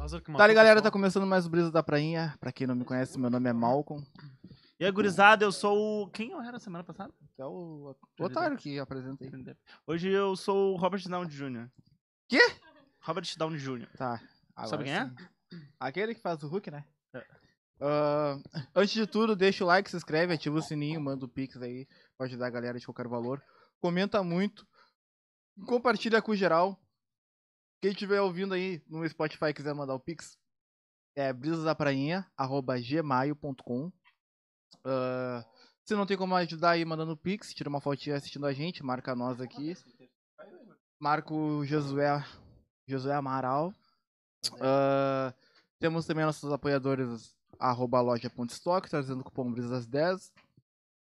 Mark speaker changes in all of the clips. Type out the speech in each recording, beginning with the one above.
Speaker 1: Hazard que matou
Speaker 2: Dali,
Speaker 1: o
Speaker 2: galera, tá
Speaker 1: pessoal.
Speaker 2: começando mais o Brisa da Prainha. Pra quem não me conhece, meu nome é Malcolm.
Speaker 1: E aí, gurizada, eu sou o... Quem eu era semana passada?
Speaker 2: É o otário que apresentei.
Speaker 1: Hoje eu sou o Robert Downey Jr.
Speaker 2: Quê?
Speaker 1: Robert Downey Jr.
Speaker 2: Tá. Agora
Speaker 1: Sabe quem é?
Speaker 2: sim. Aquele que faz o Hulk, né?
Speaker 1: É.
Speaker 2: Ah, antes de tudo, deixa o like, se inscreve, ativa o sininho, manda o pix aí pra ajudar a galera de qualquer valor. Comenta muito. Compartilha com geral. Quem estiver ouvindo aí no Spotify e quiser mandar o pix, é brisasdaprainha.gmaio.com Ah, Se não tem como ajudar aí mandando o pix, tira uma fotinha assistindo a gente, marca nós aqui. Marco Josué, Josué Amaral. Ah, temos também nossos apoiadores, arroba loja.stock, trazendo o cupom Brisas10.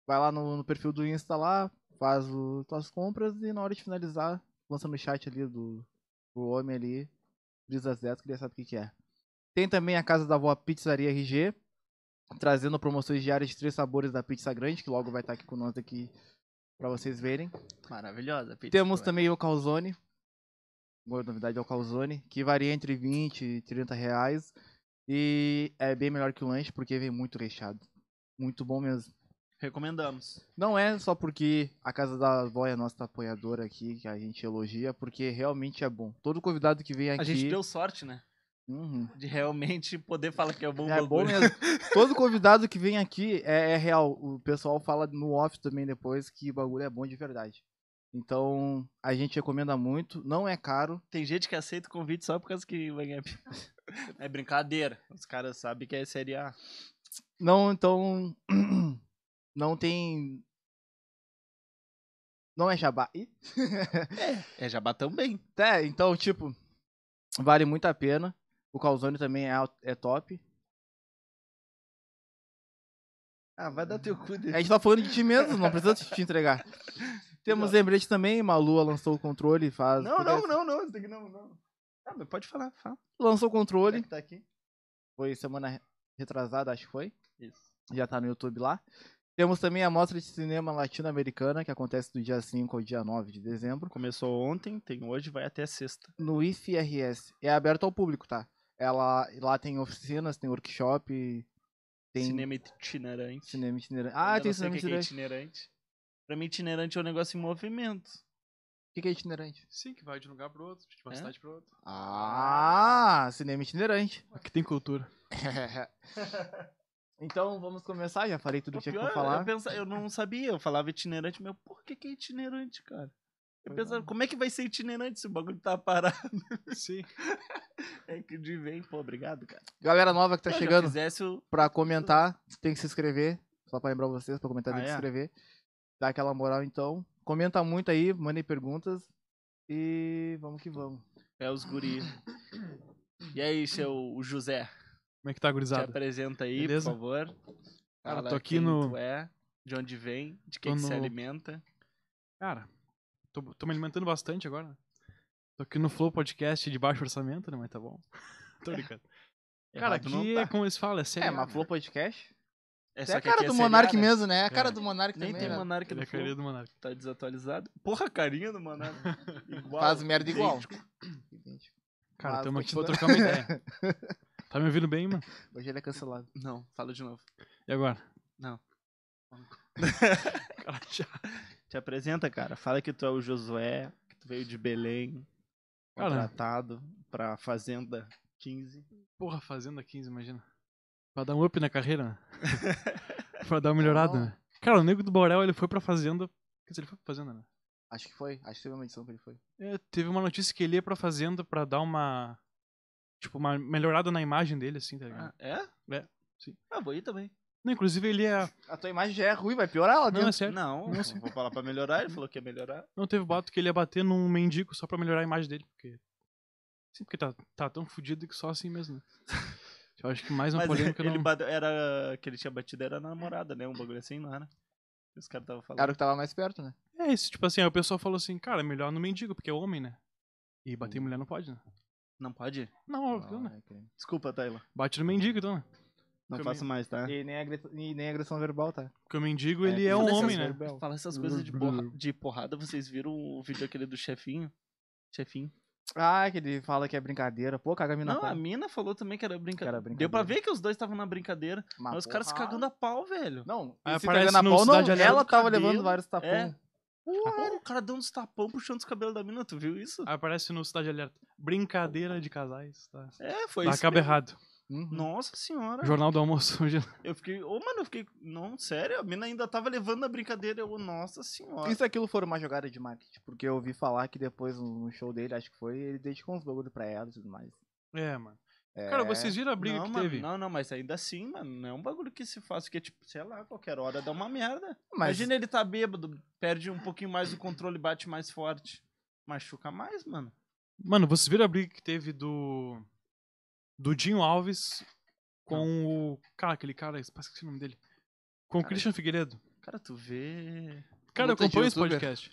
Speaker 2: Vai lá no, no perfil do Insta lá, faz o, tuas compras e na hora de finalizar, lança no chat ali do, do homem ali, Brisas10, que ele sabe o que, que é. Tem também a Casa da Vó Pizzaria RG, trazendo promoções diárias de três sabores da pizza grande, que logo vai estar aqui com nós aqui pra vocês verem.
Speaker 1: Maravilhosa. pizza
Speaker 2: Temos
Speaker 1: também.
Speaker 2: também o calzone. Boa novidade é o calzone, que varia entre 20 e 30 reais. E é bem melhor que o lanche, porque vem muito recheado. Muito bom mesmo.
Speaker 1: Recomendamos.
Speaker 2: Não é só porque a Casa da Vó é a nossa apoiadora aqui, que a gente elogia, porque realmente é bom. Todo convidado que vem aqui...
Speaker 1: A gente deu sorte, né?
Speaker 2: Uhum.
Speaker 1: De realmente poder falar que é bom.
Speaker 2: É bom
Speaker 1: bagulho.
Speaker 2: mesmo. Todo convidado que vem aqui é, é real. O pessoal fala no off também depois que o bagulho é bom de verdade. Então, a gente recomenda muito. Não é caro.
Speaker 1: Tem gente que aceita o convite só por causa que vai ganhar. pizza. é brincadeira. Os caras sabem que é Série A.
Speaker 2: Não, então. Não tem. Não é jabá. Ih.
Speaker 1: É, já batão bem.
Speaker 2: É, então, tipo, vale muito a pena. O calzone também é, al- é top.
Speaker 1: Ah, vai dar teu cu
Speaker 2: A gente tá falando de ti mesmo, não precisa te te entregar. Temos lembrete também, Malua lançou o controle, faz.
Speaker 1: Não, não,
Speaker 2: acontece.
Speaker 1: não, não. Isso daqui não, não. Ah, mas pode falar, fala.
Speaker 2: Lançou o
Speaker 1: Onde é
Speaker 2: controle.
Speaker 1: que tá aqui?
Speaker 2: Foi semana re- retrasada, acho que foi.
Speaker 1: Isso.
Speaker 2: já tá no YouTube lá. Temos também a Mostra de Cinema Latino-Americana, que acontece do dia 5 ao dia 9 de dezembro.
Speaker 1: Começou ontem, tem hoje, vai até sexta.
Speaker 2: no IFRS. É aberto ao público, tá? Ela, lá tem oficinas, tem workshop, tem cinema,
Speaker 1: Cinema itinerante.
Speaker 2: itinerante.
Speaker 1: Eu
Speaker 2: Ah,
Speaker 1: não sei
Speaker 2: tem
Speaker 1: o
Speaker 2: cinema
Speaker 1: que que é
Speaker 2: itinerante.
Speaker 1: itinerante. Pra mim, itinerante é um negócio em movimento.
Speaker 2: O que que é itinerante?
Speaker 3: Sim, que vai de um lugar pro outro, de uma
Speaker 1: É?
Speaker 3: cidade pro outro.
Speaker 2: Ah, cinema itinerante.
Speaker 3: Aqui tem cultura.
Speaker 2: então, vamos começar. Já falei tudo
Speaker 1: O
Speaker 2: que tinha
Speaker 1: pior, é
Speaker 2: pra
Speaker 1: Eu,
Speaker 2: falar.
Speaker 1: pensa- eu não sabia, eu falava itinerante, meu, por que, que é itinerante, cara? Eu pensava, como é que vai ser itinerante se o bagulho tá parado?
Speaker 3: Sim.
Speaker 1: É que de vem, pô, obrigado, cara.
Speaker 2: Galera nova que tá
Speaker 1: Se eu já
Speaker 2: chegando,
Speaker 1: fizesse o-
Speaker 2: pra comentar, tem que se inscrever. Só pra lembrar vocês, pra comentar, tem
Speaker 1: Ah,
Speaker 2: que se
Speaker 1: é?
Speaker 2: inscrever. Dá aquela moral, então. Comenta muito aí, mandem perguntas. E vamos que vamos.
Speaker 1: é os guri. E aí, seu o José,
Speaker 3: Como é que tá,
Speaker 1: te
Speaker 3: gurizada?
Speaker 1: apresenta aí,
Speaker 3: Beleza?
Speaker 1: por favor.
Speaker 3: Cara,
Speaker 1: Fala
Speaker 3: tô aqui
Speaker 1: quem
Speaker 3: no-
Speaker 1: tu é, de onde vem, de quem
Speaker 3: Tô
Speaker 1: que se
Speaker 3: no-
Speaker 1: alimenta.
Speaker 3: Cara, tô, tô me alimentando bastante agora. né? Tô aqui no Flow Podcast de baixo orçamento, né? Mas tá bom. tô brincando. Cara,
Speaker 1: Errado não
Speaker 3: aqui
Speaker 1: tá.
Speaker 3: é como eles falam, é sério.
Speaker 2: É, mas Flow Podcast?
Speaker 1: É,
Speaker 2: É
Speaker 1: só
Speaker 2: a
Speaker 1: que aqui
Speaker 2: cara do
Speaker 1: Série A,
Speaker 2: Monark
Speaker 1: né?
Speaker 2: mesmo, né? É a cara
Speaker 3: É.
Speaker 2: do Monark
Speaker 1: Nem
Speaker 2: também.
Speaker 1: tem
Speaker 2: né?
Speaker 1: Monark
Speaker 3: Ele
Speaker 1: no
Speaker 3: é
Speaker 1: Flow.
Speaker 3: carinha do Monarca.
Speaker 1: Tá desatualizado. Porra, a carinha do Monark. Igual.
Speaker 2: Faz merda igual.
Speaker 1: idêntico.
Speaker 2: Idêntico.
Speaker 3: Cara,
Speaker 2: Mas
Speaker 3: estamos aqui pra
Speaker 2: continua.
Speaker 3: trocar uma ideia. Tá me ouvindo bem, mano?
Speaker 2: Hoje ele é cancelado.
Speaker 1: Não, fala de novo.
Speaker 3: E agora?
Speaker 1: Não.
Speaker 3: Cara, já-
Speaker 1: Te apresenta, cara. Fala que tu é o Josué, que tu veio de Belém,
Speaker 3: Cara.
Speaker 1: contratado pra Fazenda 15.
Speaker 3: Porra, Fazenda 15, imagina. Pra dar um up na carreira, né? pra dar uma melhorada, né? Cara, o Nego do Borel, ele foi pra Fazenda... Quer dizer, ele foi pra Fazenda, né?
Speaker 2: Acho que foi. Acho que teve uma edição que ele foi.
Speaker 3: É, teve uma notícia que ele ia pra Fazenda pra dar uma... Tipo, uma melhorada na imagem dele, assim, tá ligado?
Speaker 1: Ah, é?
Speaker 3: É, sim.
Speaker 1: Ah, vou ir também.
Speaker 3: Não, inclusive, ele é...
Speaker 2: A tua imagem já é ruim, vai piorar ela
Speaker 3: Não,
Speaker 2: dentro.
Speaker 3: é sério.
Speaker 1: Não,
Speaker 3: Não,
Speaker 1: vou falar pra melhorar. Ele falou que ia melhorar.
Speaker 3: Não teve boato que ele ia bater num mendigo só pra melhorar a imagem dele, porque... Sim, porque tá, tá tão fudido que só assim mesmo, né? Eu acho que mais uma
Speaker 1: Mas é,
Speaker 3: polêmica
Speaker 1: ele
Speaker 3: não...
Speaker 1: bateu- era que ele tinha batido era a namorada, né? Um bagulho assim lá, né? Os caras estavam falando.
Speaker 2: Era o que tava mais perto, né?
Speaker 3: É isso, tipo assim, aí o pessoal falou assim, cara, é melhor no mendigo, porque é homem, né? E bater
Speaker 1: Hum.
Speaker 3: em mulher não pode, né?
Speaker 1: Não pode?
Speaker 3: Não, óbvio,
Speaker 2: Não,
Speaker 3: né?
Speaker 2: é crime.
Speaker 1: Desculpa, Taylor.
Speaker 3: Bate no mendigo, então, né?
Speaker 1: Não
Speaker 3: Também.
Speaker 1: faço mais, tá?
Speaker 2: E nem, agressão, e nem agressão verbal, tá?
Speaker 3: Porque o mendigo, ele é, um
Speaker 1: beleza,
Speaker 3: homem, né?
Speaker 2: Verbal.
Speaker 1: Uhum. Falar essas coisas de, porra- de porrada, vocês viram o vídeo aquele do chefinho? Chefinho?
Speaker 2: Ah, que ele fala que é brincadeira. Pô, caga a mina.
Speaker 1: Não, é,
Speaker 2: pau.
Speaker 1: a mina falou também que era brincadeira.
Speaker 2: Que era
Speaker 1: Deu pra ver
Speaker 2: brincadeira.
Speaker 1: que os dois estavam na brincadeira.
Speaker 2: Mas,
Speaker 1: mas os caras se
Speaker 2: porra.
Speaker 1: cagando a pau, velho.
Speaker 2: Não,
Speaker 3: Ah,
Speaker 2: e se
Speaker 3: aparece
Speaker 2: cagando a
Speaker 3: no
Speaker 2: pau, não.
Speaker 3: Cidade Alerta.
Speaker 2: Ela tava
Speaker 1: Cabelo.
Speaker 2: levando vários tapões.
Speaker 1: É.
Speaker 2: Porra.
Speaker 1: Porra, o cara dando uns tapão, puxando os cabelos da mina, tu viu isso?
Speaker 3: Aí aparece no Cidade Alerta. Brincadeira de casais. Tá,
Speaker 1: É, foi
Speaker 3: tá
Speaker 1: isso.
Speaker 3: acaba
Speaker 1: mesmo.
Speaker 3: errado.
Speaker 2: Uhum.
Speaker 1: Nossa senhora.
Speaker 3: Jornal do almoço hoje.
Speaker 1: Eu fiquei. Ô, mano, eu fiquei. Não, sério, a mina ainda tava levando a brincadeira. Eu, nossa senhora.
Speaker 2: E se aquilo for uma jogada de marketing? Porque eu ouvi falar que depois no no show dele, acho que foi, ele dedicou uns bagulho pra ela e tudo mais.
Speaker 3: É, mano.
Speaker 2: É,
Speaker 3: Cara, vocês viram a briga
Speaker 1: não,
Speaker 3: que
Speaker 1: mano,
Speaker 3: teve?
Speaker 1: não, não, mas ainda assim, mano, não é um bagulho que se faz, que é tipo, sei lá, qualquer hora dá uma merda.
Speaker 2: Mas,
Speaker 1: Imagina ele tá bêbado, perde um pouquinho mais o controle, bate mais forte. Machuca mais, mano.
Speaker 3: Mano, vocês viram a briga que teve do. Do Dinho Alves com o. Cara, aquele cara, esqueci o nome dele. Com o Christian Figueiredo.
Speaker 1: Cara, tu vê.
Speaker 3: Cara, eu
Speaker 2: Luta de
Speaker 3: acompanho esse
Speaker 2: youtuber.
Speaker 3: podcast.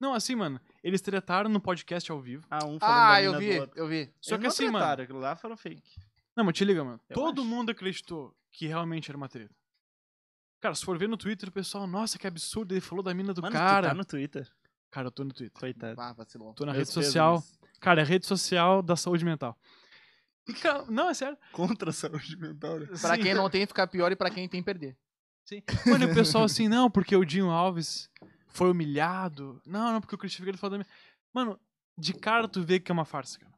Speaker 3: Não, assim, mano, eles tretaram no podcast ao vivo.
Speaker 1: Ah, um falando
Speaker 2: Ah,
Speaker 1: da
Speaker 2: eu
Speaker 1: mina
Speaker 2: vi,
Speaker 1: do outro.
Speaker 2: eu vi.
Speaker 3: Só
Speaker 1: Eles
Speaker 3: que
Speaker 1: não
Speaker 3: assim, mano-
Speaker 1: tretaram, aquilo Lá foram fake.
Speaker 3: Não, mas te liga, mano.
Speaker 1: Eu
Speaker 3: Todo
Speaker 1: acho.
Speaker 3: mundo acreditou que realmente era uma treta. Cara, se for ver no Twitter, o pessoal, nossa, que absurdo, ele falou da mina do
Speaker 1: mano,
Speaker 3: cara.
Speaker 1: tu tá no Twitter.
Speaker 3: Cara, eu tô no Twitter.
Speaker 1: Coitado.
Speaker 2: Ah, vacilou.
Speaker 3: Tô na
Speaker 1: Meus
Speaker 3: rede social.
Speaker 1: pêsames.
Speaker 3: Cara, é rede social da saúde mental. E, cara, não, é sério.
Speaker 1: Contra a saúde mental, né?
Speaker 2: Pra
Speaker 3: Sim.
Speaker 2: quem não tem, ficar pior e pra quem tem, perder.
Speaker 3: Sim. Mano, e o pessoal assim, não, porque o Dinho Alves foi humilhado. Não, não, porque o Cristian Figueiredo falou da minha... Mano, de cara tu vê que é uma farsa, cara.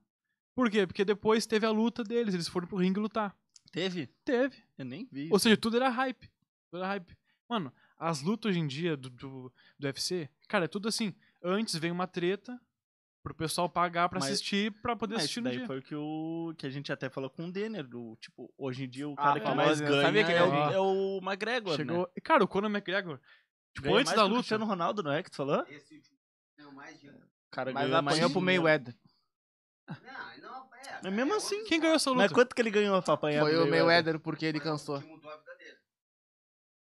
Speaker 3: Por quê? Porque depois teve a luta deles, eles foram pro ringue lutar.
Speaker 1: Teve?
Speaker 3: Teve.
Speaker 1: Eu nem vi.
Speaker 3: Ou seja, tudo era hype. Tudo era hype. Mano, as lutas hoje em dia do, do, do UFC, cara, é tudo assim. Antes vem uma treta pro pessoal pagar pra
Speaker 1: Mas-
Speaker 3: assistir, pra poder
Speaker 1: Mas
Speaker 3: assistir
Speaker 1: Ah, isso
Speaker 3: no
Speaker 1: daí
Speaker 3: dia.
Speaker 1: foi o que, o que a gente até falou com o Denner, do tipo, hoje em dia o
Speaker 2: Ah,
Speaker 1: cara que
Speaker 2: famoso,
Speaker 1: mais
Speaker 2: né?
Speaker 1: ganha
Speaker 2: Sabia que ele
Speaker 1: é,
Speaker 3: é
Speaker 1: o,
Speaker 3: o-
Speaker 1: é o McGregor, né?
Speaker 3: Chegou... Cara, o Conor McGregor, tipo,
Speaker 1: Ganha
Speaker 3: antes
Speaker 1: mais que
Speaker 3: da
Speaker 1: o
Speaker 3: luta...
Speaker 1: Cristiano Ronaldo, não é que tu falou?
Speaker 4: Esse ganhou mais um. dinheiro.
Speaker 1: O cara
Speaker 2: Mas
Speaker 1: ganhou
Speaker 2: apanhou
Speaker 1: é mais
Speaker 2: pro
Speaker 1: dinheiro.
Speaker 2: Mayweather.
Speaker 4: Não, não, é.
Speaker 1: Mas mesmo
Speaker 4: é
Speaker 1: assim,
Speaker 4: outro
Speaker 3: Quem ganhou essa luta?
Speaker 1: Mas quanto que ele ganhou pra apanhar
Speaker 2: Foi
Speaker 1: do
Speaker 2: o Mayweather porque ele
Speaker 4: esporte,
Speaker 2: cansou.
Speaker 4: Que mudou a vida dele.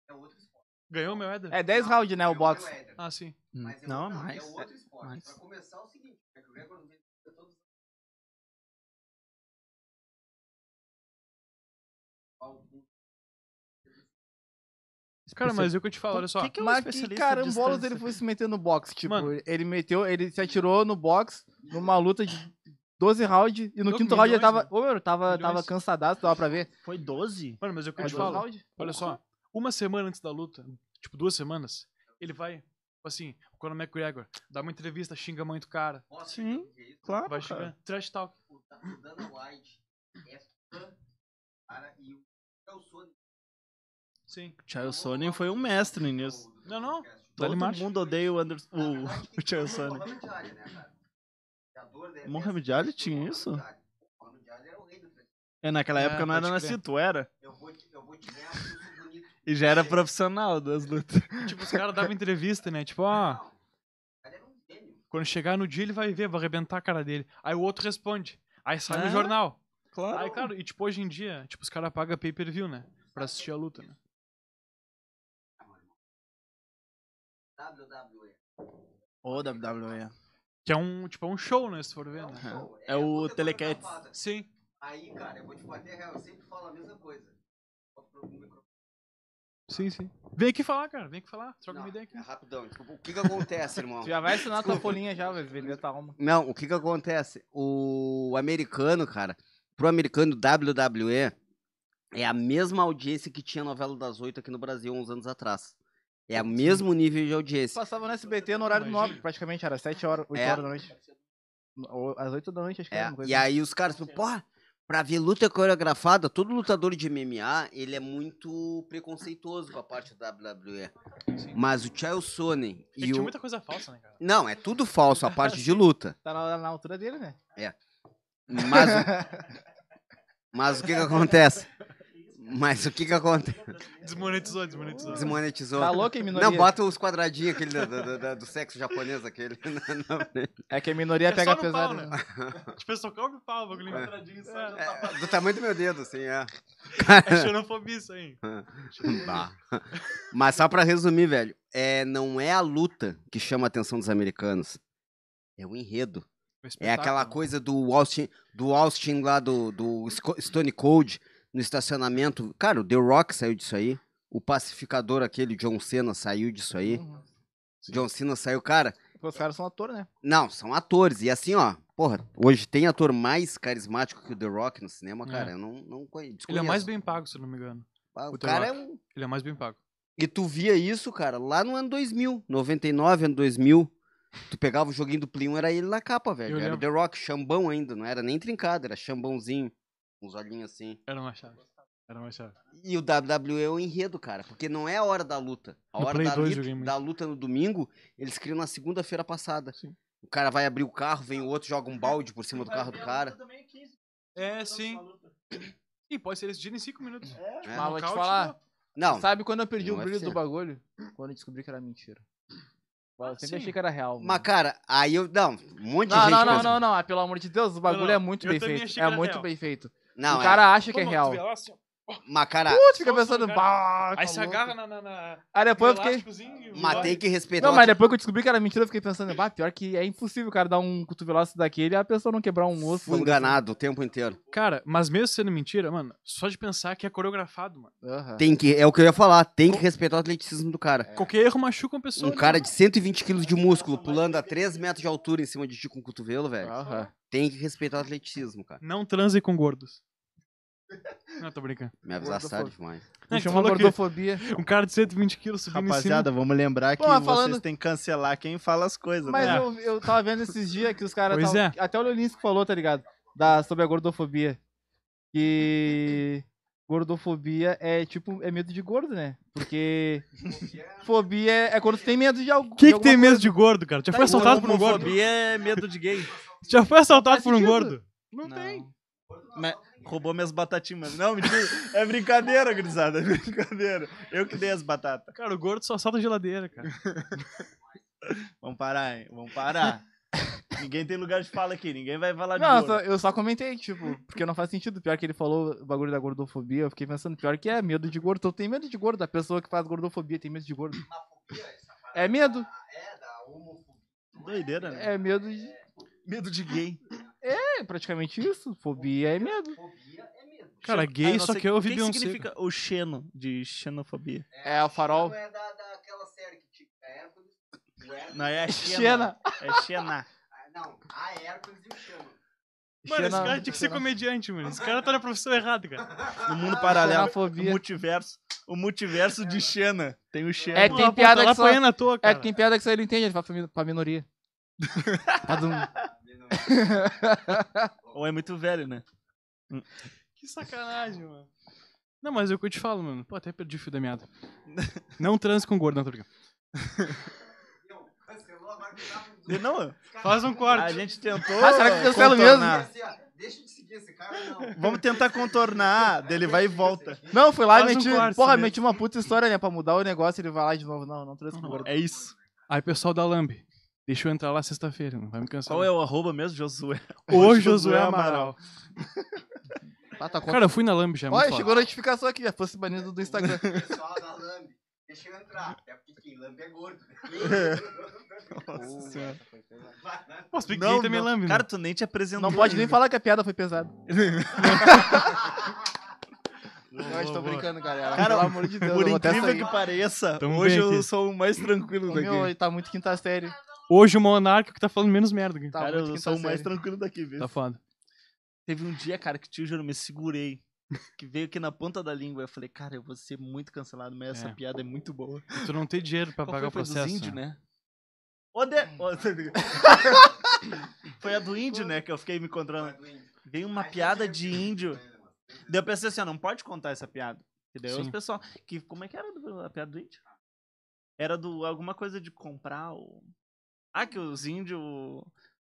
Speaker 4: É outro esporte.
Speaker 3: Ganhou o Mayweather?
Speaker 2: É 10 rounds, né, o
Speaker 4: Ganhou
Speaker 2: boxe.
Speaker 4: Mayweather,
Speaker 3: Ah, sim.
Speaker 4: mas é
Speaker 1: Não,
Speaker 4: outro-
Speaker 1: mais.
Speaker 4: É outro esporte.
Speaker 1: mais.
Speaker 4: Pra começar, é o seguinte: é que o Gregor não venceu todos os. Algum-
Speaker 3: Cara, mas eu que eu te falo, olha só.
Speaker 1: Que que é um
Speaker 2: Mas que
Speaker 1: especialista
Speaker 2: carambolas
Speaker 1: distância?
Speaker 2: ele foi se meter no boxe, tipo,
Speaker 3: Mano.
Speaker 2: ele meteu, ele se atirou no boxe numa luta de 12 rounds e no
Speaker 3: Louco,
Speaker 2: quinto round ele
Speaker 3: milhões,
Speaker 2: tava,
Speaker 3: mano.
Speaker 2: ô meu, tava, tava
Speaker 3: Milhões.
Speaker 2: cansadaço, dava pra ver.
Speaker 1: Foi 12?
Speaker 3: Mano, mas eu que eu
Speaker 2: É
Speaker 3: te
Speaker 2: 12
Speaker 3: falo.
Speaker 2: rounds?
Speaker 3: Olha só. Uma semana antes da luta, tipo duas semanas, ele vai, tipo assim, o Conor McGregor dá uma entrevista, xinga muito o cara,
Speaker 4: Nossa,
Speaker 1: Sim.
Speaker 4: que é isso?
Speaker 1: Claro,
Speaker 3: vai
Speaker 1: cara.
Speaker 3: xingar, trash talk.
Speaker 4: O Da- o Dana White é fã, cara, e o Chael Sonnen.
Speaker 3: Sim.
Speaker 1: O Chael Sonnen foi um mestre nisso.
Speaker 3: Não, não.
Speaker 1: Todo
Speaker 3: Dá-lhe marcha.
Speaker 1: mundo odeia o Anderson...
Speaker 4: Na
Speaker 1: O,
Speaker 4: verdade,
Speaker 1: o Chael
Speaker 4: tem
Speaker 1: Sonnen.
Speaker 4: Muhammad Ali, né, cara? Que a dor dele é
Speaker 1: Muhammad
Speaker 4: essa.
Speaker 1: Ali tinha isso?
Speaker 4: Muhammad Ali. Muhammad Ali era o rei do treino.
Speaker 1: É, naquela
Speaker 3: É,
Speaker 1: época eu não
Speaker 3: pode
Speaker 1: era
Speaker 3: crer.
Speaker 1: nascido, tu era.
Speaker 4: Eu vou te, eu vou te ganhar porque eu sou bonito.
Speaker 1: E já era profissional das lutas.
Speaker 3: E, tipo, os caras davam entrevista, né? Tipo,
Speaker 1: Ah.
Speaker 3: ó,
Speaker 4: Não. Ele era um gênio.
Speaker 3: quando chegar no dia ele vai ver, vai arrebentar a cara dele. Aí o outro responde. Aí sai
Speaker 1: É.
Speaker 3: no jornal.
Speaker 1: Claro.
Speaker 3: Aí, claro, e tipo, hoje em dia, tipo, os caras pagam pay-per-view, né? Pra assistir a luta, né?
Speaker 4: WWE.
Speaker 1: Ô, WWE.
Speaker 3: Que é um, tipo, é um show, né? Se for ver, né?
Speaker 4: Show.
Speaker 1: É o
Speaker 4: outra coisa da
Speaker 1: Telequetes.
Speaker 4: fada.
Speaker 3: Sim.
Speaker 4: Aí, cara, eu vou te bater real. Eu sempre falo a mesma coisa. Vou pro microfone.
Speaker 3: Sim, sim. Vem aqui falar, cara. Vem aqui falar. Troca
Speaker 4: Não,
Speaker 3: uma ideia aqui.
Speaker 4: é Rapidão, desculpa. O que que acontece, irmão?
Speaker 2: Tu já vai assinar tua folhinha já, vai vender tua alma.
Speaker 4: Não, o que que acontece? O americano, cara, pro americano WWE é a mesma audiência que tinha a novela das oito aqui no Brasil uns anos atrás. É o mesmo nível de audiência.
Speaker 2: Passava no SBT no horário
Speaker 3: Imagina.
Speaker 2: nobre, praticamente era 7 horas, 8
Speaker 4: É.
Speaker 2: horas da noite. Ou Às 8 da noite, acho que
Speaker 4: É,
Speaker 2: era uma coisa. assim.
Speaker 4: e
Speaker 3: assim.
Speaker 4: aí os
Speaker 3: É.
Speaker 4: caras, tipo, porra, pra ver luta coreografada, todo lutador de MMA, ele é muito preconceituoso com a parte da WWE.
Speaker 3: Sim.
Speaker 4: Mas o Chael Sonnen
Speaker 3: É que
Speaker 4: e
Speaker 3: tinha
Speaker 4: o...
Speaker 3: muita coisa falsa, né, cara?
Speaker 4: Não, é tudo falso a parte de luta.
Speaker 2: Tá na, na altura dele, né?
Speaker 4: Mas, o- mas o que que acontece? Mas o que que acontece?
Speaker 3: Desmonetizou, desmonetizou.
Speaker 4: Desmonetizou.
Speaker 2: Tá louco, hein, minoria?
Speaker 4: Não, bota os quadradinhos aquele do, do- do- do sexo japonês aquele. na- na frente.
Speaker 2: É que a minoria
Speaker 3: É
Speaker 2: pega
Speaker 3: só no pau,
Speaker 2: pesado.
Speaker 3: né? Tipo, só cobre o pau, o bagulho quadradinho, só já tá
Speaker 4: É, do tamanho do meu dedo, assim, é.
Speaker 3: É xenofobia isso aí.
Speaker 4: Bah. Mas só pra resumir, velho, é, não é a luta que chama a atenção dos americanos. É o enredo. É aquela coisa do Austin, do Austin lá do, do Sco- Stone Cold no estacionamento. Cara, o The Rock saiu disso aí. O pacificador aquele, John Cena, saiu disso aí.
Speaker 2: Uhum.
Speaker 4: John Cena saiu, cara.
Speaker 2: Os caras são ator, né?
Speaker 4: Não, são atores. E assim, ó, Porra, hoje tem ator mais carismático que o The Rock no cinema,
Speaker 3: É.
Speaker 4: cara. Eu não, não conhe-
Speaker 3: Ele é
Speaker 4: desconheço.
Speaker 3: mais bem pago, se eu não me engano.
Speaker 4: Ah, O
Speaker 3: o The
Speaker 4: cara é um.
Speaker 3: Ele é mais bem pago.
Speaker 4: E tu via isso, cara, lá no ano 2000, 99, ano 2000. Tu pegava o joguinho do Play 1, era ele na capa, velho.
Speaker 3: Eu
Speaker 4: era o
Speaker 3: lembro.
Speaker 4: The Rock, chambão ainda, não era nem trincado, era chambãozinho, uns olhinhos assim.
Speaker 3: Era uma chave. Era uma chave.
Speaker 4: E o WWE é o enredo, cara, porque não é a hora da luta. A
Speaker 3: No
Speaker 4: hora
Speaker 3: Play
Speaker 4: da,
Speaker 3: 2
Speaker 4: lit-
Speaker 3: joguei muito.
Speaker 4: da luta no domingo, eles criam na segunda-feira passada.
Speaker 3: Sim.
Speaker 4: O cara vai abrir o carro, vem o outro, joga um balde por cima do carro do cara.
Speaker 3: É, sim. E pode ser eles decidirem em 5 minutos. né?
Speaker 4: É.
Speaker 2: Mas vou te
Speaker 3: Nocaute,
Speaker 2: falar.
Speaker 4: Não,
Speaker 2: Sabe quando eu perdi o
Speaker 4: No
Speaker 2: brilho
Speaker 4: UFC.
Speaker 2: do bagulho? Quando eu descobri que era mentira. Eu sempre
Speaker 3: sim.
Speaker 2: achei que era real.
Speaker 4: mas
Speaker 2: mano.
Speaker 4: cara, aí eu. Não, um monte de
Speaker 2: Não,
Speaker 4: gente.
Speaker 2: não, não,
Speaker 4: pensa-
Speaker 2: não, não. Ah, Pelo amor de Deus, o bagulho
Speaker 3: não.
Speaker 2: é muito
Speaker 3: Eu
Speaker 2: bem
Speaker 3: também
Speaker 2: feito.
Speaker 3: achei que
Speaker 2: É
Speaker 3: era
Speaker 2: muito
Speaker 3: real.
Speaker 2: bem feito.
Speaker 4: Não,
Speaker 2: o
Speaker 4: é.
Speaker 2: cara acha que é
Speaker 3: Toma,
Speaker 2: real.
Speaker 3: tu vê lá, assim, ó.
Speaker 4: Mas, cara,
Speaker 2: Putz, fica
Speaker 3: Nossa,
Speaker 2: pensando.
Speaker 3: cara.
Speaker 2: "Bah, tá
Speaker 3: Aí se
Speaker 2: louco."
Speaker 3: agarra na. na, na no
Speaker 2: Aí depois eu fiquei.
Speaker 3: elásticozinho e
Speaker 4: mas
Speaker 3: vai.
Speaker 4: tem que respeitar.
Speaker 2: Não,
Speaker 4: o
Speaker 2: mas é depois que eu descobri que era mentira, eu fiquei pensando, bah, pior que é impossível o cara dar um cotovelaço daquele e a pessoa não quebrar um osso.
Speaker 4: Fui enganado o tempo inteiro.
Speaker 3: Cara, mas mesmo sendo mentira, mano, só de pensar que é coreografado, mano.
Speaker 2: Aham.
Speaker 4: Tem que, é o que eu ia falar, tem que respeitar o atleticismo do cara.
Speaker 3: Qualquer erro machuca uma pessoa.
Speaker 4: Um
Speaker 3: né,
Speaker 4: cara
Speaker 3: mano?
Speaker 4: de 120 quilos de músculo pulando a 3 metros de altura em cima de ti com o cotovelo, velho.
Speaker 2: Aham.
Speaker 4: Tem que respeitar o atleticismo, cara.
Speaker 3: Não transe com gordos. Não, tô brincando.
Speaker 4: Me avisaram
Speaker 2: Gordofobia.
Speaker 4: demais.
Speaker 3: É,
Speaker 2: Me
Speaker 3: que tu
Speaker 2: chamou
Speaker 3: falou que
Speaker 2: gordofobia.
Speaker 3: um cara de 120 quilos subindo
Speaker 1: Rapaziada, vamos lembrar que
Speaker 2: Pô, mas
Speaker 1: vocês
Speaker 2: falando-
Speaker 1: têm que cancelar quem fala as coisas,
Speaker 2: Mas tá
Speaker 1: né?
Speaker 3: É.
Speaker 2: eu, eu tava vendo esses dias que os caras.
Speaker 3: Pois é.
Speaker 2: tavam- Até o Leonis que falou, tá ligado? Da, sobre a gordofobia. Que. Gordofobia é tipo. É medo de gordo, né? Porque. fobia é, é quando tu tem medo de algo.
Speaker 3: em cima. Quem
Speaker 2: de
Speaker 3: que tem
Speaker 2: alguma
Speaker 3: medo de gordo, cara? Já
Speaker 1: Tá
Speaker 3: foi assaltado por um gordo?
Speaker 1: Homofobia é medo de gay.
Speaker 3: Já foi assaltado
Speaker 2: Faz
Speaker 3: por um
Speaker 2: sentido.
Speaker 3: gordo?
Speaker 2: coisa. Não tem.
Speaker 1: Mas roubou minhas batatinhas. Não, mentira. É brincadeira, gurizada. É brincadeira. Eu que dei as batatas.
Speaker 3: Cara, o gordo só assalta geladeira, cara.
Speaker 1: Vamos parar, hein? Vamos parar. ninguém tem lugar de fala aqui. Ninguém vai falar de
Speaker 2: Não, eu
Speaker 1: gordo.
Speaker 2: só, eu só comentei, tipo, porque não faz sentido. Pior que ele falou o bagulho da gordofobia, eu fiquei pensando, pior que é medo de gordo. Então tem medo de gordo, a pessoa que faz gordofobia tem medo de gordo. É medo,
Speaker 1: Doideira, né?
Speaker 2: é medo de.
Speaker 1: Medo de gay.
Speaker 2: É praticamente isso. Fobia é medo.
Speaker 4: é
Speaker 3: Cara,
Speaker 1: Ah,
Speaker 3: gay
Speaker 1: não
Speaker 3: só
Speaker 1: sei-
Speaker 3: que eu ouvi
Speaker 1: O que
Speaker 3: Beyoncé.
Speaker 1: que significa o xeno, de xenofobia?
Speaker 2: É o farol.
Speaker 4: é da, daquela série que tipo, é Hércules.
Speaker 1: Não, é xena.
Speaker 2: Xena.
Speaker 1: É xena.
Speaker 4: ah, Não, a Hércules e o Chama.
Speaker 3: Mano, esse
Speaker 2: Xena-
Speaker 3: cara tinha que ser comediante, mano. Esse cara tá na profissão errada, cara.
Speaker 1: No mundo paralelo. O
Speaker 3: É
Speaker 2: Xenofobia.
Speaker 1: multiverso. O multiverso de Xena. Tem o Xena.
Speaker 2: É,
Speaker 3: Pô,
Speaker 2: tem
Speaker 3: pô,
Speaker 2: piada
Speaker 3: tá lá
Speaker 2: que só-
Speaker 3: apanhando à toa,
Speaker 2: É
Speaker 3: cara.
Speaker 2: que tem piada que só ele entende, ele fala pra mi- pra minoria. Tá do-
Speaker 1: Ou é muito velho, né?
Speaker 3: Que sacanagem, mano. Não, mas é o que eu te falo, mano. Pô, até perdi o fio da meada. Não transe com gordo, não, tô brincando.
Speaker 4: um
Speaker 1: E Não,
Speaker 3: Faz um
Speaker 1: a
Speaker 3: corte.
Speaker 1: gente tentou.
Speaker 2: Ah, será que cancela
Speaker 1: contornar.
Speaker 4: assim, Deixa de seguir esse cara, não.
Speaker 1: Vamos tentar contornar. Daí ele vai e volta.
Speaker 2: Não, fui lá e
Speaker 3: Faz um
Speaker 2: meti.
Speaker 3: corte
Speaker 2: porra,
Speaker 3: mesmo.
Speaker 2: meti uma puta história, né? Pra mudar o negócio, ele vai lá de novo. Não, não
Speaker 3: Uhum.
Speaker 2: trouxe pro gordo.
Speaker 1: É isso.
Speaker 3: Aí, pessoal da Lambe, deixa eu entrar lá sexta-feira, não vai me cansar.
Speaker 1: Qual é o arroba mesmo, Josué?
Speaker 3: O Josué Amaral.
Speaker 2: Tá, tá
Speaker 3: Cara, eu fui na Lambe já, é muito
Speaker 2: Olha,
Speaker 3: foda. É
Speaker 2: chegou a notificação aqui, já fosse banido do Instagram.
Speaker 4: Pessoal da Lambe, deixa eu entrar. Até porque quem lambe é gordo.
Speaker 1: Nossa senhora.
Speaker 3: Pô, se bem que
Speaker 1: Não,
Speaker 3: gay também
Speaker 1: não.
Speaker 3: Lambe, né?
Speaker 1: Cara, tu nem te apresentou.
Speaker 2: Não pode nem falar que a piada foi pesada.
Speaker 3: Boa,
Speaker 2: Eu estou
Speaker 3: boa.
Speaker 2: brincando, galera.
Speaker 1: Cara,
Speaker 2: Pelo amor de Deus,
Speaker 1: Por
Speaker 2: eu vou até
Speaker 1: incrível
Speaker 2: sair.
Speaker 1: que pareça,
Speaker 3: Tamo
Speaker 1: hoje
Speaker 3: bem
Speaker 1: eu
Speaker 3: aqui.
Speaker 1: sou o mais tranquilo
Speaker 2: O meu,
Speaker 1: daqui.
Speaker 2: ele tá muito quinta série.
Speaker 3: Hoje o Monarca que tá falando menos merda. Tá,
Speaker 2: Tá
Speaker 1: Cara,
Speaker 2: muito
Speaker 1: eu
Speaker 2: quinta
Speaker 1: sou o mais
Speaker 2: série.
Speaker 1: tranquilo daqui, viu?
Speaker 3: tá foda.
Speaker 1: Teve um dia, cara, que tio Júnior me segurei. Que veio aqui na ponta da língua. Eu falei, cara, eu vou ser muito cancelado, mas essa
Speaker 3: É.
Speaker 1: piada é muito boa.
Speaker 3: E Tu não tem dinheiro pra
Speaker 1: Qual
Speaker 3: pagar o
Speaker 1: foi? Foi dos
Speaker 3: processo.
Speaker 1: índios,
Speaker 3: né?
Speaker 1: né? Ô, de... Ô, tá ligado? foi a do índio, né? Que eu fiquei me encontrando. Veio uma piada de índio. Daí eu pensei assim, ó, não pode contar essa piada. E daí os
Speaker 3: Sim.
Speaker 1: pessoal. Que, como é que era do- a piada do índio? Era do alguma coisa de comprar o. Ah, que os índios.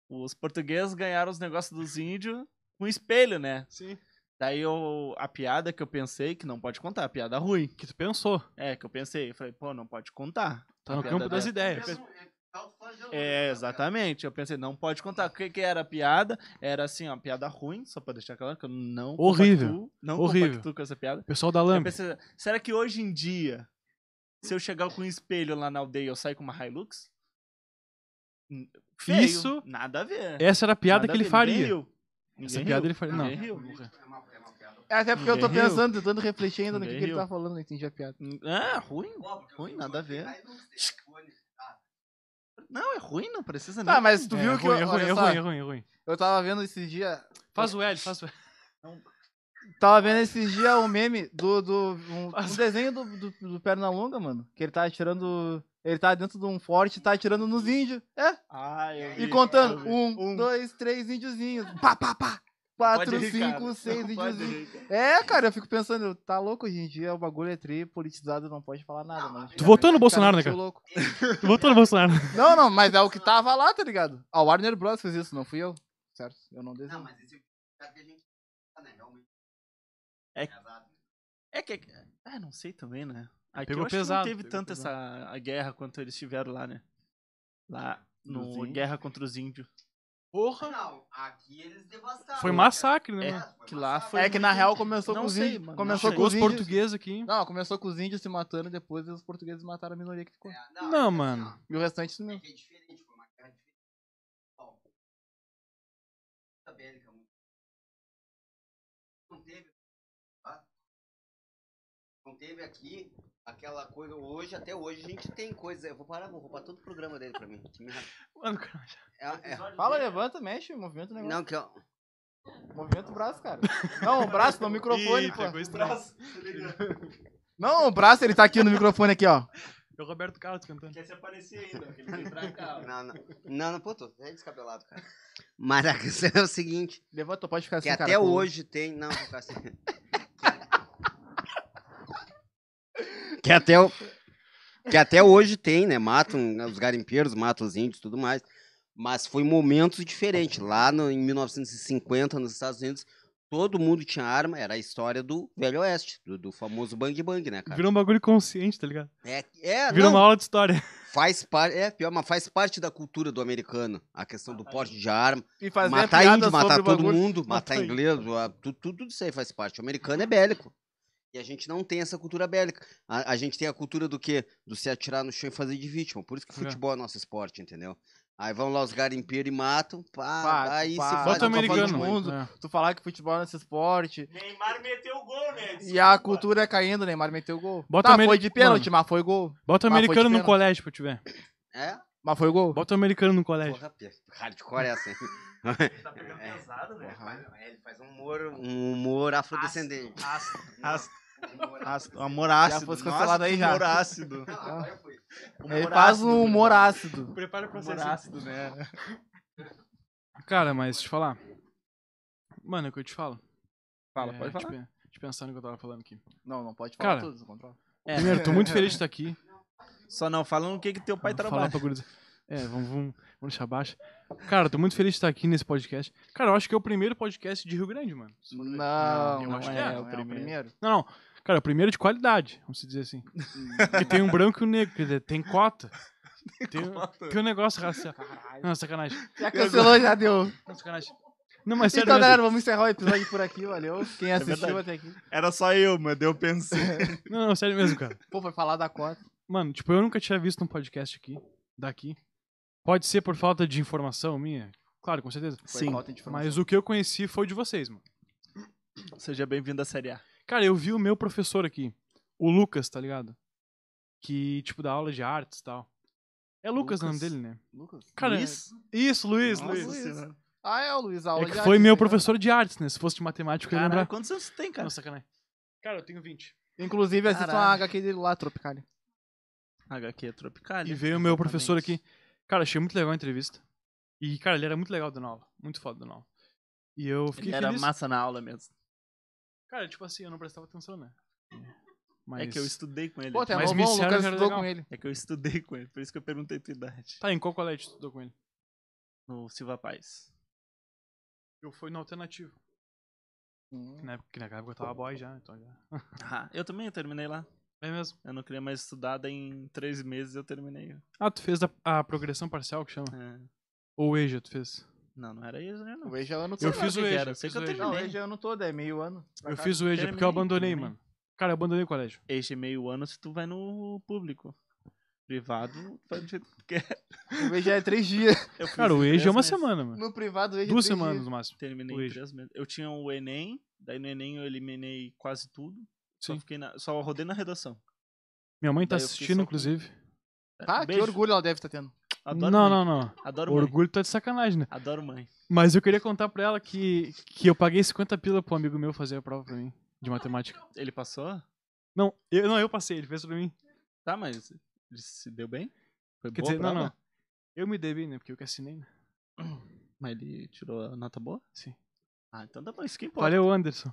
Speaker 1: Os portugueses ganharam os negócios dos índios com espelho, né?
Speaker 3: Sim.
Speaker 1: Daí eu, a piada que eu pensei, que não pode contar, a piada ruim.
Speaker 3: Que tu pensou.
Speaker 1: É, que eu pensei, eu falei, pô, não pode contar.
Speaker 3: Tá no
Speaker 1: Piada
Speaker 3: campo das
Speaker 1: dessa.
Speaker 3: ideias. né? Tá
Speaker 1: É, exatamente. Eu pensei, não pode contar. O que, que era a piada? Era assim, ó, piada ruim, só pra deixar claro que eu não
Speaker 3: Horrível.
Speaker 1: compactuo- não
Speaker 3: Horrível.
Speaker 1: compactuo com essa piada.
Speaker 3: Pessoal da
Speaker 1: Eu
Speaker 3: Lambe.
Speaker 1: pensei, será que hoje em dia, se eu chegar com um espelho lá na aldeia, eu saio com uma Hilux? N- Feio,
Speaker 3: Isso-
Speaker 1: Nada a ver.
Speaker 3: Essa era a piada
Speaker 1: Nada
Speaker 3: que
Speaker 1: a
Speaker 3: ele
Speaker 1: ver.
Speaker 3: faria.
Speaker 1: Ninguém riu.
Speaker 3: Essa
Speaker 1: Ninguém
Speaker 3: piada
Speaker 1: riu.
Speaker 3: ele faria. Não.
Speaker 1: Ninguém riu.
Speaker 2: É até porque eu tô
Speaker 1: Ninguém riu.
Speaker 2: pensando, tentando refletir ainda no que,
Speaker 1: Ninguém
Speaker 2: que ele
Speaker 1: riu.
Speaker 2: tá falando, não entendi a piada.
Speaker 1: Ah, ruim. Ruim, nada a ver. Não, é ruim, não precisa nem.
Speaker 2: Tá, mas tu
Speaker 3: É,
Speaker 2: viu
Speaker 3: é
Speaker 2: que.
Speaker 3: ruim, é
Speaker 1: Tá,
Speaker 2: olha
Speaker 3: ruim, é
Speaker 2: só,
Speaker 3: ruim, é ruim, é ruim.
Speaker 2: Eu tava vendo esses dias.
Speaker 3: Faz o L, faz o L.
Speaker 2: Tava vendo esses dias um meme do. do um,
Speaker 3: Faz-
Speaker 2: um desenho do, do, do Pernalonga, mano. Que ele tá atirando. Ele tá dentro de um forte e tá atirando nos índios. É?
Speaker 1: Ah, eu
Speaker 2: E contando. Um,
Speaker 1: Um.
Speaker 2: dois, três índiozinhos. Pá, pá, pá. Quatro, cinco, seis índiozinhos. É, cara, eu fico pensando, tá louco hoje em dia, o bagulho é tri, politizado, não pode falar nada, mano.
Speaker 3: Tu votou no Bolsonaro, né,
Speaker 2: Cara,
Speaker 3: cara?
Speaker 2: louco.
Speaker 3: Tu votou no Bolsonaro.
Speaker 2: Não, não, mas é o que tava lá, tá ligado? A Warner Bros fez isso, não fui eu. Certo, eu não desenho.
Speaker 4: Não, mas esse cara que a gente tá, né? Realmente.
Speaker 1: É-
Speaker 4: Exato.
Speaker 1: É que. Ah, não sei também, né? Aqui
Speaker 3: Pegou
Speaker 1: eu acho que
Speaker 3: pesado,
Speaker 1: não teve
Speaker 3: pegou
Speaker 1: tanto
Speaker 3: pesado.
Speaker 1: essa a guerra quanto eles tiveram lá, né? Lá
Speaker 2: Nos
Speaker 1: no
Speaker 2: índios.
Speaker 1: Guerra contra os Índios.
Speaker 3: Porra.
Speaker 4: Não, aqui eles devastaram.
Speaker 3: Foi massacre, né?
Speaker 1: É.
Speaker 3: mano?
Speaker 2: Que lá
Speaker 4: massacre.
Speaker 2: foi é que na real começou
Speaker 1: Não
Speaker 2: com os
Speaker 1: sei,
Speaker 2: índios.
Speaker 1: mano,
Speaker 2: Começou
Speaker 1: não
Speaker 2: com
Speaker 3: Chegou
Speaker 2: os
Speaker 3: os
Speaker 2: índios.
Speaker 3: portugueses aqui.
Speaker 2: Não, começou com os índios se matando e depois os portugueses mataram a minoria que ficou.
Speaker 4: É,
Speaker 3: Não,
Speaker 4: é assim,
Speaker 3: mano.
Speaker 4: ó,
Speaker 2: E o restante sumiu.
Speaker 4: É que é diferente, foi uma guerra diferente. Bom, a bélica, mano. Não teve, tá? Não teve aqui aquela coisa. Hoje, até hoje, a gente tem coisa. Eu vou parar, vou roubar todo o programa dele pra mim. que me ra-
Speaker 3: Mano, cara.
Speaker 4: É, é-
Speaker 2: Fala, levanta, mexe, movimento o negócio.
Speaker 4: Não, que eu.
Speaker 2: Movimento o braço, cara. Não, o braço no microfone,
Speaker 3: Ih,
Speaker 2: pô.
Speaker 3: pegou estranho.
Speaker 2: Não, o braço ele tá aqui no microfone aqui, ó.
Speaker 3: É o Roberto Carlos cantando.
Speaker 1: Quer se aparecer ainda, ele vem pra cá.
Speaker 4: Não, não. Não, não, pô, tô até descabelado, cara. Mas a questão é o seguinte.
Speaker 2: Levanta, pode ficar assim,
Speaker 4: Que
Speaker 2: cara.
Speaker 4: até
Speaker 2: com-
Speaker 4: hoje tem. Não, vou ficar assim. que até o. Que até hoje tem, né? Matam os garimpeiros, matam os índios e tudo mais. Mas foi momentos diferentes. Lá no- em 1950, nos Estados Unidos, todo mundo tinha arma. Era a história do Velho Oeste, do, do famoso Bang Bang, né, cara?
Speaker 3: Virou um bagulho consciente, tá ligado?
Speaker 4: É, é
Speaker 3: Virou
Speaker 4: não,
Speaker 3: uma aula de história.
Speaker 4: faz parte. É pior, mas faz parte da cultura do americano. A questão do
Speaker 3: Ah, tá.
Speaker 4: porte de arma
Speaker 2: E fazer
Speaker 4: matar
Speaker 2: piada
Speaker 4: índio, matar
Speaker 2: sobre o
Speaker 4: todo
Speaker 2: bagulho.
Speaker 4: mundo, matar
Speaker 3: Matar
Speaker 4: inglês, a- tu- tudo, isso aí faz parte. O americano é bélico. E a gente não tem essa cultura bélica. A, a gente tem a cultura do quê? Do se atirar no chão e fazer de vítima. Por isso que
Speaker 3: É.
Speaker 4: futebol é nosso esporte, entendeu? Aí vão lá os garimpeiros e matam. Pá,
Speaker 2: Pá,
Speaker 4: aí
Speaker 2: pá.
Speaker 4: se faz
Speaker 2: Bota
Speaker 3: Bota
Speaker 4: a
Speaker 2: o
Speaker 4: Copa do
Speaker 3: americano.
Speaker 4: Mundo.
Speaker 2: tá mundo.
Speaker 3: É.
Speaker 2: Tu falar que futebol é esse esporte.
Speaker 1: Neymar meteu o gol, né?
Speaker 2: E a cultura é caindo, o Neymar meteu gol.
Speaker 3: Bota
Speaker 2: tá,
Speaker 3: ameri-
Speaker 2: foi de pênalti, mas foi gol.
Speaker 3: Bota o
Speaker 2: Mas foi
Speaker 3: americano
Speaker 2: de
Speaker 3: no
Speaker 2: pena.
Speaker 3: colégio pra eu tiver.
Speaker 4: É?
Speaker 2: Mas foi gol.
Speaker 3: Bota o americano no colégio.
Speaker 4: Porra, Pedro, hardcore é assim.
Speaker 1: Ele tá pegando
Speaker 4: É.
Speaker 1: pesado, né?
Speaker 4: É, Ele faz um humor, um humor afrodescendente.
Speaker 1: Ácido. né?
Speaker 4: Um humor
Speaker 1: Ácido. Amor
Speaker 2: Já
Speaker 1: ácido.
Speaker 2: fosse
Speaker 1: Nossa,
Speaker 2: cancelado aí
Speaker 1: que
Speaker 2: já.
Speaker 1: Humor ácido.
Speaker 4: Não, agora eu fui.
Speaker 2: Ele faz um Ah, humor Um ácido.
Speaker 3: Prepara pra
Speaker 1: Humor ácido, né?
Speaker 3: Cara, mas te falar. Mano, é o que eu te falo.
Speaker 2: Fala,
Speaker 3: É,
Speaker 2: pode falar.
Speaker 3: Te, te pensando no que eu tava falando aqui.
Speaker 2: Não, não pode falar
Speaker 3: Cara.
Speaker 2: tudo, você controla.
Speaker 1: É.
Speaker 3: Primeiro, tô muito feliz de estar aqui.
Speaker 1: Só não, falando o que que teu pai
Speaker 3: Vou falar
Speaker 1: trabalha.
Speaker 3: pra gurizada. É, vamos, vamos, vamos deixar baixo. Cara, tô muito feliz de estar aqui nesse podcast. Cara, eu acho que é o primeiro podcast de Rio Grande, mano. Se for ver.
Speaker 2: Não,
Speaker 3: eu
Speaker 2: não
Speaker 3: acho
Speaker 2: é,
Speaker 3: que é,
Speaker 2: não
Speaker 1: o
Speaker 2: o
Speaker 1: primeiro.
Speaker 2: primeiro.
Speaker 3: Não, não. Cara, é o primeiro de qualidade, vamos dizer assim. Porque tem um branco e um negro, quer dizer, tem cota. Tem,
Speaker 1: cota.
Speaker 3: tem um negócio racial. Não, sacanagem.
Speaker 2: Já cancelou, já deu.
Speaker 3: Não, sacanagem. Não, mas sério.
Speaker 2: Então,
Speaker 3: mesmo.
Speaker 2: galera, vamos encerrar o episódio por aqui, valeu. Quem assistiu
Speaker 1: É verdade.
Speaker 2: até aqui.
Speaker 1: Era só eu, mas eu pensei.
Speaker 3: Não, não, sério mesmo, cara.
Speaker 2: Pô, foi falar da cota.
Speaker 3: Mano, tipo, eu nunca tinha visto um podcast aqui, daqui. Pode ser por falta de informação minha, claro, com certeza.
Speaker 2: Foi
Speaker 1: Sim.
Speaker 2: falta de informação.
Speaker 3: Mas o que eu conheci foi o de vocês, mano.
Speaker 1: Seja bem-vindo à Série A.
Speaker 3: Cara, eu vi o meu professor aqui, o Lucas, tá ligado? Que, tipo, dá aula de artes e tal. É Lucas, o nome
Speaker 1: Lucas?
Speaker 3: dele, né?
Speaker 2: Lucas?
Speaker 3: Cara,
Speaker 1: Luiz?
Speaker 3: Isso, Luiz,
Speaker 1: Nossa
Speaker 3: Luiz.
Speaker 1: Senhora.
Speaker 2: Ah, é o Luiz Aula
Speaker 3: É
Speaker 2: de
Speaker 3: que foi
Speaker 2: arte,
Speaker 3: meu
Speaker 2: tá ligado?
Speaker 3: professor de artes, né? Se fosse de matemática, eu ia
Speaker 1: Caralho,
Speaker 3: lembrar.
Speaker 1: quantos anos tu tem, né? cara?
Speaker 3: Não, sacanagem. Cara, eu tenho 20.
Speaker 2: Inclusive, assistam a
Speaker 1: Caralho.
Speaker 2: HQ dele lá, Tropicália.
Speaker 1: HQ Tropical.
Speaker 3: E veio o meu professor aqui. Cara, achei muito legal a entrevista. E, cara, ele era muito legal dando aula. Muito foda dando aula. E eu fiquei
Speaker 1: Era
Speaker 3: feliz.
Speaker 1: massa na aula mesmo.
Speaker 3: Cara, tipo assim, eu não prestava atenção, né? Mas...
Speaker 1: É que eu estudei com ele.
Speaker 2: Pô, até
Speaker 3: Mas
Speaker 2: bom,
Speaker 3: me
Speaker 2: o
Speaker 3: disseram
Speaker 2: Lucas
Speaker 3: que era
Speaker 2: estudou
Speaker 3: legal.
Speaker 2: com ele.
Speaker 1: É que eu estudei com ele, por isso que eu perguntei a tua idade.
Speaker 3: Tá, em qual colégio tu estudou com ele?
Speaker 1: No Silva Paz.
Speaker 3: Eu fui no alternativo.
Speaker 2: Hum.
Speaker 3: Na época, que naquela época eu tava boy já, então já.
Speaker 1: Ah, eu também eu terminei lá.
Speaker 3: É mesmo.
Speaker 1: Eu não queria mais estudar, daí em três meses eu terminei.
Speaker 3: Ah, tu fez a, a progressão parcial que chama?
Speaker 1: É.
Speaker 3: Ou EJA, tu fez?
Speaker 1: Não, não era isso, né? Não.
Speaker 2: O Eja é ano
Speaker 3: Eu
Speaker 2: todo.
Speaker 1: lá
Speaker 3: fiz
Speaker 1: o
Speaker 3: o
Speaker 1: que que
Speaker 3: EJA.
Speaker 1: era,
Speaker 3: eu
Speaker 1: sei
Speaker 3: fiz
Speaker 1: que eu
Speaker 3: o EJA.
Speaker 1: terminei.
Speaker 2: Não, o Eja é ano todo, é meio ano.
Speaker 3: Eu fiz o EJA
Speaker 1: Ah,
Speaker 3: porque eu
Speaker 1: Terminei,
Speaker 3: abandonei,
Speaker 1: terminei.
Speaker 3: mano. Cara, eu abandonei o colégio.
Speaker 1: Este é meio ano se tu vai no público. Privado, faz do jeito que tu quer.
Speaker 2: O Eja é três dias.
Speaker 1: Eu fiz
Speaker 3: Cara, o
Speaker 1: em
Speaker 3: EJA é
Speaker 1: três
Speaker 3: uma
Speaker 1: meses.
Speaker 3: semana, mano.
Speaker 2: No privado, o Eja é
Speaker 3: Duas
Speaker 2: três
Speaker 3: semanas
Speaker 2: dias.
Speaker 3: no máximo.
Speaker 1: Terminei
Speaker 3: O
Speaker 1: em
Speaker 3: EJA.
Speaker 1: três meses. Eu tinha o Enem, daí no Enem eu eliminei quase tudo. Só,
Speaker 3: Sim.
Speaker 1: fiquei na- só rodei na redação.
Speaker 3: Minha mãe tá
Speaker 1: Daí eu fiz
Speaker 3: assistindo,
Speaker 1: só- um
Speaker 3: inclusive.
Speaker 2: Tá, que
Speaker 1: Beijo.
Speaker 2: orgulho ela deve estar tendo.
Speaker 1: Adoro
Speaker 3: não,
Speaker 1: mãe.
Speaker 3: não, não.
Speaker 1: Adoro mãe.
Speaker 3: Orgulho tá de sacanagem, né?
Speaker 1: Adoro mãe.
Speaker 3: Mas eu queria contar pra ela que, que eu paguei 50 pila pro amigo meu fazer a prova pra mim, de matemática.
Speaker 1: Ele passou?
Speaker 3: Não, eu, não, eu passei, ele fez pra mim.
Speaker 1: Tá, mas ele se deu bem? Foi
Speaker 3: Quer
Speaker 1: boa a
Speaker 3: dizer, não,
Speaker 1: prova?
Speaker 3: não. Eu me dei bem, né? Porque eu que assinei, né?
Speaker 1: Mas ele tirou a nota boa?
Speaker 3: Sim.
Speaker 1: Ah, então dá pra isso que importa.
Speaker 3: Valeu, Anderson.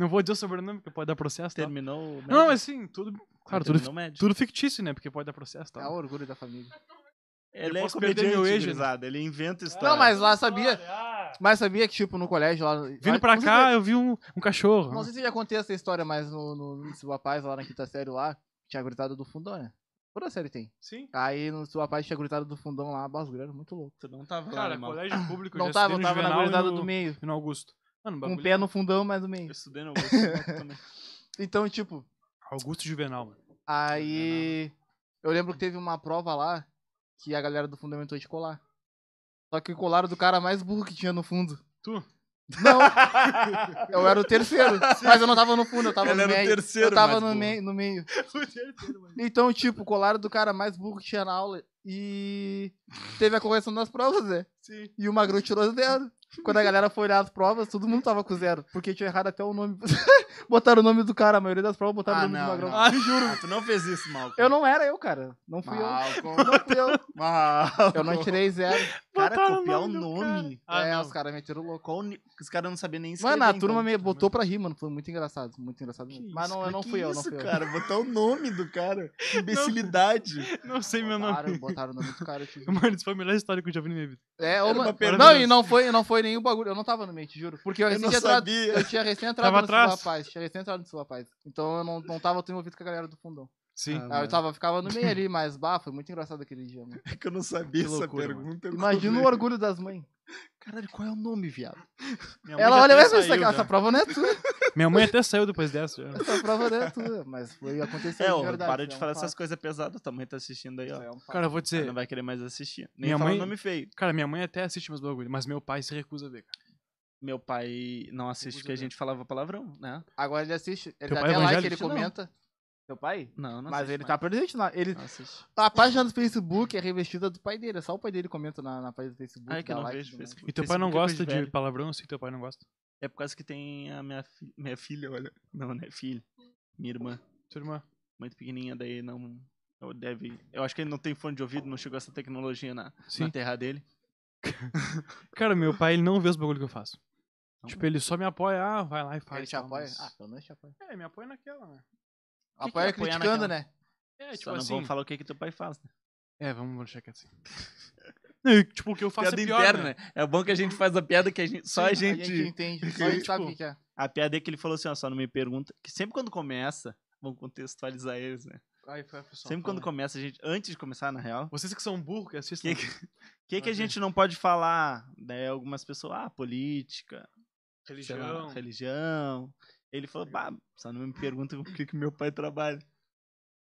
Speaker 3: não vou dizer o sobrenome, porque pode dar processo, tá?
Speaker 1: Terminou o médio?
Speaker 3: Não, mas sim, tudo. Claro, tudo,
Speaker 1: Terminou o médio.
Speaker 3: tudo fictício, né? Porque pode dar processo,
Speaker 2: É
Speaker 3: tá?
Speaker 2: o orgulho da família.
Speaker 1: Ele é
Speaker 3: posso perder
Speaker 1: comediante,
Speaker 3: meu né? ex,
Speaker 1: gurizada, ele inventa
Speaker 3: É.
Speaker 1: história.
Speaker 2: Não, mas lá sabia.
Speaker 3: ah,
Speaker 2: Mas sabia que, tipo, no colégio lá. lá-
Speaker 3: Vindo pra
Speaker 2: não sei
Speaker 3: cá, eu vi um, um cachorro.
Speaker 2: se- não sei se já contei essa história, mas no, no, no Rapaz, lá na quinta série lá, tinha gritado do fundão, né? Toda série tem.
Speaker 3: Sim.
Speaker 2: Aí no seu rapaz tinha gritado do fundão lá, basgurando, muito louco.
Speaker 1: Tu não tá tava lá,
Speaker 3: Cara, é
Speaker 1: irmão.
Speaker 3: colégio público.
Speaker 2: Não tava, eu tava na gurizada do meio.
Speaker 3: E no Augusto. Mano,
Speaker 2: Com
Speaker 3: bagulho.
Speaker 2: o pé no fundão, mas no meio.
Speaker 3: é
Speaker 1: Eu estudei no Augusto Neto também.
Speaker 2: Então, tipo,
Speaker 3: Augusto Juvenal, mano.
Speaker 2: aí. Eu lembro que teve uma prova lá que a galera do fundo inventou de colar. Só que colaram do cara mais burro que tinha no fundo.
Speaker 3: Tu?
Speaker 2: Não! eu era o terceiro. Mas eu não tava no fundo, eu tava
Speaker 1: Ele
Speaker 2: no
Speaker 1: era o
Speaker 2: meio.
Speaker 1: terceiro
Speaker 2: eu tava
Speaker 1: mais
Speaker 2: no,
Speaker 1: burro.
Speaker 2: meio no meio. Então, tipo, colaram do cara mais burro que tinha na aula e teve a correção das provas, né?
Speaker 3: Sim.
Speaker 2: E o Magro tirou zero. Quando a galera foi olhar as provas, todo mundo tava com zero. Porque tinha errado até o nome. botaram o nome do cara, a maioria das provas botaram
Speaker 1: Ah,
Speaker 2: o nome
Speaker 1: não,
Speaker 2: do Magrão.
Speaker 1: não.
Speaker 2: Te juro.
Speaker 1: Ah, tu não fez isso, Malcolm.
Speaker 2: Eu não era eu, cara. Não fui eu. Não fui eu.
Speaker 1: Malcolm.
Speaker 2: Eu não tirei zero.
Speaker 1: Cara,
Speaker 3: Botaram
Speaker 1: copiar o
Speaker 3: o nome do
Speaker 1: um nome.
Speaker 3: Ah,
Speaker 2: é,
Speaker 3: não.
Speaker 2: os caras meteram o louco.
Speaker 1: Qual o ni- Os caras não sabiam nem escrever.
Speaker 2: Mano, a turma
Speaker 1: então. Ah,
Speaker 2: me botou pra rir, mano. Foi muito engraçado. Muito engraçado mesmo. Mas não, eu não
Speaker 1: Que
Speaker 2: fui eu, não
Speaker 1: isso,
Speaker 2: fui eu.
Speaker 1: cara? Botar o nome do cara. Que Imbecilidade.
Speaker 3: Não sei meu nome.
Speaker 2: Botaram, botaram o nome do cara, eu te juro.
Speaker 3: Mano, isso foi a melhor história que eu já vi na minha vida.
Speaker 2: É, ô,
Speaker 1: Era uma
Speaker 2: mano.
Speaker 1: pergunta.
Speaker 2: Não, e não foi, não foi nenhum bagulho. Eu não tava no meio, te juro. Porque eu
Speaker 1: Eu
Speaker 2: recém
Speaker 1: não
Speaker 2: tinha entrado.
Speaker 1: sabia.
Speaker 2: Eu tinha recém entrado
Speaker 3: Tava
Speaker 2: no
Speaker 3: atrás?
Speaker 2: seu rapaz. Tinha recém entrado no seu rapaz. Então eu não, não tava tão envolvido com a galera do fundão.
Speaker 3: Sim.
Speaker 1: Ah,
Speaker 2: Ah,
Speaker 1: mano,
Speaker 2: eu tava, ficava no meio ali, mas bah, foi muito engraçado aquele dia, mano.
Speaker 1: É que eu não sabia
Speaker 3: Que
Speaker 1: essa
Speaker 3: loucura,
Speaker 1: pergunta. eu
Speaker 2: Imagina o orgulho das mães.
Speaker 1: Caralho, qual é o nome, viado? é?
Speaker 3: Minha mãe
Speaker 2: Ela
Speaker 3: já
Speaker 2: olha,
Speaker 3: até
Speaker 2: mas essa,
Speaker 1: né?
Speaker 3: saiu,
Speaker 2: essa
Speaker 3: já.
Speaker 2: prova não é tua,
Speaker 3: Minha mãe até saiu depois dessa. já.
Speaker 2: essa prova não é tua. Mas foi aconteceu
Speaker 1: É,
Speaker 2: de
Speaker 1: ó,
Speaker 2: verdade.
Speaker 1: para de
Speaker 2: é um
Speaker 1: falar
Speaker 2: fato.
Speaker 1: essas coisas pesadas. Tua mãe tá assistindo aí, ó.
Speaker 2: Isso é um fato.
Speaker 3: Cara, eu vou
Speaker 1: Ela
Speaker 3: dizer.
Speaker 1: não vai querer mais assistir. Nem
Speaker 3: Minha
Speaker 1: falar
Speaker 3: mãe-
Speaker 1: o nome feio.
Speaker 3: Cara, minha mãe até assiste meus bagulho, mas meu pai se recusa a ver, cara.
Speaker 1: Meu pai não assiste porque a gente falava palavrão, né?
Speaker 2: Agora ele assiste, ele
Speaker 3: Teu
Speaker 2: dá
Speaker 3: pai é
Speaker 2: até like, ele
Speaker 3: evangélico?
Speaker 1: Não.
Speaker 2: comenta. Seu pai?
Speaker 1: Não, não
Speaker 2: mas
Speaker 1: assiste
Speaker 2: ele
Speaker 1: mais.
Speaker 2: tá presente lá. Ele, tá
Speaker 1: Não assiste.
Speaker 2: a página do Facebook é revestida do pai dele. é Só o pai dele comenta na, na página do Facebook.
Speaker 1: Ah, é que eu
Speaker 2: dá
Speaker 1: não
Speaker 2: like,
Speaker 1: vejo
Speaker 2: tudo mais.
Speaker 1: Facebook.
Speaker 3: E teu pai não
Speaker 1: Facebook é coisa
Speaker 3: gosta de
Speaker 1: velho.
Speaker 3: palavrão, eu sei que teu pai não gosta.
Speaker 1: É por causa que tem a minha, fi- minha filha, olha. Não, não é filha. Minha irmã.
Speaker 3: Tua irmã.
Speaker 1: Muito pequenininha, daí não. Eu, deve, eu acho que ele não tem fone de ouvido, não chegou essa tecnologia na,
Speaker 3: Sim.
Speaker 1: na terra dele.
Speaker 3: Cara, meu pai, ele não vê os bagulho que eu faço.
Speaker 1: Não.
Speaker 3: Tipo, ele só me apoia, ah, vai lá e faz.
Speaker 2: Ele te
Speaker 3: tal,
Speaker 2: apoia?
Speaker 3: mas-
Speaker 2: Ah, pelo menos te apoia.
Speaker 3: É, me apoia naquela, né?
Speaker 1: que
Speaker 2: apoia
Speaker 1: é apoiar naquela?
Speaker 2: criticando, né?
Speaker 3: É, tipo
Speaker 1: Só não
Speaker 3: assim.
Speaker 1: vamos falar o que, que teu pai faz, né?
Speaker 3: É, vamos deixar quieto assim. Não, e, tipo, o que eu faço é pior, né?
Speaker 1: É bom que a gente faz a piada que a gente. Só a
Speaker 2: Sim,
Speaker 1: gente. Tipo,
Speaker 2: A gente entende, só a gente sabe o que que é.
Speaker 1: A piada é que ele falou assim, ó, só não me pergunta. Que sempre quando começa, vamos contextualizar eles, né?
Speaker 3: Aí foi a pessoa.
Speaker 1: sempre quando começa, a gente. Antes de começar, na real,
Speaker 3: Vocês que são burros que assistem.
Speaker 1: Que- o que, que a
Speaker 3: Ok.
Speaker 1: gente não pode falar? Daí algumas pessoas, ah, política, sei lá,
Speaker 3: Religião.
Speaker 1: religião. Ele falou, bah, só não me pergunta por que, que meu pai trabalha.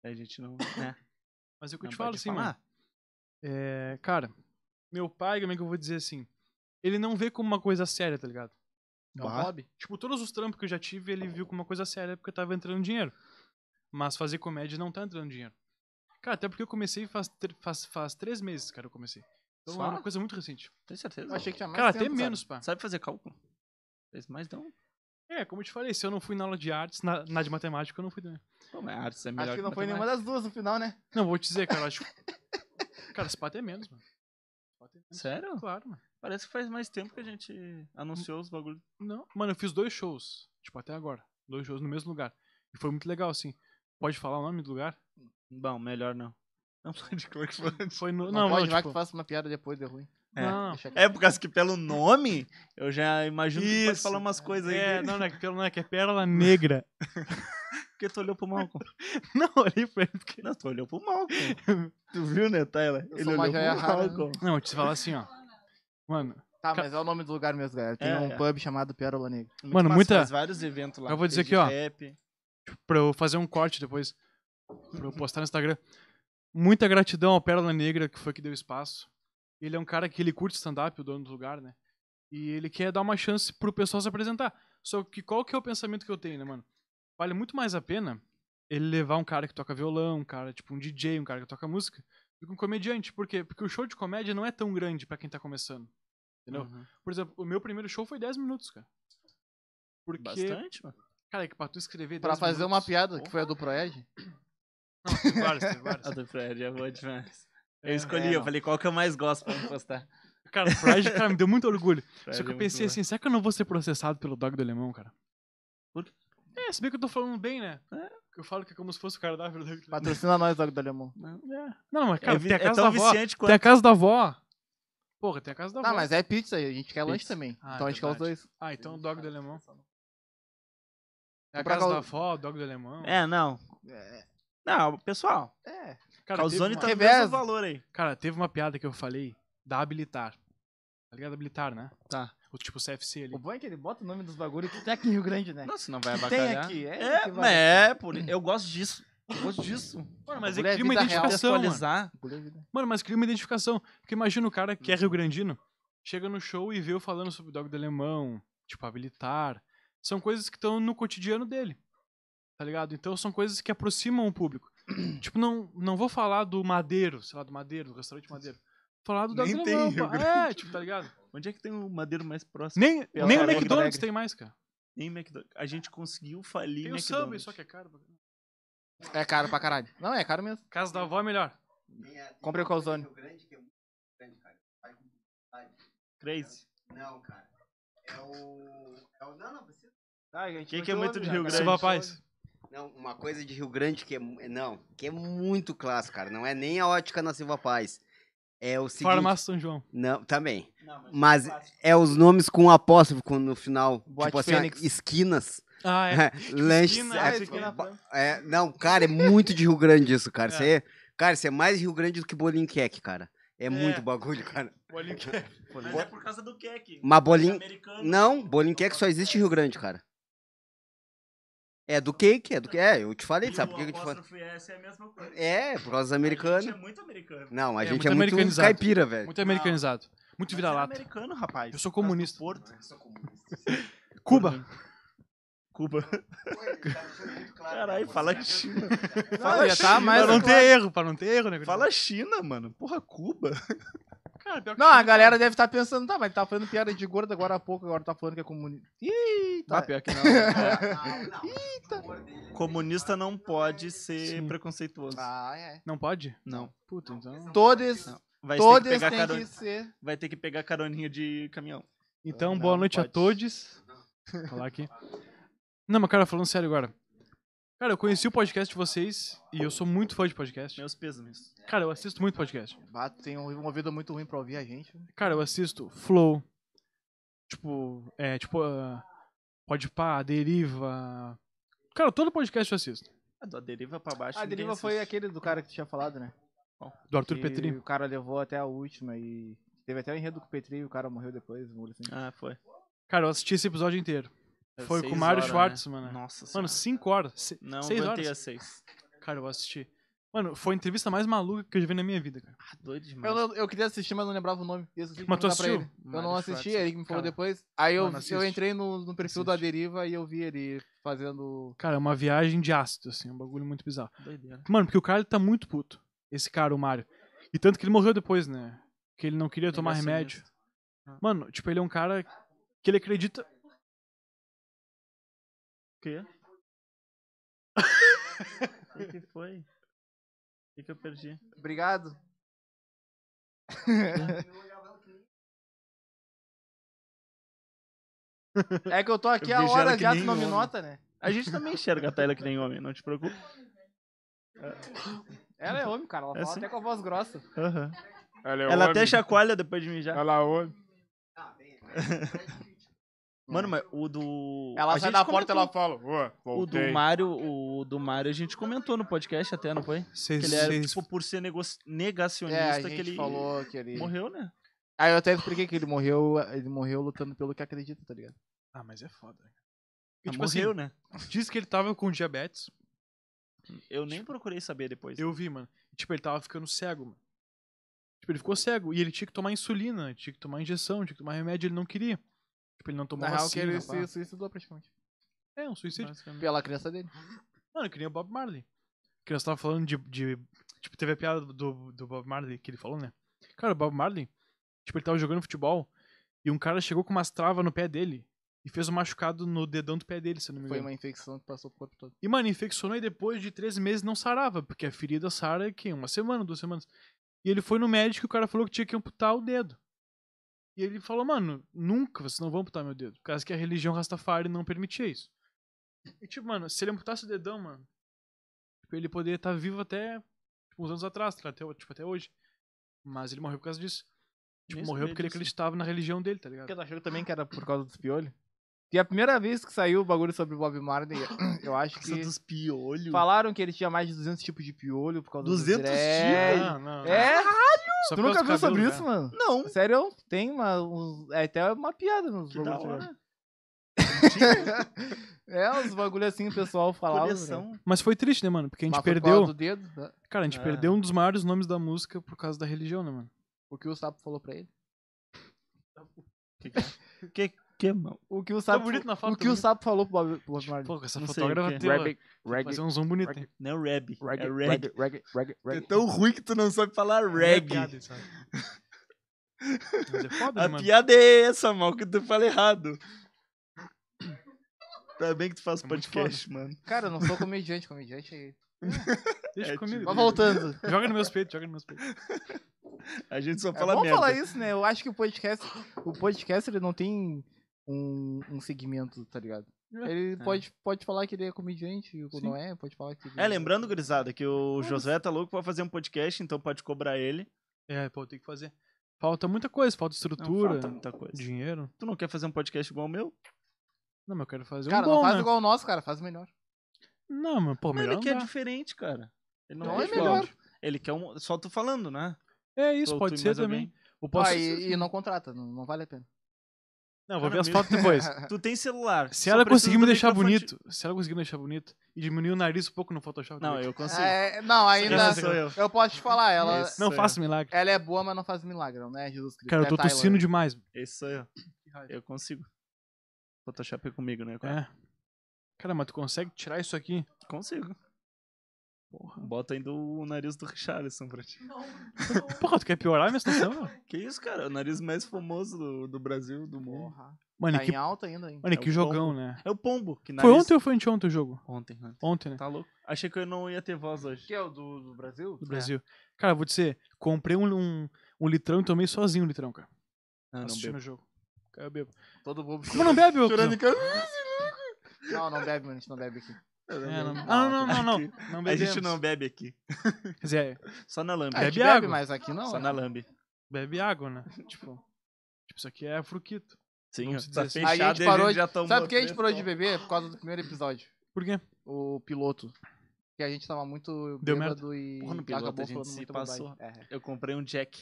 Speaker 1: Daí a gente não. Né,
Speaker 3: Mas é o que eu
Speaker 1: não
Speaker 3: te falo
Speaker 1: pode
Speaker 3: assim,
Speaker 1: falar.
Speaker 3: mano. É, cara, meu pai, como é que eu vou dizer assim? Ele não vê como uma coisa séria, tá ligado?
Speaker 2: É um
Speaker 1: Bah.
Speaker 2: hobby.
Speaker 3: Tipo, todos os trampos que eu já tive, ele viu como uma coisa séria porque eu tava entrando dinheiro. Mas fazer comédia não tá entrando dinheiro. Cara, até porque eu comecei faz, tr- faz, faz três meses, cara, eu comecei. Então
Speaker 1: Só?
Speaker 3: é uma coisa muito recente.
Speaker 1: Tem certeza?
Speaker 2: Eu achei que tinha mais
Speaker 3: cara,
Speaker 2: tempo,
Speaker 3: até
Speaker 2: sabe?
Speaker 3: menos, pá.
Speaker 1: Sabe fazer cálculo? Fez mais um. não.
Speaker 3: É, como eu te falei, se eu não fui na aula de artes, na, na de matemática, eu não fui também.
Speaker 1: Pô, mas artes é melhor
Speaker 2: Acho que não foi nenhuma
Speaker 1: matemática.
Speaker 2: das duas no final, né?
Speaker 3: Não, vou te dizer, cara, eu acho. cara, esse pato é menos, mano. Esse pato é menos.
Speaker 1: Sério?
Speaker 3: Claro, mano.
Speaker 1: Parece que faz mais tempo que a gente anunciou os bagulhos.
Speaker 3: Não. Mano, eu fiz dois shows, tipo, até agora. Dois shows no mesmo lugar. E foi muito legal, assim. Pode falar o nome do lugar?
Speaker 1: Bom, melhor não. Não pode clorfante.
Speaker 3: Foi no.
Speaker 2: Não,
Speaker 3: Não, não,
Speaker 2: pode, vai
Speaker 3: tipo,
Speaker 2: que faça uma piada depois, deu ruim.
Speaker 1: É.
Speaker 3: não, não.
Speaker 2: Deixa quieto.
Speaker 1: É por causa que pelo nome, eu já imagino que tu pode
Speaker 3: Isso.
Speaker 1: falar umas coisas aí.
Speaker 3: É, não, não é que pelo- não é que é Pérola Negra.
Speaker 1: Porque tu olhou pro Malcolm.
Speaker 3: Não, olhei pra ele porque.
Speaker 1: Não, tu olhou pro Malcolm. tu viu, né, Tyler?
Speaker 2: Eu
Speaker 1: Ele
Speaker 2: sou uma
Speaker 1: olhou pro
Speaker 2: joia rara, né?
Speaker 1: Malcolm.
Speaker 3: Não, eu te falar assim, ó. Mano,
Speaker 2: Tá, mas é o nome do lugar mesmo, galera. Tem
Speaker 1: É,
Speaker 2: um
Speaker 1: é.
Speaker 2: pub chamado Pérola Negra.
Speaker 1: Muito
Speaker 3: Mano,
Speaker 1: massa,
Speaker 3: muita-
Speaker 1: Faz vários eventos lá.
Speaker 3: Eu vou dizer
Speaker 1: Tem de
Speaker 3: aqui, ó.
Speaker 1: Rap.
Speaker 3: pra eu fazer um corte depois, pra eu postar no Instagram. Muita gratidão ao Pérola Negra, que foi que deu espaço. Ele é um cara que ele curte stand-up, o dono do lugar, né? E ele quer dar uma chance pro pessoal se apresentar. Só que qual que é o pensamento que eu tenho, né, mano? Vale muito mais a pena ele levar um cara que toca violão, um cara, tipo, um DJ, um cara que toca música, do que um comediante. Por quê? Porque o show de comédia não é tão grande pra quem tá começando. Entendeu? Por exemplo, o meu primeiro show foi 10 minutos, cara. Porque,
Speaker 1: Bastante, mano.
Speaker 3: cara, é que pra tu escrever 10
Speaker 2: Pra fazer uma
Speaker 3: minutos-
Speaker 2: piada, que foi a do Proed.
Speaker 3: Não, tem vários, tem vários.
Speaker 1: A do Fred é boa demais. Eu
Speaker 4: É,
Speaker 1: escolhi,
Speaker 4: não.
Speaker 1: eu falei qual que eu mais gosto pra me postar.
Speaker 3: Cara, o Pride, cara, me deu muito orgulho.
Speaker 1: Fred
Speaker 3: Só que
Speaker 1: é
Speaker 3: eu pensei
Speaker 1: muito
Speaker 3: assim, será que eu não vou ser processado pelo dog do alemão, cara?
Speaker 1: Por quê?
Speaker 3: É, se bem que eu tô falando bem, né? Que eu falo que é como se fosse o cardápio do dog do alemão.
Speaker 2: Patrocina nós, Dog do Alemão.
Speaker 1: bom. Não, é.
Speaker 3: Não, mas cara,
Speaker 1: É vi-
Speaker 3: tem a
Speaker 1: é
Speaker 3: casa
Speaker 1: tão
Speaker 3: da avó.
Speaker 1: viciante
Speaker 3: Tem a
Speaker 1: quanto.
Speaker 3: casa da avó. Porra, tem a casa da avó.
Speaker 2: Tá, mas é pizza, e a gente quer lanche
Speaker 1: Pizza.
Speaker 2: também.
Speaker 3: Ah,
Speaker 2: então a gente quer os
Speaker 3: verdade.
Speaker 2: dois.
Speaker 3: Ah, então o dog do alemão. Tem a
Speaker 2: Pra
Speaker 3: casa
Speaker 2: cal-
Speaker 3: da avó, o dog do alemão.
Speaker 1: É, não. Não, pessoal,
Speaker 2: É.
Speaker 3: cara,
Speaker 1: Calzone
Speaker 3: teve
Speaker 1: tá
Speaker 3: uma...
Speaker 1: no
Speaker 2: Reveza.
Speaker 1: mesmo valor aí.
Speaker 3: Cara, teve uma piada que eu falei da habilitar. Tá ligado? Habilitar, né?
Speaker 1: Tá.
Speaker 3: O tipo CFC ali.
Speaker 2: O bom é que ele bota o nome dos bagulhos que tem aqui em Rio Grande, né?
Speaker 1: Nossa, não vai
Speaker 2: tem
Speaker 1: abacalhar.
Speaker 2: aqui, é.
Speaker 1: É,
Speaker 2: que
Speaker 1: mas
Speaker 2: vai-
Speaker 1: é, por... eu gosto disso. Eu gosto disso.
Speaker 3: Mano, mas
Speaker 2: bagulho é
Speaker 3: ele cria uma
Speaker 2: vida real.
Speaker 3: identificação, mano.
Speaker 1: Atualizar.
Speaker 2: Bagulho é vida.
Speaker 3: Mano, mas cria uma identificação. Porque imagina o cara
Speaker 1: Hum.
Speaker 3: que é Rio Grandino, chega no show e vê eu falando sobre dog do alemão, tipo, habilitar. São coisas que estão no cotidiano dele. Tá ligado? Então são coisas que aproximam o público. tipo, não, não vou falar do madeiro, sei lá, do madeiro, do restaurante madeiro. Vou falar do dog
Speaker 1: Nem
Speaker 3: do
Speaker 1: tem
Speaker 3: alemão.
Speaker 1: Rio
Speaker 3: pá. É, tipo, tá ligado?
Speaker 1: Onde é que tem o madeiro mais próximo?
Speaker 3: Nem,
Speaker 2: Pela
Speaker 3: nem o
Speaker 2: Porto
Speaker 3: McDonald's
Speaker 2: Alegre.
Speaker 3: tem mais, cara.
Speaker 1: Nem McDonald's. A gente conseguiu falir
Speaker 3: Tem o Subway,
Speaker 1: McDonald's.
Speaker 3: só que é caro. pra caralho.
Speaker 2: É caro pra caralho. Não, é caro mesmo.
Speaker 3: Casa da avó é melhor.
Speaker 2: Comprei o calzone.
Speaker 4: é
Speaker 3: é
Speaker 1: Crazy.
Speaker 4: Não, cara. É o. É o... Não, não, precisa.
Speaker 2: Tá,
Speaker 1: O que, que é muito de Rio Grande?
Speaker 3: Silva Paz.
Speaker 4: Não, uma coisa de Rio Grande que é. mu- Não, que é muito clássico, cara. Não é nem a ótica na Silva Paz. É o seguinte.
Speaker 3: Farmácia São João.
Speaker 4: Não, também.
Speaker 1: Não, mas-
Speaker 4: Mas é os nomes com apóstrofo quando no final.
Speaker 2: Boate
Speaker 4: tipo assim, ó,
Speaker 2: Fênix.
Speaker 4: esquinas.
Speaker 3: Ah, é.
Speaker 4: lanches.
Speaker 3: esquina,
Speaker 4: é,
Speaker 3: ah,
Speaker 4: tipo,
Speaker 3: esquina
Speaker 4: ba- é, não, cara, é muito de Rio Grande isso, cara.
Speaker 3: É.
Speaker 4: Isso aí É. cara, isso é mais Rio Grande do que bolinho queque, cara. É, muito bagulho, cara.
Speaker 3: Bolinho que é.
Speaker 1: Mas é por causa do Kek.
Speaker 4: Mas bolinho.
Speaker 1: Americano.
Speaker 4: Não, bolinho queque só existe em Rio Grande, cara. É do cake, é do que. É, eu te falei, sabe por que que eu te falei?
Speaker 1: S é a mesma coisa.
Speaker 4: É, por causa dos americanos.
Speaker 1: é muito americano.
Speaker 4: Não, a
Speaker 3: É,
Speaker 4: gente
Speaker 3: muito
Speaker 4: é muito,
Speaker 3: americanizado.
Speaker 4: caipira, velho.
Speaker 3: Muito americanizado. Muito vira-lata.
Speaker 1: é americano, rapaz.
Speaker 3: Eu sou comunista.
Speaker 1: Porto.
Speaker 3: Cuba.
Speaker 1: Cuba. tá Caralho, fala China.
Speaker 2: Não, já tá mais.
Speaker 3: pra não ter erro, pra não ter erro, né?
Speaker 1: é Fala China, mano. Porra, Cuba.
Speaker 3: cara, pior que
Speaker 2: Não, a galera deve estar pensando, tá, mas tá falando piada de gordo agora há pouco, agora tá falando que é comunista. Ih, tá.
Speaker 3: Ah,
Speaker 1: pior que não. Comunista não pode ser
Speaker 3: Sim.
Speaker 1: preconceituoso.
Speaker 2: Ah, é.
Speaker 3: Não pode?
Speaker 1: Não.
Speaker 3: Puta, então.
Speaker 2: Todas,
Speaker 1: Vai ter que
Speaker 2: todas
Speaker 1: pegar um.
Speaker 2: têm
Speaker 1: caro-
Speaker 2: que ser.
Speaker 1: vai ter que pegar caroninha de caminhão.
Speaker 3: Então,
Speaker 2: Não,
Speaker 3: boa
Speaker 2: não
Speaker 3: noite a
Speaker 2: pode.
Speaker 3: todos. Vou Falar aqui. Não, mas cara, falando sério agora. Cara, eu conheci o podcast de vocês e eu sou muito fã de podcast.
Speaker 1: Meus pesos.
Speaker 3: Cara, eu assisto muito podcast.
Speaker 2: Bato, tem um, um ouvido muito ruim pra ouvir a gente.
Speaker 3: Cara, eu assisto Flow. Tipo, é, tipo, ah, pode pá, deriva. Cara, todo podcast eu assisto.
Speaker 1: A da Ah, deriva pra baixo.
Speaker 2: A
Speaker 1: ninguém
Speaker 2: Ah, deriva
Speaker 1: assiste.
Speaker 2: foi aquele do cara que tu tinha falado, né?
Speaker 3: Do Arthur
Speaker 2: Que
Speaker 3: Petri.
Speaker 2: O cara levou até a última e teve até o enredo com o Petri e o cara morreu depois. um olho assim.
Speaker 1: Ah, foi.
Speaker 3: Cara, eu assisti esse episódio inteiro. Foi com
Speaker 1: É, Seis
Speaker 3: o Mário
Speaker 1: horas,
Speaker 3: Schwartz,
Speaker 1: né?
Speaker 3: mano.
Speaker 1: Nossa senhora.
Speaker 3: Mano, 5 horas. se-
Speaker 1: Não
Speaker 3: seis
Speaker 1: aguentei
Speaker 3: horas.
Speaker 1: as seis.
Speaker 3: Cara, eu vou assistir. Mano, foi a entrevista mais maluca que eu já vi na minha vida, cara.
Speaker 1: Ah, doido demais.
Speaker 2: Eu, não- eu queria assistir, mas não lembrava o nome. Eu esqueci de
Speaker 3: Mas tu
Speaker 2: perguntar pra
Speaker 3: assistiu?
Speaker 2: ele. Eu não
Speaker 1: Mário
Speaker 2: assisti,
Speaker 1: Schwartz.
Speaker 2: ele me falou
Speaker 3: Cara,
Speaker 2: depois. Aí eu,
Speaker 3: mano,
Speaker 2: eu
Speaker 3: assiste.
Speaker 2: entrei no, no perfil da
Speaker 3: Assiste.
Speaker 2: deriva e eu vi ele fazendo.
Speaker 3: Cara, é uma viagem de ácido, assim, um bagulho muito bizarro.
Speaker 1: Doideira.
Speaker 3: Mano, porque o cara ele tá muito puto. Esse cara, o Mário. E tanto que ele morreu depois, né? Que ele não queria tomar remédio.
Speaker 1: Negacionista.
Speaker 3: Mano, tipo, ele é um cara que ele acredita.
Speaker 1: O quê? O que que foi? O que que eu perdi?
Speaker 2: Obrigado. É que eu tô aqui
Speaker 1: Eu
Speaker 2: a
Speaker 1: vejo
Speaker 2: hora
Speaker 1: ela que
Speaker 2: já, tu
Speaker 1: nem
Speaker 2: não me
Speaker 1: homem.
Speaker 2: nota, né?
Speaker 1: A gente também enxerga a Tayla que nem homem, não te preocupa.
Speaker 2: Ela é homem, cara. Ela
Speaker 1: É
Speaker 2: fala
Speaker 1: sim.
Speaker 2: até com a voz grossa.
Speaker 1: Aham.
Speaker 3: Ela, é
Speaker 1: Ela até chacoalha depois de mijar.
Speaker 3: Ela é ouve.
Speaker 1: Mano, mas o do.
Speaker 2: Ela
Speaker 1: a
Speaker 2: sai
Speaker 1: gente
Speaker 2: da porta e
Speaker 1: comentou.
Speaker 2: ela fala.
Speaker 1: O do Mário, o do Mário a gente comentou no podcast até, não foi?
Speaker 3: Vocês,
Speaker 1: Que ele era,
Speaker 3: vocês-
Speaker 1: tipo, por ser nego- negacionista
Speaker 2: É, a gente
Speaker 1: que ele
Speaker 2: falou que ele.
Speaker 1: morreu, né?
Speaker 2: Aí eu até expliquei que ele morreu, ele morreu lutando pelo que acredita, tá ligado?
Speaker 3: Ah, mas é foda. né? E,
Speaker 1: Ah,
Speaker 3: tipo assim,
Speaker 1: morreu, né?
Speaker 3: diz que ele tava com diabetes.
Speaker 1: Eu nem procurei saber depois.
Speaker 3: Eu vi, mano. E, Tipo, ele tava ficando cego, mano. Tipo, ele ficou cego. E ele tinha que tomar insulina, tinha que tomar injeção, tinha que tomar remédio, ele não queria. Tipo, ele não
Speaker 2: Na
Speaker 3: tomava
Speaker 2: real, que
Speaker 3: vacina,
Speaker 2: ele se
Speaker 3: pá.
Speaker 2: suicidou praticamente.
Speaker 3: É, um suicídio.
Speaker 2: Pela criança dele.
Speaker 3: Mano, que nem o Bob Marley. Que nós tava falando de, de- Tipo, teve a piada do, do Bob Marley que ele falou, né? Cara, o Bob Marley, tipo, ele tava jogando futebol E um cara chegou com umas travas no pé dele e fez um machucado no dedão do pé dele, se eu não me
Speaker 2: Foi
Speaker 3: engano.
Speaker 2: uma infecção que passou o corpo todo.
Speaker 3: E, mano, infeccionou e depois de três meses não sarava, porque a ferida sara que uma semana, duas semanas. E ele foi no médico e o cara falou que tinha que amputar o dedo. E ele falou, mano, nunca vocês não vão amputar meu dedo. Por causa que a religião Rastafari não permitia isso. E tipo, mano, se ele amputasse o dedão, mano, tipo, ele poderia estar vivo até tipo, uns anos atrás, tá ligado? até, tipo, até hoje. Mas ele morreu por causa disso. Tipo,
Speaker 1: Nem
Speaker 3: morreu
Speaker 1: sabia
Speaker 3: porque ele
Speaker 2: assim.
Speaker 1: disso.
Speaker 3: acreditava na religião dele, tá ligado?
Speaker 2: Porque tu achou também que era por causa dos piolhos? E a primeira vez que saiu o bagulho sobre o Bob Marley, eu acho
Speaker 1: Coisa
Speaker 2: que
Speaker 1: dos piolhos.
Speaker 2: falaram que ele tinha mais de 200 tipos de piolho por causa
Speaker 1: 200 tipos?
Speaker 2: dos dread.
Speaker 3: Não, não.
Speaker 2: É,
Speaker 3: Só
Speaker 2: tu
Speaker 3: Ah, por
Speaker 2: nunca viu
Speaker 3: causa do cabelo,
Speaker 2: sobre
Speaker 3: né?
Speaker 2: isso, mano?
Speaker 1: Não.
Speaker 2: Sério, tem uma, uns- é até uma piada nos
Speaker 1: Que da
Speaker 2: bagulhos.
Speaker 1: hora.
Speaker 2: É, uns bagulho assim o pessoal falava. né?
Speaker 1: Coleção.
Speaker 3: Mas foi triste, né, mano? Porque a gente
Speaker 2: Mas foi por
Speaker 3: perdeu.
Speaker 2: causa do dedo, né?
Speaker 3: Cara, a gente
Speaker 1: É.
Speaker 3: perdeu um dos maiores nomes da música por causa da religião, né, mano?
Speaker 2: o que o sapo falou pra ele.
Speaker 1: Que que, mano?
Speaker 2: O que o sapo,
Speaker 3: bonito na foto,
Speaker 2: o, que
Speaker 3: tá
Speaker 2: o
Speaker 3: bonito.
Speaker 2: sapo falou pro Bob, pro Bob Marley.
Speaker 3: Pô, essa
Speaker 1: Não sei o
Speaker 3: fotógrafa
Speaker 1: quê.
Speaker 3: tem uma- tem que
Speaker 5: Reggae,
Speaker 3: fazer um zoom bonito, hein?
Speaker 1: Não é rap.
Speaker 5: reggae,
Speaker 1: é
Speaker 5: reggae,
Speaker 1: reggae.
Speaker 5: reggae, reggae, reggae.
Speaker 1: É tão ruim que tu não sabe falar
Speaker 3: é Piada, sabe? Mas é foda, né,
Speaker 1: A
Speaker 3: mano?
Speaker 1: piada é essa, mal, que tu fala errado. Tá bem que tu faz
Speaker 3: É muito
Speaker 1: podcast, mano.
Speaker 2: Cara, eu não sou comediante, comediante é ele.
Speaker 3: Deixa
Speaker 1: é,
Speaker 3: comigo.
Speaker 1: tipo,
Speaker 2: Mas voltando.
Speaker 3: Joga no meus peitos, joga no meus peitos.
Speaker 1: A gente só
Speaker 2: É
Speaker 1: fala
Speaker 2: bom
Speaker 1: merda.
Speaker 2: falar isso, né? Eu acho que o podcast, o podcast ele não tem um, um segmento, tá ligado?
Speaker 3: É.
Speaker 2: Ele pode, pode falar que ele é comediante, ou não é, pode falar que ele...
Speaker 1: É, lembrando, gurizada, que
Speaker 2: É
Speaker 1: o Josué tá louco pra fazer um podcast, então pode cobrar ele.
Speaker 3: É, pô, tem que fazer. Falta muita coisa, falta
Speaker 1: Não
Speaker 3: estrutura,
Speaker 1: falta muita coisa.
Speaker 3: dinheiro.
Speaker 1: Tu não quer fazer um podcast igual o meu?
Speaker 3: Não, mas eu quero fazer
Speaker 2: Cara,
Speaker 3: um bom,
Speaker 2: não faz
Speaker 3: né?
Speaker 2: igual o nosso, cara, faz melhor.
Speaker 3: Não, mas pô,
Speaker 1: Mas
Speaker 3: melhor
Speaker 1: ele
Speaker 3: não
Speaker 1: quer
Speaker 3: dá.
Speaker 1: diferente, cara. Ele não,
Speaker 2: Não,
Speaker 1: quer
Speaker 2: é
Speaker 1: igual.
Speaker 2: melhor.
Speaker 1: Ele quer um... Só tu falando, né?
Speaker 3: É isso,
Speaker 1: Ou
Speaker 3: pode
Speaker 1: tu e
Speaker 3: ser
Speaker 1: mais
Speaker 3: também.
Speaker 1: alguém.
Speaker 3: Ou posso...
Speaker 2: Ah, e, e não contrata, não, não vale a pena.
Speaker 3: Não, vou
Speaker 1: Cara,
Speaker 3: ver as
Speaker 1: meu-
Speaker 3: fotos depois.
Speaker 1: Tu tem celular.
Speaker 3: Se
Speaker 1: só
Speaker 3: ela
Speaker 1: precisa
Speaker 3: conseguir me
Speaker 1: do
Speaker 3: deixar
Speaker 1: microfone.
Speaker 3: bonito, se ela conseguir me deixar bonito e diminuir o nariz um pouco no Photoshop.
Speaker 1: Não,
Speaker 3: também.
Speaker 1: eu consigo.
Speaker 2: É, não, ainda...
Speaker 1: Esse sou eu.
Speaker 2: Eu posso te falar, ela,
Speaker 1: Esse
Speaker 3: Não
Speaker 1: sou
Speaker 3: faço milagre.
Speaker 2: ela é boa, mas não faz milagre, não é Jesus Cristo.
Speaker 3: Cara, eu
Speaker 2: é
Speaker 3: tô
Speaker 2: Tyler.
Speaker 3: tossindo demais.
Speaker 1: eu. Esse sou eu.
Speaker 3: raiva.
Speaker 1: Eu consigo. Photoshop é comigo, né? cara?
Speaker 3: É. Cara, mas tu consegue tirar isso aqui?
Speaker 1: Consigo. Bota ainda o nariz do Richarlison pra ti.
Speaker 3: Porra, tu quer piorar a minha situação? mano?
Speaker 1: Que isso, cara? O nariz mais famoso do, do Brasil, do mundo.
Speaker 2: Porra.
Speaker 3: Mano,
Speaker 2: Tá
Speaker 3: e que,
Speaker 2: em alta ainda, hein?
Speaker 3: mano,
Speaker 1: É
Speaker 3: e que
Speaker 1: o
Speaker 3: jogão,
Speaker 1: pombo.
Speaker 3: né?
Speaker 1: É o Pombo. Que
Speaker 3: Foi
Speaker 1: nariz...
Speaker 3: ontem ou foi anteontem o jogo?
Speaker 1: Ontem, né?
Speaker 3: Ontem, né?
Speaker 1: Tá louco? Achei que eu não ia ter voz hoje.
Speaker 2: Que é o do, do Brasil?
Speaker 3: Do Brasil. Cara, vou dizer, comprei um, um, um litrão e tomei sozinho o litrão, cara.
Speaker 1: Ah, não
Speaker 3: assistindo
Speaker 1: bebo.
Speaker 3: o jogo. Cara, eu bebo.
Speaker 2: É, Todo bobo.
Speaker 3: Como não bebe, ô?
Speaker 1: Chorando em
Speaker 3: cuzão?
Speaker 2: Não, não bebe, mano, a gente não bebe aqui.
Speaker 3: É, não...
Speaker 2: Não,
Speaker 3: Ah, não, não, não, não. Não
Speaker 1: A
Speaker 3: bebemos.
Speaker 1: gente não bebe aqui.
Speaker 3: Quer dizer,
Speaker 1: Só na lambe.
Speaker 2: A gente
Speaker 3: Bebe água.
Speaker 2: mas aqui não.
Speaker 1: Só
Speaker 2: né?
Speaker 1: na lambe.
Speaker 3: bebe água, né? Tipo, tipo isso aqui é fruquito.
Speaker 1: Sim,
Speaker 3: Vamos
Speaker 1: tá
Speaker 3: dizer
Speaker 1: fechado
Speaker 2: assim. Aí a gente
Speaker 1: e
Speaker 2: parou de-
Speaker 1: já tomou
Speaker 2: Sabe por que a gente
Speaker 1: três
Speaker 2: parou de
Speaker 1: copos.
Speaker 2: beber? Por causa do primeiro episódio.
Speaker 3: Por quê?
Speaker 2: O piloto. Que a gente tava muito
Speaker 3: Deu
Speaker 2: bêbado e
Speaker 1: Porra, no piloto
Speaker 2: acabou
Speaker 1: a gente
Speaker 2: falando
Speaker 1: se
Speaker 2: muita
Speaker 1: passou.
Speaker 2: bobagem. É.
Speaker 1: Eu comprei um Jack.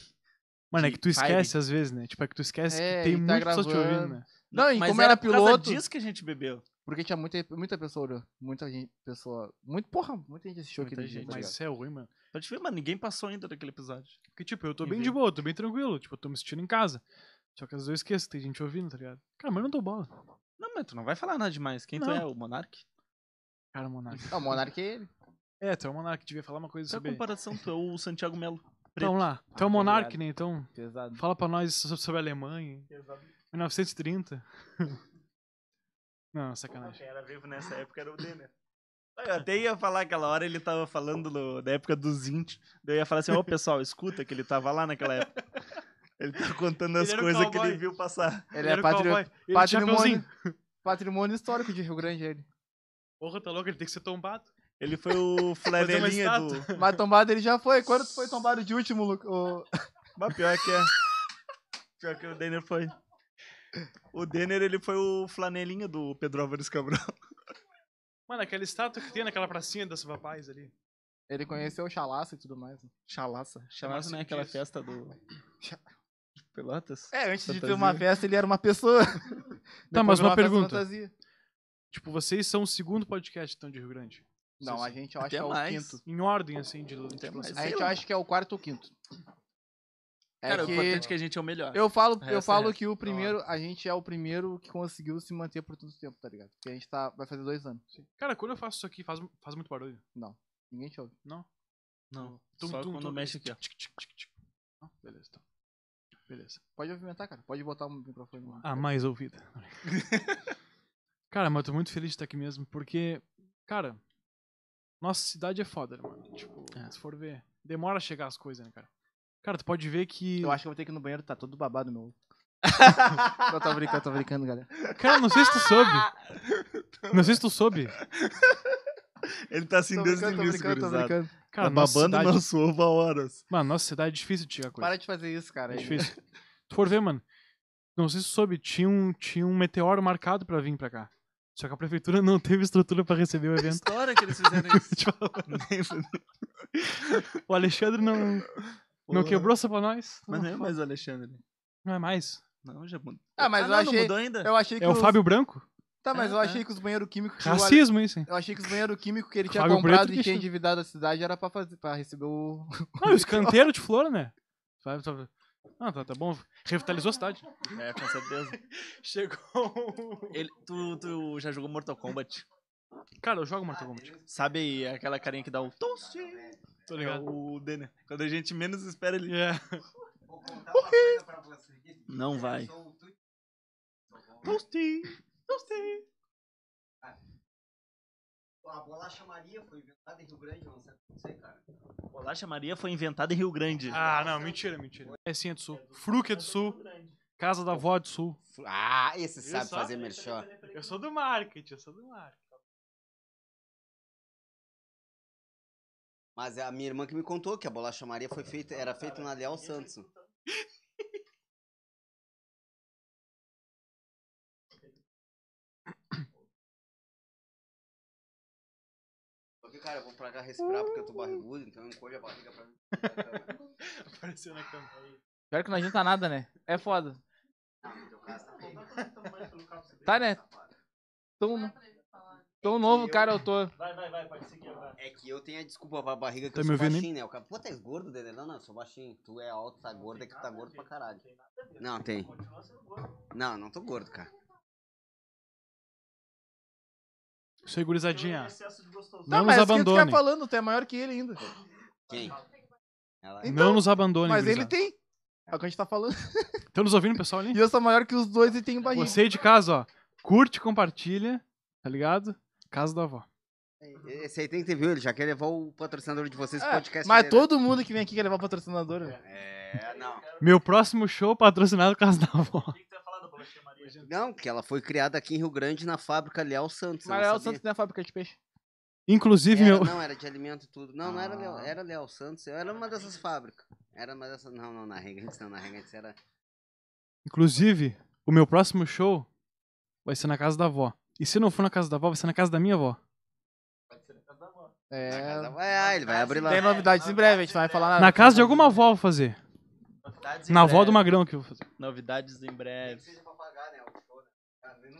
Speaker 3: Mano, é que tu
Speaker 1: Fire.
Speaker 3: esquece às vezes, né? Tipo, é que tu esquece
Speaker 2: É,
Speaker 3: que tem
Speaker 2: e tá
Speaker 3: muitas pessoas te ouvindo,
Speaker 2: gravando.
Speaker 3: né?
Speaker 2: Não, e
Speaker 1: Mas
Speaker 2: como
Speaker 1: era,
Speaker 2: era
Speaker 1: por causa
Speaker 2: piloto,
Speaker 1: disso que a gente bebeu.
Speaker 2: porque tinha muita, muita pessoa, olhando, muita gente, pessoa, muito, porra, muita gente assistiu
Speaker 1: Muita
Speaker 2: aquele
Speaker 1: gente,
Speaker 2: dia, tá
Speaker 3: Mas
Speaker 2: ligado?
Speaker 3: isso é ruim, mano.
Speaker 1: Pra te ver, mano, ninguém passou ainda daquele episódio.
Speaker 3: Porque, tipo, eu tô
Speaker 1: Quem
Speaker 3: bem
Speaker 1: vê.
Speaker 3: de boa, tô bem tranquilo. Tipo, eu tô me sentindo em casa. Só que às vezes eu esqueço, tem gente ouvindo, tá ligado? Cara, mas eu não dou bola.
Speaker 1: Não, mas tu não vai falar nada demais. Quem tu
Speaker 3: Não.
Speaker 1: é? O Monark?
Speaker 3: Cara, Monark.
Speaker 2: Não, o Monark é ele.
Speaker 3: É, tu é o Monark, devia falar uma coisa
Speaker 1: Só
Speaker 3: sobre.
Speaker 1: comparação, tu é o Santiago Melo. preto.
Speaker 3: Então lá, tu é
Speaker 2: Ah,
Speaker 3: o Monark,
Speaker 2: obrigado.
Speaker 3: né? Então,
Speaker 2: Pesado.
Speaker 3: fala pra nós so- sobre a Alemanha. 1930. não, sacanagem.
Speaker 1: Quem era vivo nessa época era o Denner. Eu até ia falar aquela hora, ele tava falando do- da época dos índios. Daí eu ia falar assim, ô pessoal, escuta que ele tava lá naquela época. Ele tá contando as
Speaker 3: Ele era um
Speaker 1: coisas que ele
Speaker 3: cowboy.
Speaker 1: viu passar.
Speaker 2: Ele é
Speaker 3: o cowboy,
Speaker 2: patri...
Speaker 3: ele de
Speaker 2: patrimônio,
Speaker 3: chapeuzinho.
Speaker 2: patrimônio histórico de Rio Grande, ele.
Speaker 3: Porra, tá louco, ele tem que ser tombado.
Speaker 1: Ele foi o flanelinha do...
Speaker 2: Mas tombado ele já foi. Quando tu foi tombado de último, Lu- o...
Speaker 1: Mas pior que é. Pior que o Denner foi. O Denner, ele foi o flanelinha do Pedro Álvares Cabral.
Speaker 3: Mano, aquela estátua que tem naquela pracinha das papais ali.
Speaker 2: ele conheceu o Chalaça e tudo mais. né?
Speaker 1: Chalaça. Chalaça não é aquela festa do... de Pelotas?
Speaker 2: É, antes de ter
Speaker 1: Fantasia.
Speaker 2: uma festa, ele era uma pessoa.
Speaker 3: Tá,
Speaker 2: Depois
Speaker 3: mas
Speaker 2: virou festa
Speaker 3: uma pergunta.
Speaker 2: fantasia.
Speaker 3: Tipo, vocês são o segundo podcast, então, de Rio Grande.
Speaker 2: Não, a gente eu acho
Speaker 1: Até
Speaker 2: que é o
Speaker 1: mais.
Speaker 2: quinto.
Speaker 3: Em ordem, assim, de.
Speaker 1: Até
Speaker 3: tipo,
Speaker 1: mais.
Speaker 2: A
Speaker 1: Sei
Speaker 2: gente
Speaker 1: lá.
Speaker 2: acha que é o quarto ou quinto. É
Speaker 1: Cara, o
Speaker 2: que
Speaker 1: importante é que a gente é o melhor.
Speaker 2: eu falo,
Speaker 1: Essa é
Speaker 2: eu falo
Speaker 1: essa.
Speaker 2: que o primeiro, a gente é o primeiro que conseguiu se manter por tanto tempo, tá ligado? Porque a gente tá, vai fazer dois anos.
Speaker 3: Cara, quando eu faço isso aqui, faz, faz muito barulho.
Speaker 2: Ninguém te ouve.
Speaker 1: Não.
Speaker 3: Tum,
Speaker 1: só
Speaker 3: tum,
Speaker 1: quando
Speaker 3: tum.
Speaker 1: mexe aqui, ó.
Speaker 3: Tic, tic, tic, tic. Ah, beleza, então.
Speaker 2: Beleza. Pode movimentar, cara. Pode botar um microfone lá.
Speaker 3: A Ah, mais ouvida. cara, mas eu tô muito feliz de estar aqui mesmo, porque, cara, nossa cidade é foda, né, mano? Tipo,
Speaker 2: É.
Speaker 3: se for ver, demora a chegar as coisas, né, cara? Cara, tu pode ver que.
Speaker 2: Eu acho que eu vou ter que ir no banheiro, tá todo babado meu. eu tô brincando, tô brincando, galera.
Speaker 3: Cara, não sei se tu soube. não sei se tu soube.
Speaker 1: Ele tá assim
Speaker 2: Tô
Speaker 1: desde o
Speaker 2: brincando, tô
Speaker 1: início,
Speaker 2: brincando, tô
Speaker 1: gurizada.
Speaker 2: brincando.
Speaker 3: Cara,
Speaker 1: tá
Speaker 3: nossa
Speaker 1: babando
Speaker 3: cidade...
Speaker 1: não suva há horas.
Speaker 3: Mano, nossa cidade é difícil de chegar coisa.
Speaker 2: Para de fazer isso, cara.
Speaker 3: É difícil. tu for ver, mano, não sei se tu soube, tinha um, tinha um meteoro marcado pra vir pra cá. Só que a prefeitura não teve estrutura pra receber o evento.
Speaker 1: História que eles fizeram isso.
Speaker 3: Tipo, o Alexandre não, não
Speaker 1: Porra.
Speaker 3: quebrou só pra nós.
Speaker 1: Mas não é mais o Alexandre.
Speaker 3: Não é mais.
Speaker 1: Não, já mudou.
Speaker 2: Ah, mas eu
Speaker 1: não,
Speaker 2: achei-
Speaker 1: não mudou ainda?
Speaker 2: Eu achei que
Speaker 3: É o
Speaker 2: os-
Speaker 3: Fábio Branco?
Speaker 2: Tá, mas eu
Speaker 1: É,
Speaker 2: achei que os banheiros químicos. que o Ale-
Speaker 3: Racismo, isso, hein?
Speaker 2: Eu achei que os banheiros químicos que ele tinha
Speaker 3: Fábio
Speaker 2: comprado
Speaker 3: Preto
Speaker 2: e
Speaker 3: que
Speaker 2: tinha
Speaker 3: chama.
Speaker 2: endividado a cidade era pra, fazer, pra receber o.
Speaker 3: Não, e os canteiros de flor, né? Vai- tá- Ah, tá, tá bom. Revitalizou a cidade.
Speaker 1: É, com certeza.
Speaker 3: Chegou.
Speaker 1: Ele- tu, tu já jogou Mortal Kombat?
Speaker 3: Cara, eu jogo Mortal Kombat.
Speaker 1: Sabe aquela carinha que dá o toast?
Speaker 3: Tô
Speaker 1: É
Speaker 3: ligado.
Speaker 1: o Denner. Quando a gente menos espera, ele.
Speaker 3: É.
Speaker 4: Vou contar uma coisa pra vocês.
Speaker 1: Não vai.
Speaker 4: Eu sou o Tuti. Sou bom.
Speaker 1: Toasty! Toasty!
Speaker 4: Ah, A bolacha Maria foi inventada em Rio Grande, eu não sei, não sei, cara.
Speaker 1: Bolacha Maria foi inventada em Rio Grande.
Speaker 3: Ah, não, mentira, mentira. É sim, é do Sul. Fruque é do Sul. Casa da Vó é do Sul.
Speaker 4: Ah, esse
Speaker 3: Viu
Speaker 4: sabe
Speaker 3: só?
Speaker 4: fazer merchan.
Speaker 3: Eu sou do marketing, eu sou do marketing.
Speaker 4: Mas é a minha irmã que me contou que a bolacha Maria foi feita, era feita na Leal Santos. Porque, cara, eu vou pra cá respirar porque eu tô barrigudo, então encolhe a barriga pra mim.
Speaker 3: Apareceu na campanha.
Speaker 2: Pior que não adianta nada, né? É foda. Tá, né? Tão, tão novo, cara, eu tô.
Speaker 1: Vai, vai, vai, pode seguir agora.
Speaker 4: É que eu tenho a desculpa pra barriga que
Speaker 3: Tá
Speaker 4: eu
Speaker 3: me
Speaker 4: sou
Speaker 3: ouvindo, hein?
Speaker 4: baixinho, né? O cara, pô, tá gordo, Dedé? Não, não, eu sou baixinho. Tu é alto, tá gordo, é que tu tá gordo pra caralho. Não, tem. Não, não tô gordo, cara.
Speaker 3: Segurizadinha.
Speaker 2: Tá,
Speaker 3: Não
Speaker 2: mas é isso que tu
Speaker 3: nos
Speaker 2: tá
Speaker 3: abandone.
Speaker 2: falando, tu é maior que ele ainda.
Speaker 4: Quem? Ela é.
Speaker 2: Então,
Speaker 3: Não nos abandone,
Speaker 2: Mas ele
Speaker 3: gurizada.
Speaker 2: tem. É o que a gente tá falando.
Speaker 3: Estão nos ouvindo, pessoal, ali?
Speaker 2: E eu sou maior que os dois e tenho barriga.
Speaker 3: Você aí de casa, ó. Curte, compartilha, tá ligado? Casa da avó.
Speaker 4: Esse aí tem que ter viu, ele já quer levar o patrocinador de vocês pro
Speaker 2: Uhum. É,
Speaker 4: podcast.
Speaker 2: mas
Speaker 4: dele, né?
Speaker 2: todo mundo que vem aqui quer levar patrocinador. velho.
Speaker 4: É, não.
Speaker 3: Meu próximo show patrocinado Casa da Avó.
Speaker 1: que tu ia falar da Bolacha Maria?
Speaker 4: Não, porque ela foi criada aqui em Rio Grande na fábrica Leal Santos. eu não
Speaker 2: Mas Léo
Speaker 4: sabia.
Speaker 2: Santos um. não é fábrica de peixe.
Speaker 3: Inclusive,
Speaker 4: Era-
Speaker 3: meu.
Speaker 4: Não, era de alimento e tudo. Não, não era Leal, era Leal Santos. Era uma dessas fábricas. Era uma dessas. Não, não, na Regantes não. Na Regantes era.
Speaker 3: Inclusive, o meu próximo show vai ser na casa da avó. E se não for na casa da avó, vai ser na casa da minha avó.
Speaker 2: É.
Speaker 4: na casa da- É, ah, ele vai abrir lá.
Speaker 2: Tem novidades em breve, a gente não vai falar nada.
Speaker 3: Ah, Na casa de alguma avó eu vou fazer.
Speaker 1: Novidades
Speaker 3: Na avó do Magrão que eu vou fazer.
Speaker 1: Novidades em breve.
Speaker 4: pra pagar, né? O show,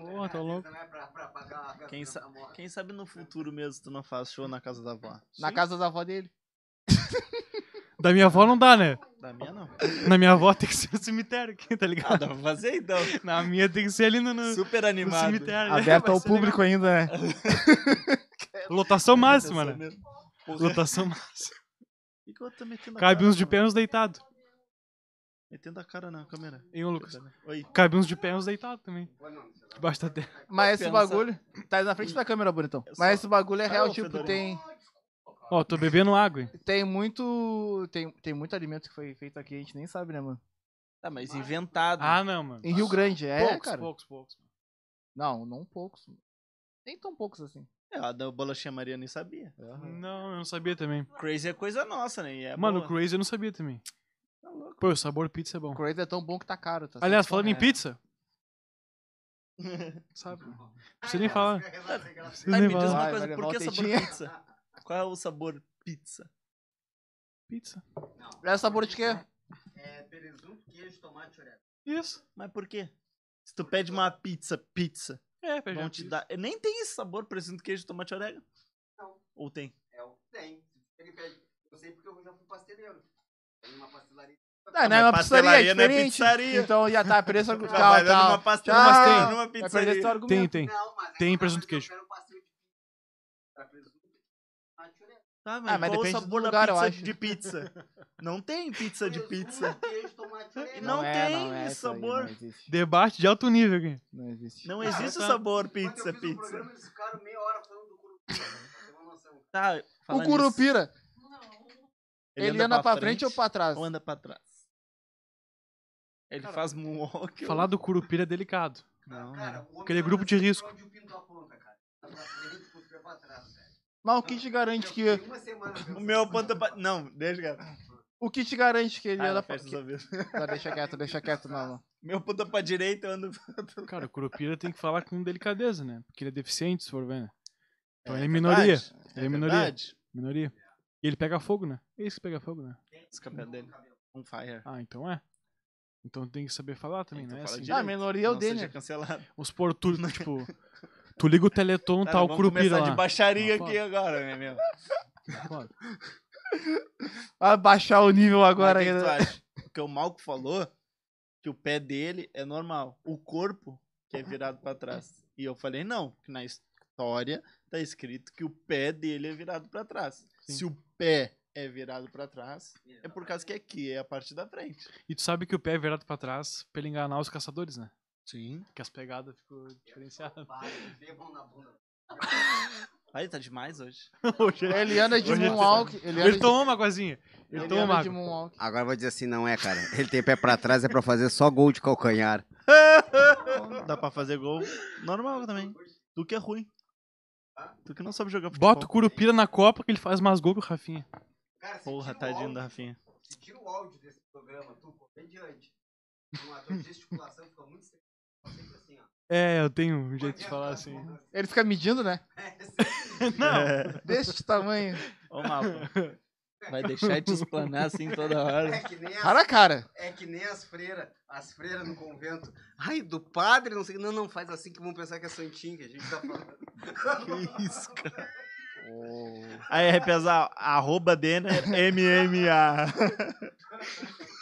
Speaker 4: né?
Speaker 3: Porra, tá louco.
Speaker 4: Não é pra, pra pagar a
Speaker 1: Quem sa- Quem sabe no futuro mesmo tu não faz show na casa da avó?
Speaker 2: Na casa da avó dele.
Speaker 3: Da minha avó não dá, né?
Speaker 1: Da minha não.
Speaker 3: Na minha avó tem que ser o cemitério aqui, tá
Speaker 1: Ah,
Speaker 3: ligado?
Speaker 1: dá pra fazer então.
Speaker 3: Na minha tem que ser ali no, no, no
Speaker 1: Super animado.
Speaker 3: cemitério. né?
Speaker 2: Aberto
Speaker 3: Vai
Speaker 2: ao
Speaker 3: ser legal.
Speaker 2: público ainda, né?
Speaker 3: é. Lotação máxima, né?
Speaker 1: Pensamento.
Speaker 2: é.
Speaker 3: Lotação máxima.
Speaker 1: Por que eu tô metendo a
Speaker 3: Cabe
Speaker 1: cara,
Speaker 3: uns de
Speaker 1: mano?
Speaker 3: pé e uns deitado.
Speaker 1: Metendo a cara na câmera.
Speaker 3: Hein, ô Lucas?
Speaker 1: Oi.
Speaker 3: Cabe uns de pé e uns deitado também. Debaixo da terra.
Speaker 2: Mas esse
Speaker 1: Pensa.
Speaker 2: bagulho. Tá na frente da câmera, bonitão.
Speaker 1: Eu sou-
Speaker 2: Mas esse bagulho é
Speaker 1: Ah,
Speaker 2: real,
Speaker 1: ô,
Speaker 2: tipo,
Speaker 1: Fedorinha.
Speaker 2: tem.
Speaker 3: Ó, tô bebendo água, hein?
Speaker 2: Tem muito. Tem, tem muito alimento que foi feito aqui, a gente nem sabe, né, mano?
Speaker 1: Tá, mas inventado.
Speaker 3: Ah, não, mano.
Speaker 2: Em Rio Grande, é,
Speaker 3: poucos,
Speaker 2: cara?
Speaker 3: poucos, poucos.
Speaker 2: Não, não poucos. Nem tão poucos assim.
Speaker 1: É, a da bolachinha Maria nem sabia.
Speaker 3: Não, eu não sabia também.
Speaker 1: Crazy é coisa nossa, né? E é
Speaker 3: Mano, o
Speaker 1: boa.
Speaker 3: Crazy eu não sabia também.
Speaker 1: Tá louco.
Speaker 3: Pô, o sabor pizza é bom.
Speaker 2: O Crazy é tão bom que tá caro, tá?
Speaker 3: Aliás,
Speaker 2: certo?
Speaker 3: falando em
Speaker 2: É.
Speaker 3: pizza. Sabe? Não precisa nem falar. Não precisa
Speaker 1: Tá, me
Speaker 3: nem
Speaker 1: diz uma
Speaker 3: falar.
Speaker 2: Vai,
Speaker 1: coisa,
Speaker 2: vai
Speaker 1: por que
Speaker 2: levar o
Speaker 1: sabor
Speaker 2: tetinha.
Speaker 1: pizza? Qual é o sabor pizza?
Speaker 3: Pizza.
Speaker 2: É sabor de quê?
Speaker 4: É presunto, queijo, tomate, orégano.
Speaker 3: Isso.
Speaker 1: Mas por quê? Se tu pede uma pizza, pizza,
Speaker 3: É, feijão.
Speaker 1: vão te dar... Nem tem esse sabor, presunto, queijo, tomate, orégano?
Speaker 4: Não.
Speaker 1: Ou tem?
Speaker 4: É o tem. Ele pede. Eu sei porque eu já fui pasteleiro. Tem uma pastelaria.
Speaker 2: Ah, não
Speaker 1: mas
Speaker 2: é uma pizzaria, é
Speaker 1: pastelaria não é
Speaker 2: diferente.
Speaker 1: pizzaria.
Speaker 2: Então já tá, preço argumental.
Speaker 1: Trabalhando
Speaker 2: tá,
Speaker 1: numa pastelaria,
Speaker 2: tá,
Speaker 1: numa
Speaker 2: Vai perder
Speaker 1: pizzaria.
Speaker 2: seu argumento.
Speaker 3: Tem, tem.
Speaker 4: Não, mas
Speaker 3: Tem presunto
Speaker 4: que eu
Speaker 3: queijo.
Speaker 4: quero um pastel de pizza. Pra presunto, tomate, orégano.
Speaker 1: Tá, mas,
Speaker 2: Ah, mas
Speaker 1: qual o
Speaker 2: depende do
Speaker 1: sabor da
Speaker 2: lugar, eu
Speaker 1: pizza
Speaker 2: acho.
Speaker 1: de pizza? Não tem pizza de
Speaker 4: um
Speaker 1: pizza. Não
Speaker 2: é,
Speaker 1: tem
Speaker 2: não é
Speaker 1: esse
Speaker 2: isso aí,
Speaker 1: sabor.
Speaker 2: Não existe.
Speaker 3: Debate de alto nível aqui.
Speaker 2: Não existe.
Speaker 1: Não
Speaker 4: Ah,
Speaker 1: existe
Speaker 3: tá.
Speaker 1: sabor pizza,
Speaker 2: um
Speaker 1: pizza.
Speaker 4: um eles ficaram meia hora falando do Curupira. pra ter uma noção.
Speaker 1: Tá, fala
Speaker 2: o
Speaker 1: nisso.
Speaker 2: Curupira, ele, anda, pra frente, ou pra trás?
Speaker 1: ou anda pra trás? Ele
Speaker 3: Cara,
Speaker 1: faz moonwalk.
Speaker 3: Falar do Curupira é delicado.
Speaker 1: Não,
Speaker 4: Cara,
Speaker 1: não.
Speaker 4: o homem
Speaker 3: Aquele
Speaker 4: não
Speaker 3: grupo de
Speaker 4: nasceu
Speaker 3: risco.
Speaker 4: pra onde o pinto aponta, cara. Tá pra frente, pro pé pra trás, velho.
Speaker 2: Mas o que te garante que.
Speaker 4: Eu fiquei uma semana pensando assim,
Speaker 1: O meu
Speaker 4: nisso.
Speaker 1: aponta pra... Não, deixa, cara.
Speaker 2: O que te garante que ele
Speaker 1: Ah,
Speaker 2: anda
Speaker 1: ela
Speaker 2: pra.
Speaker 1: fecha os ouvidos.
Speaker 2: Tá, deixa quieto, deixa quieto, não. não.
Speaker 1: Meu aponta pra direita, eu ando...
Speaker 3: Cara, o Curupira tem que falar com delicadeza, né? Porque ele é deficiente, se for ver, né? Então ele é minoria.
Speaker 1: verdade,
Speaker 3: Ele é minoria.
Speaker 1: verdade.
Speaker 3: Minoria. E ele pega fogo, né? É isso que pega fogo, né?
Speaker 1: Esse campeão dele. On fire.
Speaker 3: Ah, então é. Então tem que saber falar também,
Speaker 1: Então
Speaker 3: né?
Speaker 1: fala
Speaker 3: Assim,
Speaker 1: direito.
Speaker 2: Ah, minoria é o
Speaker 1: Não
Speaker 2: dele.
Speaker 1: seja cancelado.
Speaker 3: os portugueses, tipo... Tu liga o Teleton, tá
Speaker 1: Cara,
Speaker 3: o
Speaker 1: vamos
Speaker 3: Curupira
Speaker 1: começar
Speaker 3: lá.
Speaker 1: de baixaria
Speaker 3: Não,
Speaker 1: aqui agora, né, meu?
Speaker 3: Foda.
Speaker 2: Ah, baixar o nível agora
Speaker 1: Mas o que, que tu
Speaker 2: ainda.
Speaker 1: acha? Porque o Malco falou que o pé dele é normal, o corpo que é virado pra trás. E eu falei não, porque na história tá escrito que o pé dele é virado pra trás.
Speaker 3: Sim.
Speaker 1: Se o pé é virado pra trás, é por causa que aqui é a parte da frente.
Speaker 3: E tu sabe que o pé é virado pra trás pra ele enganar os caçadores, né?
Speaker 1: Sim.
Speaker 3: Que as pegadas ficam diferenciadas.
Speaker 4: Vai, bebam na bunda.
Speaker 1: Aí tá demais hoje. tá
Speaker 3: Hoje ele-
Speaker 2: Ele anda de
Speaker 1: é
Speaker 3: Hoje ele-
Speaker 2: moonwalk. Ele anda
Speaker 3: ele
Speaker 2: de-
Speaker 1: Então,
Speaker 3: tomou uma coisinha. Ele
Speaker 2: ele
Speaker 3: tomou uma
Speaker 2: anda de
Speaker 3: água.
Speaker 2: moonwalk.
Speaker 4: Agora eu vou dizer assim, não é, cara. Ele tem pé pra trás, é pra fazer só gol de calcanhar.
Speaker 1: Dá pra fazer gol normal também. Tu que é ruim. Tu que não sabe jogar futebol.
Speaker 3: Bota o Curupira
Speaker 2: né?
Speaker 3: na Copa que ele faz mais gol que o Rafinha.
Speaker 4: Cara, se
Speaker 1: Porra,
Speaker 4: tira o
Speaker 1: tadinho da
Speaker 4: áudio-
Speaker 1: Rafinha.
Speaker 4: Se tira o áudio desse programa, tu comediante, um ator de gesticulação fica muito sem- sempre assim, ó.
Speaker 3: É, eu tenho um jeito de
Speaker 4: Pode
Speaker 3: falar
Speaker 4: andar,
Speaker 3: assim.
Speaker 4: porra.
Speaker 2: Ele fica medindo, né?
Speaker 4: É, sempre
Speaker 1: Não.
Speaker 2: Deste tamanho.
Speaker 1: Ô, Malco. Vai deixar de te explanar assim toda hora.
Speaker 4: é que nem
Speaker 2: Cara
Speaker 4: as,
Speaker 2: a cara.
Speaker 4: é que nem as freiras, as freiras no convento. Ai, do padre, não sei, não, não faz assim que vão pensar que é santinho que a gente tá falando.
Speaker 1: Que isso, cara? Aí, repesar, arroba Denner, MMA.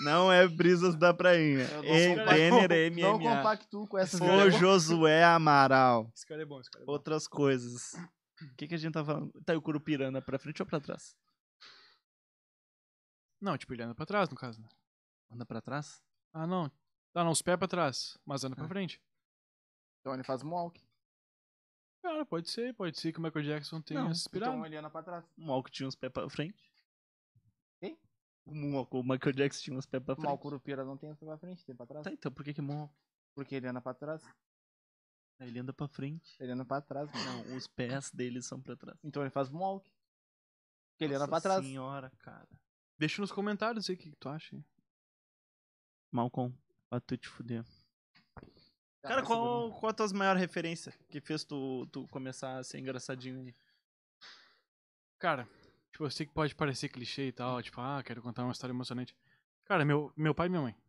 Speaker 1: Não é Brisas da Prainha.
Speaker 2: Eu não
Speaker 1: É
Speaker 2: compacto-
Speaker 1: Denner,
Speaker 2: Não
Speaker 1: MMA.
Speaker 2: compactuo com essas
Speaker 1: O Josué Amaral.
Speaker 3: Esse cara é bom, esse cara é bom.
Speaker 1: Outras coisas. O que, que a gente tá falando? Tá, e o Curupira anda pra frente ou pra trás?
Speaker 3: Não, tipo, ele anda pra trás, no caso. né?
Speaker 1: Anda pra trás?
Speaker 3: Ah, não. Ah, não, os pés pra trás, mas
Speaker 2: É.
Speaker 3: anda pra frente.
Speaker 2: Então ele faz moonwalk.
Speaker 3: Cara, pode ser, pode ser que o Michael Jackson tenha
Speaker 1: Não,
Speaker 3: se inspirado.
Speaker 2: Então ele anda pra trás.
Speaker 1: O Malco Um tinha os pés pra frente.
Speaker 2: Quem?
Speaker 1: O Malco, o Michael Jackson tinha os pés pra frente.
Speaker 2: Mal Curupira não tem essa pra frente, tem pra trás.
Speaker 1: Tá, então por que que o Malco?
Speaker 2: Porque ele anda pra trás.
Speaker 1: Ele anda pra frente.
Speaker 2: Ele anda pra trás, mano.
Speaker 1: Não, os pés dele são pra trás.
Speaker 2: Então ele faz moonwalk. Porque ele anda pra
Speaker 1: Nossa
Speaker 2: trás.
Speaker 1: senhora, cara.
Speaker 3: Deixa nos comentários aí o que que tu acha. hein?
Speaker 1: Malcolm, pra tu te fuder. Cara,
Speaker 2: Tá,
Speaker 1: qual, qual a tua maior referência que fez tu, tu começar a ser engraçadinho aí?
Speaker 3: Cara, tipo, eu sei que pode parecer clichê e tal, tipo, ah, quero contar uma história emocionante. Cara, meu, meu pai e minha mãe. São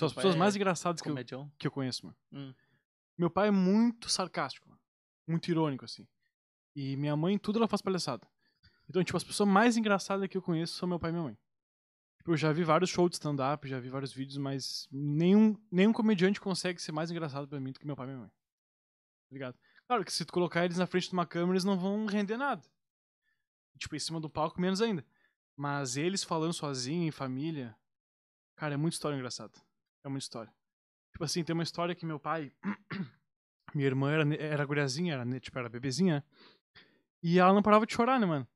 Speaker 1: Teu
Speaker 3: as
Speaker 1: pai
Speaker 3: pessoas
Speaker 1: é
Speaker 3: mais engraçadas que eu,
Speaker 1: Comedião?
Speaker 3: que eu conheço, mano.
Speaker 1: Hum.
Speaker 3: Meu pai é muito sarcástico, mano. muito irônico, assim. E minha mãe, tudo ela faz palhaçada. Então, tipo, as pessoas mais engraçadas que eu conheço são meu pai e minha mãe. Tipo, eu já vi vários shows de stand-up, já vi vários vídeos, mas nenhum, nenhum comediante consegue ser mais engraçado pra mim do que meu pai e minha mãe. Tá ligado? Claro que se tu colocar eles na frente de uma câmera, eles não vão render nada. Tipo, em cima do palco, menos ainda. Mas eles falando sozinho, em família. Cara, é muita história engraçada. É muita história. Tipo assim, tem uma história que meu pai. minha irmã era, ne- era guriazinha, era, ne- tipo, era bebezinha. né? E ela não parava de chorar, né, mano?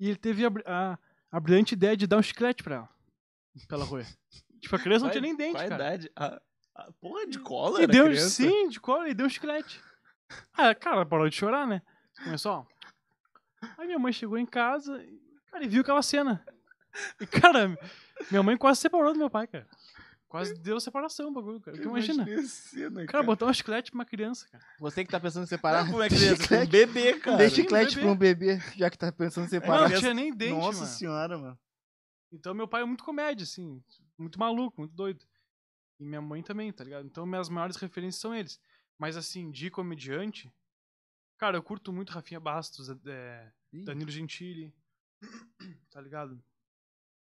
Speaker 3: E ele teve a, bri- a, a brilhante ideia de dar um chiclete pra ela. Pela rua. tipo, a criança não tinha nem dente,
Speaker 1: Qual a
Speaker 3: cara.
Speaker 1: idade? A, a- porra, de cola?
Speaker 3: E
Speaker 1: era
Speaker 3: deu,
Speaker 1: criança?
Speaker 3: sim, de cola, e deu um chiclete. Ah, cara, parou de chorar, né? Começou, ó. Aí minha mãe chegou em casa e, cara, e viu aquela cena. E, cara, minha mãe quase separou do meu pai, cara. Quase deu separação o bagulho, cara. Tu imagina?
Speaker 1: Imagina,
Speaker 3: Cara, botar um chiclete pra uma criança, cara.
Speaker 2: Você que tá pensando em
Speaker 1: Não,
Speaker 2: separar.
Speaker 1: como é criança? Com
Speaker 2: Chiclete.
Speaker 1: bebê, cara.
Speaker 2: Dê
Speaker 3: Sim,
Speaker 2: chiclete
Speaker 3: bebê.
Speaker 2: pra um bebê, já que tá pensando em
Speaker 3: Mano,
Speaker 2: separar.
Speaker 3: não tinha nem dente,
Speaker 1: Nossa
Speaker 3: mano.
Speaker 1: senhora, mano.
Speaker 3: Então meu pai é muito comédia, assim, muito maluco, muito doido. E minha mãe também, tá ligado? Então minhas maiores referências são eles. Mas assim, de comediante, cara, eu curto muito Rafinha Bastos, é,
Speaker 2: Ih.
Speaker 3: Danilo Gentili, tá ligado?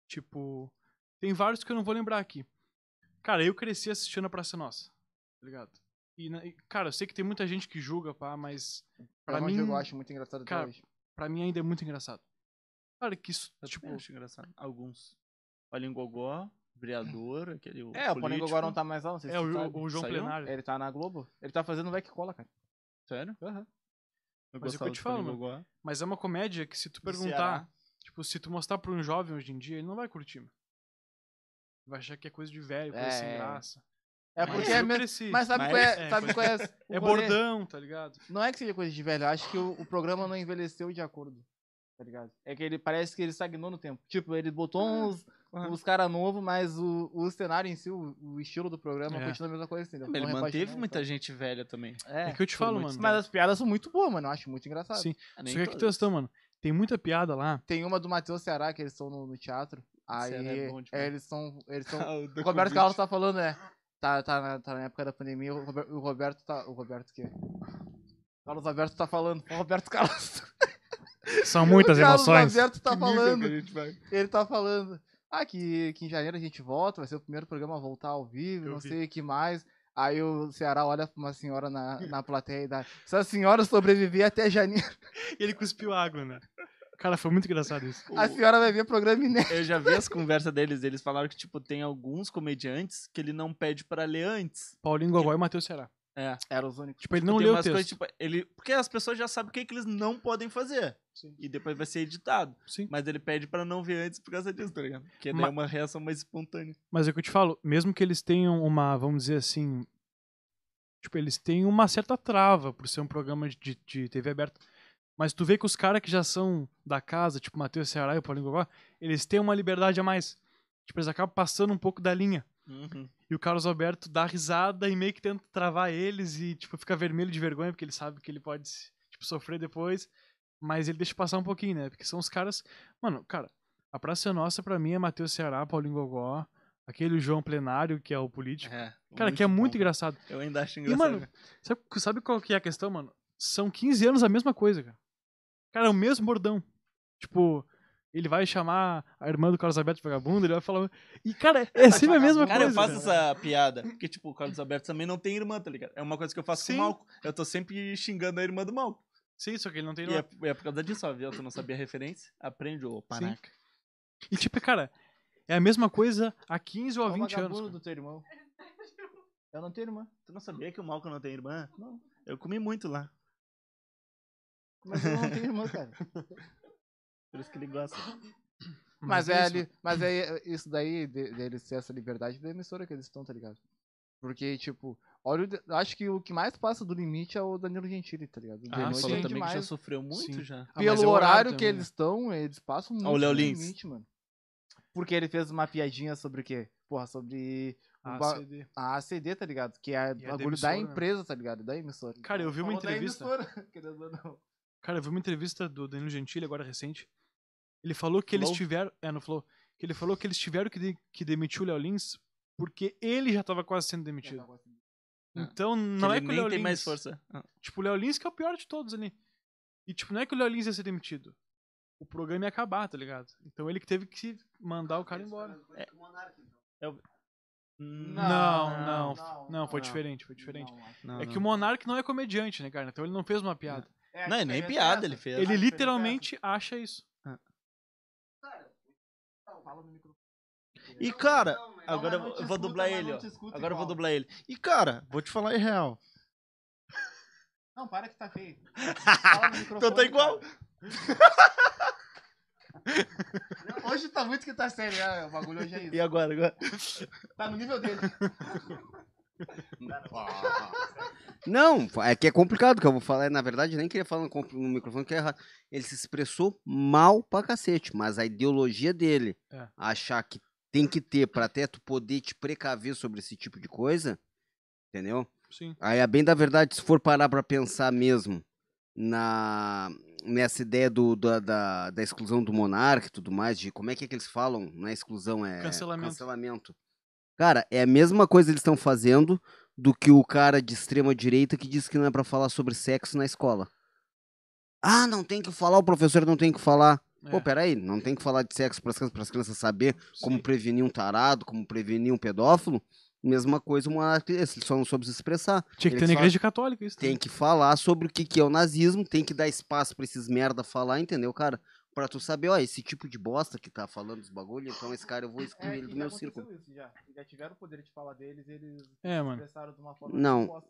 Speaker 3: Tipo, tem vários que eu não vou lembrar aqui. Cara, eu cresci assistindo a Praça é Nossa, tá ligado? E, na- e, cara, eu sei que tem muita gente que julga, pá, mas pra
Speaker 2: Mas é um
Speaker 3: mim,
Speaker 2: jogo eu acho muito engraçado até
Speaker 3: cara,
Speaker 2: hoje.
Speaker 3: pra mim ainda é muito engraçado. Cara, que isso,
Speaker 1: Eu
Speaker 3: tipo,
Speaker 1: também acho engraçado. Alguns. Paulinho Gogó, vereador, aquele.
Speaker 2: É, o Paulinho
Speaker 1: político.
Speaker 2: agora não tá mais lá, não sei se
Speaker 3: é
Speaker 2: tu
Speaker 3: o,
Speaker 2: sabe.
Speaker 3: o João
Speaker 1: saiu?
Speaker 3: Plenário.
Speaker 2: Ele tá na Globo. Ele tá fazendo vai que cola, cara.
Speaker 1: Sério?
Speaker 2: Aham.
Speaker 1: Eu
Speaker 3: Mas é o que eu
Speaker 1: gostava
Speaker 3: te
Speaker 1: do Paulinho
Speaker 3: falo,
Speaker 1: Gogó.
Speaker 3: Mas é uma comédia que se tu
Speaker 1: Do
Speaker 3: perguntar,
Speaker 1: Ceará.
Speaker 3: tipo, se tu mostrar pra um jovem hoje em dia, ele não vai curtir. Mano. Vai achar que é coisa de velho, coisa sem
Speaker 2: É.
Speaker 3: graça.
Speaker 2: É
Speaker 3: Mas
Speaker 2: porque
Speaker 3: eu
Speaker 2: é mesmo.
Speaker 3: cresci.
Speaker 2: Mas sabe
Speaker 1: Mas-
Speaker 2: qual é.
Speaker 3: é,
Speaker 2: sabe
Speaker 3: foi-
Speaker 2: qual é, o
Speaker 3: É
Speaker 2: rolê?
Speaker 3: bordão, tá ligado?
Speaker 2: Não é que seja coisa de velho, eu acho que o, o programa não envelheceu de acordo. Tá ligado? É que ele parece que ele estagnou no tempo. Tipo, ele botou uns,
Speaker 1: aham.
Speaker 2: uns caras novos, mas o, o cenário em si, o, o estilo do programa,
Speaker 3: É.
Speaker 2: continua a mesma coisa. Entendeu?
Speaker 1: Mas Ele
Speaker 2: Não
Speaker 1: manteve
Speaker 2: repaginou,
Speaker 1: muita
Speaker 2: então.
Speaker 1: gente velha também.
Speaker 2: É.
Speaker 3: É que eu te
Speaker 1: Por
Speaker 3: falo,
Speaker 1: muito
Speaker 3: mano.
Speaker 2: Mas as piadas são muito boas, mano. Eu acho muito engraçado.
Speaker 3: Sim.
Speaker 1: Ah, nem
Speaker 3: Só que aqui
Speaker 1: todas.
Speaker 3: questão, mano. Tem muita piada lá.
Speaker 2: Tem uma do Matheus Ceará, que eles estão no, no teatro. Aí
Speaker 1: Ceará é bom demais.
Speaker 2: é, eles são. Eles são
Speaker 1: Ah,
Speaker 2: o
Speaker 1: do
Speaker 2: Roberto
Speaker 1: convite.
Speaker 2: Carlos tá falando, né? Tá, tá, na, tá na época da pandemia, o Roberto, o Roberto tá. O Roberto o quê? Carlos Alberto tá falando. O Roberto Carlos.
Speaker 3: São muitas
Speaker 2: o Carlos
Speaker 3: emoções.
Speaker 2: Alberto tá
Speaker 1: Que nível
Speaker 2: falando.
Speaker 1: que a gente vai.
Speaker 2: Ele tá falando. Ah, que, que em janeiro a gente volta, vai ser o primeiro programa a voltar ao vivo,
Speaker 3: Eu
Speaker 2: não
Speaker 3: vi.
Speaker 2: sei o que mais. Aí o Ceará olha pra uma senhora na, na plateia e dá. Se a senhora sobreviver até janeiro,
Speaker 3: E ele cuspiu água, né? Cara, foi muito engraçado isso.
Speaker 2: a senhora vai ver programa inédito.
Speaker 1: Assim, Eu já vi as conversas deles. Eles falaram que, tipo, tem alguns comediantes que ele não pede pra ler antes.
Speaker 3: Paulinho Gogó e Matheus Ceará.
Speaker 1: É.
Speaker 2: Era os únicos.
Speaker 3: Tipo, ele não
Speaker 1: tem
Speaker 3: leu o
Speaker 1: umas
Speaker 3: texto.
Speaker 1: coisas, tipo, ele. Porque as pessoas já sabem o que, que eles não podem fazer.
Speaker 3: Sim.
Speaker 1: E depois vai ser editado.
Speaker 3: Sim.
Speaker 1: Mas ele pede pra não ver antes por causa disso, tá ligado? Porque daí
Speaker 3: Ma-
Speaker 1: é uma reação mais espontânea.
Speaker 3: Mas é o que eu te falo, mesmo que eles tenham uma, vamos dizer assim. Tipo, eles têm uma certa trava por ser um programa de- de, de TV aberta. Mas tu vê que os caras que já são da casa, tipo Matheus Ceará e o Paulinho Gogó, eles têm uma liberdade a mais. Tipo, eles acabam passando um pouco da linha. E o Carlos Alberto dá risada e meio que tenta travar eles e, tipo, fica vermelho de vergonha, porque ele sabe que ele pode, tipo, sofrer depois. Mas ele deixa passar um pouquinho, né? Porque são os caras. Mano, cara, a Praça é Nossa, pra mim, é Matheus Ceará, Paulinho Gogó, aquele João Plenário, que é o político.
Speaker 1: É,
Speaker 3: cara, que é
Speaker 1: bom.
Speaker 3: muito engraçado.
Speaker 1: Eu ainda acho
Speaker 3: E,
Speaker 1: engraçado. né?
Speaker 3: mano, sabe, sabe qual que é a questão, mano? São 15 anos a mesma coisa, cara. Cara, é o mesmo bordão. Tipo, ele vai chamar a irmã do Carlos Alberto de vagabundo, ele vai falar. E, cara, é sempre a mesma
Speaker 1: Cara, eu
Speaker 3: coisa.
Speaker 1: faço essa piada. Porque, tipo, o Carlos Alberto também não tem irmã, tá ligado? É uma coisa que eu faço
Speaker 3: Sim.
Speaker 1: com o Malco. Eu tô sempre xingando a irmã do Malco.
Speaker 3: Sim, só que ele não tem
Speaker 1: E é, e é por causa disso, ó, viu? Tu não sabia a referência? Aprende, ô panaca.
Speaker 3: E tipo, cara, é a mesma coisa há 15 ou há
Speaker 2: É o
Speaker 3: 20 anos.
Speaker 2: vagabundo
Speaker 3: cara.
Speaker 2: do teu irmão. Eu não tenho irmã.
Speaker 1: Tu não sabia que o Malco não tem irmã? Não. Eu comi muito lá.
Speaker 2: Mas eu não tenho irmã, cara.
Speaker 1: Por isso que ele gosta.
Speaker 2: Mas, é,
Speaker 3: isso,
Speaker 2: ali, mas é isso daí, de- deles ter essa liberdade da emissora que eles estão, tá ligado? Porque, tipo, olha, o de- eu acho que o que mais passa do limite é o Danilo Gentili, tá ligado? O
Speaker 3: Ah,
Speaker 1: Ele
Speaker 2: Danilo
Speaker 3: sim.
Speaker 1: falou
Speaker 2: Gentili
Speaker 1: também que já
Speaker 2: demais.
Speaker 1: sofreu muito
Speaker 3: Sim.
Speaker 1: já.
Speaker 3: Ah, mas
Speaker 2: Pelo
Speaker 3: é o
Speaker 2: horário né? que
Speaker 3: também,
Speaker 2: eles estão, eles passam
Speaker 3: Ah,
Speaker 2: muito
Speaker 1: Léo
Speaker 2: do
Speaker 1: Lins.
Speaker 2: limite, mano. Porque ele fez uma piadinha sobre o quê? Porra, sobre
Speaker 3: né?
Speaker 2: ba-
Speaker 3: ACD.
Speaker 2: a ACD, tá ligado? Que é
Speaker 3: da
Speaker 2: bagulho da,
Speaker 3: emissora, né?
Speaker 2: empresa, tá ligado? Da emissora.
Speaker 3: Cara, eu vi uma
Speaker 2: Falou da
Speaker 3: entrevista.
Speaker 2: emissora, querendo ou não.
Speaker 3: Cara, eu vi uma entrevista do Danilo Gentili agora recente. Ele falou que eles
Speaker 1: Flow?
Speaker 3: tiveram. É, no Flow. Que ele falou que eles tiveram que, de- que demitir o Léo Lins porque ele já tava quase sendo demitido. Então, É, não
Speaker 1: Que
Speaker 3: é
Speaker 1: ele
Speaker 3: que o
Speaker 1: nem
Speaker 3: Léo
Speaker 1: tem
Speaker 3: Lins.
Speaker 1: mais força. Ah,
Speaker 3: Tipo, o Léo Lins que é o pior de todos ali. E, tipo, não é que o Léo Lins ia ser demitido. O programa ia acabar, tá ligado? Então ele que teve que mandar o cara
Speaker 4: é
Speaker 3: embora. É.
Speaker 4: então.
Speaker 1: Hum,
Speaker 3: Não, não. Não, foi diferente, foi diferente.
Speaker 1: não,
Speaker 3: É
Speaker 1: não.
Speaker 3: que o Monark não é comediante, né, cara? Então ele não fez uma piada.
Speaker 2: é
Speaker 1: Não, e nem piada ele fez.
Speaker 3: Ele Ah, é literalmente acha isso.
Speaker 1: E cara, agora eu vou- eu vou dublar ele, ó. Agora eu vou dublar ele. E cara, vou te falar em real.
Speaker 2: Não, para que tá feio.
Speaker 1: Então tá igual.
Speaker 2: Hoje tá muito que tá sério, né? O bagulho hoje é
Speaker 1: E
Speaker 2: isso.
Speaker 1: agora, agora?
Speaker 2: Tá no nível dele.
Speaker 4: Não, é que é complicado o que eu vou falar. Na verdade, eu nem queria falar no, comp- no microfone que é errado. Ele se expressou mal pra cacete, mas a ideologia dele,
Speaker 3: É.
Speaker 4: achar que tem que ter pra até tu poder te precaver sobre esse tipo de coisa, entendeu?
Speaker 3: Sim.
Speaker 4: Aí, a bem da verdade, se for parar pra pensar mesmo na nessa ideia do, da, da, da exclusão do monarca e tudo mais, de como é que, é que eles falam, não é exclusão, é
Speaker 3: Cancelamento.
Speaker 4: cancelamento. Cara, é a mesma coisa que eles estão fazendo do que o cara de extrema direita que diz que não é pra falar sobre sexo na escola. Ah, não tem que falar, o professor não tem que falar.
Speaker 3: É,
Speaker 4: Pô, peraí, não tem que falar de sexo para as crianças saber como prevenir um tarado, como prevenir um pedófilo. Mesma coisa, uma ele só não soube se expressar.
Speaker 3: Tinha que
Speaker 4: ele
Speaker 3: ter na
Speaker 4: só-
Speaker 3: igreja católica isso. né?
Speaker 4: Tem que falar sobre o que, que é o nazismo, tem que dar espaço pra esses merda falar, entendeu, cara? pra tu saber, ó, esse tipo de bosta que tá falando dos bagulho, então esse cara eu vou
Speaker 2: É,
Speaker 4: excluir ele do
Speaker 2: tá
Speaker 4: meu círculo.
Speaker 2: Isso já. já tiveram o poder de falar deles, eles
Speaker 3: É, mano.
Speaker 2: expressaram de uma
Speaker 4: forma que Não. eu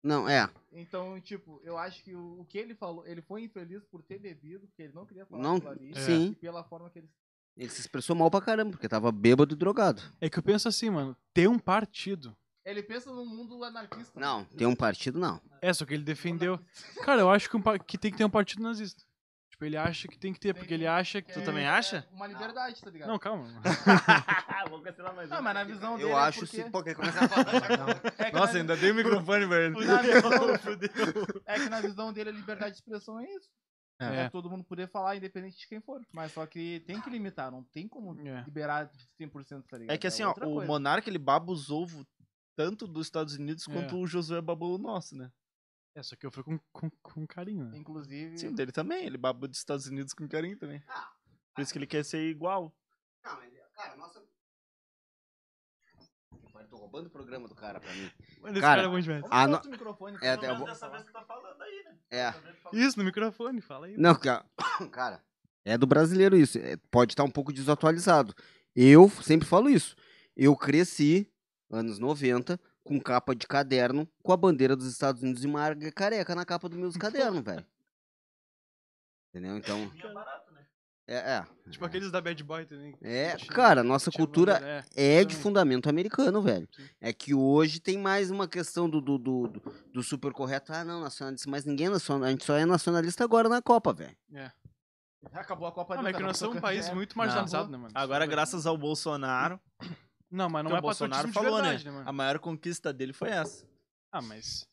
Speaker 4: Não, é.
Speaker 2: Então, tipo, eu acho que o, o que ele falou, ele foi infeliz por ter bebido, porque ele não queria falar
Speaker 4: Não-
Speaker 2: aquilo ali,
Speaker 3: É.
Speaker 4: sim.
Speaker 2: e pela forma que ele
Speaker 4: Ele se expressou mal pra caramba, porque tava bêbado e drogado.
Speaker 3: É que eu penso assim, mano. Ter um partido.
Speaker 2: Ele pensa num mundo anarquista. né?
Speaker 4: Não, tem um partido, não.
Speaker 3: É, só que ele defendeu. Cara, eu acho que, um pa- que tem que ter um partido nazista. Tipo, ele acha que tem que ter, porque ele acha que.
Speaker 1: Tu também acha?
Speaker 2: É, Uma liberdade, tá ligado?
Speaker 3: Não, calma. mano.
Speaker 1: Ah, Vou cancelar mais um.
Speaker 2: Não, mas na visão dele
Speaker 4: Eu
Speaker 2: é
Speaker 4: acho
Speaker 2: porque...
Speaker 4: se. Pô, quer começar a falar.
Speaker 2: É que
Speaker 1: Nossa,
Speaker 2: na-
Speaker 1: ainda dei o microfone, velho.
Speaker 2: Na visão-
Speaker 1: Fudeu.
Speaker 2: É que na visão dele a liberdade de expressão é isso. É.
Speaker 3: É.
Speaker 2: todo mundo poder falar, independente de quem for. Mas só que tem que limitar, não tem como
Speaker 3: É.
Speaker 2: liberar 100%, tá ligado?
Speaker 1: É que assim, ó,
Speaker 2: outra
Speaker 1: o
Speaker 2: coisa.
Speaker 1: Monarca ele baba os ovos tanto dos Estados Unidos
Speaker 3: É.
Speaker 1: quanto o Josué babou o nosso, né?
Speaker 3: É, só que eu fui com, com, com carinho. Né?
Speaker 2: Inclusive,
Speaker 1: Sim, o dele também. Ele babou dos Estados Unidos com carinho também. Por isso que ele quer ser igual.
Speaker 4: Não, mas, cara, nossa. Eu tô tá roubando o programa do cara pra mim.
Speaker 3: Mano, esse cara,
Speaker 4: Cara,
Speaker 3: é bom demais.
Speaker 4: Ah, não-
Speaker 2: o microfone.
Speaker 4: É, eu vou-
Speaker 1: que tá falando aí, né?
Speaker 4: É.
Speaker 3: Isso, no microfone, fala aí.
Speaker 4: Não, cara. cara, é do brasileiro isso. É, pode estar um pouco desatualizado. Eu sempre falo isso. Eu cresci, anos 90, com capa de caderno, com a bandeira dos Estados Unidos e uma águia careca na capa dos meus cadernos, velho. Entendeu? Então. É, é.
Speaker 3: Tipo aqueles da Bad Boy também.
Speaker 4: É,
Speaker 3: Tinha-
Speaker 4: cara, nossa
Speaker 3: tinha
Speaker 4: cultura
Speaker 3: banda, é.
Speaker 4: é de
Speaker 3: Sim.
Speaker 4: fundamento americano, velho.
Speaker 3: Sim.
Speaker 4: É que hoje tem mais uma questão do, do, do, do- do super correto. Ah, não, nacionalista, mas ninguém é nacionalista. A gente só é nacionalista agora na Copa, velho.
Speaker 2: Acabou a Copa
Speaker 3: Ah,
Speaker 2: do
Speaker 3: mas é que nós somos um país muito marginalizado, né, mano?
Speaker 1: Agora, graças ao Bolsonaro,
Speaker 3: Não, mas não
Speaker 1: que
Speaker 3: é
Speaker 1: o Bolsonaro
Speaker 3: patriotismo de
Speaker 1: falou,
Speaker 3: verdade, né,
Speaker 1: né?
Speaker 3: mano?
Speaker 1: A maior conquista dele foi essa.
Speaker 3: Ah, mas.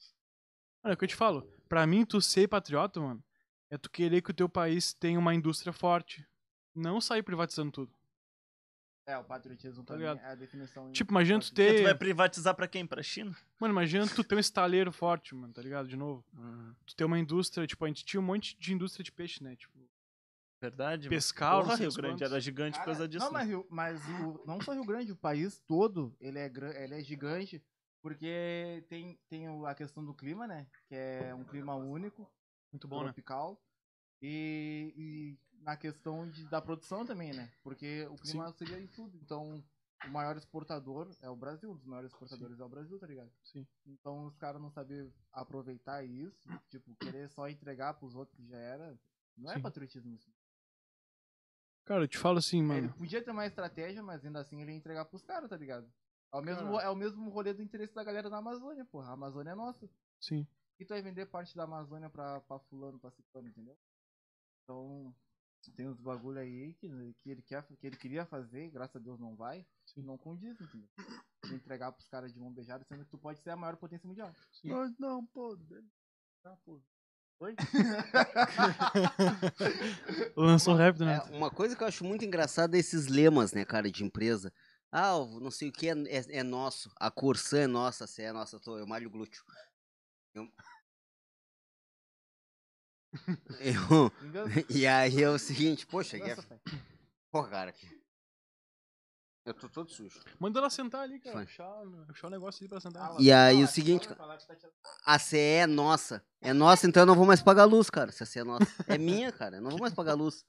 Speaker 3: Mano, é o que eu te falo. Pra mim, tu ser patriota, mano, é tu querer que o teu país tenha uma indústria forte. Não sair privatizando tudo.
Speaker 2: É, o patriotismo
Speaker 3: Tá
Speaker 2: também
Speaker 3: ligado?
Speaker 2: é a definição.
Speaker 3: Tipo, imagina tu
Speaker 1: E tu vai
Speaker 3: ter.
Speaker 1: privatizar pra quem? Pra China?
Speaker 3: Mano, imagina tu ter um estaleiro forte, mano, tá ligado? De novo.
Speaker 1: Uhum.
Speaker 3: Tu ter uma indústria, tipo, a gente tinha um monte de indústria de peixe, né? Tipo,
Speaker 1: Verdade? mano.
Speaker 3: pescar,
Speaker 1: Porra,
Speaker 3: não sei
Speaker 1: Rio
Speaker 3: os
Speaker 1: Grande
Speaker 3: quantos.
Speaker 1: era gigante por causa disso.
Speaker 2: Não,
Speaker 1: né?
Speaker 2: mas, Rio, mas o, não só Rio Grande, o país todo, ele é, gran- ele é gigante, porque tem, tem o- a questão do clima, né? Que é um clima único.
Speaker 3: Muito
Speaker 1: Uhum.
Speaker 3: bom, né?
Speaker 2: tropical. E, e na questão de- da produção também, né? Porque o clima seria em tudo. Então, o maior exportador é o Brasil. Um dos maiores exportadores é o Brasil, tá ligado?
Speaker 3: Sim.
Speaker 2: Então, os caras não sabem aproveitar isso. Tipo, querer só entregar pros outros que já era. Não é
Speaker 3: Sim.
Speaker 2: patriotismo isso.
Speaker 3: Cara, eu te falo assim,
Speaker 2: Ele
Speaker 4: É.
Speaker 3: mano.
Speaker 2: podia ter uma estratégia, mas ainda assim ele ia entregar pros caras, tá ligado? É o, mesmo,
Speaker 3: Cara.
Speaker 2: é o mesmo rolê do interesse da galera da Amazônia, porra. A Amazônia é nossa.
Speaker 3: Sim.
Speaker 2: E tu vai vender parte da Amazônia pra, pra fulano, pra ciclano, entendeu? Então, tem uns bagulho aí que, que, ele quer, que ele queria fazer, graças a Deus não vai, e não condiz, entendeu? Tu entregar pros caras de mão beijada, sendo que tu pode ser a maior potência mundial.
Speaker 1: Nós não podemos.
Speaker 2: Tá,
Speaker 3: Lançou né? rap do
Speaker 4: É,
Speaker 3: nada.
Speaker 4: uma coisa que eu acho muito engraçada é esses lemas, né, cara, de empresa. Ah, o não sei o que é, é- é nosso. A Corsã é nossa, se é nossa, eu, tô, eu malho glúteo. Eu... Eu-
Speaker 2: Entendeu?
Speaker 4: E aí é o seguinte, poxa, que é...
Speaker 2: Nossa, pai.
Speaker 4: Pô, cara. que- Eu tô todo sujo.
Speaker 3: Manda ela sentar ali, cara.
Speaker 4: Foi.
Speaker 3: Puxar, puxar o negócio ali pra sentar.
Speaker 4: E é. aí
Speaker 2: Fala,
Speaker 4: o seguinte,
Speaker 2: fala, fala é que tá te-
Speaker 4: a CE é nossa. É nossa, então eu não vou mais pagar luz, cara. Se a CE é nossa. É minha, cara. Eu não vou mais pagar luz.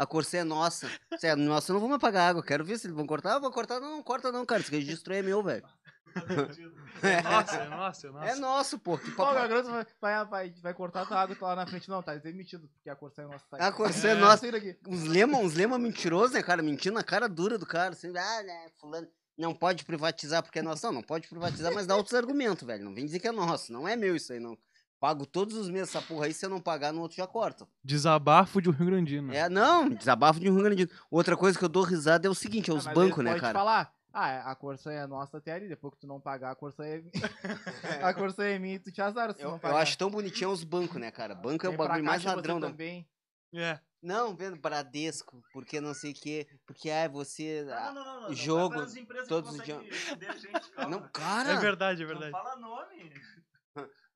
Speaker 4: A Corsé é nossa. Se é nossa, eu não vou mais pagar água. Quero ver se eles vão cortar. Ah, vou cortar. Não, não corta não, cara. Esse registro aí é meu, velho.
Speaker 3: É nossa, é nossa, é nossa.
Speaker 4: É nosso, pô. Que
Speaker 2: Ó, o
Speaker 4: papai...
Speaker 2: garoto vai, vai, vai, vai cortar tua água e tá lá na frente. Não, tá demitido, porque a Corsã é nossa. Tá
Speaker 4: A Corsã é
Speaker 3: É.
Speaker 4: nossa.
Speaker 2: Sai daqui.
Speaker 4: Uns lema, uns lema mentiroso, né, cara? Mentindo na cara dura do cara. Assim, ah, né, fulano... Não pode privatizar porque é nosso. Não, não pode privatizar, mas dá outros argumentos, velho. Não vem dizer que é nosso. Não é meu isso aí, não. Pago todos os meses essa porra aí. Se eu não pagar, no outro já corta.
Speaker 3: Desabafo de um Rio Grandino.
Speaker 4: É, não, desabafo de um Rio Grande. do Sul. Outra coisa que eu dou risada é o seguinte, é
Speaker 2: Ah,
Speaker 4: os
Speaker 2: mas
Speaker 4: bancos,
Speaker 2: ele
Speaker 4: né,
Speaker 2: pode
Speaker 4: cara?
Speaker 2: falar, ah, a Corsã é nossa até ali, depois que tu não pagar, a Corsã é A Corsã é minha e tu te azar se tu
Speaker 4: Eu,
Speaker 2: não pagar.
Speaker 4: eu acho tão bonitinho os bancos, né, cara? Banco é o
Speaker 2: Vem pra
Speaker 4: bagulho mais
Speaker 2: Caixa,
Speaker 4: ladrão
Speaker 2: você
Speaker 4: da...
Speaker 2: também.
Speaker 3: É.
Speaker 4: Não, vendo Bradesco, porque não sei o quê, porque ai, você ah,
Speaker 1: tá. não, não,
Speaker 4: não. Jogo, Vai para as todos os conseguem não, cara.
Speaker 3: É verdade, é verdade.
Speaker 1: fala nome.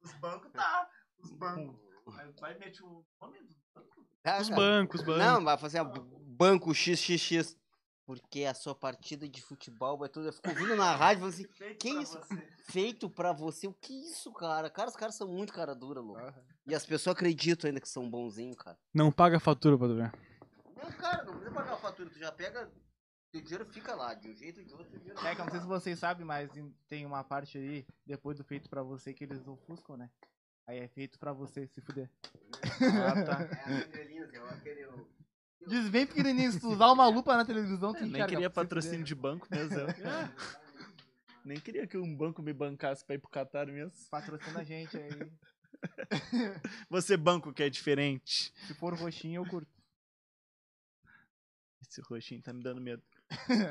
Speaker 1: Os bancos tá. Os bancos.
Speaker 4: Hum.
Speaker 1: Vai meter o nome do banco.
Speaker 4: tá,
Speaker 3: Os
Speaker 4: cara.
Speaker 3: bancos, os bancos.
Speaker 4: Não, vai fazer a b- banco XXX. Porque a sua partida de futebol vai tudo. Eu fico ouvindo na rádio falando assim, Que pra isso? feito pra você. O que é isso, cara? Cara, os caras são muito cara dura, louco.
Speaker 2: Aham.
Speaker 4: E as pessoas acreditam ainda que são bonzinhos, cara.
Speaker 3: Não paga a fatura, pra tu ver.
Speaker 4: Não, cara, não precisa pagar a fatura. Tu já pega. Teu dinheiro fica lá, de um jeito ou de outro. teu dinheiro
Speaker 2: É que eu não sei se vocês sabem, mas em- tem uma parte aí, depois do feito pra você, que eles ofuscam, né? Aí é feito pra você se fuder.
Speaker 1: Ah, tá.
Speaker 4: É a Fidelis, é aquele. o-
Speaker 2: Diz bem pequenininho, se tu usar uma lupa na televisão, tu
Speaker 1: Eu nem
Speaker 2: enxerga,
Speaker 1: queria
Speaker 2: pra se fuder.
Speaker 1: patrocínio de banco mesmo. eu-
Speaker 2: É.
Speaker 1: Nem queria que um banco me bancasse pra ir pro Qatar mesmo.
Speaker 2: Patrocina a gente aí.
Speaker 1: Você banco que é diferente.
Speaker 2: Se for roxinho, eu curto.
Speaker 1: Esse roxinho tá me dando medo.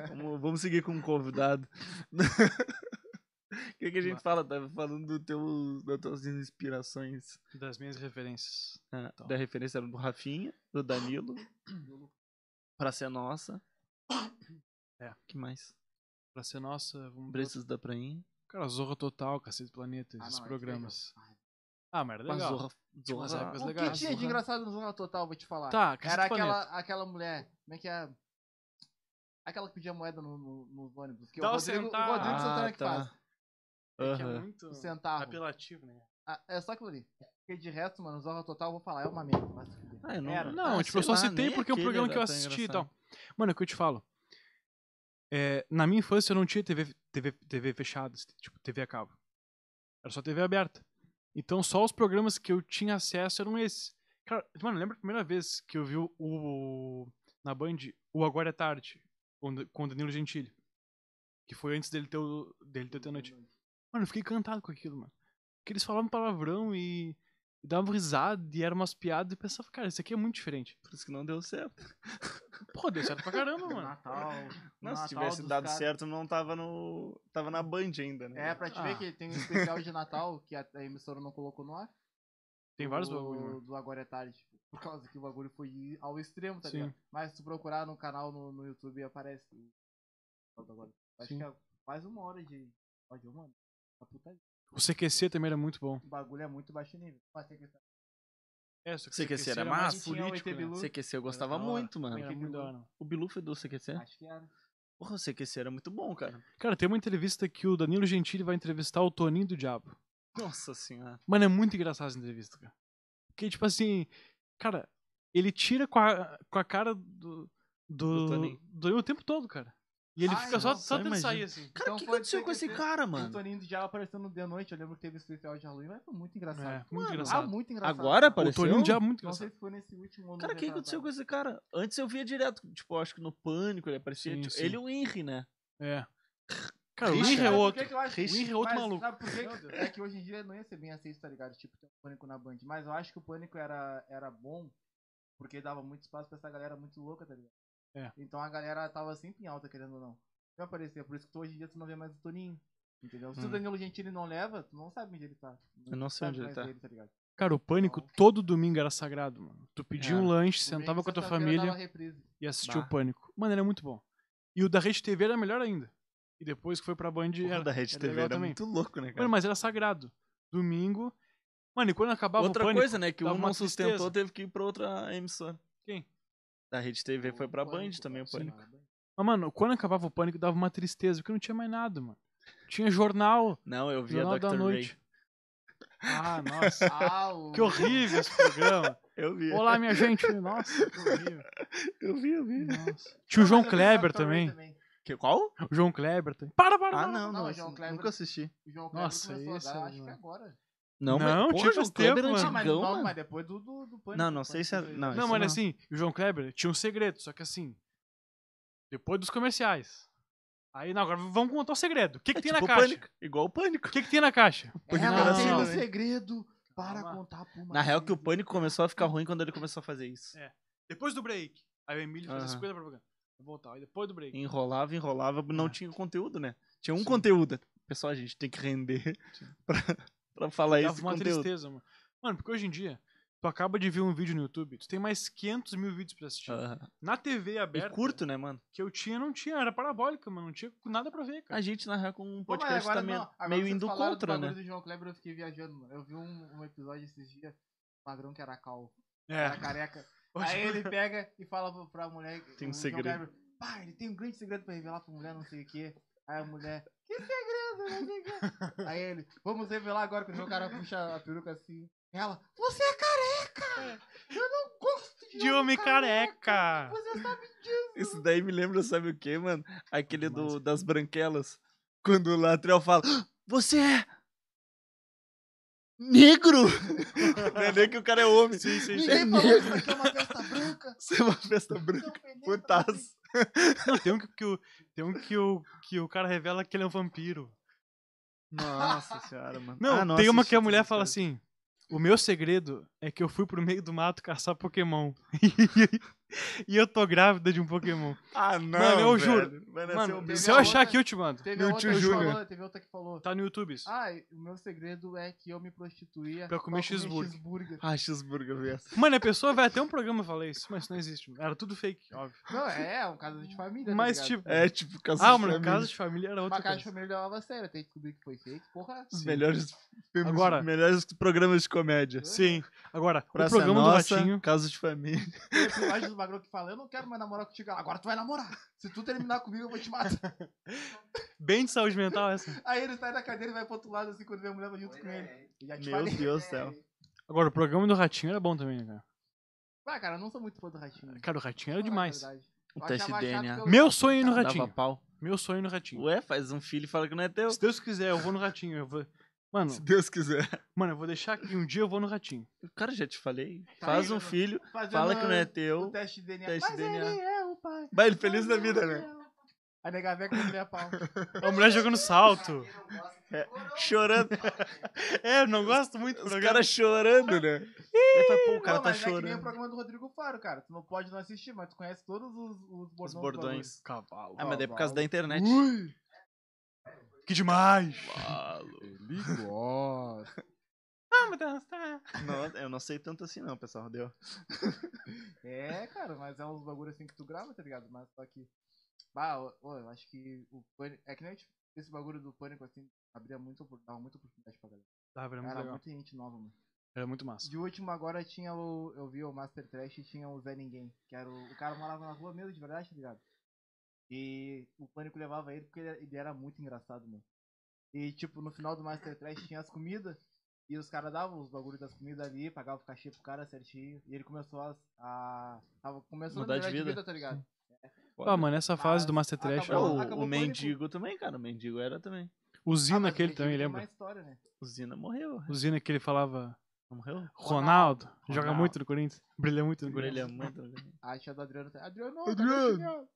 Speaker 1: Vamos, vamos seguir com o convidado. O que, que a gente fala? Tava falando do teu, das tuas inspirações.
Speaker 3: Das minhas referências.
Speaker 1: Ah,
Speaker 3: Então.
Speaker 1: Da referência era do Rafinha, do Danilo. pra ser nossa.
Speaker 3: É.
Speaker 1: que mais?
Speaker 3: Pra ser nossa, vamos ver.
Speaker 1: Bretas da Prainha.
Speaker 3: Cara, Zorra Total, Cacete do Planeta,
Speaker 2: Ah,
Speaker 3: esses
Speaker 2: não, é
Speaker 3: programas. Ah, mas era
Speaker 1: Mas
Speaker 3: legal.
Speaker 1: Zorra,
Speaker 3: umas
Speaker 1: Zorra-
Speaker 2: Tipo,
Speaker 3: épocas
Speaker 2: ah, o
Speaker 3: legais,
Speaker 2: que tinha de
Speaker 3: porra.
Speaker 2: engraçado no Zona Total, vou te falar.
Speaker 3: Tá,
Speaker 2: Era
Speaker 3: Cacete do
Speaker 2: aquela,
Speaker 3: Planeta.
Speaker 2: aquela mulher, como é que é? Aquela que pedia moeda no, no, nos ônibus. Que
Speaker 3: Dá
Speaker 2: o
Speaker 3: o
Speaker 2: Rodrigo, o
Speaker 3: centavo.
Speaker 2: Rodrigo
Speaker 3: Ah,
Speaker 2: Santana que
Speaker 1: tá.
Speaker 2: faz.
Speaker 3: É que é
Speaker 1: Aham.
Speaker 3: muito
Speaker 2: O centavo.
Speaker 3: apelativo, né?
Speaker 2: Ah, é só aquilo ali. Porque de resto, mano, Zorra Total, eu vou falar, é uma merda. Mas se fuder.
Speaker 1: Ah, eu não,
Speaker 2: Era.
Speaker 3: Não,
Speaker 1: ah,
Speaker 3: tipo,
Speaker 1: sei
Speaker 3: eu só
Speaker 1: lá,
Speaker 3: citei
Speaker 1: nem
Speaker 3: porque é um
Speaker 1: aquele
Speaker 3: programa
Speaker 1: era
Speaker 3: que eu
Speaker 1: tão
Speaker 3: assisti e
Speaker 1: engraçado.
Speaker 3: tal. Mano, é o que eu te falo. É, na minha infância eu não tinha TV, TV, TV fechada, tipo, TV a cabo. Era só TV aberta. Então só os programas que eu tinha acesso eram esses. Cara, mano, lembra a primeira vez que eu vi o, o- na Band o Agora é Tarde, com, o- com o Danilo Gentili. Que foi antes dele ter o, dele ter o Teu Noite. Mano, eu fiquei encantado com aquilo, mano. Porque eles falavam palavrão e, e davam risada e eram umas piadas e eu pensava, cara, isso aqui é muito diferente.
Speaker 1: Por isso que não deu certo.
Speaker 3: Pô, deu certo pra caramba,
Speaker 2: No
Speaker 3: mano.
Speaker 2: Natal. no
Speaker 1: Não, se
Speaker 2: Natal
Speaker 1: tivesse
Speaker 2: dos
Speaker 1: dado
Speaker 2: caras.
Speaker 1: certo, não tava no. Tava na Band ainda, né?
Speaker 2: É, pra te
Speaker 3: Ah.
Speaker 2: ver que tem um especial de Natal que a, a emissora não colocou no ar.
Speaker 3: Tem vários
Speaker 2: do-
Speaker 3: bagulho, mano.
Speaker 2: Do Agora é Tarde. Por causa que o bagulho foi ao extremo, tá
Speaker 3: Sim.
Speaker 2: ligado? Mas se tu procurar no canal no, no YouTube, aparece. o do Agora. Acho
Speaker 3: Sim.
Speaker 2: que é quase uma hora de. Ó, de uma hora. Uma putaria.
Speaker 3: O CQC também era muito bom.
Speaker 2: O bagulho é muito baixo nível. Mas tem que estar
Speaker 3: É, só
Speaker 1: CQC era
Speaker 2: mais
Speaker 1: massa.
Speaker 2: tinha o ET
Speaker 3: né?
Speaker 2: Bilu.
Speaker 1: CQC eu gostava
Speaker 3: da hora.
Speaker 1: muito, mano.
Speaker 3: Era muito da hora.
Speaker 1: O Bilu foi do
Speaker 3: É.
Speaker 1: CQC?
Speaker 2: Acho que é. era.
Speaker 1: Porra, o CQC era muito bom, cara.
Speaker 3: Cara, tem uma entrevista que o Danilo Gentili vai entrevistar o Toninho do Diabo.
Speaker 1: Nossa senhora.
Speaker 3: Mano, é muito engraçado essa entrevista, cara. Porque, tipo assim, cara, ele tira com a, com a cara do. Do,
Speaker 1: Do Toninho.
Speaker 3: Toninho o tempo todo, cara. E ele
Speaker 2: Ai,
Speaker 3: fica só,
Speaker 1: nossa,
Speaker 3: só tentando
Speaker 1: imagina.
Speaker 3: sair assim.
Speaker 1: Cara, o
Speaker 2: Então
Speaker 1: que que
Speaker 2: foi
Speaker 1: aconteceu com esse
Speaker 2: CQC.
Speaker 1: cara,
Speaker 2: O
Speaker 1: mano?
Speaker 2: Toninho do Diabo aparecendo de noite. Eu lembro que teve especial de Halloween, mas foi muito engraçado.
Speaker 3: É, muito
Speaker 2: Ah,
Speaker 3: engraçado.
Speaker 2: muito engraçado.
Speaker 1: Agora
Speaker 3: o
Speaker 1: apareceu?
Speaker 3: Toninho do Diabo é muito
Speaker 2: Não sei
Speaker 3: engraçado.
Speaker 2: se foi nesse último ano.
Speaker 1: Cara, o que que aconteceu com esse cara? Antes eu via direto, tipo, acho que no Pânico ele aparecia.
Speaker 3: Sim,
Speaker 1: tipo,
Speaker 3: sim.
Speaker 1: Ele e o Henry, né?
Speaker 3: É. Cara, o
Speaker 1: Richard.
Speaker 3: Henry é outro.
Speaker 2: O
Speaker 3: O Henry é outro maluco.
Speaker 2: Sabe por quê? É que hoje em dia não ia ser bem aceito, tá ligado? Tipo, tem um pânico na Band. Mas eu acho que o pânico era, era bom porque dava muito espaço pra essa galera muito louca, tá ligado?
Speaker 3: É.
Speaker 2: Então a galera tava sempre em alta, querendo ou não. Não aparecia. Por isso que hoje em dia tu não vê mais o Toninho. Entendeu? Se o
Speaker 1: Hum.
Speaker 2: Danilo Gentili não leva, tu não sabe onde ele tá.
Speaker 1: Eu não sei
Speaker 2: sabe
Speaker 1: onde ele
Speaker 2: mais
Speaker 1: tá.
Speaker 2: dele, tá ligado?
Speaker 3: Cara, o pânico todo domingo era sagrado, mano. Tu pedia um
Speaker 1: Era.
Speaker 3: lanche, sentava com a tua
Speaker 2: Sexta-feira
Speaker 3: família.
Speaker 2: dava reprise.
Speaker 3: e assistiu o
Speaker 1: Bah.
Speaker 3: Pânico. Mano, era muito bom. E o da Rede TV era melhor ainda. E depois que foi pra Band
Speaker 1: Porra,
Speaker 3: era.
Speaker 1: da Rede
Speaker 3: era
Speaker 1: TV
Speaker 3: legal
Speaker 1: era
Speaker 3: também.
Speaker 1: muito louco, né, cara?
Speaker 3: Mano, mas era sagrado. Domingo. Mano, e quando acabava
Speaker 1: Outra
Speaker 3: o Pânico.
Speaker 1: coisa, né? Que
Speaker 3: dava
Speaker 1: um
Speaker 3: uma
Speaker 1: não sustentou,
Speaker 3: tristeza.
Speaker 1: teve que ir pra outra emissora.
Speaker 3: Quem?
Speaker 1: Da Rede TV foi pra
Speaker 2: O
Speaker 1: Band
Speaker 2: um Pânico,
Speaker 1: também, o
Speaker 2: sim.
Speaker 1: Pânico.
Speaker 3: Mas, mano, quando acabava o Pânico dava uma tristeza, porque não tinha mais nada, mano. Tinha jornal.
Speaker 1: Não, eu via
Speaker 3: Jornal da
Speaker 1: Dr. Ray.
Speaker 3: noite. Ah, nossa.
Speaker 2: Ah, o...
Speaker 3: que horrível esse programa.
Speaker 1: Eu via.
Speaker 3: Olá, minha gente. Nossa, que horrível.
Speaker 1: Eu vi, eu vi.
Speaker 3: Nossa. Tinha o João
Speaker 2: Mas eu vi
Speaker 3: Kleber
Speaker 2: Dr. Ray
Speaker 3: também.
Speaker 1: Que, qual?
Speaker 3: O João Kleber também. Para, para,
Speaker 1: Ah,
Speaker 3: para.
Speaker 1: não,
Speaker 2: não, é
Speaker 1: não.
Speaker 2: João
Speaker 1: esse-
Speaker 2: Kleber.
Speaker 1: Nunca assisti.
Speaker 2: O João Kleber
Speaker 3: Nossa,
Speaker 2: começou a
Speaker 3: esse
Speaker 2: dar,
Speaker 3: é
Speaker 2: acho
Speaker 3: o-
Speaker 2: que agora.
Speaker 1: Não, mas-
Speaker 3: Não,
Speaker 1: porra,
Speaker 3: tinha
Speaker 1: João
Speaker 3: faz
Speaker 1: Kleber
Speaker 3: tempo,
Speaker 1: era
Speaker 3: mano.
Speaker 2: Ah, mas,
Speaker 1: antigão,
Speaker 2: não,
Speaker 1: mano.
Speaker 2: mas depois do, do, do pânico.
Speaker 1: Não, não
Speaker 2: do
Speaker 1: sei se
Speaker 2: Pânico
Speaker 1: é-
Speaker 2: dois.
Speaker 1: não,
Speaker 3: Não,
Speaker 1: Isso
Speaker 3: mano, assim, o João Kleber tinha um segredo, só que assim. Depois dos comerciais. Aí, não, agora vamos contar o segredo. O que, que
Speaker 1: É
Speaker 3: tem
Speaker 1: tipo
Speaker 3: na caixa?
Speaker 1: Pânico. Igual o Pânico.
Speaker 3: O que, que tem na caixa?
Speaker 1: Porque
Speaker 2: Ela
Speaker 1: cada
Speaker 2: tem
Speaker 1: cena,
Speaker 2: um
Speaker 1: né?
Speaker 2: segredo para
Speaker 3: Calma.
Speaker 2: contar pro
Speaker 1: Na real, que o
Speaker 2: marido.
Speaker 1: pânico começou a ficar ruim quando ele começou a fazer isso.
Speaker 3: É. Depois do break. Aí o Emílio fazia
Speaker 1: Aham.
Speaker 3: 50 propaganda. Vou voltar. Aí depois do break.
Speaker 1: Enrolava, enrolava, não tinha conteúdo, né? Tinha um
Speaker 3: Ah. Sim.
Speaker 1: conteúdo. Pessoal, a gente tem que render pra, pra falar
Speaker 3: Dava
Speaker 1: esse
Speaker 3: uma
Speaker 1: conteúdo.
Speaker 3: tristeza, mano. Mano, porque hoje em dia, tu acaba de ver um vídeo no YouTube, tu tem mais 500 mil vídeos pra assistir.
Speaker 1: Aham.
Speaker 3: Na TV
Speaker 1: Ah. E
Speaker 3: aberta,
Speaker 1: curto, né, mano?
Speaker 3: que eu tinha, não tinha. Era parabólica, mano. Não tinha nada pra ver, cara.
Speaker 1: A gente, na real, com um
Speaker 2: Pô, mas
Speaker 1: podcast
Speaker 2: agora
Speaker 1: tá me-
Speaker 2: não, agora
Speaker 1: meio
Speaker 2: vocês
Speaker 1: indo
Speaker 2: falaram do
Speaker 1: contra,
Speaker 2: bagulho
Speaker 1: né?
Speaker 2: do João Kleber eu fiquei viajando. mano. Eu vi um, um episódio esses dias, o magrão que era calvo, era
Speaker 3: É.
Speaker 2: careca.
Speaker 3: Hoje-
Speaker 2: Aí ele pega e fala pra- pra mulher.
Speaker 1: Tem um
Speaker 2: o João
Speaker 1: segredo.
Speaker 2: Kleber, Pá, ele tem um grande segredo pra revelar pra mulher, não sei o quê. Aí a mulher, que segredo, não sei o quê. Aí ele, vamos revelar agora quando o cara puxa a peruca assim. Ela, você é careca! Eu não gosto de
Speaker 3: de homem careca.
Speaker 1: Isso daí me lembra, sabe o que, mano? Aquele do, das branquelas. Quando o Latrell fala, "Ah, você é negro? Não é nem que o cara é homem. Sim, sim,
Speaker 5: Ninguém falou isso aqui é uma festa branca.
Speaker 1: Você é uma festa branca.
Speaker 5: Não penetra,
Speaker 1: Putaço.
Speaker 3: Não, tem um, que, que o, tem um que, o, que o cara revela que ele é um vampiro.
Speaker 1: Nossa senhora, mano.
Speaker 3: Não,
Speaker 1: Ah,
Speaker 3: tem uma
Speaker 1: assisti
Speaker 3: que a mulher
Speaker 1: essas
Speaker 3: fala
Speaker 1: coisas.
Speaker 3: assim: O meu segredo é que eu fui pro meio do mato caçar Pokémon. e eu tô grávida de um Pokémon.
Speaker 1: Ah, não.
Speaker 3: Mano, eu
Speaker 1: velho.
Speaker 3: juro.
Speaker 1: Mano, esse é o
Speaker 3: Mano, assim,
Speaker 1: meu-
Speaker 3: se eu
Speaker 2: a
Speaker 3: achar
Speaker 2: outra-
Speaker 3: aqui, eu te mando.
Speaker 2: Teve
Speaker 3: Meu
Speaker 2: outra
Speaker 3: tio
Speaker 2: que
Speaker 3: Júnior.
Speaker 2: falou, teve outra que falou.
Speaker 3: Tá no YouTube isso.
Speaker 2: Ah, o meu segredo é que eu me prostituía
Speaker 3: Pra comer cheeseburger."
Speaker 2: cheeseburger.
Speaker 1: Ah, cheeseburger, velho.
Speaker 3: Mano, a pessoa vai até um programa falar isso, mas isso não existe. Era tudo fake, óbvio.
Speaker 2: Não, é, é um caso de família.
Speaker 3: Mas,
Speaker 2: tá
Speaker 3: tipo.
Speaker 1: É tipo casa
Speaker 3: ah,
Speaker 1: de
Speaker 3: mano,
Speaker 1: família.
Speaker 3: casa de família era outra
Speaker 2: Uma casa de
Speaker 3: coisa.
Speaker 2: família levava a sério, tem que descobrir que foi fake, porra.
Speaker 1: Os melhores filmes,
Speaker 3: Agora-
Speaker 1: os melhores programas de comédia.
Speaker 3: Sim. Agora,
Speaker 1: Praça
Speaker 3: o programa
Speaker 1: Nossa,
Speaker 3: do Ratinho.
Speaker 1: Casa de Família.
Speaker 2: Tem episódio do Magrão que fala, eu não quero mais namorar contigo. Agora tu vai namorar. Se tu terminar comigo, eu vou te matar.
Speaker 3: Bem de saúde mental é essa.
Speaker 2: Aí ele sai da cadeira e vai pro outro lado, assim, quando vê a mulher vai junto com ele. Eu já te
Speaker 1: Meu
Speaker 2: falei.
Speaker 1: Deus do céu.
Speaker 3: Agora, o programa do Ratinho era bom também, né, cara?
Speaker 2: Vai, cara, eu não sou muito fã do Ratinho.
Speaker 3: Cara, o Ratinho era
Speaker 2: Fala a
Speaker 3: demais.
Speaker 2: verdade.
Speaker 1: O
Speaker 2: Eu
Speaker 1: teste
Speaker 2: achava chato
Speaker 1: DNA.
Speaker 2: pelo-
Speaker 3: Meu sonho é ir no
Speaker 1: Dava
Speaker 3: Ratinho.
Speaker 1: pau.
Speaker 3: Meu sonho é ir no Ratinho.
Speaker 1: Ué, faz um filho e fala que não é teu.
Speaker 3: Se Deus quiser, eu vou no Ratinho. Eu vou... Mano,
Speaker 1: Se Deus quiser.
Speaker 3: mano, eu vou deixar aqui. Um dia eu vou no Ratinho.
Speaker 1: Cara, já te falei.
Speaker 2: Tá
Speaker 1: Faz
Speaker 2: aí, Tá
Speaker 1: um
Speaker 2: mano.
Speaker 1: filho,
Speaker 2: Fazendo
Speaker 1: fala que não é
Speaker 2: O
Speaker 1: teu.
Speaker 2: teste de DNA.
Speaker 1: teste
Speaker 2: Mas
Speaker 1: de DNA.
Speaker 2: ele é o pai.
Speaker 1: Vai, ele feliz da
Speaker 2: Mas
Speaker 1: vida,
Speaker 2: ele
Speaker 1: né?
Speaker 2: é o- A nega velha com a pau.
Speaker 3: A mulher jogando salto.
Speaker 1: Chorando.
Speaker 3: É, eu não gosto muito do
Speaker 1: Os
Speaker 3: programa.
Speaker 1: caras chorando, né? Aí fala, Pô, o cara
Speaker 2: Não,
Speaker 1: tá
Speaker 2: mas É que nem o
Speaker 1: chorando.
Speaker 2: programa do Rodrigo Faro, cara. Tu não pode não assistir, mas tu conhece todos os, os bordões.
Speaker 1: Os
Speaker 2: do
Speaker 1: bordões.
Speaker 3: Cavalo.
Speaker 1: Ah, mas é por causa da internet.
Speaker 3: Ui! Que demais! Ah, meu Deus, tá.
Speaker 1: Não, eu não sei tanto assim não, pessoal. Deu.
Speaker 2: bagulho. É, cara, mas é uns bagulho assim que tu grava, tá ligado? Mas só que. Bah, ô, ô, eu acho que o pânico. É que nem tipo, esse bagulho do pânico, assim, abria muito, opor- dava muita oportunidade pra galera.
Speaker 3: Tava, era Ah, É muito
Speaker 2: Era
Speaker 3: legal.
Speaker 2: muita gente nova, mano.
Speaker 3: Era muito massa.
Speaker 2: De último agora tinha o. Eu vi o Master Trash e tinha o Zé Ninguém. Que era o, o cara morava na rua mesmo, de verdade, tá ligado? E o pânico levava ele porque ele, ele era muito engraçado, mano. E tipo, no final do Master Trash tinha as comidas. E os caras davam os bagulhos das comidas ali, pagavam o cachê pro cara certinho. E ele começou a. a tava começando
Speaker 1: Mudar
Speaker 2: a
Speaker 1: de
Speaker 2: melhorar
Speaker 1: vida.
Speaker 2: tá ligado?
Speaker 3: Ah, mano, essa fase do Master
Speaker 2: Acabou-
Speaker 3: Trash.
Speaker 1: Pô, o-
Speaker 2: acabou
Speaker 3: ó,
Speaker 1: o
Speaker 2: o pânico.
Speaker 1: mendigo também, cara. O mendigo era também.
Speaker 3: O Zina,
Speaker 2: Ah, mas
Speaker 3: aquele
Speaker 2: o
Speaker 3: também,
Speaker 2: Didi tem
Speaker 3: lembra?
Speaker 2: mais história, né?
Speaker 1: O Zina morreu.
Speaker 3: O Zina que ele falava.
Speaker 1: Não morreu?
Speaker 3: Ronaldo, joga
Speaker 1: Ronaldo.
Speaker 3: muito no Corinthians. Brilha muito no
Speaker 1: Ele é
Speaker 3: Corinthians.
Speaker 1: muito...
Speaker 2: A tia do Adriano. tá- Adriano, não,
Speaker 3: Adriano!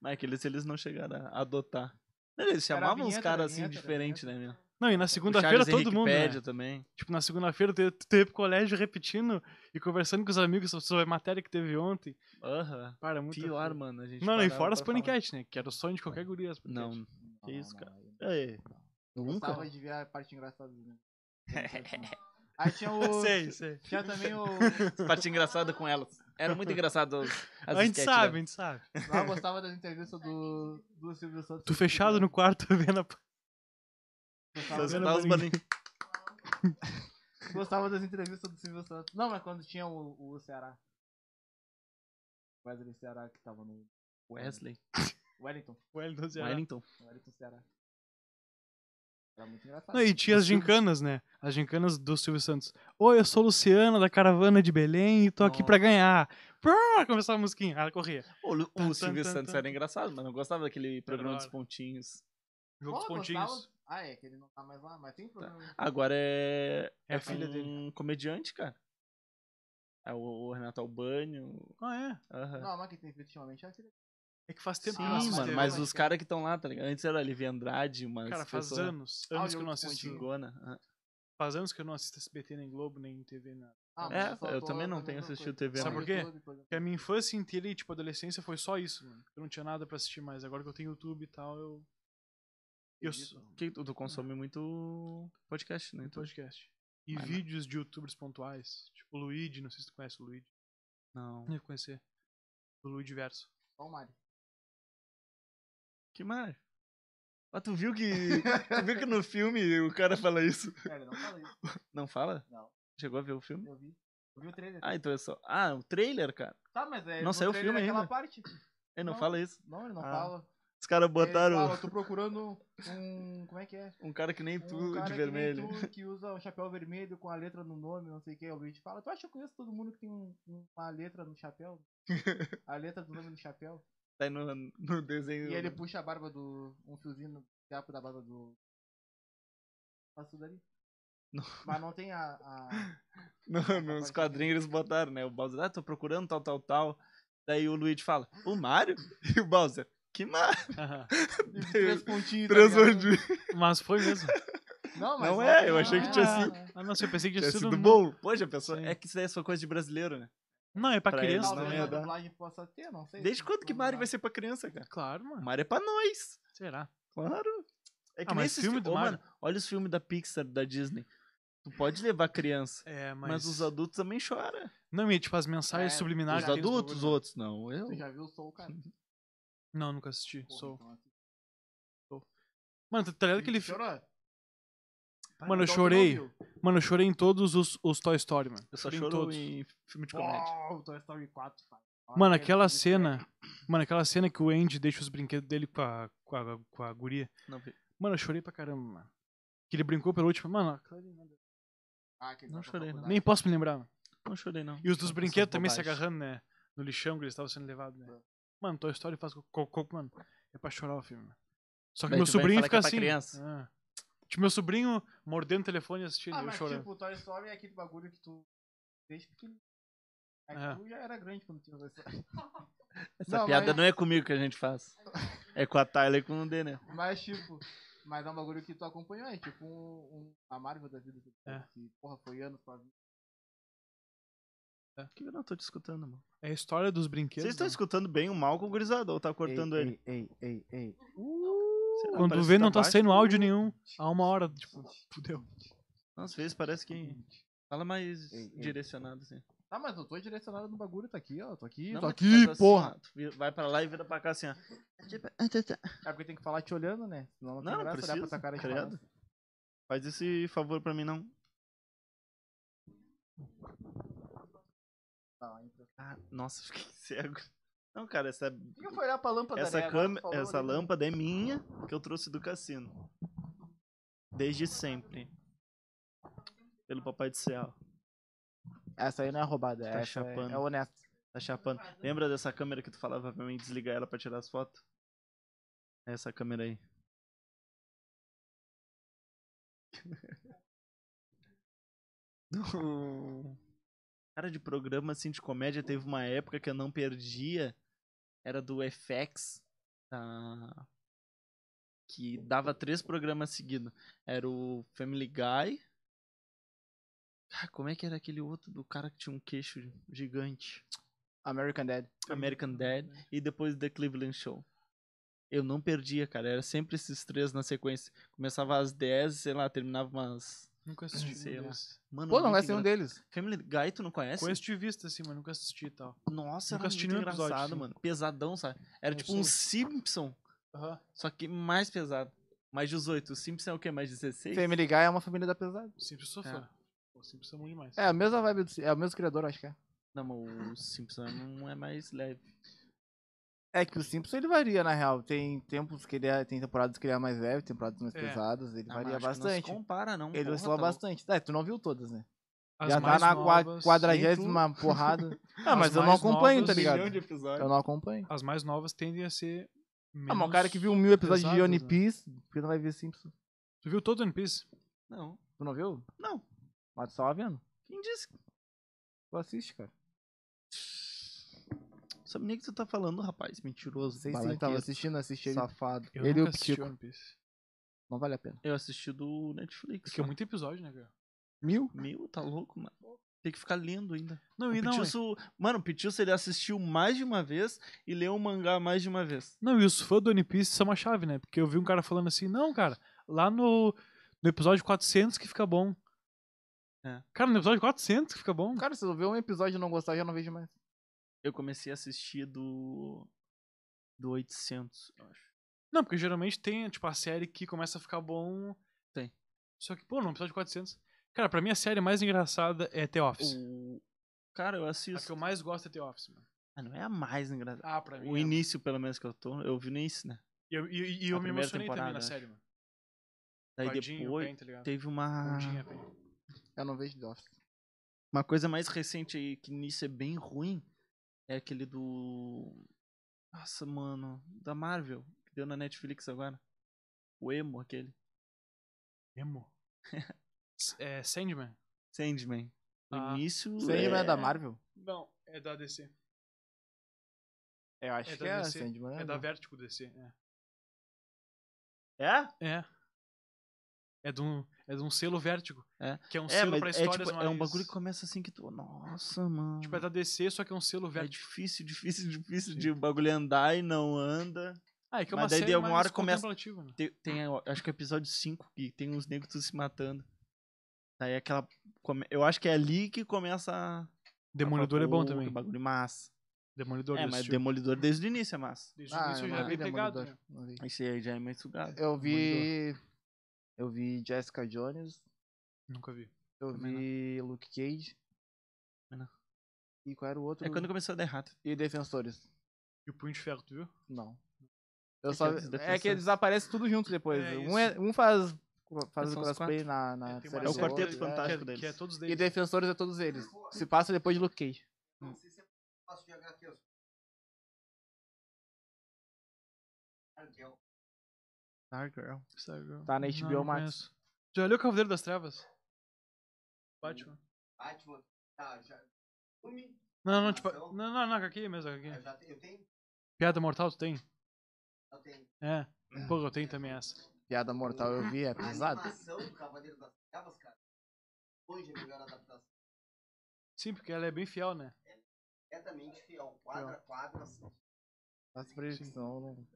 Speaker 1: Mas aqueles eles não chegaram a adotar. Eles
Speaker 2: Era a
Speaker 1: chamavam os
Speaker 2: vinheta, era a
Speaker 1: caras assim
Speaker 2: vinheta, era a
Speaker 1: diferente, né,
Speaker 2: vinheta.
Speaker 1: meu?
Speaker 3: Não, e na segunda-feira todo mundo. né?
Speaker 1: Pédia também.
Speaker 3: Tipo, na segunda-feira tu tu ia pro colégio repetindo e conversando com os amigos sobre a matéria que teve ontem.
Speaker 1: Aham.
Speaker 3: Para, muito.
Speaker 1: Pior, mano. A gente
Speaker 3: Não, não, e
Speaker 1: parava
Speaker 3: fora as
Speaker 1: pra falar.
Speaker 3: paniquete, né? Que era o sonho de qualquer guria. as paniquete.
Speaker 1: Não.
Speaker 2: Não,
Speaker 1: isso, cara?
Speaker 2: não,
Speaker 1: Ei, nunca?
Speaker 2: Gostava de ver a parte engraçada. né? Aí tinha o.
Speaker 3: Sei, sei.
Speaker 2: Tinha também o.
Speaker 1: Parte engraçada com elas. Era muito engraçado os, as né?
Speaker 3: a gente
Speaker 1: sketches
Speaker 3: sabe,
Speaker 1: dela.
Speaker 3: a gente sabe.
Speaker 2: Eu gostava das entrevistas do, do Silvio Santos.
Speaker 3: Tu fechado no quarto vendo a.
Speaker 1: Só
Speaker 2: Gostava,
Speaker 3: Fazendo
Speaker 1: escutava os
Speaker 3: bolinho.
Speaker 1: bolinhos.
Speaker 2: gostava das entrevistas do Silvio Santos. Não, mas quando tinha o, o Ceará. O Wesley Ceará que tava no.
Speaker 1: Wesley.
Speaker 2: Wellington.
Speaker 3: O Wellington Ceará.
Speaker 1: Wellington.
Speaker 2: O Wellington Ceará. Era muito engraçado.
Speaker 3: Não, e tinha as gincanas, né? As gincanas do Silvio Santos. Oi, eu sou Luciana da caravana de Belém e tô aqui pra ganhar. Prrr, começava a musiquinha. Ela corria.
Speaker 1: O, Lu-
Speaker 3: Tan,
Speaker 1: o Silvio
Speaker 3: tan, tan,
Speaker 1: Santos
Speaker 3: tan.
Speaker 1: era engraçado, mas não gostava daquele programa
Speaker 3: da
Speaker 1: dos
Speaker 3: hora.
Speaker 1: pontinhos.
Speaker 3: Jogo dos
Speaker 2: Pô,
Speaker 3: pontinhos.
Speaker 2: gostava- Ah, é, que ele não tá mais lá, mas tem problema.
Speaker 1: Agora é.
Speaker 3: É a filha
Speaker 1: um
Speaker 3: dele.
Speaker 1: comediante, cara. É o, o Renato Albani. o-
Speaker 3: Ah, é?
Speaker 1: Aham.
Speaker 2: Não, mas que tem feito ultimamente é aquele.
Speaker 3: É que faz tempo
Speaker 1: Sim,
Speaker 3: que eu não assisto.
Speaker 1: mano,
Speaker 2: mas-
Speaker 1: mas
Speaker 2: mas-
Speaker 1: os caras que estão lá, tá ligado? Antes era Olivia Andrade, mas.
Speaker 3: Cara, faz
Speaker 1: pessoa
Speaker 3: anos. Anos que eu não
Speaker 2: Áudio
Speaker 3: assisto.
Speaker 1: Xingona. Ah.
Speaker 3: Faz anos que eu não assisto SBT, nem Globo, nem TV, nada.
Speaker 2: Ah, mas
Speaker 1: É,
Speaker 2: só
Speaker 1: eu
Speaker 2: tô
Speaker 1: também
Speaker 2: na
Speaker 1: não tenho
Speaker 2: mesma
Speaker 1: assistido
Speaker 2: coisa.
Speaker 1: TV.
Speaker 3: Sabe
Speaker 1: não.
Speaker 3: por quê?
Speaker 2: YouTube, por exemplo.
Speaker 3: Porque a minha infância inteira e, tipo, adolescência foi só isso, mano. Eu não tinha nada pra assistir mais. Agora que eu tenho YouTube e tal, eu. Eu s-
Speaker 1: Que tu, tu consome muito podcast, né? Tu...
Speaker 3: podcast. E
Speaker 1: Mas não-
Speaker 3: vídeos de youtubers pontuais. Tipo, o Luigi, não sei se tu conhece o Luigi.
Speaker 1: Não.
Speaker 3: Não ia conhecer. O Luigi Verso.
Speaker 2: Só o Mario.
Speaker 1: Que mais? Ah, tu viu que. tu viu que no filme o cara fala isso?
Speaker 2: Cara, não fala isso.
Speaker 1: Não fala?
Speaker 2: Não.
Speaker 1: Chegou a ver o filme?
Speaker 2: Eu vi. Eu vi o trailer.
Speaker 1: Ah, então é só. Ah, o trailer, cara.
Speaker 2: Tá, mas é.
Speaker 1: Não
Speaker 2: no
Speaker 1: saiu o
Speaker 2: trailer
Speaker 1: filme
Speaker 2: é aquela
Speaker 1: ainda.
Speaker 2: parte.
Speaker 1: Ele não,
Speaker 2: Não.
Speaker 1: fala isso.
Speaker 2: Não, ele não
Speaker 1: Ah.
Speaker 2: fala.
Speaker 1: Os caras
Speaker 2: Ele
Speaker 1: botaram
Speaker 2: fala, tô procurando um. Como é que é?
Speaker 1: um cara que nem tu
Speaker 2: Um cara
Speaker 1: de
Speaker 2: que nem
Speaker 1: vermelho.
Speaker 2: tu, que usa um chapéu vermelho com a letra no nome, não sei o que. O vídeo fala, tu acha que eu conheço todo mundo que tem um- uma letra no chapéu? a letra do nome no chapéu?
Speaker 1: Tá aí no, no desenho.
Speaker 2: E ele puxa a barba do. um fiozinho no capo da barba do. Faz tudo ali.
Speaker 1: Não.
Speaker 2: Mas não tem a. a...
Speaker 1: No- nos quadrinhos eles botaram, né? O Bowser, ah, tô procurando tal, tal, tal. Daí o Luigi fala, o Mario? E o Bowser, que Mario?
Speaker 3: Aham.
Speaker 2: três pontinhos. tá ligado?
Speaker 1: Transordinho.
Speaker 3: Mas foi mesmo.
Speaker 2: Não, mas
Speaker 1: Não é,
Speaker 2: tem
Speaker 1: eu
Speaker 2: a-
Speaker 1: achei que tinha sido-
Speaker 3: Ah, não, eu pensei que
Speaker 1: Tinha
Speaker 3: tinha
Speaker 1: é sido
Speaker 3: sido.
Speaker 2: um
Speaker 1: bom. Poxa, pessoa,
Speaker 3: Sim.
Speaker 1: é que isso daí é só coisa de brasileiro, né?
Speaker 3: Não, é pra,
Speaker 1: Pra eles
Speaker 3: criança.
Speaker 1: não
Speaker 3: né?
Speaker 1: ia
Speaker 2: Talvez a
Speaker 1: dar.
Speaker 2: dublagem possa ter, não sei.
Speaker 1: Desde quando que Mario vai ser pra criança, cara?
Speaker 3: Claro, mano.
Speaker 1: Mario é pra nós.
Speaker 3: Será?
Speaker 1: Claro. É que
Speaker 3: Ah,
Speaker 1: nem
Speaker 3: mas
Speaker 1: esses
Speaker 3: filme
Speaker 1: fi-
Speaker 3: do
Speaker 1: Ô,
Speaker 3: Mario-
Speaker 1: mano, olha os filmes da Pixar, da Disney. Tu pode levar criança,
Speaker 3: É,
Speaker 1: mas,
Speaker 3: mas.
Speaker 1: os adultos também choram.
Speaker 3: Não, e tipo, as mensagens
Speaker 2: É,
Speaker 3: subliminares.
Speaker 1: Os
Speaker 2: já
Speaker 3: que eles-
Speaker 2: adulto?
Speaker 1: adultos, os outros, não. Eu.
Speaker 2: Tu já viu o Soul, cara?
Speaker 3: Não, nunca assisti.
Speaker 2: Porra,
Speaker 3: Sou.
Speaker 2: então, assim,
Speaker 3: Mano, tá- tá ligado aquele filme.
Speaker 2: Chorou?
Speaker 3: Mano, eu
Speaker 2: Então tu não
Speaker 3: chorei.
Speaker 2: viu.
Speaker 3: Mano, eu chorei em todos os, os Toy Story, mano.
Speaker 1: Eu só
Speaker 3: Chorei em
Speaker 1: choro
Speaker 3: todos.
Speaker 1: em filme de comédia.
Speaker 2: Uau, Toy Story 4, pai. Olha é
Speaker 3: Mano,
Speaker 2: aquele
Speaker 3: aquela
Speaker 2: filme de comédia.
Speaker 3: cena. Mano, aquela cena que o Andy deixa os brinquedos dele com a, com a, com a guria.
Speaker 1: Não vi.
Speaker 3: Mano, eu chorei pra caramba, mano. Que ele brincou pelo último. Mano,
Speaker 2: Ah, aquele
Speaker 1: Não
Speaker 2: da
Speaker 1: chorei, não.
Speaker 2: faculdade.
Speaker 3: nem posso me lembrar. mano.
Speaker 1: Não chorei, não.
Speaker 3: E os dos
Speaker 1: Essas
Speaker 3: brinquedos também se
Speaker 1: bobagens.
Speaker 3: agarrando, né? No lixão que eles estavam sendo levados, né? Mano, Toy Story faz cocô, mano. É pra chorar o filme, mano. Só que
Speaker 1: Daí
Speaker 3: meu
Speaker 1: tu vai
Speaker 3: sobrinho
Speaker 1: falar que
Speaker 3: fica
Speaker 1: é pra
Speaker 3: assim.
Speaker 1: criança.
Speaker 3: Ah. Tipo, meu sobrinho mordendo o telefone e assistindo,
Speaker 2: Ah,
Speaker 3: eu
Speaker 2: mas
Speaker 3: chorando.
Speaker 2: tipo, Toy Story é aquele bagulho que tu. Desde pequeno. É que
Speaker 3: É.
Speaker 2: tu já era grande quando tinha Toy Story.
Speaker 1: Essa
Speaker 2: Não,
Speaker 1: piada
Speaker 2: mas-
Speaker 1: não é comigo que a gente faz. É com a Tyler e com o D, né?
Speaker 2: Mas tipo. Mas é um bagulho que tu acompanhou, é tipo um, um, a Marvel da vida. Que,
Speaker 3: É.
Speaker 2: que, porra, foi anos pra vir.
Speaker 1: Por É. que eu não tô te escutando, mano?
Speaker 3: É a história dos brinquedos.
Speaker 1: Vocês estão
Speaker 3: mano.
Speaker 1: escutando bem o mal com o gurizado ou tá cortando ele?
Speaker 4: Ei, ei, ei.
Speaker 1: Sei lá,
Speaker 3: Quando
Speaker 1: parece
Speaker 3: vê,
Speaker 1: que
Speaker 3: não tá
Speaker 1: baixo. né?
Speaker 3: saindo áudio nenhum. Há uma hora, tipo, fudeu.
Speaker 1: Às vezes parece que. Fala mais
Speaker 4: Ei, ei.
Speaker 1: direcionado, assim.
Speaker 2: Tá, mas eu tô direcionado no bagulho, tá aqui, ó. Tô aqui,
Speaker 1: Não,
Speaker 2: tô
Speaker 1: mas tu
Speaker 2: aqui,
Speaker 1: faz assim,
Speaker 2: porra.
Speaker 1: ó, tu vi- vai pra lá e vira pra cá assim, ó.
Speaker 2: É porque tem que falar te olhando, né? Senão não tem
Speaker 1: Não, não
Speaker 2: graça olhar pra
Speaker 1: precisa, tá
Speaker 2: tua cara de
Speaker 1: credo.
Speaker 2: palhaço.
Speaker 1: Faz esse favor pra mim, não.
Speaker 2: Tá, então.
Speaker 1: Ah, nossa, fiquei cego. Não, cara, essa,
Speaker 2: Por que eu fui olhar pra lâmpada né?
Speaker 1: essa,
Speaker 2: Agora tu
Speaker 1: câmera,
Speaker 2: falou
Speaker 1: essa
Speaker 2: ali. né?
Speaker 1: lâmpada é minha, que eu trouxe do cassino. Desde sempre. Pelo Papai do Céu.
Speaker 2: Essa aí não é roubada,
Speaker 1: Tá
Speaker 2: essa
Speaker 1: chapando.
Speaker 2: é, é honesto.
Speaker 1: Tá chapando. Lembra dessa câmera que tu falava pra mim desligar ela pra tirar as fotos? É Essa câmera aí. No- Cara, de programa assim de comédia, teve uma época que eu não perdia. Era do FX. da- Que dava três programas seguidos. Era o Family Guy. Ah, como é que era aquele outro do cara que tinha um queixo gigante?
Speaker 2: American Dad.
Speaker 1: American Dad
Speaker 2: Né.
Speaker 1: e depois The Cleveland Show. Eu não perdia, cara. Era sempre esses três na sequência. Começava às 10, sei lá, terminava umas.
Speaker 3: Nunca assisti.
Speaker 1: Sei
Speaker 3: um
Speaker 1: lá.
Speaker 3: desses.
Speaker 1: Mano,
Speaker 2: Pô, não
Speaker 1: muito
Speaker 2: vai ser um
Speaker 1: engra-
Speaker 2: deles.
Speaker 1: Family Guy, tu não conhece?
Speaker 3: Conheço de vista, assim, mas nunca assisti e tal.
Speaker 1: Nossa,
Speaker 3: Nunca
Speaker 1: era
Speaker 3: assisti
Speaker 1: muito
Speaker 3: nenhum episódio,
Speaker 1: engraçado,
Speaker 3: sim.
Speaker 1: mano. Pesadão, sabe? Era
Speaker 3: Eu
Speaker 1: tipo um
Speaker 3: sei.
Speaker 1: Simpson, só que mais pesado. Mais 18. O Simpson é o quê? Mais 16?
Speaker 2: Family Guy é uma família da pesada.
Speaker 3: Sempre sou fã. Pô, Sempre sou muito demais.
Speaker 2: É a mesma vibe, do, é o mesmo criador, acho que é.
Speaker 1: Não, mas o Simpson não é mais leve.
Speaker 2: É que o Simpson ele varia, na real. Tem tempos que ele é, tem temporadas que ele é mais leve, temporadas mais
Speaker 3: É.
Speaker 2: pesadas, ele
Speaker 1: Ah, mas
Speaker 2: varia
Speaker 1: acho que Não
Speaker 2: bastante.
Speaker 1: se compara, não.
Speaker 2: Ele
Speaker 1: porra,
Speaker 2: oscila
Speaker 1: tá louco.
Speaker 2: bastante. É, tu não viu todas, né?
Speaker 3: As
Speaker 2: Já tá
Speaker 3: mais
Speaker 2: na qua-
Speaker 3: novas-
Speaker 2: quadragésima porrada. Ah,
Speaker 3: As
Speaker 2: mas eu não
Speaker 3: mais
Speaker 2: acompanho,
Speaker 3: novas,
Speaker 2: tá ligado?
Speaker 1: Milhão de episódios.
Speaker 2: Eu não acompanho.
Speaker 3: As mais novas tendem a ser.
Speaker 2: Ah, mas o cara que
Speaker 3: menos
Speaker 2: viu mil episódios de
Speaker 3: pesadas,
Speaker 2: One
Speaker 3: né?
Speaker 2: Piece, porque não vai ver Simpson.
Speaker 3: Tu viu todo One Piece?
Speaker 2: Tá.
Speaker 1: Não.
Speaker 2: Tu não viu?
Speaker 1: Não.
Speaker 2: Mas tu tava vendo.
Speaker 1: Quem disse?
Speaker 2: Tu assiste, cara.
Speaker 1: Sabe nem o que tu tá falando, rapaz. Mentiroso.
Speaker 2: Sei sim, tava
Speaker 1: balaqueiro.
Speaker 2: assistindo, assisti ele.
Speaker 1: Safado.
Speaker 3: Eu
Speaker 2: Ele e
Speaker 3: nunca
Speaker 2: o
Speaker 3: assisti
Speaker 2: Kiko.
Speaker 3: One Piece.
Speaker 2: Não vale a pena.
Speaker 1: Eu assisti do Netflix.
Speaker 3: Porque é
Speaker 1: só.
Speaker 3: muito episódio, né, cara?
Speaker 2: Mil?
Speaker 1: Meu, tá louco, mano. Tem que ficar lendo ainda.
Speaker 3: Não,
Speaker 1: O
Speaker 3: e não. é-
Speaker 1: Pitilso, mano, o Pitilso ele assistiu mais de uma vez e leu o mangá mais de uma vez.
Speaker 3: Não, e os fãs do One Piece são uma chave, né? Porque eu vi um cara falando assim, não, cara, lá no, no episódio 400 que fica bom.
Speaker 1: É.
Speaker 3: Cara, no episódio 400 que fica bom.
Speaker 2: Cara, se eu ver um episódio e não gostar, eu já não vejo mais.
Speaker 1: Eu comecei a assistir do. do 800, eu acho.
Speaker 3: Não, porque geralmente tem, tipo, a série que começa a ficar bom.
Speaker 1: Tem.
Speaker 3: Só que, pô, no episódio 400. Cara, pra mim a série mais engraçada é The Office.
Speaker 1: O... Cara, eu
Speaker 3: A que
Speaker 1: assisto.
Speaker 3: eu mais gosto é The Office, mano.
Speaker 1: Ah, não é a mais engraçada.
Speaker 3: Ah, pra mim.
Speaker 1: O início, pelo menos, que eu tô. Eu vi no início, né?
Speaker 3: E eu, e, e eu
Speaker 1: A
Speaker 3: me
Speaker 1: primeira
Speaker 3: emocionei também
Speaker 1: temporada,
Speaker 3: na
Speaker 1: acho.
Speaker 3: série, mano.
Speaker 1: Daí
Speaker 3: Tadinho,
Speaker 1: depois
Speaker 3: Pen, tá ligado? é
Speaker 1: teve uma.
Speaker 3: Tadinha, Pen.
Speaker 2: Eu não vejo The Office.
Speaker 1: Uma coisa mais recente aí, que nisso é bem ruim, é aquele do. Nossa, mano. Da Marvel, que deu na Netflix agora. O Emo, aquele.
Speaker 3: Emo. S- é Sandman?
Speaker 1: Sandman. No
Speaker 3: Ah.
Speaker 1: início.
Speaker 2: Sandman é da Marvel?
Speaker 3: Não, é da DC.
Speaker 2: É, Eu acho
Speaker 3: É
Speaker 2: que
Speaker 3: da
Speaker 2: é
Speaker 3: DC.
Speaker 2: Sandman.
Speaker 1: né?
Speaker 3: É da Vertigo DC, é.
Speaker 1: É?
Speaker 3: É. É de um, é de um selo Vertigo.
Speaker 1: É.
Speaker 3: Que é um
Speaker 1: É,
Speaker 3: selo pra
Speaker 1: mas é,
Speaker 3: histórias
Speaker 1: tipo,
Speaker 3: mais...
Speaker 1: é um bagulho que começa assim que tu. Nossa, mano.
Speaker 3: Tipo, é da DC, só que é um selo
Speaker 1: É
Speaker 3: Vertigo.
Speaker 1: difícil, difícil, difícil de o bagulho andar e não anda.
Speaker 3: Ah, é que é
Speaker 1: Mas
Speaker 3: uma
Speaker 1: daí de
Speaker 3: série
Speaker 1: alguma
Speaker 3: mais
Speaker 1: hora começa-
Speaker 3: contemplativa, né?
Speaker 1: Tem, tem, eu acho que é o episódio 5 que tem uns negros tudo se matando. Daí é aquela. come- Eu acho que é ali que começa. a-
Speaker 3: Demolidor é bom
Speaker 1: Pô, que
Speaker 3: também.
Speaker 1: Bagulho massa.
Speaker 3: Demolidor
Speaker 1: é,
Speaker 3: é,
Speaker 1: mas
Speaker 3: desde
Speaker 1: Demolidor desde o início é massa.
Speaker 3: o
Speaker 2: Ah,
Speaker 3: início
Speaker 2: eu
Speaker 3: já
Speaker 2: não
Speaker 3: é
Speaker 2: vi
Speaker 3: bem pegado,
Speaker 2: Demolidor,
Speaker 3: né?
Speaker 2: não vi.
Speaker 1: Esse aí já é mais sugado.
Speaker 2: Eu vi. Eu vi Jessica Jones.
Speaker 3: Nunca vi.
Speaker 2: Eu
Speaker 1: Também não.
Speaker 2: vi Luke Cage.
Speaker 1: Também não.
Speaker 2: E qual era o outro?
Speaker 1: É quando começou a dar errado.
Speaker 2: E Defensores.
Speaker 3: E o Punho de Ferro, tu viu?
Speaker 2: Não. Eu
Speaker 1: que
Speaker 2: só...
Speaker 1: é dos
Speaker 2: É que
Speaker 1: Defensores?
Speaker 2: eles aparecem tudo junto depois.
Speaker 3: É
Speaker 2: um, é- um faz, faz o
Speaker 1: São os
Speaker 2: cosplay na, na
Speaker 3: tem uma
Speaker 2: série
Speaker 1: É o
Speaker 2: do
Speaker 3: série
Speaker 1: Quarteto
Speaker 2: outro,
Speaker 3: que é-
Speaker 1: Fantástico
Speaker 3: que é-
Speaker 1: deles.
Speaker 3: Que é todos
Speaker 2: é. E
Speaker 3: deles.
Speaker 2: Defensores é todos eles. Se passa depois de Luke Cage.
Speaker 4: Não sei se é fácil de HQ. eu- Cara, que é o-
Speaker 1: Dark Girl.
Speaker 2: Tá na HBO
Speaker 3: não
Speaker 2: Max.
Speaker 3: conheço. Já leu Cavaleiro das Trevas? Batman.
Speaker 4: Batman. Tá, já. Filme,
Speaker 3: Não, não, tipo.
Speaker 4: Ação.
Speaker 3: Não, não, não, HQ mesmo, HQ.
Speaker 4: eu já tenho- eu tenho.
Speaker 3: Piada Mortal tu tem?
Speaker 4: Eu tenho.
Speaker 3: É. Pô, eu tenho também essa.
Speaker 2: Piada Mortal eu vi, é
Speaker 4: A
Speaker 2: pesado.
Speaker 4: animação do Cavaleiro das Trevas, cara. Hoje é a melhor adaptação.
Speaker 3: Sim, porque ela é bem fiel, né?
Speaker 4: Diretamente fiel. Quadra, quadra. assim.
Speaker 2: As previsões não.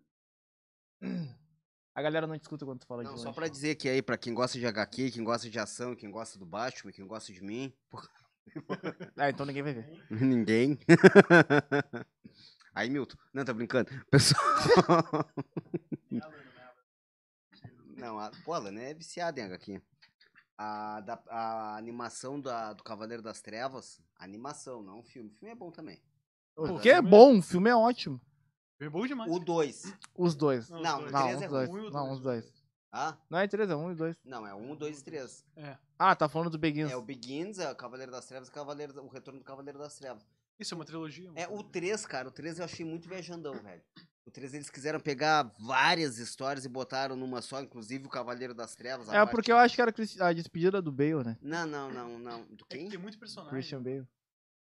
Speaker 2: A galera não escuta quando tu fala de
Speaker 4: Não, só
Speaker 2: longe.
Speaker 4: pra dizer que aí, pra quem gosta de HQ, quem gosta de ação, quem gosta do Batman, quem gosta de mim, por-
Speaker 2: Ah, então ninguém vai ver.
Speaker 4: ninguém. aí, Milton. Não, tá brincando. Pessoal. Não, a Bola, né? É viciada em HQ. A, da- a animação da- do Cavaleiro das Trevas, animação, não filme. filme é bom também.
Speaker 2: O
Speaker 3: Pô,
Speaker 2: que é
Speaker 3: filme-
Speaker 2: bom, o filme é ótimo.
Speaker 3: É bom demais.
Speaker 4: O 2.
Speaker 2: Os dois.
Speaker 3: Não, os
Speaker 4: Não,
Speaker 3: dois.
Speaker 2: Não,
Speaker 4: três
Speaker 2: os
Speaker 4: é
Speaker 2: dois.
Speaker 3: ruim ou
Speaker 2: Não,
Speaker 3: dois?
Speaker 2: os dois.
Speaker 4: Ah?
Speaker 2: Não é três, é um e dois.
Speaker 4: Não, é 1, 2 e 3.
Speaker 2: Ah, tá falando do Begins.
Speaker 4: É o Begins, é o Cavaleiro das Trevas, Cavaleiro, o Retorno do Cavaleiro das Trevas.
Speaker 3: Isso é uma trilogia. mano.
Speaker 4: É, o 3, cara, o 3 eu achei muito viajandão, velho. O 3 eles quiseram pegar várias histórias e botaram numa só, inclusive o Cavaleiro das Trevas. a
Speaker 2: É
Speaker 4: parte-
Speaker 2: porque eu acho que era Chris- a despedida do Bale, né?
Speaker 4: Não, não, não, não. Do
Speaker 3: É que
Speaker 4: quem?
Speaker 3: tem muito personagem.
Speaker 2: Christian Bale.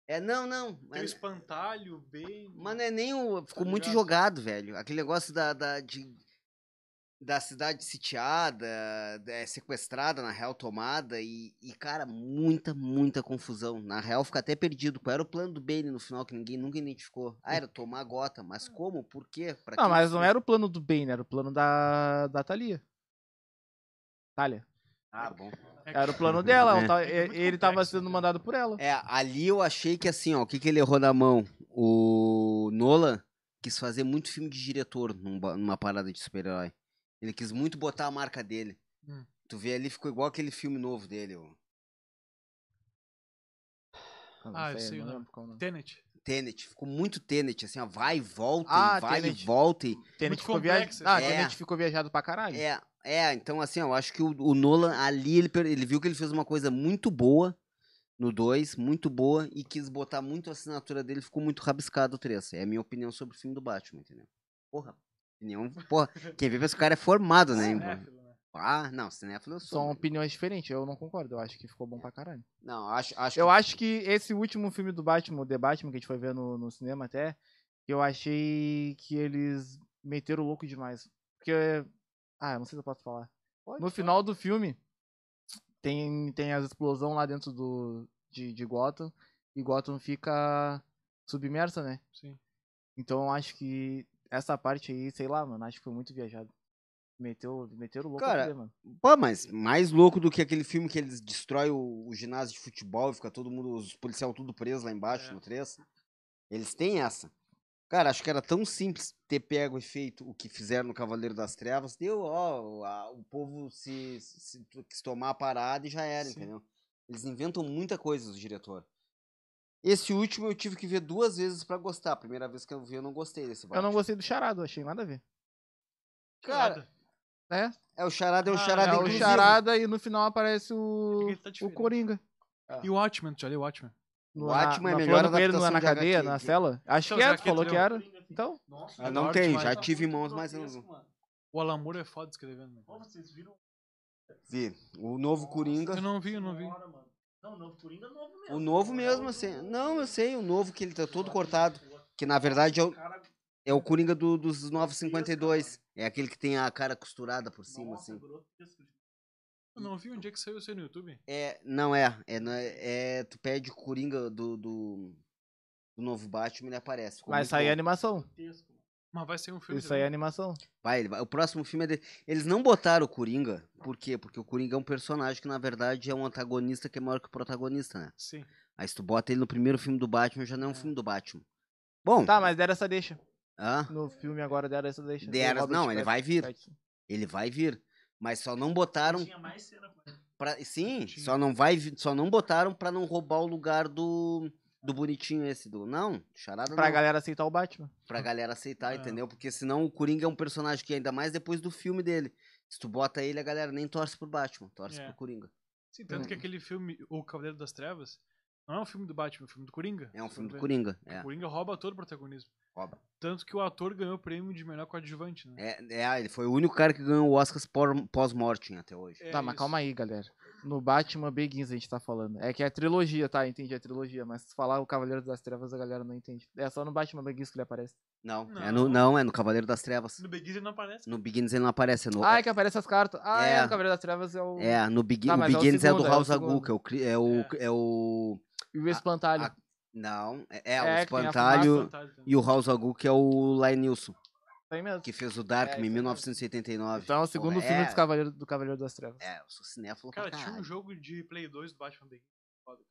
Speaker 4: É, não, não.
Speaker 3: Tem o
Speaker 2: um
Speaker 4: Mas,
Speaker 3: espantalho, o Bane.
Speaker 4: mano, é nem o. Ficou
Speaker 3: Tá
Speaker 4: muito
Speaker 3: ligado?
Speaker 4: jogado, velho. Aquele negócio da. da de- da cidade sitiada, é, sequestrada, na real, tomada, e, e, cara, muita, muita confusão. Na real, fica até perdido. Qual era o plano do Bane no final que ninguém nunca identificou? Ah, era tomar gota, mas como? Por quê? Pra
Speaker 2: Hum. Não,
Speaker 4: que
Speaker 2: mas
Speaker 4: isso?
Speaker 2: não era o plano do Bane, era o plano da, da Thalia. Thalia.
Speaker 4: Ah, bom.
Speaker 3: É que-
Speaker 2: Era o plano dela. ela
Speaker 4: É.
Speaker 2: tava-
Speaker 3: É que é
Speaker 2: e-
Speaker 3: muito
Speaker 2: ele tava
Speaker 3: complexo,
Speaker 2: sendo
Speaker 3: né?
Speaker 2: mandado por ela.
Speaker 4: É, ali eu achei que assim, ó, o que, que ele errou na mão? O Nolan quis fazer muito filme de diretor num ba- numa parada de super-herói. Ele quis muito botar a marca dele.
Speaker 3: Hum.
Speaker 4: Tu vê ali, ficou igual aquele filme novo dele, o
Speaker 2: não
Speaker 3: Ah, eu sei o
Speaker 2: não
Speaker 3: nome.
Speaker 2: lembro qual o nome.
Speaker 3: Tenet. É,
Speaker 4: Tenet. Ficou muito Tenet, assim, ó, vai e volta,
Speaker 2: Ah,
Speaker 4: e vai
Speaker 2: Tenet.
Speaker 4: e volta. E...
Speaker 2: Tenet
Speaker 3: Muito
Speaker 2: ficou viajado.
Speaker 3: complexo,
Speaker 2: Ah,
Speaker 4: assim. É.
Speaker 2: Tenet ficou viajado pra caralho.
Speaker 4: É, é, então assim, ó, eu acho que o, o Nolan ali, ele, per- ele viu que ele fez uma coisa muito boa no 2, muito boa, e quis botar muito a assinatura dele, ficou muito rabiscado o 3. É a minha opinião sobre o filme do Batman, entendeu? Porra, opinião, porra, quem vê esse cara é formado, né? irmão?
Speaker 3: Cinéfilo, né?
Speaker 4: Ah, não, cinéfilo eu sou.
Speaker 2: São
Speaker 4: né?
Speaker 2: opiniões diferentes, eu não concordo. Eu acho que ficou bom pra caralho.
Speaker 4: Não, acho, acho
Speaker 2: Eu acho que esse último filme do Batman, o The Batman, que a gente foi ver no, no cinema até, eu achei que eles meteram o louco demais. Porque. Ah, eu não sei se eu posso falar. No final do filme, tem, tem as explosões lá dentro do, de, de Gotham. E Gotham fica submersa, né?
Speaker 3: Sim.
Speaker 2: Então eu acho que essa parte aí, sei lá, mano, acho que foi muito viajado. Meteu, meteram o louco
Speaker 4: Cara,
Speaker 2: a fuder, mano.
Speaker 4: Pô, mas mais louco do que aquele filme que eles destrói o, o ginásio de futebol e fica todo mundo, os policial tudo preso lá embaixo
Speaker 3: É.
Speaker 4: no 3. Eles têm essa. Cara, acho que era tão simples ter pego e feito o que fizeram no Cavaleiro das Trevas. Deu, ó, a- o povo se, se tu- quis tomar a parada e já era,
Speaker 3: Sim.
Speaker 4: entendeu? Eles inventam muita coisa, os diretor. Esse último eu tive que ver duas vezes pra gostar. A primeira vez que eu vi, eu não gostei desse
Speaker 2: Eu não
Speaker 4: Batman.
Speaker 2: gostei do charado, achei nada a ver.
Speaker 4: Cara,
Speaker 2: né?
Speaker 4: é o charada, é um
Speaker 3: Ah,
Speaker 4: charada
Speaker 2: É o
Speaker 4: inclusivo.
Speaker 2: charada e no final aparece o,
Speaker 3: Ele tá te
Speaker 2: o
Speaker 3: vendo.
Speaker 2: Coringa.
Speaker 3: E o Watchmen, já li o Watchmen.
Speaker 2: No,
Speaker 4: O
Speaker 2: na,
Speaker 4: Batman é a
Speaker 2: na
Speaker 4: melhor
Speaker 2: flor com ele na, na
Speaker 4: adaptação de
Speaker 2: cadeia,
Speaker 4: HQ,
Speaker 2: na
Speaker 4: que-
Speaker 2: cela. Acho
Speaker 3: Então,
Speaker 2: que
Speaker 3: será
Speaker 2: é,
Speaker 3: que
Speaker 2: tu falou
Speaker 3: tu
Speaker 2: que
Speaker 3: leu?
Speaker 2: era. Então,
Speaker 1: Nossa,
Speaker 4: Ah,
Speaker 3: é
Speaker 4: não
Speaker 3: da
Speaker 4: tem,
Speaker 3: hora
Speaker 4: já
Speaker 1: um
Speaker 3: demais.
Speaker 4: tive mãos, mas eu
Speaker 1: assim.
Speaker 4: não.
Speaker 3: O Alamuro é foda escrevendo. né?
Speaker 1: vocês viram?
Speaker 4: Vi. O novo Coringa.
Speaker 3: Eu não vi, eu não vi.
Speaker 1: Não, não, Coringa é novo mesmo.
Speaker 4: O novo mesmo, assim. Não, eu sei, o novo que ele tá todo cortado. Que na verdade é o, é o Coringa do- dos 952. É aquele que tem a cara costurada por cima,
Speaker 1: é
Speaker 4: assim.
Speaker 3: Eu não vi onde é que saiu isso aí no YouTube.
Speaker 4: É, não é. É, não é, é- tu pede o Coringa do, do, do novo Batman ele aparece. Ficou
Speaker 2: mas
Speaker 4: muito
Speaker 2: isso aí é
Speaker 4: bom.
Speaker 2: animação.
Speaker 3: Mas vai ser um filme.
Speaker 2: Isso aí é
Speaker 3: também.
Speaker 2: animação.
Speaker 4: Vai, ele vai- O próximo filme é dele. Eles não botaram o Coringa. Por quê? Porque o Coringa é um personagem que, na verdade, é um antagonista que é maior que o protagonista,
Speaker 2: é
Speaker 4: né?
Speaker 3: Sim.
Speaker 4: Aí se tu bota ele no primeiro filme do Batman, já não é um filme do Batman. Bom,
Speaker 2: Tá, mas deram essa deixa.
Speaker 4: hã?
Speaker 2: No filme agora deram essa deixa.
Speaker 4: Deram-
Speaker 2: Robert
Speaker 4: não, ele vai vir.
Speaker 2: Pattinson.
Speaker 4: Ele vai vir. Mas só não botaram
Speaker 1: Tinha mais cena com ele.
Speaker 4: pra... Sim,
Speaker 3: Bonitinho.
Speaker 4: só não vai vir- só não botaram pra não roubar o lugar do do bonitinho esse do. Não, charada
Speaker 2: Pra
Speaker 4: não.
Speaker 2: galera aceitar o Batman.
Speaker 4: pra galera aceitar,
Speaker 3: É.
Speaker 4: entendeu? Porque senão o Coringa é um personagem que ainda mais depois do filme dele. Se tu bota ele, a galera nem torce pro Batman, torce
Speaker 3: É.
Speaker 4: pro Coringa.
Speaker 3: Sim, tanto que
Speaker 2: Hum.
Speaker 3: aquele filme, O Cavaleiro das Trevas, não é um filme do Batman, é um filme do Coringa.
Speaker 4: É um
Speaker 3: se
Speaker 4: filme
Speaker 3: for
Speaker 4: do
Speaker 3: ver.
Speaker 4: Coringa,
Speaker 3: O
Speaker 4: é.
Speaker 3: Coringa rouba todo o protagonismo.
Speaker 4: Rouba.
Speaker 3: Tanto que o ator ganhou o prêmio de melhor coadjuvante, né?
Speaker 4: É, é, ele foi o único cara que ganhou o Oscar por- pós-mortem até hoje.
Speaker 3: É
Speaker 2: tá, mas
Speaker 3: isso.
Speaker 2: calma aí, galera. No Batman Begins a gente tá falando. É que é a trilogia, tá? Entendi a trilogia. Mas se falar o Cavaleiro das Trevas, a galera não entende. É só no Batman Begins que ele aparece.
Speaker 4: Não, É no, não, é no Cavaleiro das Trevas.
Speaker 3: No Begins ele não aparece.
Speaker 4: No Begins ele não aparece, é no
Speaker 2: Ah, é que aparece as cartas. Ah, é.
Speaker 4: É.
Speaker 2: o Cavaleiro das Trevas é o.
Speaker 4: É, no Begin,
Speaker 2: Tá,
Speaker 4: o
Speaker 2: mas é o
Speaker 4: Begins é, do
Speaker 2: segundo, é o
Speaker 4: House Agu,
Speaker 2: segundo.
Speaker 4: que é o, cri- é o,
Speaker 3: É.
Speaker 4: é o-
Speaker 2: E o Espantalho.
Speaker 4: a- não, é, é,
Speaker 2: É, que
Speaker 4: o
Speaker 2: tem a
Speaker 4: Espantalho
Speaker 3: Fantasma também.
Speaker 4: e o House Agu, que é o Lainilson,
Speaker 2: Tá aí mesmo.
Speaker 4: que fez o Darkman
Speaker 2: É,
Speaker 4: em
Speaker 2: isso
Speaker 4: 1989.
Speaker 2: Então é o segundo
Speaker 4: é,
Speaker 2: filme dos Cavaleiros, do Cavaleiro das Trevas.
Speaker 4: É, eu sou cinéfilo pra
Speaker 3: Cara, tinha um
Speaker 4: caralho.
Speaker 3: jogo de Play 2 do Batman Begins.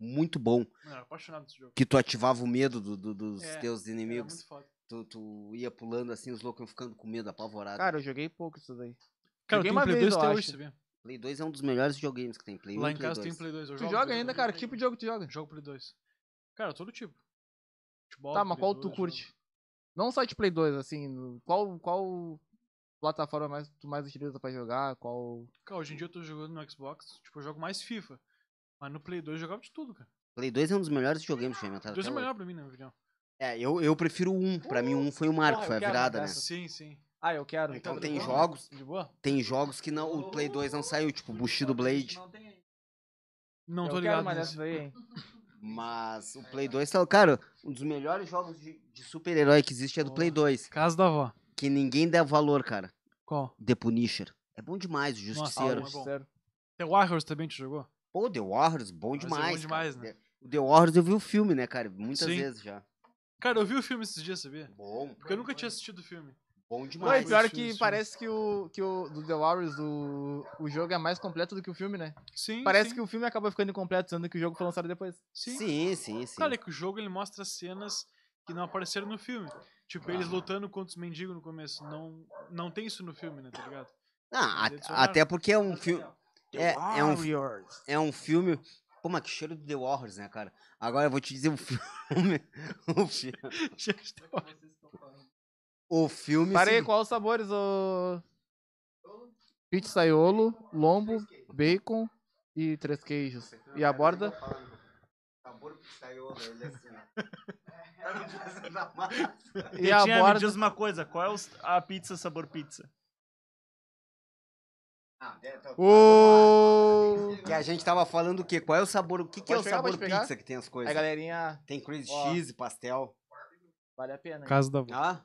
Speaker 4: Muito bom,
Speaker 3: Mano, eu era apaixonado desse jogo.
Speaker 4: que tu ativava o medo do- do- dos
Speaker 3: É,
Speaker 4: teus
Speaker 3: Era
Speaker 4: inimigos.
Speaker 3: muito foda.
Speaker 4: Tu, tu ia pulando assim, os loucos iam ficando com medo, apavorado.
Speaker 2: Cara, eu joguei pouco isso daí.
Speaker 3: Cara, eu
Speaker 2: Joguei
Speaker 3: tenho
Speaker 2: uma
Speaker 3: Play
Speaker 2: vez,
Speaker 3: 2
Speaker 2: eu
Speaker 3: até
Speaker 2: acho.
Speaker 3: hoje, sabia?
Speaker 4: Play 2 é um dos melhores videogames que tem. Play 1
Speaker 3: Lá
Speaker 4: e
Speaker 3: em
Speaker 4: Play
Speaker 3: casa
Speaker 4: 2.
Speaker 3: tem Play 2. Eu
Speaker 2: Tu
Speaker 3: jogo
Speaker 2: joga
Speaker 3: Play
Speaker 2: ainda,
Speaker 3: 2.
Speaker 2: cara? Que tipo de jogo tu joga?
Speaker 3: Jogo Play 2. Cara, todo tipo. Futebol,
Speaker 2: Tá, mas
Speaker 3: Play
Speaker 2: qual
Speaker 3: 2,
Speaker 2: tu
Speaker 3: jogo.
Speaker 2: curte? Não só de Play 2, assim, no- qual, qual plataforma mais, tu mais utiliza pra jogar? Qual.
Speaker 3: Cara, hoje em dia eu tô jogando no Xbox, tipo, eu jogo mais FIFA. Mas no Play 2 eu jogava de tudo, cara.
Speaker 4: Play 2 é um dos melhores videogames que foi
Speaker 3: Play
Speaker 4: inventado.
Speaker 3: 2 é
Speaker 4: até hoje.
Speaker 3: melhor pra mim, na minha opinião.
Speaker 4: É, eu, eu prefiro o 1. Pra mim, o 1 foi o marco,
Speaker 2: Porra,
Speaker 4: foi a
Speaker 2: eu quero
Speaker 4: virada, né?
Speaker 2: essa.
Speaker 3: Sim, sim.
Speaker 2: Ah, eu quero.
Speaker 4: Então tem
Speaker 2: de boa?
Speaker 4: jogos.
Speaker 2: De boa?
Speaker 4: Tem jogos que não, o Play 2 não saiu, tipo Bushido Blade.
Speaker 1: Não tem ainda.
Speaker 3: Não
Speaker 2: eu
Speaker 3: tô
Speaker 2: quero
Speaker 3: ligado.
Speaker 2: mais
Speaker 3: nesse.
Speaker 2: essa daí, hein?
Speaker 4: Mas o Play 2 tá. Cara, um dos melhores jogos de, de super-herói que existe é do Play 2.
Speaker 3: Casa da avó.
Speaker 4: Que ninguém dá valor, cara.
Speaker 3: Qual?
Speaker 4: The Punisher. É bom demais, o
Speaker 3: Nossa,
Speaker 4: Justiceiro.
Speaker 3: é bom.
Speaker 2: Sério.
Speaker 3: The Warriors também te jogou?
Speaker 4: Pô, The Warriors, bom
Speaker 3: Mas é bom
Speaker 4: demais.
Speaker 3: demais,
Speaker 4: cara.
Speaker 3: né?
Speaker 4: O The Warriors eu vi o filme, né, cara? Muitas
Speaker 3: Sim.
Speaker 4: vezes já.
Speaker 3: Cara, eu vi o filme esses dias, sabia?
Speaker 4: Bom,
Speaker 3: Porque eu nunca tinha assistido o filme.
Speaker 4: bom
Speaker 2: Não, e
Speaker 4: demais.
Speaker 2: pior
Speaker 3: Sim,
Speaker 2: que
Speaker 3: sim.
Speaker 2: parece que o, que o do The Warriors, o, o jogo é mais completo do que o filme, né?
Speaker 3: Sim,
Speaker 2: Parece
Speaker 3: sim,
Speaker 2: que o filme acabou ficando incompleto, sendo que o jogo foi lançado depois.
Speaker 3: Sim.
Speaker 4: Sim, sim, sim.
Speaker 3: Cara, é que o jogo ele mostra cenas que não apareceram no filme. Tipo, eles lutando contra os mendigos no começo. Não, não tem isso no filme, né, tá ligado?
Speaker 4: Ah,
Speaker 3: eles
Speaker 4: a-
Speaker 3: olharam.
Speaker 4: até porque é um filme. É, é um,
Speaker 2: Warriors.
Speaker 4: é um filme. Pô, mas que cheiro do The Warriors, né, cara? Agora eu vou te dizer o filme. o filme. O filme. assim,
Speaker 2: Parei,
Speaker 4: se-
Speaker 2: qual os sabores? O... Pizzaiolo, lombo, bacon e três queijos. E a borda?
Speaker 4: Sabor pizzaiolo, ele assim, ó.
Speaker 2: E a
Speaker 1: Tinha, me
Speaker 2: borda?
Speaker 1: diz uma coisa, qual é os- a pizza sabor pizza?
Speaker 2: O...
Speaker 4: Que a gente tava falando o quê? Qual é o sabor? O que, que é o
Speaker 2: Pode pegar,
Speaker 4: sabor
Speaker 2: pode pegar?
Speaker 4: pizza que tem as coisas?
Speaker 2: Aí, galerinha,
Speaker 4: Tem crazy
Speaker 2: Ó.
Speaker 4: cheese, pastel.
Speaker 2: vale a pena. hein?
Speaker 3: Casa da avó.
Speaker 4: Ah?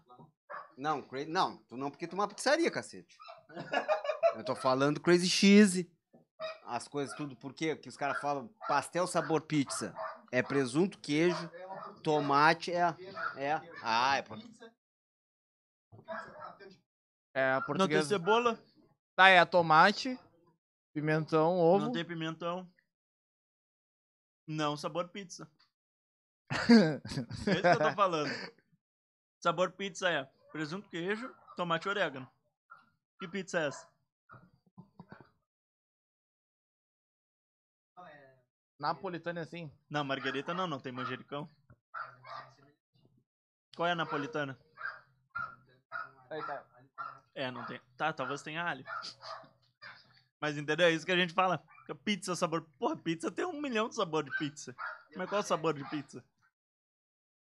Speaker 4: Não, cra... não, tu não, porque tu é uma pizzaria, cacete. Eu tô falando crazy cheese. As coisas tudo, por quê? Que os caras falam pastel sabor pizza. É presunto, queijo, tomate, é. É. Ah, é. por-
Speaker 2: É, a
Speaker 1: Não tem
Speaker 2: portuguesa.
Speaker 1: cebola,
Speaker 2: Tá, é tomate, pimentão, ovo.
Speaker 1: não tem pimentão. Não, sabor pizza. É isso que eu tô falando. Sabor pizza é presunto, queijo, tomate e orégano. Que pizza é essa?
Speaker 2: Napolitano é assim.
Speaker 1: Não, marguerita não, não tem manjericão. Qual é a napolitana?
Speaker 2: Aí, tá.
Speaker 1: É, não tem. Tá, talvez tenha alho. Mas entendeu? É isso que a gente fala. Pizza, sabor. Porra, pizza tem um milhão de sabor de pizza. Mas qual é o sabor de pizza?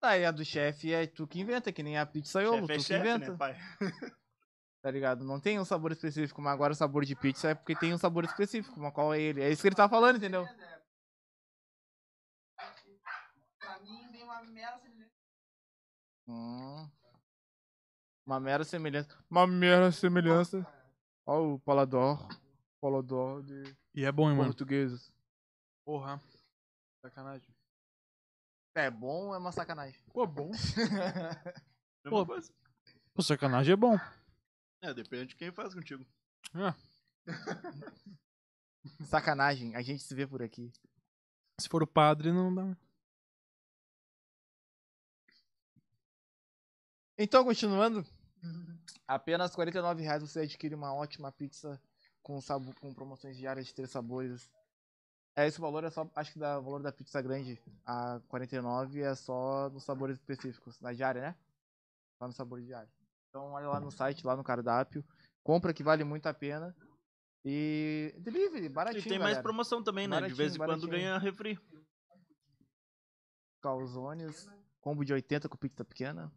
Speaker 2: Tá, e a do chefe é tu que inventa, que nem a pizzaiolo,
Speaker 1: Chefe
Speaker 2: tu
Speaker 1: é
Speaker 2: que
Speaker 1: chefe,
Speaker 2: inventa.
Speaker 1: né, pai?
Speaker 2: Tá ligado? Não tem um sabor específico, mas agora o sabor de pizza é porque tem um sabor específico, mas qual é ele? É isso que ele tá falando, entendeu?
Speaker 5: Pra mim vem uma mera semelhança.
Speaker 2: Hum. Uma mera semelhança. Uma mera semelhança. Ó o palador. Palador de
Speaker 3: E é bom, hein, mano.
Speaker 2: portugueses.
Speaker 3: Porra. Sacanagem.
Speaker 2: É bom, é uma sacanagem.
Speaker 3: Pô, bom.
Speaker 1: Mesma
Speaker 3: Pô.
Speaker 1: coisa.
Speaker 3: Pô, sacanagem é bom.
Speaker 1: É, depende de quem faz contigo.
Speaker 2: Sacanagem, a gente se vê por aqui.
Speaker 3: Se for o padre, não dá.
Speaker 2: Então, continuando.
Speaker 1: Uhum.
Speaker 2: Apenas R$ 49 reais você adquire uma ótima pizza com, sabo- com promoções diárias de três sabores. É esse valor, é só. Acho que dá- o valor da pizza grande a 49 é só nos sabores específicos, na diária, né? Só no sabor diário. Então olha lá no site, lá no cardápio. Compra que vale muito a pena. E. Delivery, baratinho.
Speaker 1: e tem mais
Speaker 2: galera.
Speaker 1: promoção também, né?
Speaker 2: Baratinho,
Speaker 1: de vez em quando
Speaker 2: baratinho.
Speaker 1: ganha refri.
Speaker 2: calzones, combo de 80 com pizza pequena.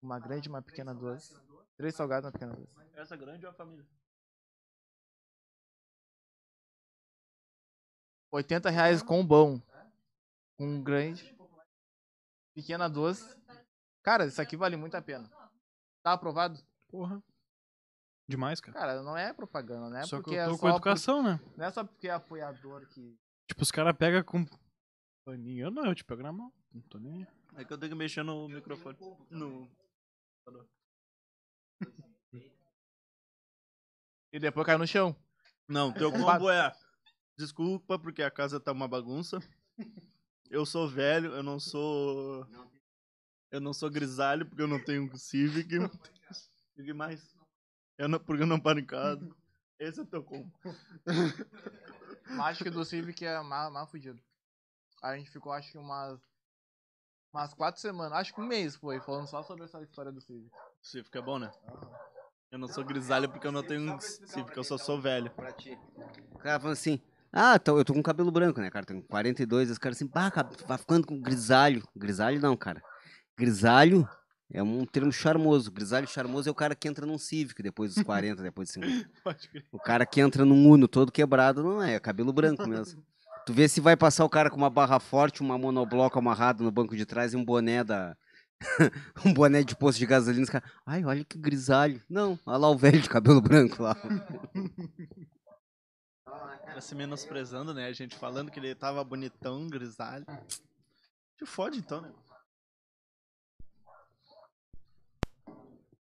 Speaker 2: Uma grande, uma pequena, duas. Três salgados, uma pequena, duas.
Speaker 1: Essa grande é a família.
Speaker 2: 80 reais com um bom. Com um grande. Pequena, doce. Cara, isso aqui vale muito a pena. Tá aprovado?
Speaker 3: Porra. Demais, cara.
Speaker 2: Cara, não é propaganda, né?
Speaker 3: só que
Speaker 2: porque
Speaker 3: eu tô
Speaker 2: é
Speaker 3: com
Speaker 2: só por-
Speaker 3: educação, né?
Speaker 2: Não é só porque é apoiador que...
Speaker 3: Tipo, os caras pegam com. Paninho, eu não, eu te pego na mão. Não tô nem. aí.
Speaker 1: É que eu tenho que mexer no microfone. No...
Speaker 2: E depois cai no chão.
Speaker 1: Não, teu combo é. Desculpa, porque a casa tá uma bagunça. Eu sou velho, eu não sou. Eu não sou grisalho, porque eu não tenho um Civic. E que mais? Eu não, porque eu não paro em casa. Esse é o teu combo.
Speaker 2: Acho que do Civic é mais, mais fudido. A gente ficou, acho que umas... Umas quatro semanas, acho que um mês foi, falando só sobre essa história do Civic.
Speaker 1: Civic é bom, né? Eu não sou grisalho porque eu não tenho um Civic, eu só sou velho.
Speaker 4: Pra ti. O cara falando assim, ah, tô- eu tô com cabelo branco, né, cara? Tenho 42, os caras assim, pá, cab- vai ficando com grisalho. Grisalho não, cara. Grisalho é um termo charmoso. Grisalho charmoso é o cara que entra num Civic depois dos 40, depois dos 50.
Speaker 1: Pode crer.
Speaker 4: O cara que entra num Uno todo quebrado, não é, é cabelo branco mesmo. Tu vê se vai passar o cara com uma barra forte, uma monobloco amarrada no banco de trás e um boné da... um boné de posto de gasolina, os caras, ai, olha que grisalho. Não, olha lá o velho de cabelo branco lá.
Speaker 1: Tá se menosprezando, né? A gente falando que ele tava bonitão, grisalho. Te fode então, né?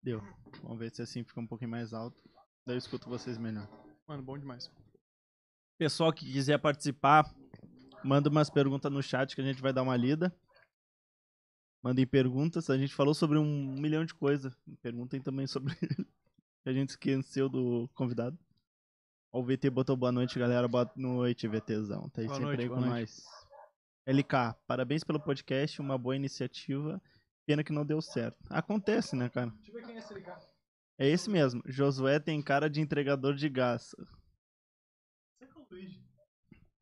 Speaker 1: Deu. Vamos ver se assim fica um pouquinho mais alto. Daí eu escuto vocês melhor.
Speaker 3: Mano, bom demais.
Speaker 1: Pessoal que quiser participar, manda umas perguntas no chat que a gente vai dar uma lida. Mandem perguntas. A gente falou sobre um milhão de coisas. Perguntem também sobre que a gente esqueceu do convidado. Ó, O VT botou boa noite, galera. Boa noite, VTzão. Tá aí
Speaker 3: Boa
Speaker 1: sempre
Speaker 3: noite,
Speaker 1: aí com
Speaker 3: boa
Speaker 1: nós. LK, parabéns pelo podcast, uma boa iniciativa. Pena que não deu certo. Acontece, né, cara?
Speaker 3: Deixa eu ver quem é esse ligado.
Speaker 1: É esse mesmo. Josué tem cara de entregador de gás.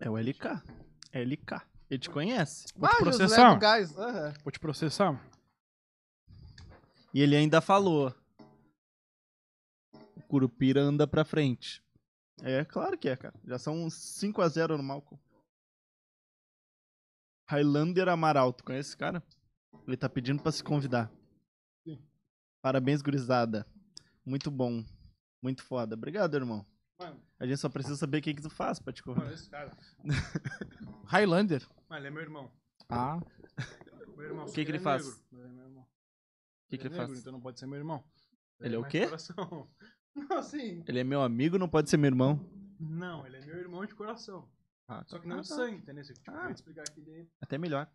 Speaker 1: É o LK. É LK. Ele te conhece.
Speaker 3: Vou te
Speaker 2: Ah, Josué
Speaker 3: processar.
Speaker 2: do Gás, aham.
Speaker 3: Vou te processar.
Speaker 1: E ele ainda falou: o Curupira anda pra frente. É claro que é, cara. Já são 5x0 no Malcolm. Highlander Amaral, tu conhece esse cara? Ele tá pedindo pra se convidar. Parabéns, gurizada. Muito bom. Muito foda. Obrigado, irmão.
Speaker 3: Mano.
Speaker 1: A gente só precisa saber o que, que tu faz pra te convidar.
Speaker 3: esse cara.
Speaker 2: Highlander.
Speaker 3: Mas ele é meu irmão.
Speaker 2: Ah.
Speaker 3: Meu irmão. é
Speaker 1: O que que ele faz? O que, que ele faz?
Speaker 3: Então não pode ser meu irmão.
Speaker 1: Ele é o
Speaker 3: mais
Speaker 1: quê?
Speaker 3: coração. Não, sim.
Speaker 1: Ele é meu amigo, não pode ser meu irmão.
Speaker 3: Não, ele é meu irmão de coração.
Speaker 1: Ah,
Speaker 3: Só que não
Speaker 1: tá.
Speaker 3: de sangue, entendeu? Tipo,
Speaker 1: Ah.
Speaker 3: eu ia te explicar aqui daí.
Speaker 1: Até melhor.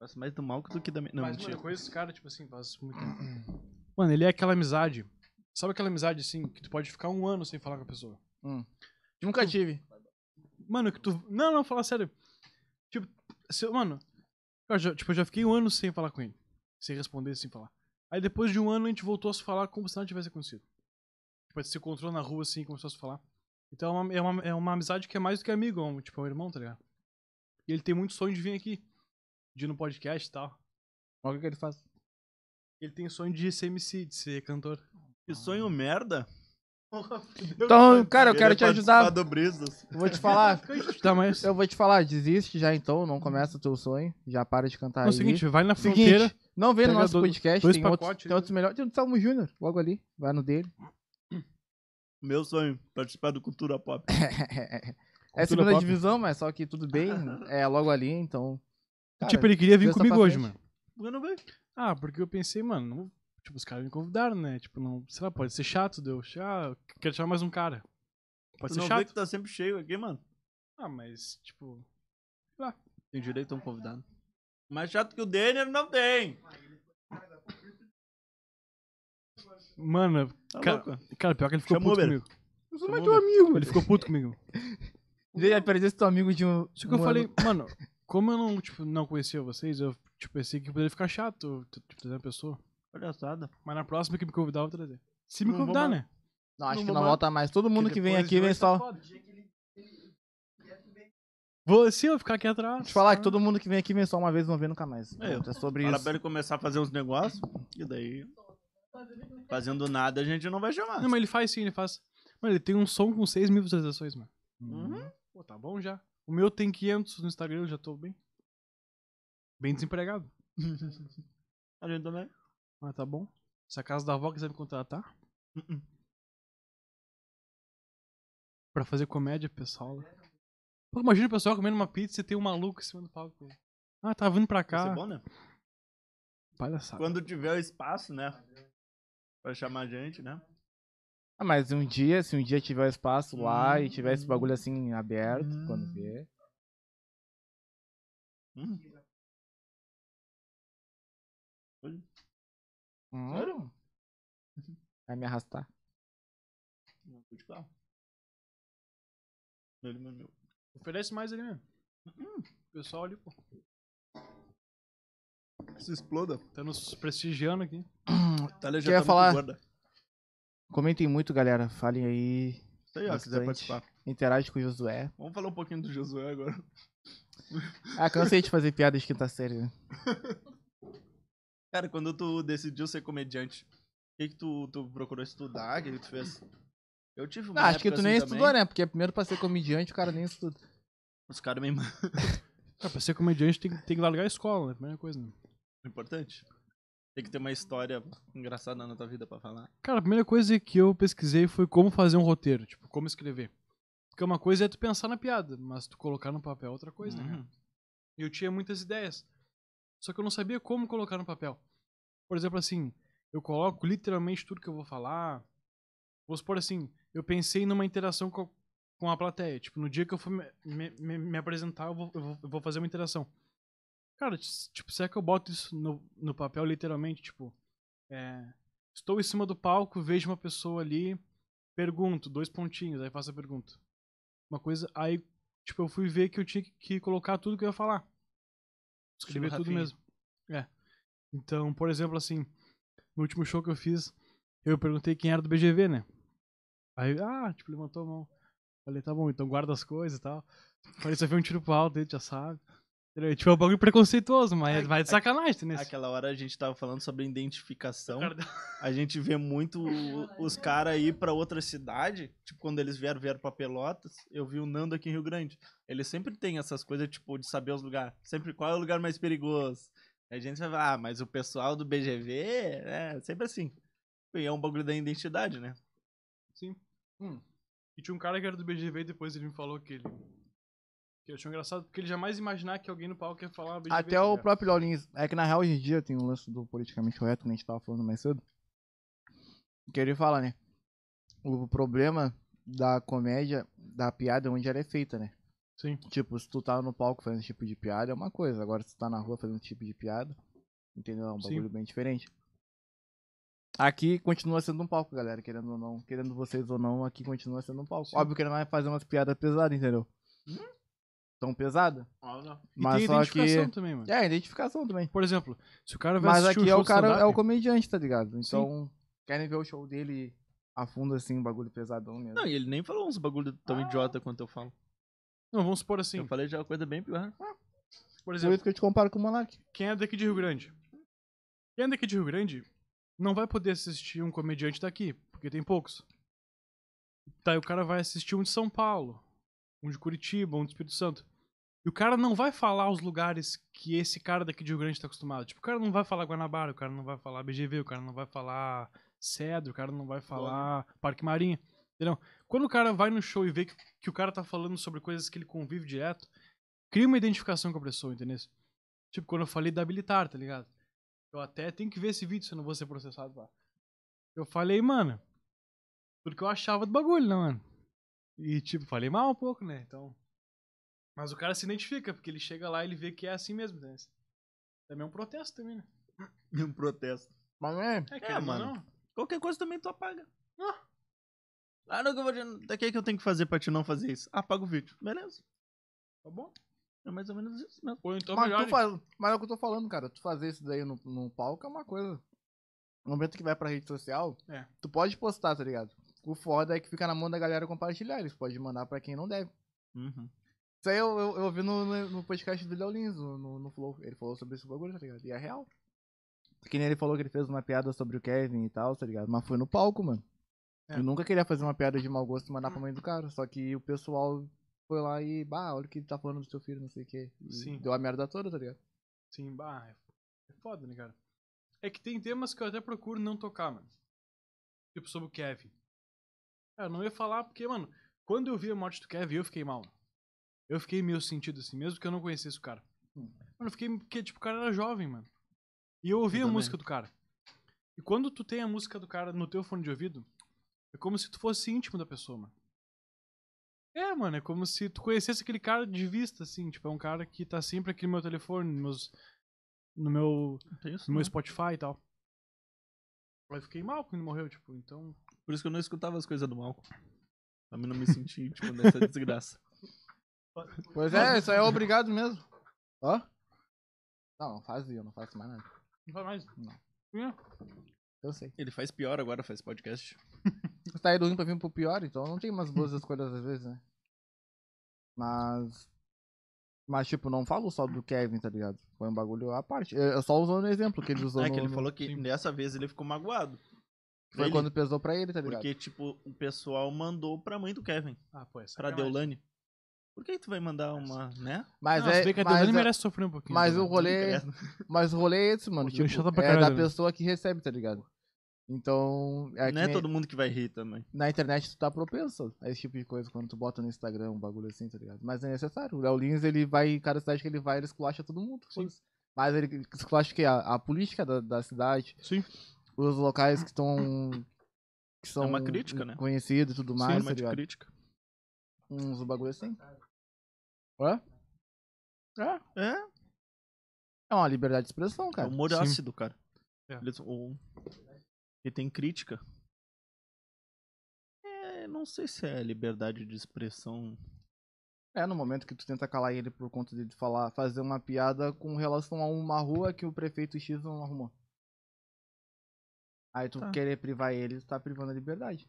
Speaker 1: Gosto mais do Malcolm do que da minha. Não,
Speaker 3: Mas, mano,
Speaker 1: mentira.
Speaker 3: eu conheço os caras, tipo assim, faz muito tempo. Mano, ele é aquela amizade. Sabe aquela amizade, assim, que tu pode ficar um ano sem falar com a pessoa?
Speaker 2: Nunca tive.
Speaker 3: Mano, que tu. Não, não, fala sério. Tipo, se eu- mano, eu já, tipo, eu já fiquei um ano sem falar com ele. Sem responder, sem falar. Aí depois de um ano a gente voltou a se falar como se nada tivesse acontecido. Tipo, a gente se encontrou na rua assim e começou a se falar. Então é uma, é, uma, é uma amizade que é mais do que amigo, é um- tipo, é um irmão, tá ligado? E ele tem muito sonho de vir aqui, de ir no podcast e tal.
Speaker 2: Olha o que que ele faz.
Speaker 3: Ele tem sonho de ser MC, de ser cantor.
Speaker 1: Que sonho merda.
Speaker 2: Então, cara, eu quero te
Speaker 1: é participar
Speaker 2: ajudar.
Speaker 1: do Brisas.
Speaker 2: Vou te falar.
Speaker 3: Tá, mas.
Speaker 2: Eu vou te falar, desiste já então, não começa o teu sonho, já para de cantar
Speaker 3: Não, é
Speaker 2: aí.
Speaker 3: o seguinte, vai na fronteira.
Speaker 2: Seguinte, não vem no
Speaker 3: pega
Speaker 2: nosso
Speaker 3: do-
Speaker 2: podcast,
Speaker 3: dois
Speaker 2: tem,
Speaker 3: pacotes né?
Speaker 2: outros,
Speaker 3: aí.
Speaker 2: tem outros melhores. Tem o Salmo Júnior, logo ali, vai no dele.
Speaker 1: Meu sonho, participar do Cultura Pop.
Speaker 2: É
Speaker 3: Cultura
Speaker 2: segunda
Speaker 3: pop.
Speaker 2: divisão, mas só que tudo bem, é logo ali, então... Cara,
Speaker 3: tipo, ele queria vir
Speaker 2: Deus tá
Speaker 3: comigo
Speaker 2: pra
Speaker 3: hoje,
Speaker 2: frente.
Speaker 3: mano.
Speaker 1: Por que não veio?
Speaker 3: Ah, porque eu pensei, mano, não- tipo, os caras me convidaram, né? Tipo, não, sei lá, pode ser chato, deu. Ah, eu quero chamar mais um cara. Pode
Speaker 1: tu
Speaker 3: ser
Speaker 1: não vê
Speaker 3: chato.
Speaker 1: que tá sempre cheio aqui, mano?
Speaker 3: Ah, mas, tipo,
Speaker 1: Tem direito a um convidado. Mais chato que o Denner não tem.
Speaker 3: mano,
Speaker 1: Tá
Speaker 3: Cara,
Speaker 1: louco?
Speaker 3: cara, pior que ele ficou
Speaker 1: Chamou,
Speaker 3: puto
Speaker 1: velho.
Speaker 3: comigo.
Speaker 2: Eu
Speaker 1: Chamou,
Speaker 2: amigo.
Speaker 3: Ele ficou puto comigo.
Speaker 2: Ele ia perder esse teu amigo de um...
Speaker 3: Só que eu
Speaker 2: um
Speaker 3: falei,
Speaker 2: ano.
Speaker 3: mano, como eu não, tipo, não conhecia vocês, eu tipo, pensei que poderia ficar chato, t- tipo, trazer uma pessoa.
Speaker 1: Palhaçada.
Speaker 3: Mas na próxima que me convidar, eu vou trazer. Se me
Speaker 1: Não vou
Speaker 3: convidar,
Speaker 1: mais.
Speaker 3: né?
Speaker 2: Não, acho
Speaker 1: não
Speaker 2: que
Speaker 1: vou
Speaker 2: não
Speaker 1: mais.
Speaker 2: volta mais. Todo mundo
Speaker 1: Porque
Speaker 2: que vem
Speaker 1: depois
Speaker 2: aqui vem
Speaker 1: dois
Speaker 2: só...
Speaker 1: tá foda.
Speaker 3: Vou, sim, eu vou ficar aqui atrás.
Speaker 2: Deixa eu falar que
Speaker 3: né?
Speaker 2: todo mundo que vem aqui vem só uma vez, não vem nunca mais.
Speaker 1: É,
Speaker 2: Pronto, É, sobre
Speaker 1: Para
Speaker 2: isso.
Speaker 1: pra ele começar a fazer uns negócios. E daí. Fazendo nada, a gente não vai chamar.
Speaker 3: Não, mas ele faz sim, ele faz. Mano, ele tem um som com 6 mil visualizações, mano.
Speaker 1: Uhum.
Speaker 3: Pô, tá bom já. O meu tem 500 no Instagram, eu já tô bem. Bem desempregado.
Speaker 1: A gente também.
Speaker 3: Mas tá bom. Se a casa da avó quiser me contratar.
Speaker 1: Uh-uh.
Speaker 3: Pra fazer comédia, pessoal. Pô, imagina o pessoal comendo uma pizza e tem um maluco em cima do palco. Ah, tá vindo pra
Speaker 1: Vai
Speaker 3: cá.
Speaker 1: ser bom, né?
Speaker 3: Palhaçada.
Speaker 1: Quando tiver o espaço, né? Pra chamar a gente, né?
Speaker 2: Ah, mas um dia, se um dia tiver o espaço lá e tiver
Speaker 3: Hum.
Speaker 2: esse bagulho assim aberto,
Speaker 1: Hum.
Speaker 2: quando vê.
Speaker 1: Hum.
Speaker 2: Hum. Vai me arrastar.
Speaker 1: Não tô de carro. Ele, meu, meu.
Speaker 3: Oferece mais ali mesmo.
Speaker 1: Uh-uh.
Speaker 3: O pessoal ali, pô.
Speaker 1: Se exploda.
Speaker 3: Tá nos prestigiando aqui.
Speaker 1: Tá ali,
Speaker 2: Quer
Speaker 1: já tá
Speaker 2: falar?
Speaker 1: muito gorda.
Speaker 2: Comentem muito, galera. Falem aí.
Speaker 1: Isso aí, ó, quiser
Speaker 2: Bastante.
Speaker 1: participar.
Speaker 2: Interage com o Josué.
Speaker 1: Vamos falar um pouquinho do Josué agora.
Speaker 2: Ah, cansei de fazer piada de quinta série. né?
Speaker 1: Cara, quando tu decidiu ser comediante, o que, que tu, tu procurou estudar? O que, que tu fez? Eu tive uma.
Speaker 2: Ah, acho que
Speaker 1: época
Speaker 2: tu
Speaker 1: assim
Speaker 2: nem
Speaker 1: também.
Speaker 2: estudou, né? Porque primeiro pra ser comediante o cara nem estuda.
Speaker 1: Os caras me mandam.
Speaker 3: Cara, Ah, pra ser comediante tem, que- tem que largar a escola, né? Primeira coisa, né?
Speaker 1: Importante. Tem que ter uma história engraçada na tua vida pra falar.
Speaker 3: Cara, a primeira coisa que eu pesquisei foi como fazer um roteiro, tipo, como escrever. Porque uma coisa é tu pensar na piada, mas tu colocar no papel é outra coisa, né, cara?
Speaker 1: Uhum.
Speaker 3: E eu tinha muitas ideias. Só que eu não sabia como colocar no papel. Por exemplo, assim, eu coloco literalmente tudo que eu vou falar. Vou supor assim, eu pensei numa interação com a, com a plateia. Tipo, no dia que eu for me, me- me- me apresentar, eu vou, eu vou- eu vou fazer uma interação. Cara, s- tipo, será que eu boto isso no, no papel literalmente? Tipo, é, estou em cima do palco, vejo uma pessoa ali, pergunto, dois pontinhos, aí faço a pergunta. Uma coisa, aí, tipo, eu fui ver que eu tinha que- que colocar tudo que eu ia falar. Escrever
Speaker 1: Estilo
Speaker 3: tudo
Speaker 1: Rafinha.
Speaker 3: mesmo. É. Então, por exemplo, assim, no último show que eu fiz, eu perguntei quem era do BGV, né? Aí, ah, tipo, levantou a mão. Falei, tá bom, então guarda as coisas e tal. Falei, isso aqui é um tiro pro alto, ele já sabe. Entendeu? Tipo, é um bagulho preconceituoso, mas vai de sacanagem, né?
Speaker 1: Aquela hora a gente tava falando sobre identificação.
Speaker 3: Cara,
Speaker 1: A gente vê muito o- os caras ir pra outra cidade. Tipo, quando eles vieram, vieram pra Pelotas. Eu vi o Nando aqui em Rio Grande. Ele sempre tem essas coisas, tipo, de saber os lugares. Sempre qual é o lugar mais perigoso. A gente vai falar, ah, mas o pessoal do BGV é sempre assim. E é um bagulho da identidade, né?
Speaker 3: E tinha um cara que era do BGV e depois ele me falou que ele. Que eu achei engraçado, porque ele jamais imaginar que alguém no palco ia falar BGV.
Speaker 2: Até o próprio Lolins. É que na real hoje em dia tem um lance do politicamente correto, que a gente tava falando mais cedo. Que ele fala, né? O problema da comédia, da piada, é onde ela é feita, né?
Speaker 3: Sim.
Speaker 2: Tipo, se tu tá no palco fazendo esse tipo de piada, é uma coisa. Agora, se tu tá na rua fazendo esse tipo de piada, entendeu? É um
Speaker 3: Sim.
Speaker 2: bagulho bem diferente. Aqui continua sendo um palco, galera, querendo ou não. Querendo vocês ou não, aqui continua sendo um palco.
Speaker 3: Sim. Hum?
Speaker 2: Óbvio que ele não vai fazer umas piadas pesadas, entendeu? tão pesada.
Speaker 3: E
Speaker 2: Mas
Speaker 3: tem
Speaker 2: só
Speaker 3: identificação
Speaker 2: que.
Speaker 3: também, mano.
Speaker 2: É, identificação também.
Speaker 3: Por exemplo, se o cara vai
Speaker 2: Mas
Speaker 3: assistir
Speaker 2: aqui
Speaker 3: um
Speaker 2: é
Speaker 3: show
Speaker 2: o
Speaker 3: de
Speaker 2: cara, é
Speaker 3: stand-up-
Speaker 2: o comediante, tá ligado? Então, querem ver o show dele a fundo, assim, um bagulho pesadão mesmo.
Speaker 1: Não, e ele nem falou uns bagulho tão idiota quanto eu falo.
Speaker 3: Não, vamos supor assim.
Speaker 1: Eu falei já uma coisa bem pior.
Speaker 3: Por
Speaker 2: Por
Speaker 3: exemplo,
Speaker 2: isso que eu te comparo com o Monark.
Speaker 3: quem é daqui de Rio Grande? Quem é daqui de Rio Grande não vai poder assistir um comediante daqui, porque tem poucos. Daí o cara vai assistir um de São Paulo, um de Curitiba, um do Espírito Santo. E o cara não vai falar os lugares que esse cara daqui de Rio Grande tá acostumado. Tipo, o cara não vai falar Guanabara, o cara não vai falar BGV, o cara não vai falar Cedro, o cara não vai falar Parque Marinha. Entendeu? Quando o cara vai no show e vê que, que o cara tá falando sobre coisas que ele convive direto, cria uma identificação com a pessoa, entendeu? Tipo, quando eu falei da habilitar, tá ligado? Eu até tenho que ver esse vídeo se eu não vou ser processado lá. Eu falei, mano, porque eu achava do bagulho, né, mano? E, tipo, falei mal um pouco, né? Então. Mas o cara se identifica, porque ele chega lá e ele vê que é assim mesmo, né? Também é um protesto também, né?
Speaker 1: Um protesto.
Speaker 2: Mas é.
Speaker 3: É, querendo ou
Speaker 1: mano.
Speaker 3: não.
Speaker 1: Qualquer coisa também tu apaga.
Speaker 3: Ah.
Speaker 1: Ah, não, que eu vou. te- Daqui é que eu tenho que fazer pra te não fazer isso. Apaga o vídeo. Beleza.
Speaker 3: Tá bom?
Speaker 1: É mais ou menos isso mesmo.
Speaker 3: Ou então
Speaker 2: mas,
Speaker 3: melhor.
Speaker 2: tu faz- mas é o que eu tô falando, cara. Tu fazer isso daí no, no palco é uma coisa. No momento que vai pra rede social,
Speaker 3: É.
Speaker 2: tu pode postar, tá ligado? O foda é que fica na mão da galera compartilhar. Eles podem mandar pra quem não deve.
Speaker 1: Uhum.
Speaker 2: Isso aí eu, eu, eu vi no, no, no podcast do Léo Lins, no, no, no Flow. Ele falou sobre esse bagulho, tá ligado? E é real. Que nem ele falou que ele fez uma piada sobre o Kevin e tal, tá ligado? Mas foi no palco, mano.
Speaker 3: É.
Speaker 2: Eu nunca queria fazer uma piada de mau gosto e mandar pra mãe do cara. Só que o pessoal foi lá e, bah, olha o que ele tá falando do seu filho, não sei o quê. E
Speaker 3: Sim.
Speaker 2: Deu a merda toda, tá ligado?
Speaker 3: Sim, bah, é- é foda, né, cara? É que tem temas que eu até procuro não tocar, mano. Tipo, sobre o Kevin. Cara, eu não ia falar porque, mano, quando eu vi a morte do Kevin, eu fiquei mal. Eu fiquei meio sentido assim, mesmo que eu não conhecesse o cara. Mano, eu fiquei. Porque, tipo, o cara era jovem, mano. E eu ouvi a
Speaker 1: também.
Speaker 3: música do cara. E quando tu tem a música do cara no teu fone de ouvido, é como se tu fosse íntimo da pessoa, mano. É, mano, é como se tu conhecesse aquele cara de vista, assim. Tipo, é um cara que tá sempre aqui no meu telefone, nos meus no meu,
Speaker 1: Não tem isso. né?
Speaker 3: no meu
Speaker 1: não.
Speaker 3: Spotify e tal. Aí eu fiquei mal quando morreu, tipo, então.
Speaker 1: Por isso que eu não escutava as coisas do mal. Pra mim não me sentir, tipo, nessa desgraça.
Speaker 2: Pois é, isso aí é obrigado mesmo. Ó. Não, não fazia, eu não faço mais nada.
Speaker 3: Não vai mais.
Speaker 2: Não.
Speaker 3: É.
Speaker 2: Eu sei.
Speaker 1: Ele faz pior agora, faz podcast.
Speaker 2: Você tá indo pra vir pro pior, então não tem umas boas escolhas às vezes, né? Mas. Mas, tipo, não falo só do Kevin, tá ligado? Foi um bagulho à parte. Eu, eu só usando o exemplo que ele usou
Speaker 1: É
Speaker 2: no,
Speaker 1: que ele
Speaker 2: no-
Speaker 1: falou que dessa vez ele ficou magoado.
Speaker 2: que foi
Speaker 1: Ele-
Speaker 2: quando pesou pra ele, tá ligado?
Speaker 1: Porque, tipo, o pessoal mandou pra mãe do Kevin,
Speaker 3: Ah, pô, é
Speaker 1: pra Deolane. Por que tu vai mandar uma, né?
Speaker 2: Mas
Speaker 3: Não,
Speaker 2: é.
Speaker 3: se bem que a
Speaker 2: mas
Speaker 3: Deolane
Speaker 2: é-
Speaker 3: merece sofrer um pouquinho.
Speaker 2: mas
Speaker 3: né?
Speaker 2: o rolê.
Speaker 1: interessa.
Speaker 2: Mas o rolê é esse, mano.
Speaker 3: O Deolane
Speaker 2: Tipo,
Speaker 3: chata pra
Speaker 2: é
Speaker 3: caralho,
Speaker 2: da
Speaker 3: né?
Speaker 2: pessoa que recebe, tá ligado? Então. É que
Speaker 1: não é
Speaker 2: nem-
Speaker 1: todo mundo que vai rir também.
Speaker 2: na internet tu tá propenso a esse tipo de coisa quando tu bota no Instagram um bagulho assim, tá ligado? Mas é necessário. O Léo Lins, ele vai, cada cidade que ele vai, ele esculacha todo mundo. foda-se. Mas ele esculacha que a, a política da, da cidade,
Speaker 3: Sim.
Speaker 2: os locais que estão. que são
Speaker 1: uma crítica, né?
Speaker 2: conhecidos e tudo mais,
Speaker 1: Sim,
Speaker 2: tá
Speaker 1: uma de
Speaker 2: ligado?
Speaker 1: crítica.
Speaker 2: Uns bagulho assim. Hã? É?
Speaker 1: É,
Speaker 2: É uma liberdade de expressão,
Speaker 1: é
Speaker 2: cara.
Speaker 1: humor
Speaker 3: sim.
Speaker 1: ácido, cara.
Speaker 3: É.
Speaker 1: Eles- o- Ele tem crítica. É, não sei se é liberdade de expressão.
Speaker 2: É, no momento que tu tenta calar ele por conta dele falar, fazer uma piada com relação a uma rua que o prefeito X não arrumou. Aí tu
Speaker 1: Tá.
Speaker 2: querer privar ele, tu tá privando a liberdade.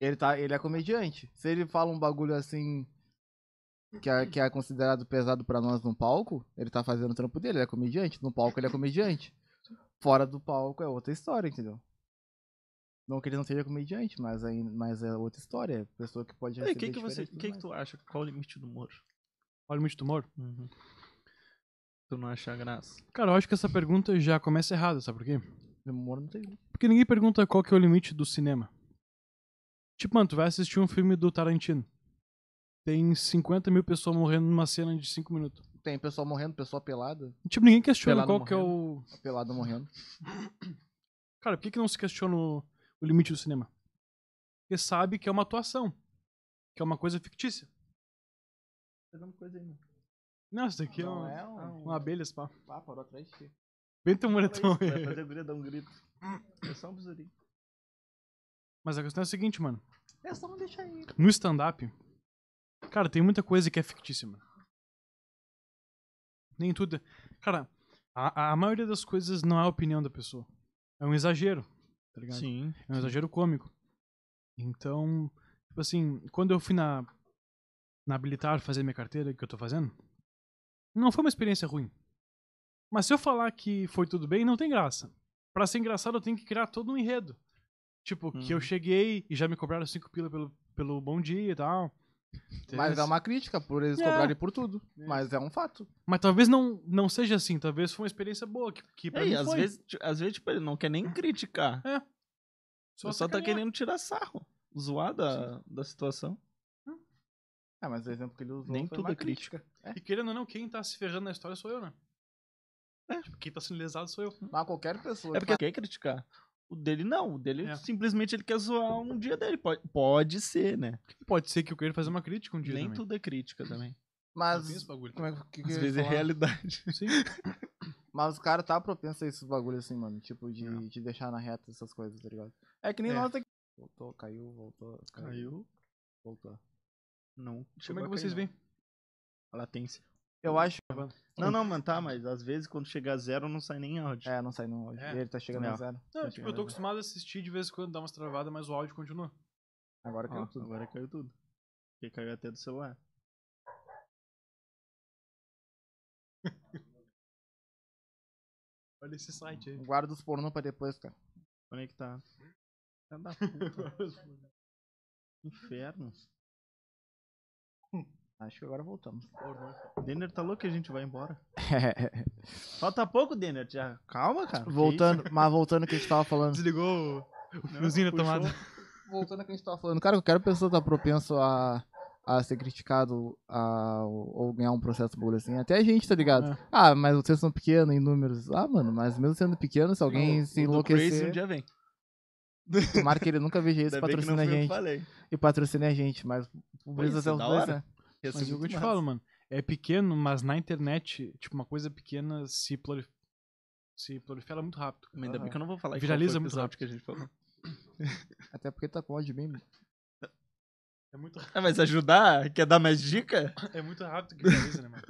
Speaker 2: Ele, tá, ele é comediante. Se ele fala um bagulho assim que é, que é considerado pesado pra nós no palco, ele tá fazendo o trampo dele, ele é comediante. No palco ele é comediante. Fora do palco é outra história, entendeu? Não que ele não seja comediante, mas, aí, mas é outra história. É pessoa que pode
Speaker 1: O
Speaker 2: receber
Speaker 1: que, que você.
Speaker 2: diferente e tudo
Speaker 1: que, que
Speaker 2: mais.
Speaker 1: tu acha? Qual o limite do humor?
Speaker 3: Olha o muito tumor.
Speaker 1: Tu não acha graça?
Speaker 3: Cara, eu acho que essa pergunta já começa errada, sabe por quê?
Speaker 2: Demora, não tem.
Speaker 3: Porque ninguém pergunta qual que é o limite do cinema. Tipo, mano, tu vai assistir um filme do Tarantino. Tem 50 mil pessoas morrendo numa cena de 5 minutos.
Speaker 2: Tem pessoal morrendo, pessoa pelada,
Speaker 3: Tipo, ninguém questiona
Speaker 1: Pelado
Speaker 3: qual que é o.
Speaker 2: pelada morrendo.
Speaker 3: Cara, por que, que não se questiona o, o limite do cinema? Porque sabe que é uma atuação. Que é uma coisa fictícia. Não, isso daqui é,
Speaker 2: né? Não
Speaker 3: um,
Speaker 2: é um-
Speaker 3: uma abelha, esse pá.
Speaker 2: Ah, parou atrás de ti.
Speaker 3: Bem teu moletom.
Speaker 1: Vai fazer a guria dar um grito. É só um besourinho.
Speaker 3: Mas a questão é a seguinte, mano.
Speaker 2: É só não deixar ele.
Speaker 3: No stand-up, Cara, tem muita coisa que é fictícia, mano. Nem tudo. é- Cara, a, a maioria das coisas não é a opinião da pessoa. É um exagero, tá ligado?
Speaker 1: Sim.
Speaker 3: É um exagero cômico. Então, tipo assim, quando eu fui na, na habilitar fazer minha carteira, que eu tô fazendo, não foi uma experiência ruim. Mas se eu falar que foi tudo bem, não tem graça. Pra ser engraçado, eu tenho que criar todo um enredo. Tipo, que eu
Speaker 1: Uhum.
Speaker 3: cheguei e já me cobraram cinco pila pelo, pelo bom dia e tal.
Speaker 2: Mas
Speaker 3: Entendeu?
Speaker 2: é uma crítica por eles
Speaker 3: É.
Speaker 2: cobrarem por tudo. Mas é um fato.
Speaker 3: Mas talvez não, não seja assim. Talvez foi uma experiência boa, que, que pra
Speaker 1: É, e
Speaker 3: mim
Speaker 1: às
Speaker 3: foi.
Speaker 1: vezes, ti- às vezes, tipo, ele não quer nem criticar. Só, só tá
Speaker 3: sacanear.
Speaker 1: querendo tirar sarro. Zoar da, da situação.
Speaker 2: É, mas o exemplo que ele usou
Speaker 1: Nem
Speaker 2: foi
Speaker 1: tudo
Speaker 2: uma
Speaker 1: é crítica.
Speaker 3: E querendo ou não, quem tá se ferrando na história sou eu, né? Tipo, quem tá sendo lesado sou eu.
Speaker 2: Mas qualquer pessoa
Speaker 1: É
Speaker 2: que
Speaker 1: porque quer criticar. O dele não. O dele
Speaker 3: É.
Speaker 1: simplesmente ele quer zoar um dia dele. Pode, pode ser, né?
Speaker 3: Pode ser que eu queira fazer uma crítica um dia
Speaker 1: Nem
Speaker 3: também.
Speaker 1: tudo é crítica também.
Speaker 3: Não tem
Speaker 2: tipo, Mas.
Speaker 3: esse bagulho.
Speaker 2: Como é que- que, que
Speaker 1: Às
Speaker 2: eu
Speaker 1: vezes é
Speaker 2: ia falar?
Speaker 1: realidade.
Speaker 3: Sim.
Speaker 2: Mas o cara tá propenso a esses bagulhos assim, mano. Tipo, de, de deixar na reta essas coisas, tá ligado? É que nem
Speaker 3: É.
Speaker 2: nós aqui. Voltou, caiu, voltou, caiu, voltou.
Speaker 1: Não. chegou
Speaker 3: Como é
Speaker 1: a
Speaker 3: que vocês
Speaker 1: cair,
Speaker 3: veem?
Speaker 1: não. A latência.
Speaker 2: Eu acho.
Speaker 1: Não, não, mano, tá, mas às vezes quando chega a zero não sai nem áudio.
Speaker 2: É, não sai não hoje.
Speaker 3: É.
Speaker 2: Ele tá chegando
Speaker 1: Não.
Speaker 2: a zero.
Speaker 3: Não,
Speaker 2: Tá
Speaker 3: tipo, eu
Speaker 2: chegando
Speaker 3: tô
Speaker 2: a zero.
Speaker 3: acostumado a assistir de vez em quando dar umas travadas, mas o áudio continua.
Speaker 2: Agora
Speaker 1: Ó,
Speaker 2: caiu tudo.
Speaker 1: agora caiu tudo. Porque caiu até do celular.
Speaker 3: Olha esse site aí.
Speaker 2: Guarda os pornô pra depois, cara.
Speaker 1: Conectar. tá. Filha da puta. Inferno.
Speaker 2: Acho que agora voltamos. É.
Speaker 1: Denner tá louco que a gente vai embora. Falta pouco, Denner. Já. Calma, cara. que
Speaker 2: voltando, mas voltando que a gente tava falando.
Speaker 3: Desligou o
Speaker 1: isso? Não,
Speaker 3: fiozinho da
Speaker 1: puxou.
Speaker 3: tomada.
Speaker 2: voltando ao que a gente tava falando, cara, qualquer pessoa tá propenso a, a ser criticado a, ou ganhar um processo por assim. Até a gente, tá ligado?
Speaker 3: É.
Speaker 2: Ah, mas vocês são pequenos em números. Ah, mano, mas mesmo sendo pequeno, se alguém se
Speaker 1: O do
Speaker 3: É.
Speaker 1: Crazy um
Speaker 2: enlouquecer,
Speaker 1: dia vem.
Speaker 2: tomara que ele nunca veja isso,
Speaker 1: Ainda bem que não
Speaker 2: patrocina a
Speaker 1: fui eu que
Speaker 2: gente.
Speaker 1: falei.
Speaker 2: E patrocina a gente, mas
Speaker 1: Pois,
Speaker 2: publica até
Speaker 1: da
Speaker 2: os dois,
Speaker 1: hora.
Speaker 2: né?
Speaker 1: Ia ser
Speaker 3: Mas é o que eu
Speaker 1: muito
Speaker 3: te
Speaker 1: massa.
Speaker 3: falo, mano. É pequeno, mas na internet, tipo, uma coisa pequena se, pluri... se prolifera muito rápido.
Speaker 1: Mas Ainda bem
Speaker 2: Aham.
Speaker 1: que eu não vou falar.
Speaker 3: Viraliza
Speaker 1: qual foi o episódio
Speaker 3: muito rápido.
Speaker 1: que a gente falou.
Speaker 2: Até porque tá com ódio bem.
Speaker 3: É muito,
Speaker 1: Ah, mas ajudar? Quer dar mais dica?
Speaker 3: é muito rápido que viraliza, né, mano?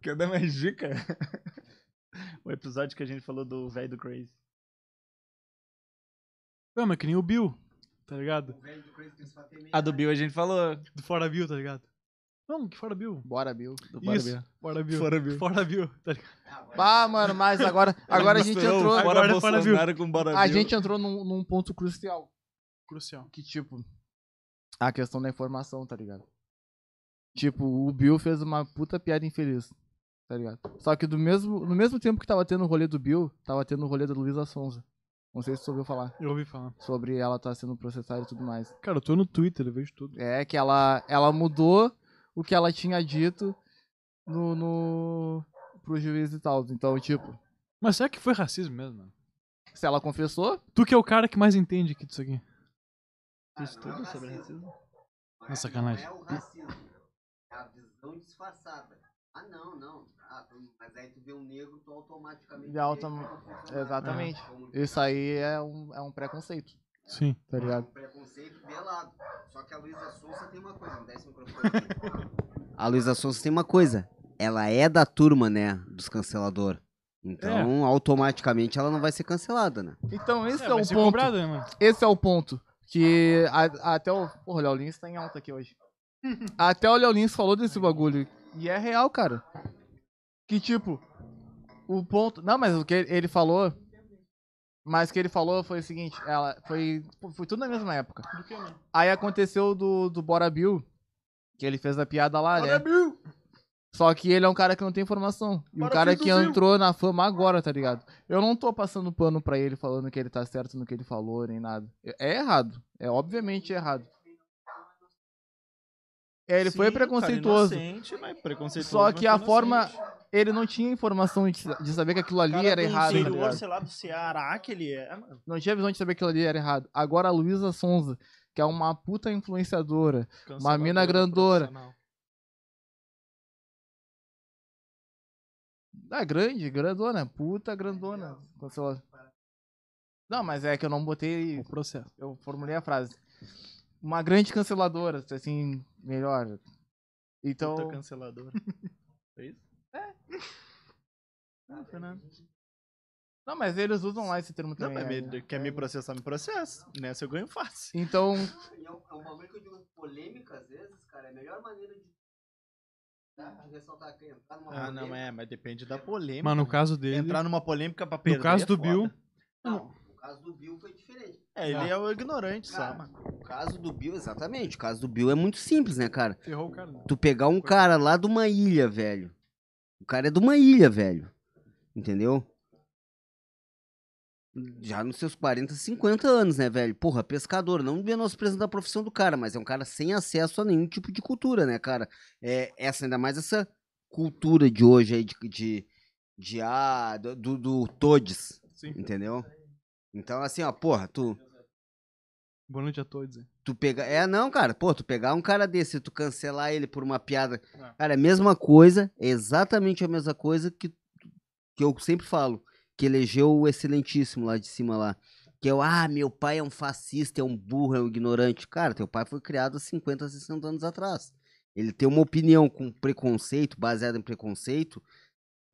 Speaker 1: Quer dar mais dica? o episódio que a gente falou do velho do Crazy.
Speaker 3: Não, mas que nem o Bill, tá ligado?
Speaker 1: A do Bill a gente falou.
Speaker 3: Do Fora Bill, tá ligado? Não, que Fora Bill.
Speaker 2: Bora, Bill.
Speaker 1: Do
Speaker 3: Isso. Fora Bill.
Speaker 1: Fora Bill.
Speaker 3: Fora Bill, tá ligado?
Speaker 2: Bah, mano, mas agora, agora a gente entrou.
Speaker 1: Bora
Speaker 3: Agora é fora
Speaker 1: Bolsonaro com Bora
Speaker 2: A
Speaker 1: Bill.
Speaker 2: gente entrou num, num ponto crucial.
Speaker 3: Crucial.
Speaker 2: que, tipo, a questão da informação, tá ligado? Tipo, o Bill fez uma puta piada infeliz, tá ligado? Só que do mesmo, no mesmo tempo que tava tendo o rolê do Bill, tava tendo o rolê da Luísa Sonza. Não sei se você ouviu falar
Speaker 3: Eu ouvi falar.
Speaker 2: sobre ela tá sendo processada e tudo mais.
Speaker 3: Cara, eu tô no Twitter, eu vejo tudo.
Speaker 2: É que ela, ela mudou o que ela tinha dito no, no pro juiz e tal. Então, tipo,
Speaker 3: Mas será que foi racismo mesmo, mano?
Speaker 2: se ela confessou,
Speaker 3: Tu que é o cara que mais entende aqui disso aqui.
Speaker 1: Tu
Speaker 2: Ah,
Speaker 1: estuda sobre né? racismo?
Speaker 3: Na sacanagem.
Speaker 4: Não é o racismo. É a visão disfarçada. Ah, não, não. Ah, tu- mas aí tu vê um negro, tu automaticamente. é
Speaker 2: Ele autom-
Speaker 4: um
Speaker 2: exatamente. isso aí é um, é um preconceito,
Speaker 3: Sim.
Speaker 2: tá ligado?
Speaker 4: Um preconceito velado. Só que a Luísa Souza tem uma coisa. Me dá esse microfone. a Luísa Souza tem uma coisa. Ela é da turma, né? Dos cancelador.
Speaker 1: É.
Speaker 4: Então, automaticamente, ela não vai ser cancelada, né?
Speaker 2: Então esse é,
Speaker 3: vai
Speaker 2: o
Speaker 3: ser
Speaker 2: ponto.
Speaker 3: cobrado, né, mano?
Speaker 2: Esse é o ponto. Que a- até o. Porra, o Léo Lins tá em alta aqui hoje. até o Léo Lins falou desse bagulho. E é real, cara. Que tipo. O ponto. Não, mas o que ele falou. Mas o que ele falou foi o seguinte, ela foi. Foi tudo na mesma época.
Speaker 3: Do que, né? mano?
Speaker 2: Aí aconteceu do, do Bora Bill, que ele fez a piada lá, né?
Speaker 1: Bill!
Speaker 2: Só que ele é um cara que não tem informação. E um
Speaker 1: Para,
Speaker 2: cara que
Speaker 1: Fizuzinho.
Speaker 2: entrou na fama agora, tá ligado? Eu não tô passando pano pra ele falando que ele tá certo no que ele falou, nem nada. É errado. É obviamente errado. É, ele foi
Speaker 1: Sim, cara,
Speaker 2: preconceituoso.
Speaker 1: inocente, mas preconceituoso,
Speaker 2: Só
Speaker 1: mas
Speaker 2: que
Speaker 1: foi
Speaker 2: a
Speaker 1: inocente.
Speaker 2: forma. Ele não tinha informação de, de saber que aquilo ali
Speaker 1: Cara
Speaker 2: era
Speaker 1: do
Speaker 2: errado, tá
Speaker 1: interior,
Speaker 2: ligado?
Speaker 1: um sei lá, do Ceará que ele é, mano.
Speaker 2: Não tinha visão de saber que aquilo ali era errado. Agora a Luísa Sonza, que é uma puta influenciadora, uma mina grandona, Ah, grande, grandona, puta grandona. Cancelou. Não, mas é que eu não botei.
Speaker 3: O processo.
Speaker 2: Eu formulei a frase. Uma grande canceladora, assim, melhor. Então,
Speaker 1: Puta canceladora. Foi isso? É. Não, foi nada.
Speaker 2: não, mas eles usam lá esse termo
Speaker 1: Não,
Speaker 2: também.
Speaker 1: mas
Speaker 2: é,
Speaker 1: me- quer me processar, me processa. Nessa eu ganho fácil.
Speaker 2: Então,
Speaker 6: E é um, é um bagulho que eu digo polêmica, às vezes, cara, é a melhor maneira de, tá? de ressaltar que entrar numa
Speaker 1: Ah, não,
Speaker 6: polêmica.
Speaker 1: é, mas depende da polêmica.
Speaker 3: Mas no caso dele.
Speaker 1: Entrar numa polêmica pra perder.
Speaker 3: caso
Speaker 1: é
Speaker 3: do
Speaker 1: foda.
Speaker 3: Bill-
Speaker 6: Não, o caso do Bill foi diferente.
Speaker 1: É, ele é o ignorante só,
Speaker 2: Ah,
Speaker 6: Cara,
Speaker 1: mano.
Speaker 4: O caso do Bill, exatamente. O caso do Bill é muito simples, né, cara?
Speaker 3: Ferrou o cara. né?
Speaker 4: Tu pegar um cara lá de uma ilha, velho. O cara é de uma ilha, velho. Entendeu? Já nos seus 40, 50 anos, né, velho? Porra, pescador, não menosprezando da profissão do cara, mas é um cara sem acesso a nenhum tipo de cultura, né, cara? É, essa, ainda mais essa cultura de hoje aí, de. de, de ah, do, do, do Todes.
Speaker 3: Sim.
Speaker 4: Entendeu? Então, assim, ó, porra, tu.
Speaker 3: Boa noite a todos. hein?
Speaker 4: Tu pegar. É, não, cara. Pô, tu pegar um cara desse e tu cancelar ele por uma piada.
Speaker 3: É.
Speaker 4: Cara, é a mesma coisa, é exatamente a mesma coisa que, que eu sempre falo. Que elegeu o excelentíssimo lá de cima lá. Que é o, ah, meu pai é um fascista, é um burro, é um ignorante. Cara, teu pai foi criado há 50, 60 anos atrás. Ele tem uma opinião com preconceito, baseada em preconceito.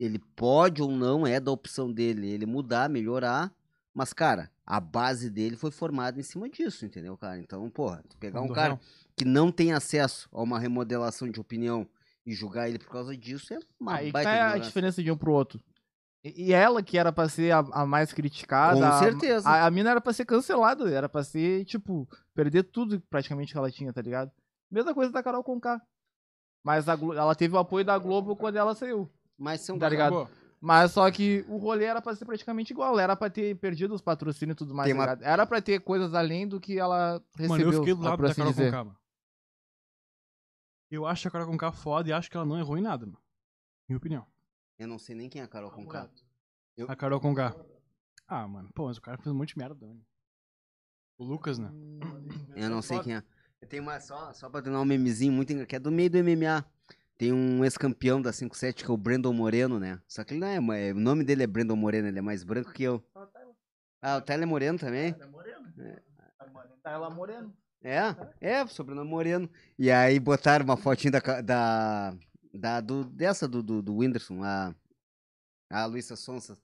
Speaker 4: Ele pode ou não, é da opção dele, ele mudar, melhorar. Mas, cara, a base dele foi formada em cima disso, entendeu, cara? Então, porra, tu pegar um
Speaker 3: Do
Speaker 4: cara
Speaker 3: réu.
Speaker 4: que não tem acesso a uma remodelação de opinião e julgar ele por causa disso é uma
Speaker 2: aí que
Speaker 4: baita
Speaker 2: tá a
Speaker 4: ignorância.
Speaker 2: diferença de um pro outro. E e ela que era pra ser a, a mais criticada.
Speaker 4: Com
Speaker 2: a-
Speaker 4: certeza.
Speaker 2: Ah, A, a mina era pra ser cancelada, era pra ser, tipo, perder tudo praticamente que ela tinha, tá ligado? Mesma coisa da Carol Conká. Mas a Glo- ela teve o apoio da Globo quando ela saiu.
Speaker 4: Mas é um são
Speaker 2: Tá ligado?
Speaker 3: Acabou.
Speaker 2: Mas só que o rolê era pra ser praticamente igual. Era pra ter perdido os patrocínios e tudo mais.
Speaker 4: Tem
Speaker 2: tá
Speaker 4: uma-
Speaker 2: ligado? Era pra ter coisas além do que ela recebeu.
Speaker 3: Mano, eu fiquei do lado
Speaker 2: por
Speaker 3: da
Speaker 2: assim
Speaker 3: Carol
Speaker 2: dizer.
Speaker 3: Conká, mano. Eu acho a Carol Conká foda e acho que ela não errou em nada, mano. Minha opinião.
Speaker 4: Eu não sei nem quem é a Carol Conká.
Speaker 3: A Carol Conká. Ah, mano. Pô, mas o cara fez um monte de merda, mano. O Lucas, né?
Speaker 4: Eu não sei quem é. Tem uma só, só pra terminar um memezinho muito engraçado, que é do meio do MMA. Tem um ex-campeão da 57 que é o Brandon Moreno, né? Só que ele não é, ma- é- o nome dele é Brandon Moreno, ele é mais branco que eu. Ah, o Tyler Moreno também?
Speaker 2: Tá ela morena.
Speaker 4: É, é, sobrenome Moreno. E aí botaram uma fotinha da, ca- da, da do, dessa do, do, do Whindersson, a, a Luísa Sonsa.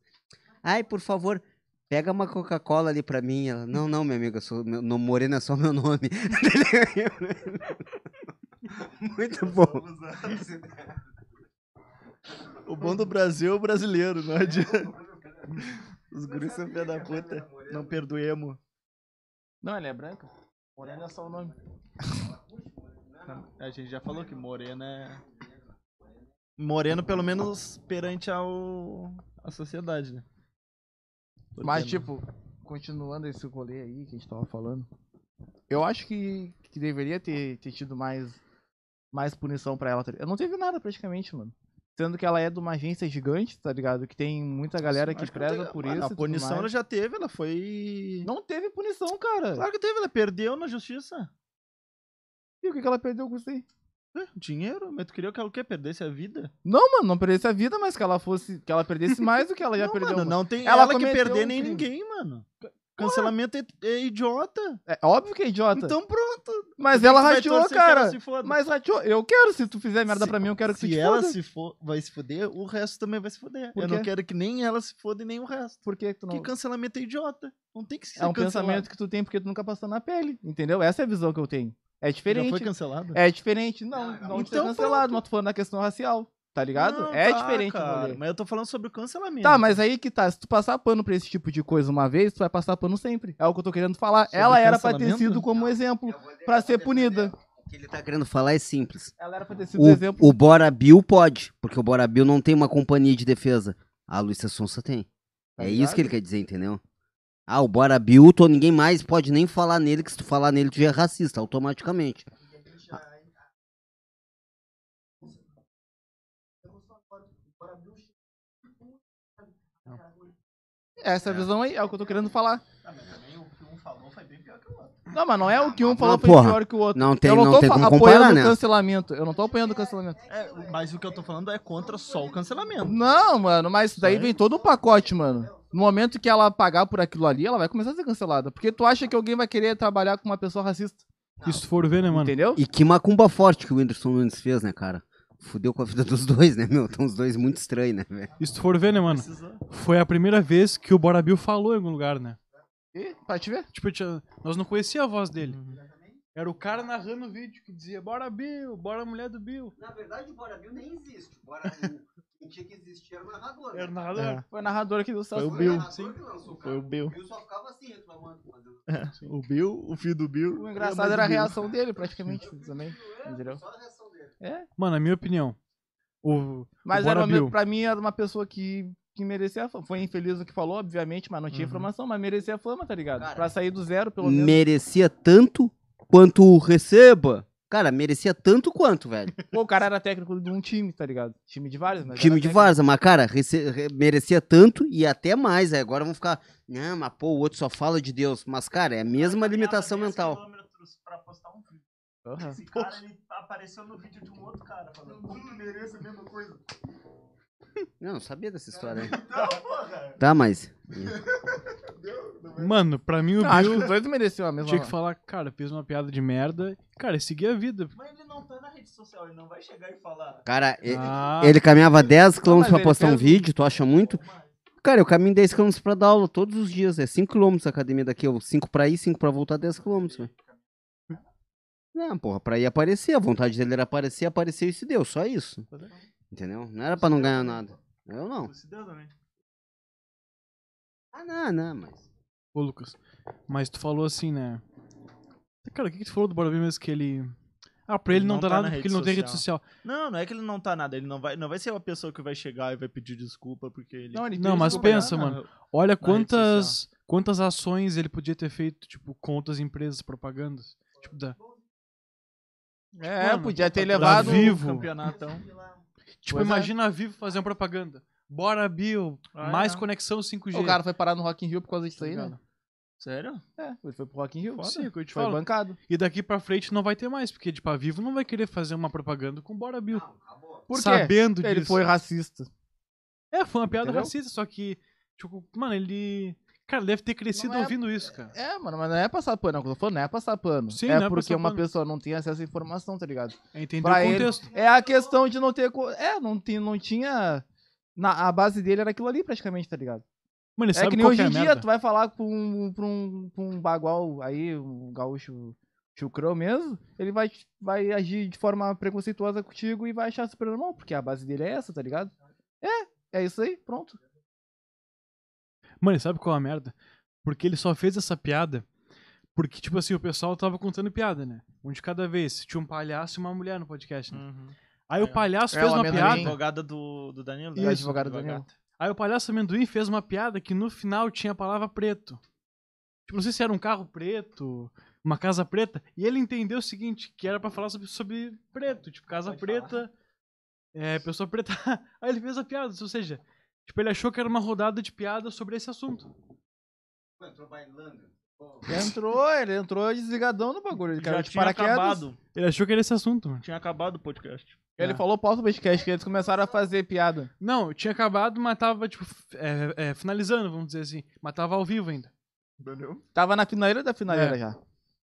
Speaker 4: Ai, por favor, pega uma Coca-Cola ali pra mim. Ela, não, não, minha amiga, eu sou, meu, no- Moreno é só meu nome. Muito bom.
Speaker 1: O bom do Brasil é o brasileiro, não adianta. Os guris são filha da puta. Não perdoemos.
Speaker 2: Não, ela é branca. Morena é só o nome.
Speaker 1: A gente já falou que moreno é. Moreno, pelo menos, perante ao... a sociedade, né? Porque
Speaker 2: Mas,
Speaker 1: não-
Speaker 2: tipo, continuando esse rolê aí que a gente tava falando, eu acho que, que deveria ter, ter tido mais, mais punição pra ela. tá ligado? Eu não teve nada praticamente, mano. Sendo que ela é de uma agência gigante, tá ligado? Que tem muita galera que
Speaker 1: Acho
Speaker 2: preza
Speaker 1: não tem-
Speaker 2: por
Speaker 1: Ah,
Speaker 2: isso.
Speaker 1: não,
Speaker 2: e
Speaker 1: A
Speaker 2: tudo
Speaker 1: punição ela
Speaker 2: mais.
Speaker 1: já teve, ela foi.
Speaker 2: Não teve punição, cara.
Speaker 1: Claro que teve, ela perdeu na justiça.
Speaker 2: E o que, que ela perdeu com isso aí?
Speaker 1: Ué, Dinheiro? Mas tu queria que ela o quê? Perdesse a vida?
Speaker 2: Não, mano, não perdesse a vida, mas que ela fosse. Que ela perdesse mais do que ela tá já
Speaker 1: não,
Speaker 2: perdeu.
Speaker 1: mano,
Speaker 2: mano.
Speaker 1: não tem
Speaker 2: Ela
Speaker 1: ela, que
Speaker 2: cometeu
Speaker 1: perder
Speaker 2: um
Speaker 1: nem
Speaker 2: crime.
Speaker 1: ninguém, mano. Cancelamento é, é idiota.
Speaker 2: É óbvio que é idiota.
Speaker 1: Então pronto.
Speaker 2: mas
Speaker 1: Tu
Speaker 2: ela
Speaker 1: vai
Speaker 2: rachou,
Speaker 1: torcer que ela
Speaker 2: cara.
Speaker 1: se foda.
Speaker 2: Mas rachou. Eu quero, se tu fizer merda
Speaker 1: Se-
Speaker 2: pra mim, eu quero que tu
Speaker 1: se
Speaker 2: te
Speaker 1: ela
Speaker 2: foda.
Speaker 1: se for, vai se foder, o resto também vai se foder.
Speaker 2: Por
Speaker 1: eu não
Speaker 2: quê?
Speaker 1: quero que nem ela se foda e nem o resto.
Speaker 2: Por que que tu não...
Speaker 1: Porque cancelamento é idiota. Não tem que ser
Speaker 2: É um
Speaker 1: cancelado.
Speaker 2: pensamento que tu tem porque tu nunca passou na pele, entendeu? Essa é a visão que eu tenho.
Speaker 1: Já
Speaker 2: É diferente.
Speaker 1: foi cancelado?
Speaker 2: É diferente, não. Não, de ser
Speaker 1: Então,
Speaker 2: cancelado,
Speaker 1: pronto.
Speaker 2: mas tu falando na questão racial, tá ligado?
Speaker 1: Não,
Speaker 2: é
Speaker 1: tá,
Speaker 2: diferente o
Speaker 1: cara.
Speaker 2: rolê.
Speaker 1: Mas eu tô falando sobre o cancelamento.
Speaker 2: Tá, mas aí que tá. Se tu passar pano pra esse tipo de coisa uma vez, tu vai passar pano sempre. É o que eu tô querendo falar.
Speaker 1: Sobre
Speaker 2: Ela era pra ter
Speaker 1: cancelamento?
Speaker 2: sido como exemplo.
Speaker 6: Eu vou de-
Speaker 2: Pra
Speaker 6: eu vou
Speaker 2: ser
Speaker 6: defender-
Speaker 2: punida.
Speaker 4: O que ele tá querendo falar é simples.
Speaker 2: Ela era pra ter sido exemplo.
Speaker 4: O, o Bora Bill pode, porque o Bora Bill não tem uma companhia de defesa. A Luísa Sonsa tem.
Speaker 2: Tá
Speaker 4: é
Speaker 2: ligado?
Speaker 4: isso que ele quer dizer, entendeu? Ah, o Bora Bill, tu- ninguém mais pode nem falar nele, que se tu falar nele, tu já é racista, automaticamente.
Speaker 2: Essa visão aí é o que eu tô querendo falar. o que um
Speaker 4: Ah,
Speaker 2: falou foi bem
Speaker 4: porra.
Speaker 2: pior que o outro. Não,
Speaker 4: Não tem,
Speaker 2: mas não é o que um falou foi pior que o outro. eu não,
Speaker 4: não
Speaker 2: tô
Speaker 4: tem
Speaker 2: fa-
Speaker 4: como
Speaker 2: apoiando
Speaker 4: comparar,
Speaker 2: o
Speaker 4: né?
Speaker 2: cancelamento. Eu não tô apoiando o cancelamento.
Speaker 1: É, mas o que eu tô falando é contra só o cancelamento.
Speaker 2: Não, mano, mas isso daí
Speaker 1: Vai.
Speaker 2: vem todo o pacote, mano. No momento que ela pagar por aquilo ali, ela vai começar a ser cancelada. Porque tu acha que alguém vai querer trabalhar com uma pessoa racista?
Speaker 3: Isso tu for ver, né, mano?
Speaker 2: Entendeu?
Speaker 4: E que macumba forte que o Whindersson Nunes fez, né, cara? Fudeu com a vida dos dois, né, meu? Estão os dois muito estranhos, né, velho?
Speaker 3: Isso tu for ver, né, mano?
Speaker 1: Precisou.
Speaker 3: Foi a primeira vez que o Bora Bill falou em algum lugar, né?
Speaker 2: E, pra te ver.
Speaker 3: Tipo, tinha- nós não conhecia a voz dele.
Speaker 1: Uhum.
Speaker 3: Era o cara narrando o vídeo que dizia, bora Bill, bora mulher do Bill.
Speaker 6: Na verdade, o Bora Bill nem existe. O Bora Bill, quem tinha que existir era o narrador.
Speaker 3: Era o
Speaker 6: né?
Speaker 3: narrador.
Speaker 2: Foi o narrador aqui do Celso.
Speaker 1: Foi o Bill.
Speaker 6: narrador
Speaker 3: sim.
Speaker 6: que lançou
Speaker 1: Foi o
Speaker 6: o cara.
Speaker 1: Bill.
Speaker 6: O Bill só ficava assim, reclamando. fazendo-
Speaker 1: O Bill, o filho do Bill.
Speaker 2: O
Speaker 1: mais
Speaker 2: engraçado
Speaker 1: o
Speaker 2: era a
Speaker 1: Bill.
Speaker 2: reação dele, praticamente, também. Entendeu?
Speaker 6: Só a reação dele.
Speaker 3: Mano, a minha opinião. O,
Speaker 2: Mas
Speaker 3: o
Speaker 2: era
Speaker 3: Bora
Speaker 2: uma,
Speaker 3: Bill.
Speaker 2: pra mim era uma pessoa que, que merecia a fama. Foi infeliz no que falou, obviamente, mas não tinha
Speaker 3: Uhum.
Speaker 2: informação, mas merecia a fama, tá ligado?
Speaker 6: Cara,
Speaker 2: pra sair do zero, pelo menos.
Speaker 4: Merecia tanto quanto o receba. Cara, merecia tanto quanto, velho.
Speaker 2: Pô, o cara era técnico de um time, tá ligado? Time de vários, mas
Speaker 4: Time
Speaker 2: era
Speaker 4: de
Speaker 2: técnico.
Speaker 4: Varza, mas, cara, rece- re- merecia tanto e até mais. Aí agora vão ficar, não, mas pô, o outro só fala de Deus. Mas, cara, é a mesma limitação mental.
Speaker 1: Tá quilômetros pra postar um vídeo.
Speaker 2: Aham.
Speaker 1: Esse cara, ele apareceu no vídeo de um outro cara falando, tudo merece a mesma coisa.
Speaker 4: Eu não sabia dessa história. aí.
Speaker 1: Não, porra!
Speaker 4: Tá, mas.
Speaker 3: Mano, pra mim o
Speaker 1: Ah,
Speaker 2: Não, acho
Speaker 3: Bill
Speaker 2: que os dois mereciam a mesma
Speaker 3: tinha que falar, cara, fez uma piada de merda. Cara, seguir a vida.
Speaker 1: Mas ele não tá na rede social, ele não vai chegar e falar.
Speaker 4: Cara, e-
Speaker 3: Ah,
Speaker 4: ele caminhava 10 km
Speaker 2: mas
Speaker 4: pra
Speaker 2: ele
Speaker 4: postar um
Speaker 2: fez-
Speaker 4: vídeo, tu acha muito? Cara, eu caminho 10 km pra dar aula todos os dias. É 5 km a academia daqui. 5 pra ir, 5 pra voltar, 10 km, velho. Não, porra, pra ir aparecer. A vontade dele era aparecer, apareceu e se deu. Só isso.
Speaker 2: é.
Speaker 4: Entendeu? Não era pra não ganhar nada. Eu não.
Speaker 1: Se né?" deu também.
Speaker 4: Ah, não, não, mas.
Speaker 3: Ô, Lucas, mas tu falou assim, né? Cara, o que, que tu falou do Bora Bill mesmo que ele. Ah, pra ele não,
Speaker 1: Não
Speaker 3: dá
Speaker 1: tá
Speaker 3: nada
Speaker 1: na
Speaker 3: porque
Speaker 1: rede
Speaker 3: ele não tem rede
Speaker 1: social.
Speaker 3: social.
Speaker 1: Não, não é que ele não tá nada. Ele não vai, não vai ser uma pessoa que vai chegar e vai pedir desculpa porque ele. né?
Speaker 2: ele
Speaker 3: Não,
Speaker 2: tem
Speaker 3: mas
Speaker 2: isso,
Speaker 3: pensa,
Speaker 2: cara.
Speaker 3: mano.
Speaker 1: Tá
Speaker 3: Olha
Speaker 1: Na rede
Speaker 3: quantas quantas ações ele podia ter feito, tipo, contas, empresas, propagandas. Tipo, da,
Speaker 2: É,
Speaker 3: Mano,
Speaker 2: podia
Speaker 1: tá
Speaker 2: ter
Speaker 3: pra
Speaker 2: levado.
Speaker 3: vivo.
Speaker 1: campeonato.
Speaker 3: tipo
Speaker 2: Pois é.
Speaker 3: imagina a Vivo fazer uma propaganda. Bora, Bill.
Speaker 1: Ah,
Speaker 3: mais
Speaker 1: é.
Speaker 3: conexão tá 5G.
Speaker 2: O cara foi parar no Rock in Rio por causa disso aí, né?
Speaker 1: Sério?
Speaker 2: É, ele foi pro Rock in Rio.
Speaker 3: Sim, é o que eu te
Speaker 2: foi
Speaker 3: falo.
Speaker 2: bancado.
Speaker 3: E daqui pra frente não vai ter mais, porque, tipo, a Vivo não vai querer fazer uma propaganda com Bora, Bill.
Speaker 6: Não, acabou.
Speaker 2: Por quê?
Speaker 3: sabendo disso.
Speaker 2: Ele foi racista.
Speaker 3: É, foi uma piada
Speaker 2: Entendeu?
Speaker 3: racista, só que, tipo, mano, ele. Cara, deve ter crescido
Speaker 2: Não é-
Speaker 3: ouvindo isso, cara.
Speaker 2: É, mano, mas não é passar pano. é o que eu tô falando, Não é passar pano.
Speaker 3: Sim,
Speaker 2: é
Speaker 3: não é
Speaker 2: porque
Speaker 3: passar
Speaker 2: uma
Speaker 3: pano.
Speaker 2: pessoa não tem acesso à informação, tá ligado?
Speaker 3: É entender
Speaker 2: Pra
Speaker 3: o
Speaker 2: ele-
Speaker 3: contexto.
Speaker 2: É a questão de não ter. co- É, não, tem, não tinha. Na, a base dele era aquilo ali, praticamente, tá ligado?
Speaker 3: Mano, ele
Speaker 2: É
Speaker 3: sabe
Speaker 2: que nem
Speaker 3: qual
Speaker 2: hoje
Speaker 3: é
Speaker 2: em
Speaker 3: a
Speaker 2: dia,
Speaker 3: merda.
Speaker 2: tu vai falar pra um, pra um, pra um bagual aí, um gaúcho chucrão mesmo, ele vai, vai agir de forma preconceituosa contigo e vai achar super normal, porque a base dele é essa, tá ligado? É, é isso aí, pronto.
Speaker 3: Mano, sabe qual é a merda? Porque ele só fez essa piada porque, tipo assim, o pessoal tava contando piada, né? Um de cada vez. Tinha um palhaço e uma mulher no podcast, né?
Speaker 2: Uhum.
Speaker 3: Aí o
Speaker 1: É.
Speaker 3: palhaço
Speaker 2: Hum. É,
Speaker 3: fez
Speaker 2: o
Speaker 3: uma
Speaker 2: amendoim.
Speaker 1: A
Speaker 3: piada.
Speaker 1: advogada do, do Danilo.
Speaker 2: Isso, a advogada do Danilo.
Speaker 3: Aí o palhaço amendoim fez uma piada que no final tinha a palavra preto. Tipo, não sei se era um carro preto, uma casa preta. E ele entendeu o seguinte, que era pra falar sobre, sobre preto. Tipo, casa
Speaker 1: Pode
Speaker 3: preta, é, pessoa preta. Aí ele fez a piada, ou seja... Tipo, ele achou que era uma rodada de piada sobre esse assunto.
Speaker 6: Pô, Entrou bailando. Pô,
Speaker 2: Entrou, ele entrou desligadão no bagulho, ele
Speaker 1: Já
Speaker 2: caiu de
Speaker 1: tinha
Speaker 2: paraquedas.
Speaker 1: acabado.
Speaker 3: Ele achou que era esse assunto, mano.
Speaker 1: Tinha acabado o podcast.
Speaker 2: Ele
Speaker 3: É.
Speaker 2: falou pausa o podcast, que eles começaram a fazer piada.
Speaker 3: Não, eu tinha acabado, mas tava, tipo, f- é, é, finalizando, vamos dizer assim. Mas tava ao vivo ainda.
Speaker 1: Entendeu?
Speaker 2: Tava na finaleira da finaleira
Speaker 3: É.
Speaker 2: já.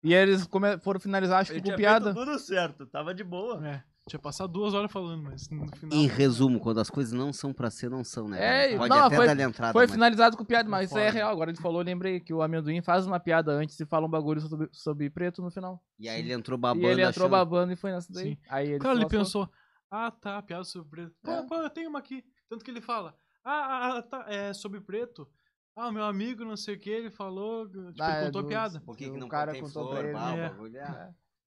Speaker 2: E eles come- foram finalizar, acho que com piada.
Speaker 1: tudo certo, tava de boa.
Speaker 3: É, tinha passado duas horas falando, mas no final.
Speaker 4: Em resumo, quando as coisas não são pra ser, não são, né?
Speaker 2: É,
Speaker 4: velho? Pode
Speaker 2: não,
Speaker 4: até
Speaker 2: foi-
Speaker 4: dar entrada.
Speaker 2: Foi
Speaker 4: mas-
Speaker 2: finalizado com piada, mas isso aí é
Speaker 3: Concordo.
Speaker 2: real. Agora ele falou, lembrei que o amendoim faz uma piada antes e fala um bagulho sobre, sobre preto no final.
Speaker 4: E aí ele entrou babando.
Speaker 2: e ele entrou
Speaker 4: achando-
Speaker 2: babando e foi nessa daí.
Speaker 3: Sim.
Speaker 2: Aí ele
Speaker 3: O cara,
Speaker 2: se
Speaker 3: ele
Speaker 2: lascou.
Speaker 3: pensou, ah, tá, piada sobre preto. Pô,
Speaker 2: É.
Speaker 3: pô, eu tenho uma aqui. Tanto que ele fala, ah, ah, ah, tá, é sobre preto. Ah, meu amigo, não sei o que, ele falou, tipo,
Speaker 2: Ah,
Speaker 3: ele
Speaker 2: é
Speaker 3: contou
Speaker 2: do-
Speaker 3: piada.
Speaker 4: Por que, que
Speaker 2: O
Speaker 4: não
Speaker 2: cara
Speaker 4: cara tem
Speaker 2: contou
Speaker 4: flor,
Speaker 2: pra ele,
Speaker 4: bala,
Speaker 3: é.
Speaker 4: bagulho? Ah.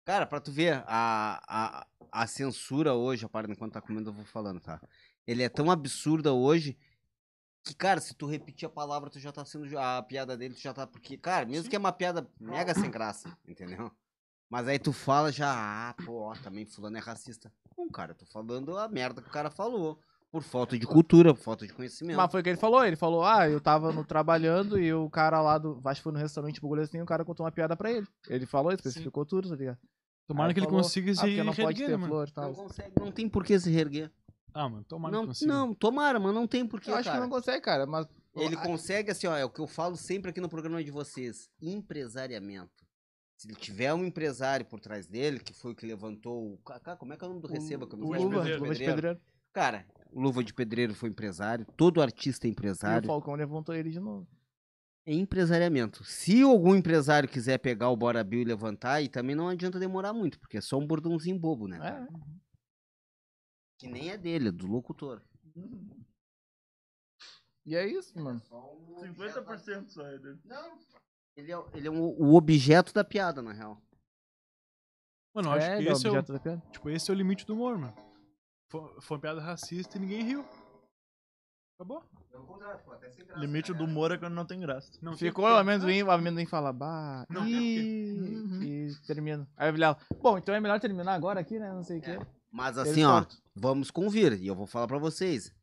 Speaker 4: Cara, pra tu ver, a, a, a censura hoje, a parada enquanto tá comendo, eu vou falando, tá? Ele é tão absurda hoje que, cara, se tu repetir a palavra, tu já tá sendo. A piada dele, tu já tá. Porque, cara, mesmo que é uma piada mega sem graça, entendeu? Mas aí tu fala já, ah, pô, ó, também fulano é racista. Não, cara, eu tô falando a merda que o cara falou. Por falta de cultura, por falta de conhecimento.
Speaker 2: Mas foi o que ele falou. Ele falou, ah, eu tava no, trabalhando e o cara lá do... Acho que foi no restaurante, bagulho assim, o cara contou uma piada pra ele. Ele falou, especificou tudo, tá ligado?
Speaker 3: Tomara
Speaker 2: Aí
Speaker 3: que ele
Speaker 2: falou,
Speaker 3: consiga
Speaker 2: Ah,
Speaker 3: se
Speaker 2: porque não pode
Speaker 3: reerguer, né,
Speaker 2: ter
Speaker 3: mano.
Speaker 2: flor e
Speaker 4: não,
Speaker 2: tal.
Speaker 4: consegue, não tem por que se reerguer.
Speaker 3: Ah, mano, tomara que
Speaker 4: Não,
Speaker 3: consiga.
Speaker 4: não, tomara, mas não tem por que,
Speaker 2: Eu acho que
Speaker 4: cara.
Speaker 2: não consegue, cara, mas...
Speaker 4: Ele
Speaker 2: Ah,
Speaker 4: consegue, assim, ó, é o que eu falo sempre aqui no programa de vocês: empresariamento. Se ele tiver um empresário por trás dele, que foi o que levantou o. ca- Cara, como é que é o nome do receba? que eu me
Speaker 2: O
Speaker 4: esqueci?
Speaker 2: Luva,
Speaker 3: Pedreiro.
Speaker 2: Luva de Pedreiro.
Speaker 4: Cara, o Luva de Pedreiro foi empresário, todo artista é
Speaker 2: E o
Speaker 4: empresário.
Speaker 2: Falcão levantou ele de novo.
Speaker 4: É empresariamento. Se algum empresário quiser pegar o Bora Bill e levantar, e também não adianta demorar muito, porque é só um bordãozinho bobo, né? cara?
Speaker 2: É.
Speaker 4: Que nem é dele, é do locutor.
Speaker 2: E é isso, mano.
Speaker 6: Só um
Speaker 1: tá.
Speaker 6: objeto da-
Speaker 1: 50% só, Eder.
Speaker 6: Não,
Speaker 4: Ele é, ele é um- o objeto da piada, na real.
Speaker 3: Mano, eu acho
Speaker 2: é,
Speaker 3: que
Speaker 2: ele é o
Speaker 3: esse é, o,
Speaker 2: objeto da piada.
Speaker 3: tipo, esse é o limite do humor, mano. Foi, foi uma piada racista e ninguém riu. Acabou.
Speaker 6: eu contrato, pô, até sem graça. tá
Speaker 1: Limite do humor é quando não tem graça.
Speaker 3: Não tem
Speaker 2: Ficou
Speaker 3: o que-
Speaker 2: o amendoim, o amendoim fala, bah,
Speaker 3: Não, é Uhum. tem o
Speaker 2: e, e termina. Aí o Vilela, bom, então é melhor terminar agora aqui, né, não sei o quê.
Speaker 4: Mas
Speaker 2: Ele
Speaker 4: assim, ó,
Speaker 2: corta.
Speaker 4: vamos convir, e eu vou falar pra vocês.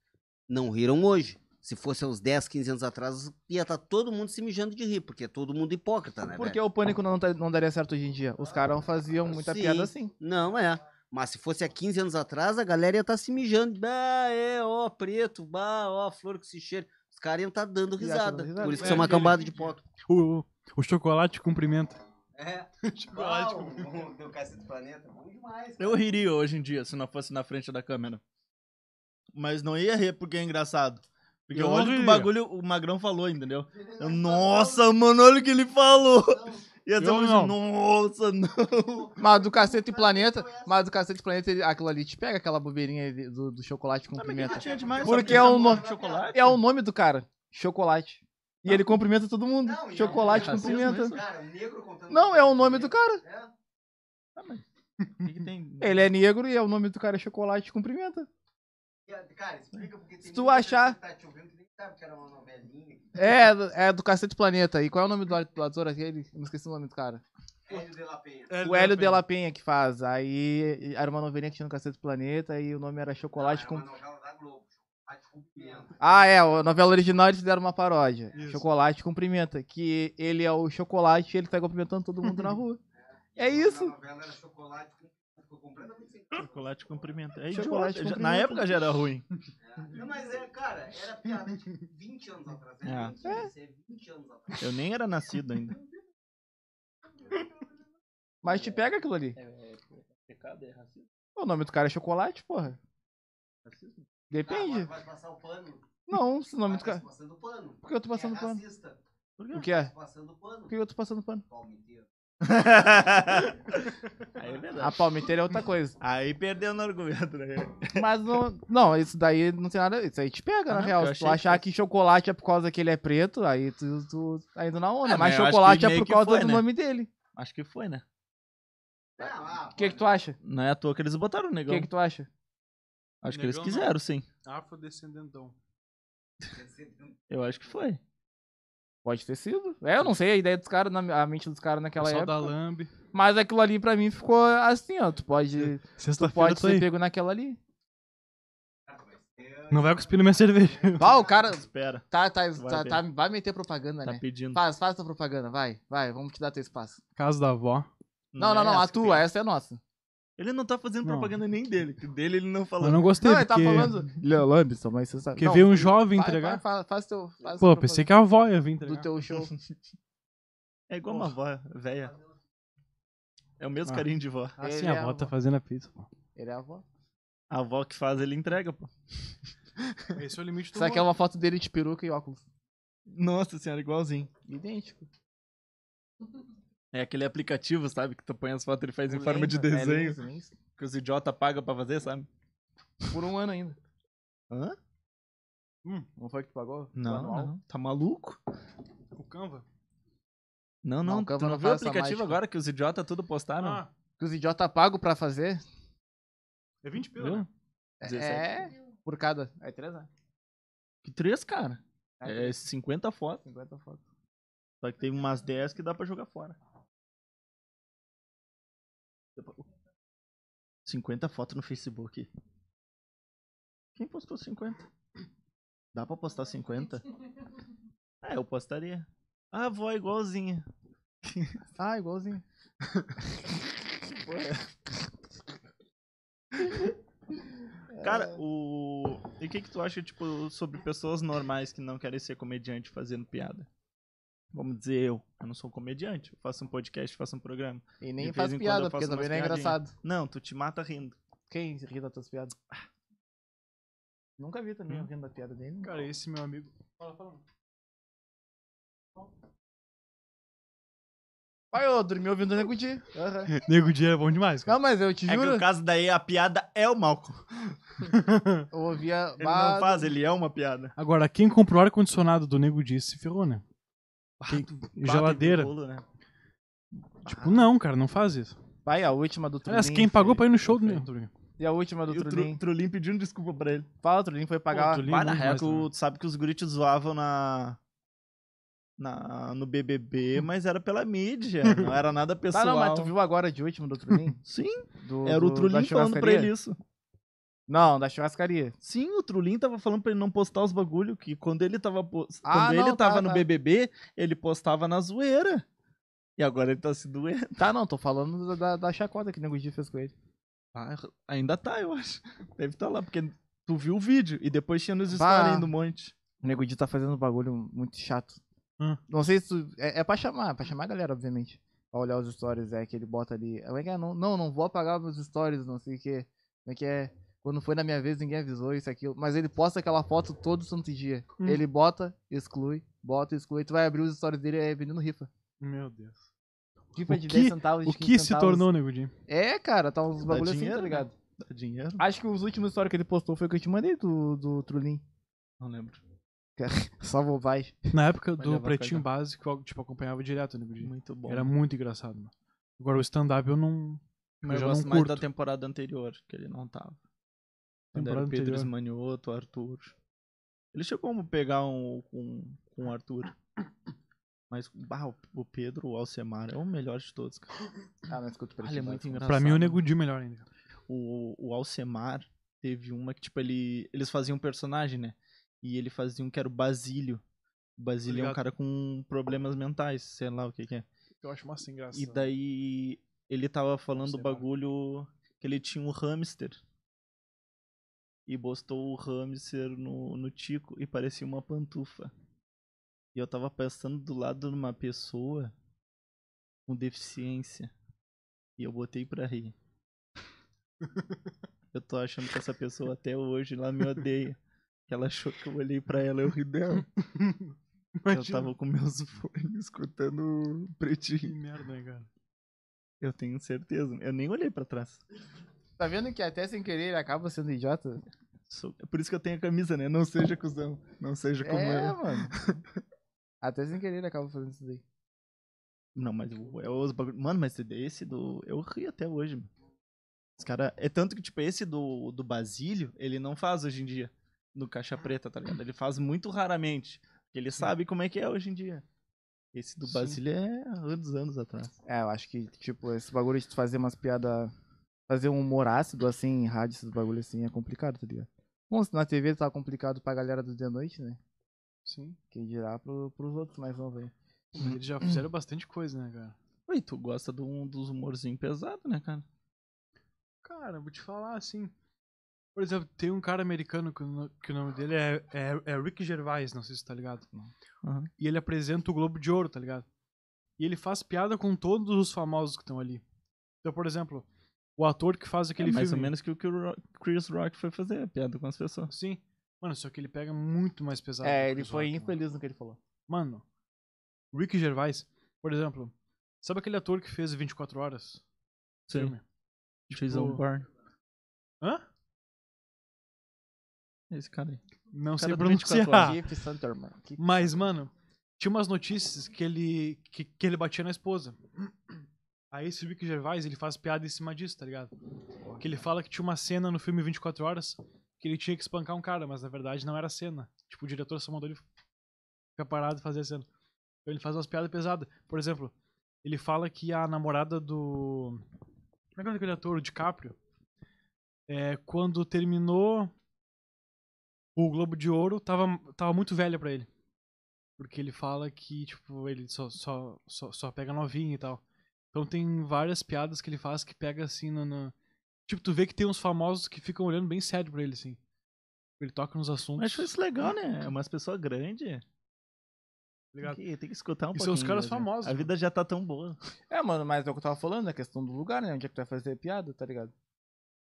Speaker 4: Não riram hoje. Se fosse há uns 10, 15 anos atrás, ia estar todo mundo se mijando de rir, porque é todo mundo hipócrita, né?
Speaker 2: Porque
Speaker 4: velho?
Speaker 2: o pânico não, tá- não daria certo hoje em dia. Os caras faziam muita
Speaker 4: Sim.
Speaker 2: piada assim.
Speaker 4: Não é. Mas se fosse há 15 anos atrás, a galera ia estar se mijando. Bah, é, ó, preto, bah, ó, flor que se cheira. Os caras iam estar
Speaker 2: Ia tá
Speaker 4: dando
Speaker 2: dando
Speaker 4: risada.
Speaker 2: risada.
Speaker 4: Por isso que
Speaker 3: É,
Speaker 4: são uma
Speaker 3: aquele-
Speaker 4: cambada de hipócrita.
Speaker 3: O, o chocolate cumprimenta.
Speaker 6: É.
Speaker 2: Tipo,
Speaker 3: chocolate
Speaker 6: Uau,
Speaker 3: cumprimenta.
Speaker 6: o- o- o Cacete do Planeta, bom demais.
Speaker 1: Eu
Speaker 6: cara.
Speaker 1: riria hoje em dia se não fosse na frente da câmera. Mas não ia rir porque é engraçado. Porque
Speaker 3: Eu
Speaker 1: eu olho que o
Speaker 3: riria.
Speaker 1: bagulho o Magrão falou, entendeu? Eu, nossa, mano, olha o que ele falou! E até
Speaker 3: Eu
Speaker 1: hoje,
Speaker 3: não.
Speaker 1: nossa, não!
Speaker 2: Mas do Cacete e Planeta, mas do Cacete e Planeta, ele- aquilo ali te pega aquela bobeirinha de- do, do chocolate com pimenta.
Speaker 1: tinha demais. sabe?
Speaker 2: Porque é um
Speaker 1: Ele
Speaker 2: nome-
Speaker 1: chamou chocolate.
Speaker 2: É o nome do cara, Chocolate. E ele cumprimenta todo mundo.
Speaker 6: Não, e é
Speaker 2: chocolate
Speaker 1: um- é
Speaker 2: cumprimenta.
Speaker 1: racismo
Speaker 6: Cara, um negro contando.
Speaker 2: Não, é o nome do cara.
Speaker 6: É,
Speaker 1: O que que tem?
Speaker 2: Ele é negro e é o nome do cara é Chocolate cumprimenta.
Speaker 6: É, e a- Cara, explica porque tem
Speaker 2: Se tu
Speaker 6: muita
Speaker 2: achar-
Speaker 6: gente que tá te ouvindo que nem sabe que era uma novelinha. que-
Speaker 2: É, é do Cacete e Planeta. E qual é o nome do do ator aquele? Eu me esqueci o nome do cara.
Speaker 6: Hélio de La Penha.
Speaker 3: É,
Speaker 2: O
Speaker 1: é
Speaker 2: Hélio de La Penha que faz. Aí era uma novelinha que tinha no Cacete do Planeta e o nome era Chocolate
Speaker 1: Ah,
Speaker 6: Não,
Speaker 1: é
Speaker 2: com.
Speaker 6: era é uma novela da Globo. Chocolate com pimenta.
Speaker 2: Ah, é, a novela original eles fizeram uma paródia.
Speaker 3: Isso.
Speaker 2: Chocolate cumprimenta. Que ele é o chocolate e ele tá cumprimentando todo mundo na rua. É isso.
Speaker 6: Na novela era chocolate com Ficou completamente sem graça.
Speaker 1: Chocolate cumprimenta. É
Speaker 2: Chocolate
Speaker 1: idiota. Já- Na
Speaker 2: cumprimenta.
Speaker 1: época já era ruim.
Speaker 6: É. Não, mas é, cara, era piada de 20 anos atrás.
Speaker 1: É.
Speaker 6: Era mentira, isso é 20 anos atrás.
Speaker 1: Eu nem era nascido ainda.
Speaker 2: Mas te pega aquilo ali.
Speaker 1: Pecado é racismo?
Speaker 2: O nome do cara é chocolate, porra.
Speaker 1: Racismo?
Speaker 6: Ah, agora
Speaker 2: Depende.
Speaker 6: vai passar o pano.
Speaker 2: Não, se o nome
Speaker 6: Vai
Speaker 2: do cara.
Speaker 6: passando pano.
Speaker 2: Por que eu tô passando
Speaker 6: é
Speaker 2: pano?
Speaker 6: Racista.
Speaker 1: Por
Speaker 2: O
Speaker 1: quê?
Speaker 2: que é?
Speaker 6: Passando pano.
Speaker 2: Por que eu tô passando pano? Tá.
Speaker 6: Palmiteiro.
Speaker 1: Aí é
Speaker 2: A
Speaker 1: verdade.
Speaker 2: palmeira é outra coisa.
Speaker 1: Aí perdeu no argumento, né?
Speaker 2: Mas não. Não, isso daí não tem nada. Isso aí te pega,
Speaker 1: Ah,
Speaker 2: na
Speaker 1: não,
Speaker 2: real.
Speaker 1: porque eu
Speaker 2: Se tu
Speaker 1: achei
Speaker 2: achar
Speaker 1: que
Speaker 2: que chocolate é por causa que ele é preto, aí tu, tu tá indo na onda.
Speaker 1: É,
Speaker 2: mas
Speaker 1: mas eu acho
Speaker 2: chocolate
Speaker 1: que
Speaker 2: é
Speaker 1: meio
Speaker 2: por
Speaker 1: que
Speaker 2: causa
Speaker 1: foi,
Speaker 2: do
Speaker 1: né?
Speaker 2: nome dele.
Speaker 1: Acho que foi, né?
Speaker 6: Não, ah,
Speaker 2: O que, que tu acha?
Speaker 1: Não é à toa que eles botaram o
Speaker 2: O
Speaker 1: negão.
Speaker 2: que, que tu acha?
Speaker 1: Acho que eles
Speaker 3: Negão não.
Speaker 1: quiseram, sim.
Speaker 3: Afrodescendentão.
Speaker 1: Eu acho que foi.
Speaker 2: Pode ter sido. É, eu não sei a ideia dos caras, na- a mente dos caras naquela
Speaker 3: Pessoal
Speaker 2: época.
Speaker 3: da Lambe.
Speaker 2: Mas aquilo ali pra mim ficou assim, ó. Tu pode, tu
Speaker 3: Sexta-feira
Speaker 2: pode
Speaker 3: eu tô
Speaker 2: ser
Speaker 3: aí.
Speaker 2: pego naquela ali.
Speaker 3: Não vai cuspir na minha cerveja.
Speaker 2: Bah, o cara
Speaker 1: Espera,
Speaker 2: tá, tá,
Speaker 1: Vai
Speaker 2: tá,
Speaker 1: ver.
Speaker 2: tá- vai meter propaganda,
Speaker 1: tá
Speaker 2: né?
Speaker 1: pedindo.
Speaker 2: Faz, faz tua propaganda, vai, vai, vamos te dar teu espaço.
Speaker 3: Casa da avó.
Speaker 2: Não, não,
Speaker 1: é
Speaker 2: não,
Speaker 1: essa
Speaker 2: a
Speaker 1: que
Speaker 2: tua,
Speaker 1: tem.
Speaker 2: essa é nossa.
Speaker 1: Ele não tá fazendo
Speaker 3: Não.
Speaker 1: propaganda nem dele. que Dele ele não falou.
Speaker 3: Eu não gostei,
Speaker 2: Não, ele
Speaker 3: porque...
Speaker 2: tá falando. Lambson, mas você sabe.
Speaker 3: Porque
Speaker 2: Não,
Speaker 3: veio um jovem
Speaker 2: vai,
Speaker 3: entregar.
Speaker 2: vai, faz, faz teu. Faz
Speaker 3: Pô,
Speaker 2: tua
Speaker 3: pensei que Assim, a avó ia vir entregar.
Speaker 2: do teu show.
Speaker 1: É igual uma avó, velha. É o mesmo
Speaker 3: Ah.
Speaker 1: carinho de vó.
Speaker 3: Ah, sim,
Speaker 2: Ele é
Speaker 3: a
Speaker 2: a
Speaker 3: avó tá
Speaker 2: avó.
Speaker 3: fazendo a pizza, pô.
Speaker 2: Ele é a avó.
Speaker 1: A avó que faz, ele entrega, pô.
Speaker 3: Esse é o limite
Speaker 2: Isso aqui é uma foto dele de peruca e óculos.
Speaker 1: Nossa senhora, igualzinho.
Speaker 2: Idêntico.
Speaker 1: É aquele aplicativo, sabe? Que tu põe as fotos e ele faz em forma
Speaker 3: É,
Speaker 1: de desenho. que os idiota pagam pra fazer, sabe?
Speaker 2: Por um ano ainda. Hum,
Speaker 1: Hã?
Speaker 2: Não foi que tu pagou?
Speaker 1: Não, não. Tá maluco?
Speaker 3: O Canva.
Speaker 1: Não,
Speaker 2: Não,
Speaker 1: não.
Speaker 2: o Canva
Speaker 1: tu não,
Speaker 2: não
Speaker 1: viu o
Speaker 2: faz essa
Speaker 1: aplicativo
Speaker 2: mágica.
Speaker 1: agora que os idiota tudo postaram?
Speaker 3: Ah,
Speaker 2: Que os idiota pagam pra fazer?
Speaker 3: é 20
Speaker 1: viu?
Speaker 3: pila. né?
Speaker 2: É. Por cada. É três anos.
Speaker 1: Que três, cara.
Speaker 2: É,
Speaker 1: É 50 fotos.
Speaker 2: 50 fotos.
Speaker 1: Só que tem umas 10 que dá pra jogar fora. 50 fotos no Facebook. Quem postou 50? Dá pra postar 50? Ah, eu postaria. Ah, vó igualzinha.
Speaker 2: Ah, igualzinho.
Speaker 1: Cara, o. E o que, que tu acha, tipo, sobre pessoas normais que não querem ser comediante fazendo piada? Vamos dizer eu. Eu não sou um comediante. Eu faço um podcast, faço um programa.
Speaker 2: E
Speaker 1: De
Speaker 2: nem
Speaker 1: vez
Speaker 2: faz
Speaker 1: em quando eu
Speaker 2: piada,
Speaker 1: faço
Speaker 2: porque também
Speaker 1: umas
Speaker 2: não é
Speaker 1: piadinhas.
Speaker 2: engraçado.
Speaker 1: Não, tu te mata rindo.
Speaker 2: Quem ri das tuas piadas? Nunca vi também
Speaker 1: Hum.
Speaker 2: alguém da piada dele.
Speaker 3: Cara, esse meu amigo. Fala, fala.
Speaker 2: Pai, eu dormi ouvindo o Nego Di. Aham.
Speaker 3: Nego Dia é bom demais, cara.
Speaker 2: Não, mas eu te
Speaker 1: É que
Speaker 2: juro,
Speaker 1: o caso daí a piada é o Malcolm.
Speaker 2: eu ouvia...
Speaker 1: Ele
Speaker 2: Bah,
Speaker 1: não faz, ele é uma piada.
Speaker 3: Agora, quem comprou ar-condicionado do Nego Dia se ferrou, né? Quem- geladeira.
Speaker 1: Bate bolo, né?
Speaker 3: Tipo, não, cara, não faz isso.
Speaker 2: Pai, a última do Trulim.
Speaker 3: Aliás, quem pagou pra ir no show do
Speaker 1: feio.
Speaker 3: Nego Dia?
Speaker 2: E a última do
Speaker 1: E o
Speaker 2: Trulim.
Speaker 1: Tru- Trulim pedindo desculpa pra ele.
Speaker 2: Fala, Trulim foi pagar...
Speaker 3: Trulim. é Li
Speaker 1: Bah, na
Speaker 3: muito
Speaker 1: real,
Speaker 3: mais
Speaker 1: tu,
Speaker 3: também.
Speaker 1: tu sabe que os guritos zoavam na, na, no BBB, mas era pela mídia, não era nada
Speaker 2: Hum. Tá,
Speaker 1: pessoal.
Speaker 2: não, mas tu viu agora de último do Trulim?
Speaker 1: Sim,
Speaker 2: Do,
Speaker 1: era o
Speaker 2: do- da
Speaker 1: Trulim falando pra
Speaker 2: churrascaria?
Speaker 1: ele isso.
Speaker 2: Não, da churrascaria.
Speaker 1: Sim, o Trulim tava falando pra ele não postar os bagulho, que quando ele tava, po-
Speaker 2: Ah,
Speaker 1: quando ele
Speaker 2: não, tá,
Speaker 1: tava no
Speaker 2: tá.
Speaker 1: BBB, ele postava na zoeira. E agora ele tá se doendo.
Speaker 2: Tá, não, tô falando da- da, da chacota que o Nego Di fez com ele.
Speaker 1: Ah, ainda tá, eu acho. Deve tá lá, porque tu viu o vídeo e depois tinha nos
Speaker 2: Bah.
Speaker 1: stories ainda um monte.
Speaker 2: O Nego Di tá fazendo um bagulho muito chato.
Speaker 3: Hum.
Speaker 2: Não sei se tu... É, é pra chamar, é pra chamar a galera, obviamente. Pra olhar os stories, é que ele bota ali... Como é que é? Não, não, não vou apagar meus stories, não sei o que. Como é que é? Quando foi na minha vez, ninguém avisou isso, aquilo. Mas ele posta aquela foto todo santo dia.
Speaker 3: Hum.
Speaker 2: Ele bota, exclui, bota, exclui. Tu vai abrir os stories dele, é vendendo rifa.
Speaker 3: Meu Deus.
Speaker 2: Rifa
Speaker 3: O
Speaker 2: de
Speaker 3: que-
Speaker 2: 10 centavos, de
Speaker 3: O
Speaker 2: 15
Speaker 3: que se
Speaker 2: centavos.
Speaker 3: tornou o Nego Dia?
Speaker 2: É, cara, tá uns
Speaker 1: Dá
Speaker 2: bagulho assim,
Speaker 1: dinheiro,
Speaker 2: tá
Speaker 1: né?
Speaker 2: ligado?
Speaker 1: Dá dinheiro?
Speaker 2: Acho que os últimos stories que ele postou foi o que eu te mandei do, do Trulin.
Speaker 1: Não lembro.
Speaker 2: Só bobagem.
Speaker 3: Na época
Speaker 1: Vai
Speaker 3: do
Speaker 1: levar
Speaker 3: Pretinho
Speaker 1: coisa.
Speaker 3: Básico, eu tipo, acompanhava direto o Nego Dia.
Speaker 1: Muito bom.
Speaker 3: Era muito engraçado, mano. Agora, o stand-up eu não...
Speaker 1: Mas eu
Speaker 3: eu já
Speaker 1: gosto
Speaker 3: não
Speaker 1: mais
Speaker 3: curto.
Speaker 1: da temporada anterior, que ele não tava. Quando era
Speaker 3: Temporada
Speaker 1: o Pedro
Speaker 3: anterior.
Speaker 1: Esmanioto, o Arthur. Ele chegou a pegar um com com o Arthur. Mas bah, o- o Pedro, o Alcemar, é o melhor de todos. Cara.
Speaker 2: Ah, não escuto
Speaker 1: Ah, ele é muito engraçado.
Speaker 3: Pra mim, o Nego Dia é melhor ainda.
Speaker 1: O, o Alcemar teve uma que, tipo, ele, eles faziam um personagem, né? E ele fazia um que era o Basílio. O Basílio é um
Speaker 3: Ligado.
Speaker 1: cara com problemas mentais, sei lá o que, que é.
Speaker 3: Eu acho massa engraçado.
Speaker 1: E daí ele tava falando o
Speaker 3: Sei lá.
Speaker 1: bagulho que ele tinha um hamster. E postou o hamster no, no Tico e parecia uma pantufa. E eu tava passando do lado de uma pessoa com deficiência. E eu botei pra rir. eu tô achando que essa pessoa até hoje ela me odeia. Que ela achou que eu olhei pra ela e eu ri dela. Eu tava com meus fones escutando o
Speaker 3: Que
Speaker 1: pretinho.
Speaker 3: merda, né, cara?
Speaker 1: Eu tenho certeza. Eu nem olhei pra trás.
Speaker 2: Tá vendo que até sem querer ele acaba sendo idiota?
Speaker 1: Sou- É por isso que eu tenho a camisa, né? Não seja cuzão. Não seja como
Speaker 2: é,
Speaker 1: eu.
Speaker 2: mano. até sem querer ele acaba fazendo isso daí.
Speaker 1: Não, mas o- é os bagulho. Mano, mas esse do. Eu ri até hoje, mano. Os cara... É tanto que, tipo, esse do, do Basílio, ele não faz hoje em dia. No Caixa Preta, tá ligado? Ele faz muito raramente. Porque ele sabe como é que é hoje em dia. Esse do
Speaker 3: Sim.
Speaker 1: Basílio é anos, anos atrás.
Speaker 2: É, eu acho que, tipo, esse bagulho de tu fazer umas piadas. Fazer um humor ácido assim em rádio, esses bagulhos assim, é complicado, tá ligado? Bom, se na TV tá complicado pra galera do de noite, né?
Speaker 3: Sim.
Speaker 2: Quem dirá pro, pros outros mais novos aí.
Speaker 3: Mas eles já fizeram bastante coisa, né, cara?
Speaker 1: Oi, tu gosta de um dos humorzinhos pesados, né, cara?
Speaker 3: Cara, vou te falar assim. Por exemplo, tem um cara americano que o, no- que o nome dele é, é, é Rick Gervais, não sei se tu tá ligado.
Speaker 1: Aham.
Speaker 3: E ele apresenta o Globo de Ouro, tá ligado? E ele faz piada com todos os famosos que estão ali. Então, por exemplo, o ator que faz aquele
Speaker 1: é mais
Speaker 3: filme.
Speaker 1: ou menos que o que o Ro- Chris Rock foi fazer, piada com as pessoas.
Speaker 3: Sim. Mano, só que ele pega muito mais pesado. que
Speaker 2: É,
Speaker 3: o
Speaker 2: ele
Speaker 3: Chris
Speaker 2: foi
Speaker 3: Rock, mano.
Speaker 2: infeliz no que ele falou.
Speaker 3: Mano, o Rick Gervais, por exemplo, sabe aquele ator que fez 24 horas? Filme?
Speaker 1: Jason
Speaker 3: Tipo-
Speaker 1: Bourne.
Speaker 3: Hã?
Speaker 1: Esse cara aí.
Speaker 3: Não
Speaker 1: Cara
Speaker 3: sei
Speaker 1: do 24 horas.
Speaker 3: pronunciar.
Speaker 2: Keith Santerman. Keith-
Speaker 3: Mas, mano, tinha umas notícias que ele, que, que ele batia na esposa. Aí esse Rick Gervais, ele faz piada em cima disso, tá ligado? Que ele fala que tinha uma cena no filme 24 Horas que ele tinha que espancar um cara, mas na verdade não era a cena. Tipo, o diretor só mandou ele ficar parado e fazer a cena. Então ele faz umas piadas pesadas. Por exemplo, ele fala que a namorada do... Como é que é o nome daquele ator? O DiCaprio. É, quando terminou o Globo de Ouro, tava, tava muito velha pra ele. Porque ele fala que, tipo, ele só, só, só, só pega novinha e tal. Então tem várias piadas que ele faz que pega assim no, no- Tipo, tu vê que tem uns famosos que ficam olhando bem sério pra ele, assim. Ele toca nos assuntos.
Speaker 2: Tá
Speaker 1: Mas acho isso legal, né? É umas pessoas grandes. Tem
Speaker 3: ligado?
Speaker 1: que, tem que escutar um
Speaker 3: E
Speaker 1: pouquinho.
Speaker 3: são os caras
Speaker 1: né, gente?
Speaker 3: famosos,
Speaker 1: A
Speaker 3: né?
Speaker 1: vida já tá tão boa.
Speaker 2: É, mano, mas é o que eu tava falando, é a questão do lugar, né? Onde é que tu vai fazer piada, tá ligado?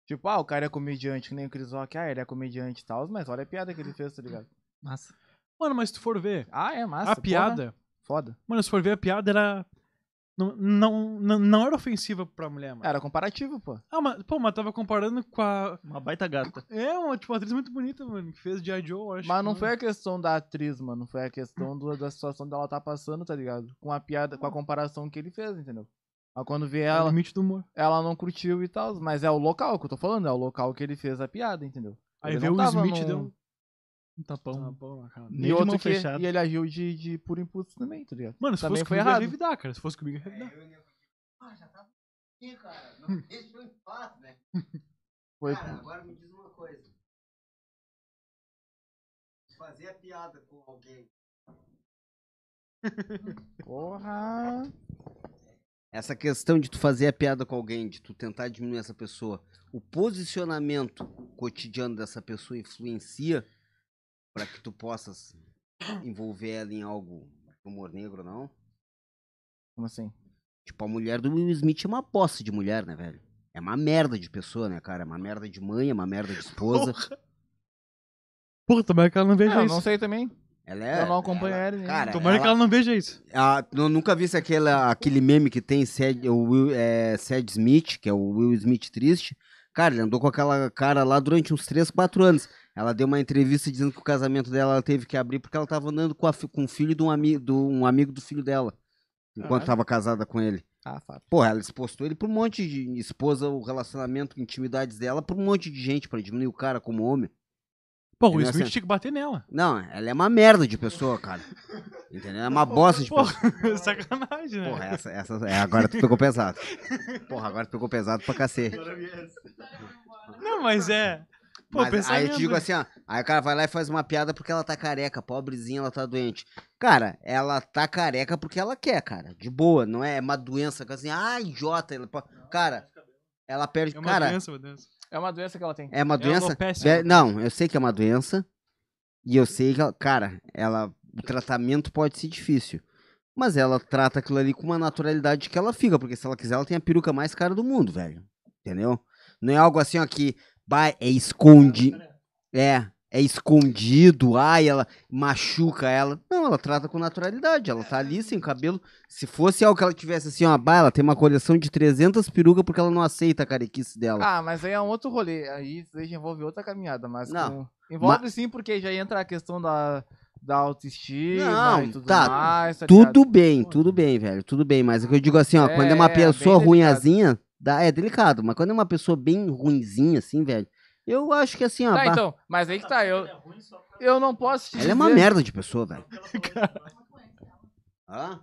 Speaker 2: Tipo, ah, o cara é comediante, que nem o Chris Rock, ah, ele é comediante e tal, mas olha a piada que ele fez, tá ligado?
Speaker 1: Massa.
Speaker 3: Mano, mas se tu for ver,
Speaker 2: Ah, é massa.
Speaker 3: a
Speaker 2: porra.
Speaker 3: piada.
Speaker 2: Foda.
Speaker 3: Mano, se for ver, a piada era. Não, não, não, não era ofensiva pra mulher, mano.
Speaker 2: Era comparativo, pô.
Speaker 3: Ah, mas, pô, mas tava comparando com a.
Speaker 1: Uma baita gata.
Speaker 3: É, uma, tipo, uma atriz muito bonita, mano, que fez G.I. Joe, eu acho.
Speaker 2: Mas não foi a questão da atriz, mano. Foi a questão do- da situação dela tá passando, tá ligado? Com a piada, com a comparação que ele fez, entendeu? Aí quando vê
Speaker 3: É o
Speaker 2: ela,
Speaker 3: limite do humor.
Speaker 2: ela não curtiu e tal, mas é o local que eu tô falando, é o local que ele fez a piada, entendeu?
Speaker 3: Aí
Speaker 2: Ele
Speaker 3: veio
Speaker 2: não
Speaker 3: o
Speaker 2: tava
Speaker 3: Smith
Speaker 2: num-
Speaker 3: e deu
Speaker 1: Um
Speaker 3: um
Speaker 1: tapão.
Speaker 3: tapão na cara.
Speaker 1: Nem
Speaker 2: E
Speaker 1: de
Speaker 2: outro
Speaker 1: mão
Speaker 2: que,
Speaker 1: fechada.
Speaker 2: e ele agiu de, de puro impulso também, tá ligado?
Speaker 3: Mano, se
Speaker 2: Também
Speaker 3: fosse
Speaker 2: foi
Speaker 3: comigo, eu ia
Speaker 2: errado.
Speaker 3: revidar, cara. Se fosse comigo, eu ia
Speaker 6: É,
Speaker 3: revidar.
Speaker 6: eu ia Ah, já tava aqui, cara.
Speaker 2: Hum.
Speaker 6: Não deixa eu em paz, né?
Speaker 2: Foi,
Speaker 6: Cara, agora me diz uma coisa. Fazer a piada com alguém.
Speaker 2: porra.
Speaker 4: Essa questão de tu fazer a piada com alguém, de tu tentar diminuir essa pessoa, o posicionamento cotidiano dessa pessoa influencia para que tu possas envolver ela em algo humor negro, não?
Speaker 2: Como assim?
Speaker 4: Tipo, a mulher do Will Smith é uma posse de mulher, né, velho? É uma merda de pessoa, né, cara? É uma merda de mãe, é uma merda de esposa.
Speaker 3: Porra, tomara que ela não
Speaker 2: É,
Speaker 3: veja
Speaker 2: eu não
Speaker 3: isso.
Speaker 2: sei também.
Speaker 4: Ela é.
Speaker 2: Eu não acompanho
Speaker 4: ela,
Speaker 2: ela, né?
Speaker 4: Cara,
Speaker 3: Tomara que ela não veja isso.
Speaker 4: Ah, eu nunca vi aquela, aquele meme que tem Sad, o Will, é, Sad Smith, que é o Will Smith triste. Cara, ele andou com aquela cara lá durante uns 3, 4 anos. Ela deu uma entrevista dizendo que o casamento dela ela teve que abrir porque ela tava andando com, a fi- com o filho de um, ami, do, um amigo do filho dela. Enquanto
Speaker 2: Caralho.
Speaker 4: tava casada com ele.
Speaker 2: Ah, fato.
Speaker 4: Porra, ela expostou ele por um monte de. Esposa, o relacionamento, intimidades dela, por um monte de gente pra diminuir o cara como homem.
Speaker 3: Pô, o
Speaker 4: Ele não
Speaker 3: Smith
Speaker 4: aceita.
Speaker 3: tinha que bater nela.
Speaker 4: Não, ela é uma merda de pessoa, cara. Entendeu? É uma bosta de pessoa.
Speaker 3: Porra, sacanagem, né?
Speaker 4: Porra, essa, essa é, agora tu pegou pesado. Porra, agora tu pegou pesado pra cacete.
Speaker 3: Não, mas é. Pô, né?
Speaker 4: Mas aí eu
Speaker 3: pensamento.
Speaker 4: te digo assim, ó. Aí o cara vai lá e faz uma piada porque ela tá careca, pobrezinha, ela tá doente. Cara, ela tá careca porque ela quer, cara. De boa, não é uma doença que assim, ah, idiota. Ela, po- cara, ela perde.
Speaker 3: É uma
Speaker 4: cara,
Speaker 3: doença, né? meu Deus.
Speaker 2: É uma doença que ela tem.
Speaker 4: é uma doença.
Speaker 3: alopecia.
Speaker 4: Vé- não, eu sei que é uma doença. E eu sei que, ela- cara, ela. O tratamento pode ser difícil. Mas ela trata aquilo ali com uma naturalidade que ela fica, porque se ela quiser, ela tem a peruca mais cara do mundo, velho. Entendeu? Não é algo assim, ó, que. Bah, é esconde. É. É escondido, ai, ela machuca ela. Não, ela trata com naturalidade. Ela tá ali sem cabelo. Se fosse algo que ela tivesse assim, ó, bah, ela tem uma coleção de 300 perucas porque ela não aceita a carequice dela.
Speaker 2: Ah, mas aí é um outro rolê. Aí isso aí já envolve outra caminhada, mas.
Speaker 4: Não.
Speaker 2: com- Envolve sim, porque já entra a questão da, da autoestima
Speaker 4: Não,
Speaker 2: e tudo
Speaker 4: tá.
Speaker 2: mais. Tá
Speaker 4: Tudo
Speaker 2: ligado?
Speaker 4: bem, tudo bem, velho. Tudo bem, mas o que eu digo assim, ó,
Speaker 2: É,
Speaker 4: quando é uma
Speaker 2: bem
Speaker 4: pessoa
Speaker 2: delicado.
Speaker 4: ruinhazinha, dá, é delicado, mas quando é uma pessoa bem ruinzinha, assim, velho, eu acho que assim, ó.
Speaker 2: Tá,
Speaker 4: bah,
Speaker 2: então. Mas aí que tá. Eu, eu não posso te
Speaker 4: Ela é uma
Speaker 2: dizer-
Speaker 4: merda de pessoa, velho. Hã?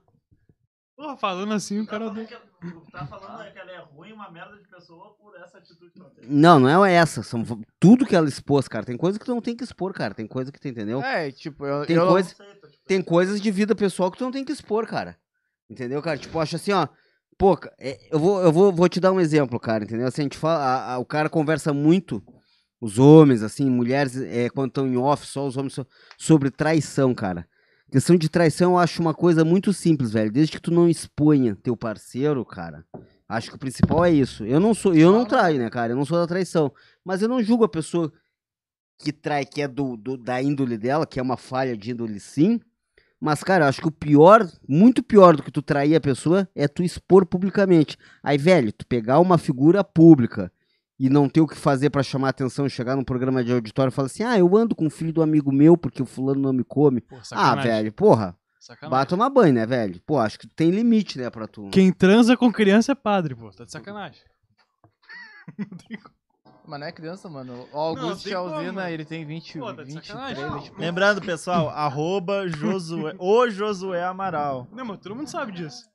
Speaker 3: Porra, falando assim, o cara. do-
Speaker 1: Tá falando que ela é ruim, uma merda de pessoa por essa atitude que ela tem.
Speaker 4: Não, não é essa. São v- tudo que ela expôs, cara. Tem coisa que tu não tem que expor, cara. Tem coisa que tu entendeu?
Speaker 2: É, tipo, eu.
Speaker 4: Tem
Speaker 2: eu não- tipo assim.
Speaker 4: coisa- Tem coisas de vida pessoal que tu não tem que expor, cara. Entendeu, cara? Tipo, eu acho assim, ó. Pô, ca- é, eu, vou, eu vou, vou te dar um exemplo, cara, entendeu? Assim, a gente fala, a- a- o cara conversa muito, os homens, assim, mulheres, é, quando estão em off, só os homens, so- sobre traição, cara. Questão de traição eu acho uma coisa muito simples, velho. Desde que tu não exponha teu parceiro, cara. Acho que o principal é isso. Eu não sou, eu não traio, né, cara? Eu não sou da traição. Mas eu não julgo a pessoa que trai, que é do, do- da índole dela, que é uma falha de índole sim. Mas, cara, eu acho que o pior, muito pior do que tu trair a pessoa, é tu expor publicamente. Aí, velho, tu pegar uma figura pública e não ter o que fazer pra chamar atenção, chegar num programa de auditório e falar assim, ah, eu ando com o filho do amigo meu porque o fulano não me come.
Speaker 3: Pô,
Speaker 4: Ah,
Speaker 3: sacanagem.
Speaker 4: velho, porra,
Speaker 3: Sacanagem.
Speaker 4: vai tomar banho, né, velho? Pô, acho que tem limite, né, pra tu...
Speaker 3: Quem transa com criança é padre, pô. Tá de sacanagem.
Speaker 2: Mas não é criança, mano. O Augusto
Speaker 3: tem como,
Speaker 2: Alzina,
Speaker 3: mano.
Speaker 2: ele tem um, 20,
Speaker 3: Pô, tá de
Speaker 2: 23,
Speaker 3: sacanagem.
Speaker 2: 20.
Speaker 1: Lembrando, pessoal, arroba Josué, o Josué Amaral.
Speaker 3: Não, mas todo mundo sabe disso.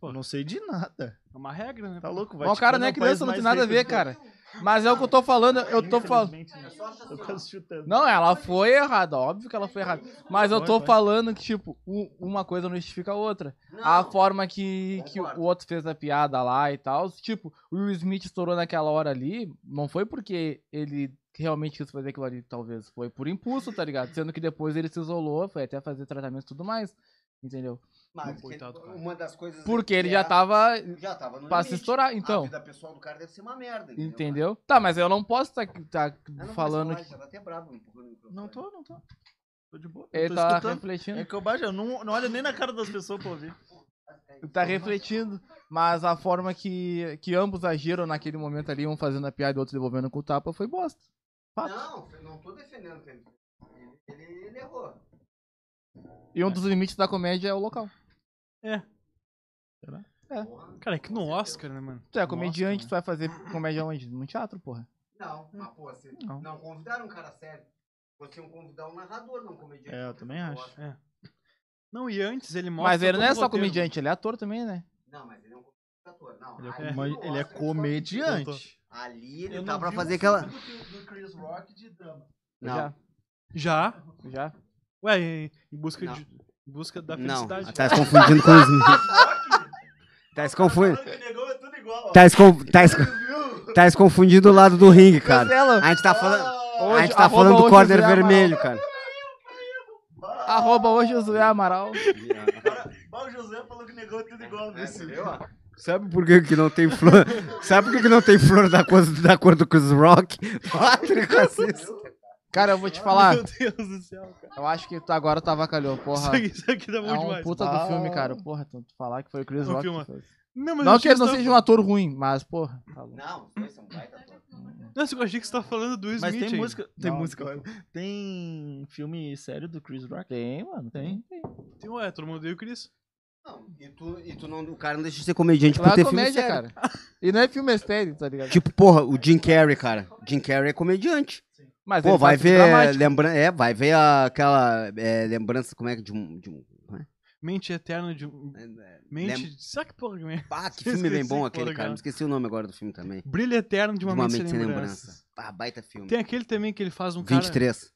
Speaker 1: Pô, não sei de nada.
Speaker 3: É uma regra, né?
Speaker 1: Tá louco?
Speaker 2: Mas o cara não é criança, não tem nada a ver, cara. Mas é o que eu tô falando, eu tô falando.
Speaker 1: né? Eu tô
Speaker 6: assim,
Speaker 1: quase chutando.
Speaker 2: Não, ela foi errada, óbvio que ela foi errada. Mas eu
Speaker 1: Foi,
Speaker 2: tô
Speaker 1: foi.
Speaker 2: falando que, tipo, u- uma coisa não justifica a outra. A forma que, que
Speaker 6: Concordo.
Speaker 2: o outro fez a piada lá e tal, tipo, o Will Smith estourou naquela hora ali, não foi porque ele realmente quis fazer aquilo ali, talvez. Foi por impulso, tá ligado? Sendo que depois ele se isolou, foi até fazer tratamento e tudo mais. Entendeu?
Speaker 6: Mas
Speaker 3: Coitado,
Speaker 6: que-
Speaker 3: cara.
Speaker 6: uma das coisas.
Speaker 2: Porque
Speaker 6: é
Speaker 2: ele
Speaker 6: que
Speaker 2: já
Speaker 6: é-
Speaker 2: tava
Speaker 6: Já tava no
Speaker 2: pra se
Speaker 6: limite.
Speaker 2: estourar,
Speaker 6: A
Speaker 2: então.
Speaker 6: vida pessoal do cara deve ser uma merda.
Speaker 2: Entendeu? Tá, mas eu não posso estar tá, tá
Speaker 6: Ah, Eu não vou
Speaker 2: falando
Speaker 6: falar,
Speaker 2: que.
Speaker 6: Já tá até bravo empurrando o microfone.
Speaker 1: Não tô, não tô. Tô de boa.
Speaker 2: Ele
Speaker 1: tô
Speaker 2: tá
Speaker 1: escutando.
Speaker 2: refletindo.
Speaker 1: É que eu baixo, eu não, não olho nem na cara das pessoas pra ouvir.
Speaker 2: Tá refletindo, mas a forma que, que ambos agiram naquele momento ali, um fazendo a piada e o outro devolvendo com o tapa, foi bosta. Fato.
Speaker 6: Não, eu não tô defendendo que ele. Ele, ele errou.
Speaker 2: E um dos limites da comédia é o local.
Speaker 6: Porra.
Speaker 3: Cara, é que no Oscar, né, mano?
Speaker 2: Tu é
Speaker 3: No
Speaker 2: comediante, tu vai
Speaker 3: Oscar,
Speaker 2: fazer comédia onde? No teatro, porra.
Speaker 1: Hum.
Speaker 6: Não, mas pô, você
Speaker 2: Não.
Speaker 6: não. convidaram um cara sério. Você iam convidar um narrador, não um comediante.
Speaker 1: É, eu também acho.
Speaker 3: né? É. Não, e antes ele mostra.
Speaker 2: Mas ele não
Speaker 3: todo
Speaker 2: é
Speaker 3: o
Speaker 2: só
Speaker 3: roteiro.
Speaker 2: comediante, ele é ator também, né?
Speaker 6: Não, mas ele é um ator. Não,
Speaker 1: Ele é,
Speaker 6: ali
Speaker 1: como-
Speaker 6: no
Speaker 1: ele é
Speaker 6: Oscar,
Speaker 1: comediante.
Speaker 6: Ali
Speaker 7: Eu
Speaker 6: ele
Speaker 7: não
Speaker 6: tá pra
Speaker 7: vi
Speaker 6: fazer
Speaker 7: um
Speaker 6: aquela.
Speaker 7: filme Do, do Chris Rock de drama.
Speaker 2: Eu
Speaker 4: Não,
Speaker 3: Já?
Speaker 2: Já, já.
Speaker 3: Ué, em, em busca,
Speaker 4: Não.
Speaker 3: de, em busca da
Speaker 4: não.
Speaker 3: felicidade.
Speaker 4: Tá se confundindo com os. tá se confundindo.
Speaker 1: é
Speaker 4: Tá se, con- tá, se... tá se confundindo o lado do ringue, cara.
Speaker 2: Cancela.
Speaker 4: A gente tá falando, a
Speaker 2: Hoje,
Speaker 4: gente tá
Speaker 2: arroba
Speaker 4: falando do
Speaker 2: hoje
Speaker 4: corner
Speaker 2: Zé Amaral.
Speaker 4: vermelho, cara.
Speaker 2: Arroba hoje Josué Amaral.
Speaker 1: o José falou que negou tudo igual
Speaker 2: É,
Speaker 6: né,
Speaker 1: nesse.
Speaker 4: Sabe por que, que não tem flor? Sabe por que, que não tem flor da cor, da cor do Chris Rock? Patrick racista.
Speaker 2: Cara, eu vou te falar,
Speaker 3: Meu Deus do céu, cara.
Speaker 2: eu acho que tu agora tá avacalhou,
Speaker 3: Isso
Speaker 2: porra.
Speaker 3: aqui, isso aqui tá
Speaker 2: É
Speaker 3: bom
Speaker 2: um
Speaker 3: demais.
Speaker 2: puta
Speaker 1: Ah.
Speaker 2: do filme, cara. Porra, tu tu falar que foi o Chris
Speaker 3: Não
Speaker 2: Rock. que
Speaker 3: filma.
Speaker 2: fez.
Speaker 3: Não, mas eu
Speaker 2: Não
Speaker 3: achei
Speaker 2: que ele não
Speaker 3: você
Speaker 2: seja um
Speaker 3: tava-
Speaker 2: ator ruim, mas, porra, tá louco.
Speaker 6: Não, os dois são baita ator.
Speaker 3: Nossa, eu achei que você tava falando do Will
Speaker 1: Mas
Speaker 3: Smith.
Speaker 1: tem
Speaker 3: aí.
Speaker 1: música. Tem
Speaker 2: Não.
Speaker 1: música, olha. Tem filme sério do Chris Rock?
Speaker 2: Tem, mano, tem.
Speaker 3: Tem, ué, todo mundo odeia o Chris.
Speaker 4: Não, e tu, e tu não, o cara não deixa de ser comediante
Speaker 2: Lá
Speaker 4: por
Speaker 2: é
Speaker 4: ter
Speaker 2: comédia,
Speaker 4: filme sério.
Speaker 2: cara. E não é filme estéreo, tá ligado?
Speaker 4: Tipo, porra, o Jim Carrey, cara. Jim Carrey é comediante.
Speaker 2: Mas
Speaker 4: Pô,
Speaker 2: ele
Speaker 4: vai
Speaker 2: faz filme
Speaker 4: ver,
Speaker 2: dramático.
Speaker 4: lembra, é, vai ver a- aquela é, lembrança, como é que de um... De um
Speaker 3: Mente eterna de um. Mente.
Speaker 4: Mente...
Speaker 3: Será que porra que é?
Speaker 4: Ah, que filme bem
Speaker 3: Esqueci
Speaker 4: bom
Speaker 3: que
Speaker 4: aquele, cara.
Speaker 3: legal.
Speaker 4: Me esqueci o nome agora do filme também.
Speaker 3: Brilho eterno de uma, mente, sem lembrança.
Speaker 4: Ah, baita filme.
Speaker 3: Tem aquele também que ele faz um cara.
Speaker 4: 23.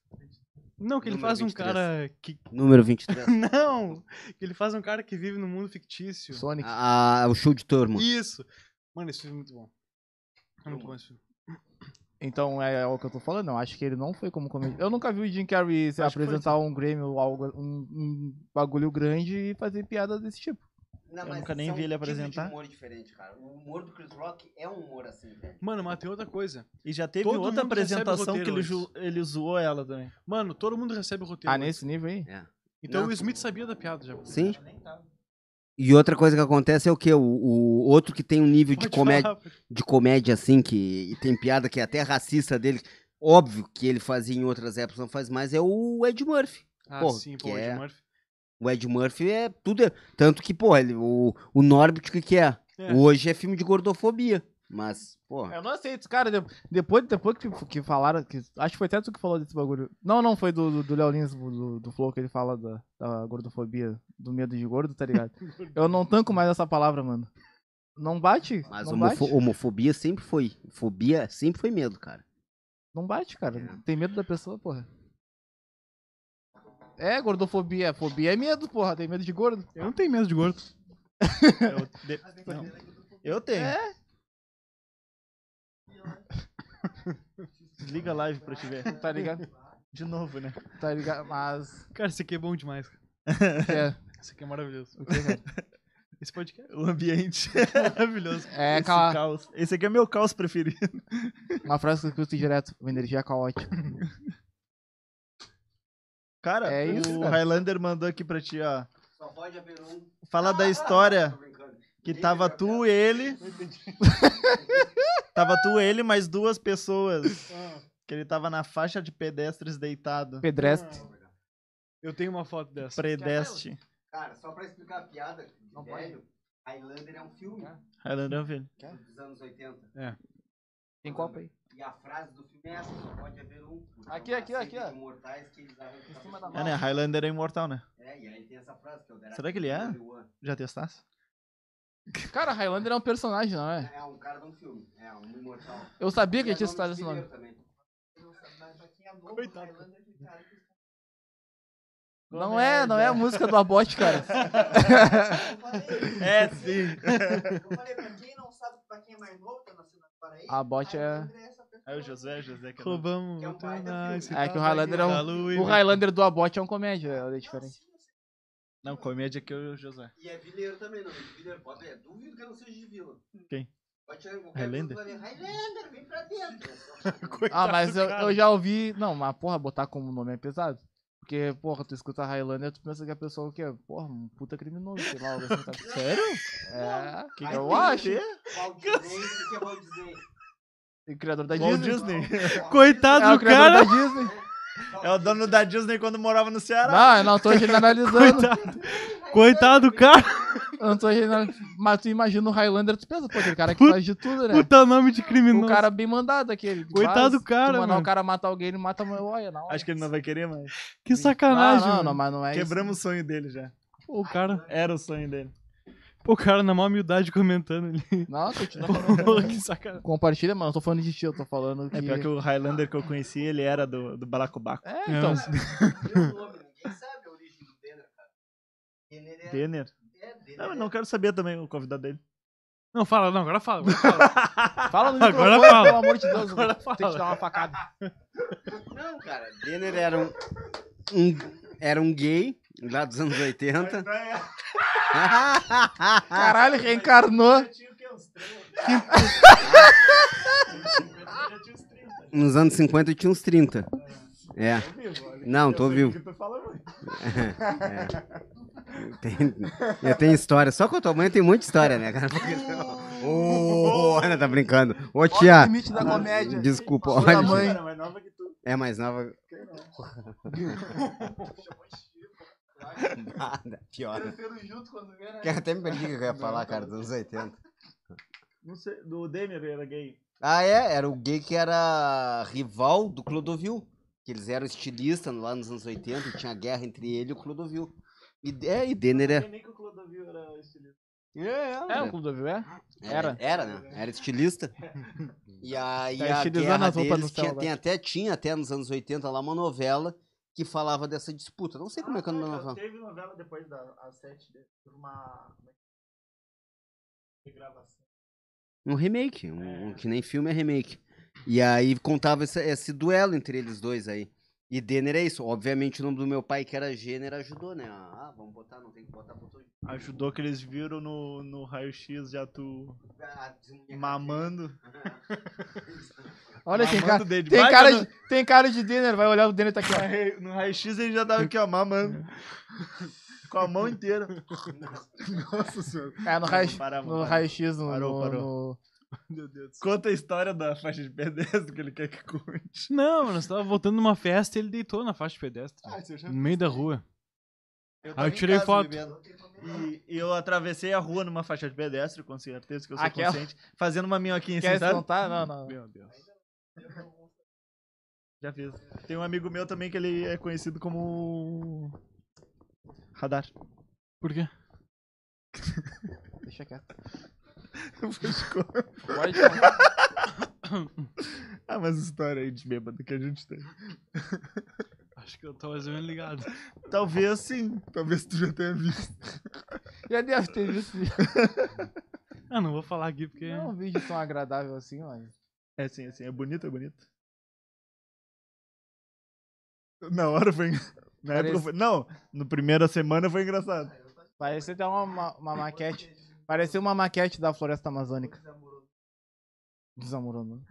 Speaker 3: Não, que ele
Speaker 4: Número
Speaker 3: faz um
Speaker 4: 23.
Speaker 3: cara que.
Speaker 4: Número 23.
Speaker 3: Não! Que ele faz um cara que vive num mundo fictício.
Speaker 2: Sonic.
Speaker 4: Ah, o show de turma.
Speaker 3: Isso! Mano, esse filme é muito bom. É muito bom esse filme.
Speaker 2: Então é o que eu tô falando, não. Acho que ele não foi como comediante. Eu nunca vi o Jim Carrey se
Speaker 3: Acho que foi,
Speaker 2: apresentar um Grêmio ou algo, um, um bagulho grande e fazer piada desse tipo.
Speaker 6: Não,
Speaker 1: Eu
Speaker 6: mas
Speaker 1: nunca nem
Speaker 6: são
Speaker 1: vi ele
Speaker 6: tipos
Speaker 1: apresentar.
Speaker 6: De humor diferente, cara. O humor do Chris Rock é um humor assim, velho.
Speaker 3: Mano, mas tem outra coisa.
Speaker 1: E já teve
Speaker 3: Todo
Speaker 1: outra
Speaker 3: mundo recebe
Speaker 1: apresentação que ele,
Speaker 3: roteiros.
Speaker 1: ju- ele zoou ela também.
Speaker 3: Mano, todo mundo recebe o roteiro.
Speaker 2: Ah, nesse nível aí?
Speaker 3: Então
Speaker 4: Não.
Speaker 3: o Smith sabia da piada já.
Speaker 4: Sim. E outra coisa que acontece é o quê? O, o outro que tem um nível de
Speaker 3: Pode
Speaker 2: é
Speaker 4: comédia,
Speaker 3: falar, pode-
Speaker 4: de comédia assim, que e tem piada que é até racista dele. Óbvio que ele fazia em outras épocas, não faz mais, é o Ed Murphy.
Speaker 3: Ah,
Speaker 4: Pô,
Speaker 3: sim, pô,
Speaker 4: que
Speaker 3: o Ed
Speaker 4: é-
Speaker 3: Murphy.
Speaker 4: O Ed Murphy é tudo. é- Tanto que, porra, ele, o, o Norbit, o que, que é?
Speaker 3: É.
Speaker 4: Hoje é filme de gordofobia. Mas, porra.
Speaker 2: Eu não aceito, cara. de- Depois, depois que, que falaram. Que, acho que foi até tu que falou desse bagulho. Não, não, foi do, do, do Léo Lins, do, do Flow, que ele fala da, da gordofobia, do medo de gordo, tá ligado? eu não tanco mais essa palavra, mano. Não
Speaker 3: É,
Speaker 2: bate.
Speaker 4: Mas
Speaker 2: não
Speaker 4: homofo-
Speaker 2: bate.
Speaker 4: homofobia sempre foi. Fobia sempre foi medo, cara.
Speaker 2: Não bate, cara.
Speaker 4: É.
Speaker 2: Tem medo da pessoa, porra. É, gordofobia. Fobia é medo, porra. Tem medo de gordo.
Speaker 3: Eu não tenho medo de gordo.
Speaker 1: Eu, de- não. Eu tenho.
Speaker 2: É.
Speaker 1: Desliga a live pra te ver.
Speaker 2: Tá ligado?
Speaker 1: De novo, né?
Speaker 2: Tá ligado? Mas.
Speaker 3: Cara, esse aqui é bom demais. cara.
Speaker 2: É,
Speaker 3: Esse aqui é maravilhoso.
Speaker 2: o quê, cara?
Speaker 3: Esse podcast
Speaker 1: O ambiente.
Speaker 3: é maravilhoso.
Speaker 2: é
Speaker 1: Esse
Speaker 2: aquela.
Speaker 1: caos. Esse aqui é meu caos preferido.
Speaker 2: Uma frase que eu escuto direto. Uma energia caótica.
Speaker 1: Cara,
Speaker 2: É isso,
Speaker 1: o
Speaker 2: cara.
Speaker 1: Highlander mandou aqui pra ti, ó.
Speaker 6: Só pode haver um.
Speaker 1: Fala da história
Speaker 6: Tô brincando.
Speaker 1: que tava tu, ele. tava tu, ele, mais duas pessoas. Que ele tava na faixa de pedestres deitado.
Speaker 2: Pedreste.
Speaker 3: Eu tenho uma foto dessa.
Speaker 1: Predeste.
Speaker 6: Cara, só pra explicar a piada, de velho, Highlander é um filme
Speaker 1: Highlander é um filho.
Speaker 6: dos anos 80.
Speaker 2: Tem copa aí?
Speaker 6: E a frase do filme é essa: só pode haver um. porque é
Speaker 2: Aqui, aqui,
Speaker 6: uma sede
Speaker 2: aqui, ó.
Speaker 6: de mortais que eles arrancam a
Speaker 2: cima
Speaker 6: cabeça
Speaker 2: da
Speaker 6: do
Speaker 1: É,
Speaker 2: mão.
Speaker 1: né? Highlander é imortal, né?
Speaker 6: outro. É, e aí tem essa frase que é o Dera-
Speaker 1: Será que ele é?
Speaker 6: Obi-Wan.
Speaker 1: Já testasse?
Speaker 2: Cara, Highlander é um personagem, não é?
Speaker 6: É um cara de um filme. É um imortal.
Speaker 2: Eu sabia que ele
Speaker 6: E é
Speaker 2: tinha
Speaker 6: nome
Speaker 2: citado
Speaker 6: de
Speaker 2: esse nome.
Speaker 6: primeiro também. Mas aqui é novo,
Speaker 3: Coitado.
Speaker 6: Highlander de cara que-
Speaker 2: Não é, não é a música do Abote, cara.
Speaker 6: Eu falei.
Speaker 1: É, sim.
Speaker 6: Eu falei, pra quem não sabe, pra quem é mais novo, tá nascendo agora aí.
Speaker 2: A bot é-
Speaker 6: Highlander essa pessoa.
Speaker 1: É o José, José. Que é o-
Speaker 3: Roubamos
Speaker 6: Que é um
Speaker 3: o teu
Speaker 6: baita
Speaker 3: nice.
Speaker 6: filme.
Speaker 2: É que o Highlander é um- O Highlander do Abote é um comédia, é diferente.
Speaker 1: Não, comédia que eu e o Josué.
Speaker 6: E é vileiro também, não. Vileiro, pode ver. Duvido que eu não seja de vila.
Speaker 1: Quem?
Speaker 6: Pode chegar em qualquer
Speaker 1: Highlander?
Speaker 6: vai ver, Highlander, vem pra dentro.
Speaker 2: Ah,
Speaker 3: Tá
Speaker 2: mas
Speaker 1: do
Speaker 2: eu,
Speaker 1: cara.
Speaker 2: eu já ouvi. Não, mas porra, botar como nome é pesado. Porque, porra, tu escuta Highlander, tu pensa que a pessoa o quê? Porra, um puta criminoso, sei lá, algo assim, sabe?
Speaker 1: Sério?
Speaker 2: É,
Speaker 1: Que
Speaker 2: eu
Speaker 1: que
Speaker 2: acho.
Speaker 1: tem?
Speaker 6: Walt Disney, o que é Walt Disney?
Speaker 2: E criador da
Speaker 1: Walt
Speaker 2: Disney.
Speaker 1: Disney.
Speaker 3: Coitado
Speaker 2: É o
Speaker 3: Ah, do
Speaker 2: criador da
Speaker 3: cara.
Speaker 2: Disney.
Speaker 1: É o dono da Disney quando morava no Ceará.
Speaker 2: Não, eu não tô generalizando.
Speaker 3: Coitado do cara.
Speaker 2: eu não tô generalizando. Mas tu imagina o Highlander, tu pensa, pô, aquele cara que
Speaker 3: Puta-
Speaker 2: faz de tudo, né?
Speaker 3: Puta nome de criminoso.
Speaker 2: O cara bem mandado aquele.
Speaker 3: Coitado
Speaker 2: Faz,
Speaker 3: do cara,
Speaker 2: tu mandar
Speaker 3: mano.
Speaker 2: o cara matar alguém, ele mata a mãe. Olha, não.
Speaker 1: Acho que ele não vai querer mais.
Speaker 3: Que sacanagem.
Speaker 2: Não, não,
Speaker 3: mano.
Speaker 2: não, mas não é
Speaker 1: Quebramos o sonho dele já.
Speaker 3: Pô, O cara,
Speaker 1: Era o sonho dele.
Speaker 3: pô, o cara na maior humildade comentando ali.
Speaker 2: isso. Não, continua.
Speaker 3: Porra, que sacanagem.
Speaker 2: Compartilha, mano. Eu tô falando de ti, eu tô falando que.
Speaker 1: É pior que o Highlander que eu conheci, ele era do, do Balacobaco.
Speaker 2: É, então.
Speaker 6: Deu o nome, ninguém sabe a origem do Denner, cara. Denner é-
Speaker 1: Denner.
Speaker 6: é Denner.
Speaker 1: Não, eu não quero saber também o convidado dele.
Speaker 3: Não, fala, não, agora fala. Agora fala.
Speaker 2: Fala no
Speaker 3: Agora
Speaker 2: microfone,
Speaker 3: fala.
Speaker 2: pelo amor de Deus.
Speaker 3: Agora
Speaker 2: mano. Tem que
Speaker 3: fala.
Speaker 2: te dar uma facada.
Speaker 6: Não, cara.
Speaker 4: Denner era um, um- era um gay lá dos anos 80.
Speaker 2: Caralho, reencarnou.
Speaker 4: Nos anos 50 eu tinha uns 30. É. Não, tô vivo. É. Tem- eu tenho história. Só com a tua mãe tem muita história, né, cara? Porque não- Ô, Ana tá brincando. Ô,
Speaker 2: Olha o
Speaker 4: tia.
Speaker 2: limite da comédia.
Speaker 4: Desculpa,
Speaker 2: Passou da
Speaker 4: olha.
Speaker 2: mãe.
Speaker 4: É mais nova. Nada, pior.
Speaker 7: junto quando vê, né?
Speaker 4: Quero até me perdi o que eu ia falar, cara, dos anos 80.
Speaker 1: Não sei, do Denner era gay.
Speaker 4: Ah, é? Era o gay que era rival do Clodovil. Que eles eram estilistas lá nos anos 80 e tinha guerra entre ele e o Clodovil. E, é, e Denner é.
Speaker 1: Nem que o Clodovil era estilista.
Speaker 2: É, o Clodovil é?
Speaker 4: Era. Era, né? Era estilista. E aí
Speaker 2: Tá
Speaker 4: a
Speaker 2: estilizando
Speaker 4: guerra
Speaker 2: as roupas
Speaker 4: deles
Speaker 2: no céu,
Speaker 4: tinha, tem até, tinha até nos anos 80 lá uma novela que falava dessa disputa. Não sei como
Speaker 1: Ah,
Speaker 4: é que é o nome da novela.
Speaker 7: Teve novela depois da a sete
Speaker 1: né?
Speaker 7: dele, por uma regravação.
Speaker 4: Um remake, um, um que nem filme é remake. E aí contava esse, esse duelo entre eles dois aí. E Denner é isso. Obviamente o nome do meu pai, que era Jenner, ajudou, né? Ah, vamos botar, não tem que botar, botou.
Speaker 1: Ajudou que eles viram no, no raio-x já tu
Speaker 4: Ah, desmunheca-
Speaker 1: mamando.
Speaker 2: Olha, tem
Speaker 1: mamando
Speaker 2: cara.
Speaker 1: o dedo.
Speaker 2: Tem
Speaker 1: Vai,
Speaker 2: cara,
Speaker 1: mano.
Speaker 2: de, tem cara de Denner, vai olhar o Denner tá aqui, ó.
Speaker 1: No raio-x ele já tava aqui, ó, mamando. Com a mão inteira. Nossa senhora.
Speaker 2: É, no raio,
Speaker 1: Paramos,
Speaker 2: no
Speaker 1: paramos.
Speaker 2: raio X, no,
Speaker 1: Parou,
Speaker 2: no-
Speaker 1: parou.
Speaker 2: no-
Speaker 1: Conta a história da faixa de pedestre que ele quer que conte.
Speaker 3: Não, mano, você tava voltando numa festa e ele deitou na faixa de pedestre.
Speaker 6: Ah,
Speaker 3: No meio da rua. Aí eu tirei foto.
Speaker 1: E e eu atravessei a rua numa faixa de pedestre, com certeza que eu sou
Speaker 3: é
Speaker 2: Aquela-
Speaker 1: consciente, fazendo uma minhoquinha assim,
Speaker 2: Quer
Speaker 1: sabe?
Speaker 2: contar? Não, não. não.
Speaker 3: Meu Deus.
Speaker 1: Já fiz. Tem um amigo meu também que ele é conhecido como. Radar.
Speaker 3: Por quê?
Speaker 2: Deixa quieto.
Speaker 1: Fuscou.
Speaker 2: Pode.
Speaker 1: ah, mas história aí de bêbado que a gente tem.
Speaker 3: Acho que eu tava mais ou menos ligado.
Speaker 1: Talvez sim. Talvez tu já tenha visto.
Speaker 2: Já deve ter visto.
Speaker 3: Ah, não vou falar aqui porque.
Speaker 2: Não é um vídeo tão agradável assim, mano.
Speaker 1: É sim, é sim. É bonito, é bonito. Na hora foi. engra- Na
Speaker 2: Parece-
Speaker 1: época foi. Não, na primeira semana foi engraçado.
Speaker 2: Parece até uma, ma- uma maquete. Pareceu uma maquete da floresta amazônica. Desamorou, não.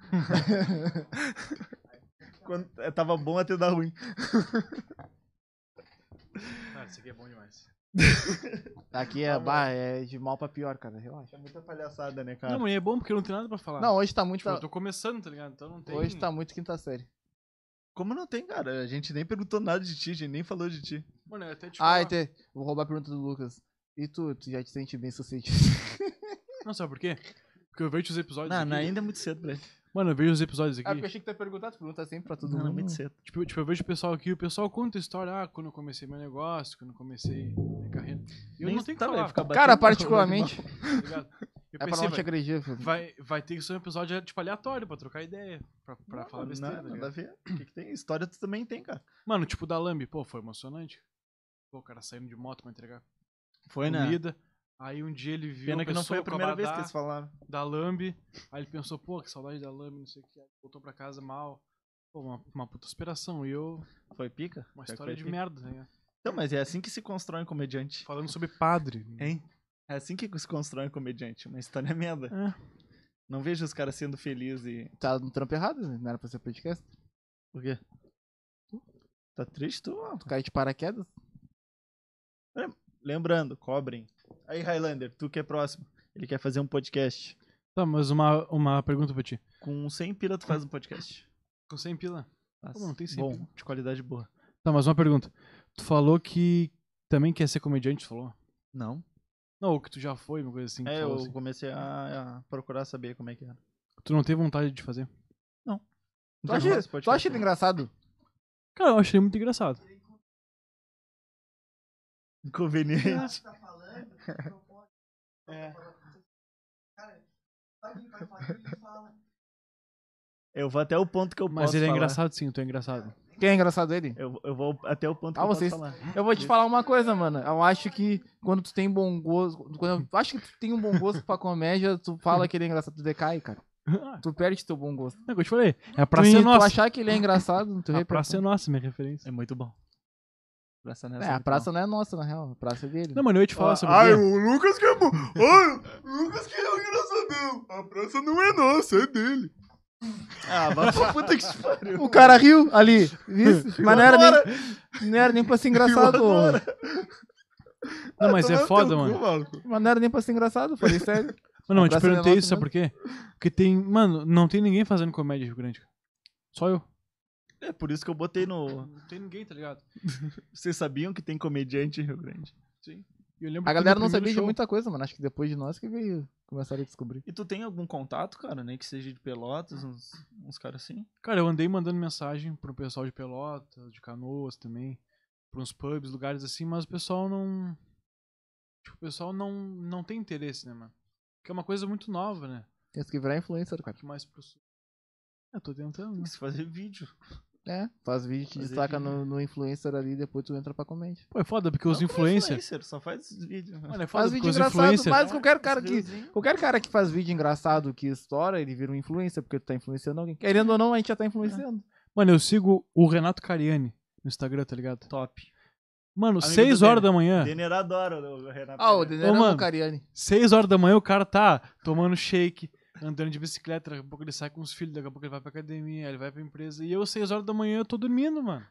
Speaker 1: Quando é, tava bom até dar ruim.
Speaker 3: Ah, isso aqui é bom demais.
Speaker 2: Aqui é, bah, é de mal pra pior, cara. Relaxa.
Speaker 1: É muita palhaçada, né, cara?
Speaker 3: Não, mas é bom porque eu não tenho nada pra falar.
Speaker 2: Não, hoje tá muito.
Speaker 3: tipo, eu tô começando, tá ligado? Então não tem.
Speaker 2: Hoje tá muito quinta série.
Speaker 1: Como não tem, cara? A gente nem perguntou nada de ti, a gente nem falou de ti.
Speaker 3: Mano, eu até te
Speaker 2: Ah,
Speaker 3: falar.
Speaker 2: ente... vou roubar a pergunta do Lucas. E tu, tu já te sente bem sucedido?
Speaker 3: Não, sabe por quê? Porque eu vejo os episódios.
Speaker 1: Não,
Speaker 3: aqui.
Speaker 1: não, ainda é muito cedo pra ele.
Speaker 3: Mano, eu vejo os episódios
Speaker 2: ah, porque eu
Speaker 3: aqui.
Speaker 2: achei que tu ia perguntar, tu pergunta sempre pra todo
Speaker 1: Não, não é
Speaker 2: mundo.
Speaker 1: muito cedo.
Speaker 3: Tipo, tipo, eu vejo o pessoal aqui, o pessoal conta a história, ah, quando eu comecei meu negócio, quando eu comecei minha carreira. E eu
Speaker 1: Nem
Speaker 3: não tenho que
Speaker 1: tá, vai
Speaker 3: falar,
Speaker 1: ficar batendo
Speaker 2: Cara,
Speaker 1: na rua de
Speaker 2: particularmente,
Speaker 3: tá ligado? Eu
Speaker 2: é pra
Speaker 3: pensei,
Speaker 2: não te
Speaker 3: vai,
Speaker 2: agredir, filho.
Speaker 3: vai, vai ter que ser um episódio, tipo, aleatório, pra trocar ideia, pra, pra falar besteira,
Speaker 1: Nada,
Speaker 3: tá
Speaker 1: nada a
Speaker 3: ligado?
Speaker 1: ver. O que, que tem? História tu também tem, cara.
Speaker 3: Mano, tipo, da Lambi, pô, foi emocionante. Pô, o cara saindo de moto pra entregar
Speaker 1: Foi, né?
Speaker 3: comida. Aí um dia ele viu
Speaker 1: Pena
Speaker 3: uma
Speaker 1: que não foi a
Speaker 3: pessoa com
Speaker 1: primeira vez que
Speaker 3: abadá.
Speaker 1: eles falaram.
Speaker 3: da Lambi. Aí ele pensou, pô, que saudade da Lambi, não sei o que. Aí Voltou pra casa mal. Pô, uma, uma puta superação. E eu,
Speaker 1: Foi pica?
Speaker 3: uma
Speaker 1: Pior que
Speaker 3: história
Speaker 1: foi
Speaker 3: de
Speaker 1: pica.
Speaker 3: merda, né?
Speaker 1: Então, mas é assim que se constrói um comediante.
Speaker 3: Falando sobre padre.
Speaker 1: Hein? É assim que se constrói um comediante. Uma história merda.
Speaker 3: É.
Speaker 1: Não vejo os caras sendo felizes e.
Speaker 2: Tá no trampo errado, né? Não era pra ser podcast.
Speaker 1: Por quê? Tá triste tu?
Speaker 2: Tu caiu de paraquedas.
Speaker 1: Lembrando, cobrem. Aí, Highlander, tu que é próximo. Ele quer fazer um podcast.
Speaker 3: Tá, mas uma, uma pergunta pra ti.
Speaker 1: Com 100 pila, tu faz um podcast.
Speaker 3: Com 100 pila?
Speaker 1: Faz.
Speaker 3: Como não tem 100
Speaker 1: Tá Bom,
Speaker 3: pila?
Speaker 1: de qualidade boa.
Speaker 3: Tá, mas uma pergunta. Tu falou que também quer ser comediante, tu falou?
Speaker 1: Não.
Speaker 3: Não, ou que tu já foi, uma coisa assim. que tu
Speaker 1: É,
Speaker 3: falou
Speaker 1: eu
Speaker 3: assim.
Speaker 1: comecei a, a procurar saber como é que era.
Speaker 3: Tu não teve vontade de fazer?
Speaker 2: Tu acha,
Speaker 1: faz
Speaker 2: tu acha
Speaker 1: podcast,
Speaker 2: ele
Speaker 1: né?
Speaker 2: engraçado?
Speaker 3: Cara, eu achei muito engraçado.
Speaker 1: Inconveniente.
Speaker 7: tá falando, não pode. É. Cara, sabe quem vai falar? Ele fala.
Speaker 1: Eu vou até o ponto que eu
Speaker 3: Mas
Speaker 1: posso
Speaker 3: ele é
Speaker 1: falar.
Speaker 3: engraçado sim, tu é engraçado.
Speaker 2: Quem é engraçado ele?
Speaker 1: Eu, eu vou até o ponto que
Speaker 2: Ah,
Speaker 1: eu
Speaker 2: vocês-
Speaker 1: posso falar.
Speaker 2: Eu vou te falar uma coisa, mano. Eu acho que quando tu tem bom gosto. Quando eu acho que tu tem um bom gosto pra comédia, tu fala que ele é engraçado, tu decai, cara.
Speaker 3: Ah,
Speaker 2: Tu perde teu bom gosto.
Speaker 3: é o que eu te falei. É a
Speaker 2: tu,
Speaker 3: Praça é
Speaker 2: tu
Speaker 3: Nossa.
Speaker 2: achar que ele é engraçado, tu
Speaker 3: A Praça é
Speaker 2: é,
Speaker 3: Nossa, minha referência.
Speaker 1: É muito bom. Praça nessa.
Speaker 2: é, a praça não é nossa, na real. A praça é dele.
Speaker 3: Não, mano, Ah, eu ia te falar sobre
Speaker 1: Ah, Ai,
Speaker 3: o quê?
Speaker 1: o Lucas que é bom. Ai, o Lucas que é o engraçadão. A praça não é nossa, é dele. Ah, vai pra puta que se pariu.
Speaker 2: O cara riu ali, viu? Mas não era, nem, não era nem pra ser engraçado, mano.
Speaker 3: Não, mas é foda, mano.
Speaker 2: Mas não era nem pra ser engraçado, falei sério.
Speaker 3: Mano, eu te
Speaker 2: Abraço,
Speaker 3: perguntei
Speaker 2: Renato, né?
Speaker 3: isso, sabe por quê? Porque tem. Mano, não tem ninguém fazendo comédia em Rio Grande. cara. Só eu.
Speaker 1: É por isso que eu botei no.
Speaker 3: Não tem ninguém, tá ligado?
Speaker 1: Vocês sabiam que tem comediante em Rio Grande?
Speaker 3: Eu lembro
Speaker 2: A
Speaker 3: que no
Speaker 2: galera não
Speaker 3: primeiro
Speaker 2: sabia de
Speaker 3: show-
Speaker 2: muita coisa, mano. Acho que depois de nós que veio começaram a descobrir.
Speaker 1: E tu tem algum contato, cara? Nem que seja de Pelotas, uns, uns caras assim?
Speaker 3: Cara, eu andei mandando mensagem pro pessoal de Pelotas, de Canoas também, pra uns pubs, lugares assim, mas o pessoal não. Tipo, o pessoal não, não tem interesse, né, mano? Que é uma coisa muito nova, né?
Speaker 2: Tem que virar influencer, cara.
Speaker 3: Que mais pro sul. Eu tô tentando,
Speaker 1: Tem
Speaker 3: né?
Speaker 1: que se fazer vídeo.
Speaker 2: É, faz vídeo, te
Speaker 1: Fazer
Speaker 2: destaca
Speaker 1: vídeo. né?
Speaker 2: no, no influencer ali, depois tu entra pra comédia.
Speaker 3: Pô, é foda, porque os
Speaker 1: Não, como
Speaker 3: influencers.
Speaker 1: influencer, Só faz vídeo.
Speaker 3: Mano, é foda
Speaker 2: Faz
Speaker 3: porque
Speaker 2: vídeo
Speaker 3: os
Speaker 2: engraçado,
Speaker 3: influencers.
Speaker 2: mas qualquer cara que.
Speaker 1: Videozinho.
Speaker 2: Qualquer cara que faz vídeo engraçado que estoura, ele vira um influencer, porque tu tá influenciando alguém. Querendo ou não, a gente já tá influenciando.
Speaker 3: Mano, eu sigo o Renato Cariani no Instagram, tá ligado?
Speaker 1: Top.
Speaker 3: Mano,
Speaker 1: Amigo
Speaker 3: 6
Speaker 1: do
Speaker 3: horas
Speaker 1: Denner.
Speaker 3: da manhã.
Speaker 1: Denner adora o Renato.
Speaker 2: Ah, o
Speaker 1: Denner.
Speaker 2: Denner
Speaker 3: Ah.
Speaker 2: é
Speaker 3: Ô, mano.
Speaker 2: o Cariani.
Speaker 3: 6 horas da manhã o cara tá tomando shake, andando de bicicleta, daqui a pouco ele sai com os filhos, daqui a pouco ele vai pra academia, ele vai pra empresa. E eu, 6 horas da manhã, eu tô dormindo, mano.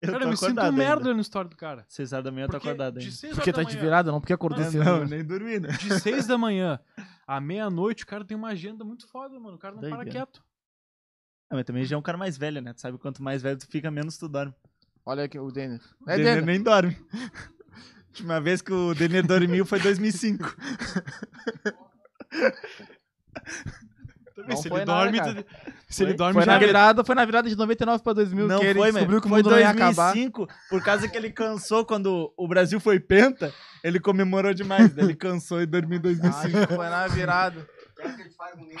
Speaker 1: Eu
Speaker 3: cara,
Speaker 1: tô
Speaker 3: eu me sinto um
Speaker 1: acordado ainda.
Speaker 3: merda no story do cara.
Speaker 1: Seis horas da manhã eu tô
Speaker 3: Porque
Speaker 1: acordado
Speaker 3: de
Speaker 1: ainda.
Speaker 3: seis
Speaker 2: Porque
Speaker 3: horas
Speaker 2: tá
Speaker 3: da
Speaker 2: de
Speaker 3: manhã-
Speaker 2: virada, não porque acordou
Speaker 1: Não,
Speaker 2: cedo.
Speaker 1: não,
Speaker 2: né?
Speaker 1: nem dormi, né?
Speaker 3: De 6 da manhã à meia-noite, o cara tem uma agenda muito foda, mano. O cara não para
Speaker 1: Doideira.
Speaker 3: quieto.
Speaker 1: Ah, mas também já é um cara mais velho, né? Tu sabe quanto mais velho tu fica, menos tu dorme.
Speaker 2: Olha aqui, o Denner.
Speaker 1: O
Speaker 2: É
Speaker 1: Denner
Speaker 2: Denner.
Speaker 1: nem dorme. A última vez que o Denner dormiu foi em 2005.
Speaker 2: Não
Speaker 3: se
Speaker 2: foi
Speaker 3: ele
Speaker 2: nada,
Speaker 3: dorme,
Speaker 2: cara.
Speaker 3: se ele
Speaker 1: Foi-
Speaker 3: dorme
Speaker 2: Foi
Speaker 3: já
Speaker 2: na, virada, foi na virada de 99 pra 2000
Speaker 1: Não
Speaker 2: que ele
Speaker 1: foi, mano.
Speaker 2: descobriu que o
Speaker 1: Foi
Speaker 2: mundo não ia acabar.
Speaker 1: 2005, por causa que ele cansou quando o Brasil foi penta, ele comemorou demais. Daí ele cansou e dormiu em 2005.
Speaker 2: Acho que foi na virada.
Speaker 6: Quer que eu te fale um nível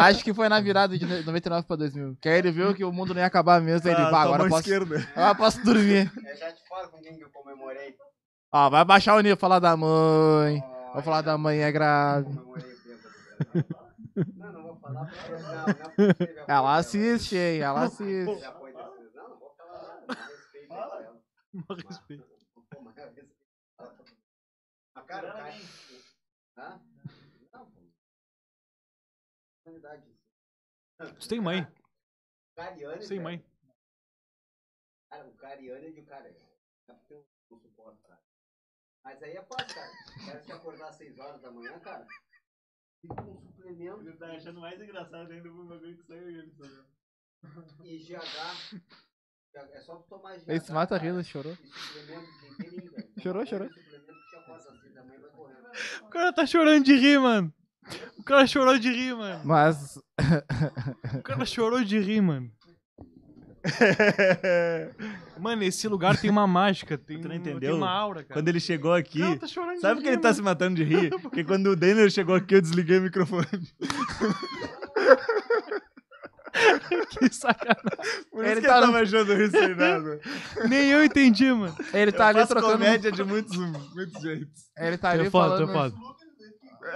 Speaker 2: Acho que foi na virada de 99 pra 2000. Que aí ele viu que o mundo não ia acabar mesmo. aí Ele,
Speaker 1: Tá,
Speaker 2: bah, agora
Speaker 1: tá
Speaker 2: Ah, eu
Speaker 1: a mão
Speaker 2: posso,
Speaker 1: esquerda.
Speaker 2: agora eu posso dormir.
Speaker 6: Eu É já te falo com quem que eu comemorei.
Speaker 2: Ó, vai baixar o nível, falar da mãe. Vou falar da mãe, é grave.
Speaker 6: Comemorei o bêbado. Não, não vou falar porque não, não porque
Speaker 2: Ela
Speaker 4: Ah,
Speaker 6: já foi dela.
Speaker 2: assiste, hein? Ela assiste.
Speaker 6: Já
Speaker 4: né?
Speaker 6: foi dessa vez. Não, não vou falar nada. Não respeito ela.
Speaker 3: Mó respeito.
Speaker 6: Pô, mas eu respeito ela.
Speaker 4: tá Ah,
Speaker 6: Mas, cara, o cara... Hã? Não, pô. Verdade.
Speaker 3: Tu tem mãe,
Speaker 6: Cariani,
Speaker 3: tu tem
Speaker 6: velho.
Speaker 3: mãe.
Speaker 6: Cara, o Cariani é de cara. é porque Eu não suporto, cara. Mas aí é fácil, cara. Quero te acordar às 6 horas da manhã, cara. Fica com um suplemento
Speaker 1: Tá achando mais engraçado ainda o bagulho que saiu ele.
Speaker 6: e GH. É só tu tomar GH.
Speaker 2: Esse mata
Speaker 6: cara,
Speaker 2: riso, chorou.
Speaker 6: e suplemento de inteirinho, velho.
Speaker 2: Chorou,
Speaker 6: Toma
Speaker 2: chorou.
Speaker 6: suplemento que te acorda às 6 da manhã e vai correndo.
Speaker 3: O cara tá chorando de rir, mano. O cara chorou de rir, mano.
Speaker 2: Mas
Speaker 3: O cara chorou de rir, mano. Mano, esse lugar tem uma mágica, tem,
Speaker 1: Tu não
Speaker 3: um- tem
Speaker 1: entendeu?
Speaker 3: uma aura, cara.
Speaker 1: Quando ele chegou aqui,
Speaker 3: Não, tá chorando de
Speaker 1: sabe que
Speaker 3: rir,
Speaker 1: ele tá
Speaker 3: mano.
Speaker 1: se matando de rir? Porque quando o Denner chegou aqui, eu desliguei o microfone.
Speaker 3: Que sacanagem.
Speaker 1: Por isso
Speaker 2: Ele
Speaker 1: que
Speaker 2: tá
Speaker 1: ele
Speaker 2: no-
Speaker 1: tava achando isso sem nada.
Speaker 3: Nem eu entendi, mano.
Speaker 2: ele tá
Speaker 1: eu
Speaker 2: ali
Speaker 1: faço
Speaker 2: trocando.
Speaker 1: comédia de muitos, muitos jeitos.
Speaker 2: Ele tá
Speaker 3: Tô
Speaker 2: ali
Speaker 3: foda,
Speaker 2: falando.
Speaker 3: tô foda.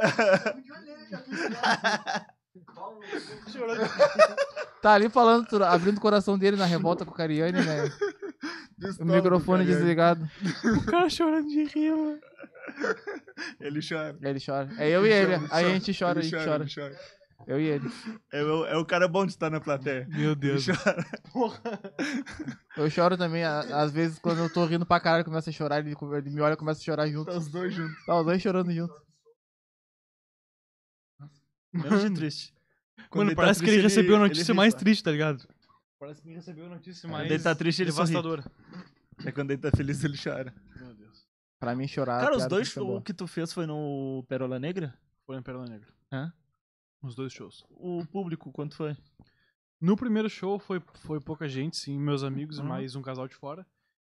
Speaker 2: Tá ali falando, tu- abrindo o coração dele na revolta com o Cariani, né? O microfone
Speaker 1: tá
Speaker 2: desligado.
Speaker 3: O cara chorando de rir, mano.
Speaker 1: Ele chora.
Speaker 2: Aí ele chora. É eu e ele. Aí a gente chora, a
Speaker 1: ele
Speaker 2: gente chora.
Speaker 1: ele chora.
Speaker 2: Eu e ele.
Speaker 1: É, o- é o cara bom de estar na plateia.
Speaker 3: Meu
Speaker 1: Ele
Speaker 3: Deus.
Speaker 1: chora.
Speaker 2: Eu choro também. a- Às vezes, quando eu tô rindo pra caralho, começa a chorar. Ele, come- ele me olha e começa a chorar junto.
Speaker 1: Tá os dois juntos.
Speaker 2: Tá os dois chorando junto.
Speaker 1: Menos de É triste.
Speaker 3: Mano,
Speaker 1: tá
Speaker 3: parece que ele recebeu a notícia mais triste, tá ligado? Parece que ele recebeu a notícia
Speaker 1: Quando ele tá triste, ele sorri.
Speaker 3: devastadora.
Speaker 1: É quando ele tá feliz, ele chora.
Speaker 3: Meu Deus.
Speaker 2: Pra mim, chorar.
Speaker 1: Cara, os
Speaker 2: Ah, piada
Speaker 1: dois
Speaker 2: fica boa.
Speaker 1: shows que tu fez foi no Perola Negra?
Speaker 3: Foi em Pérola Negra.
Speaker 1: Hã?
Speaker 3: Os dois shows.
Speaker 1: O público, quanto foi?
Speaker 3: No primeiro show foi, foi pouca gente, sim, meus amigos e
Speaker 1: Uhum.
Speaker 3: mais um casal de fora.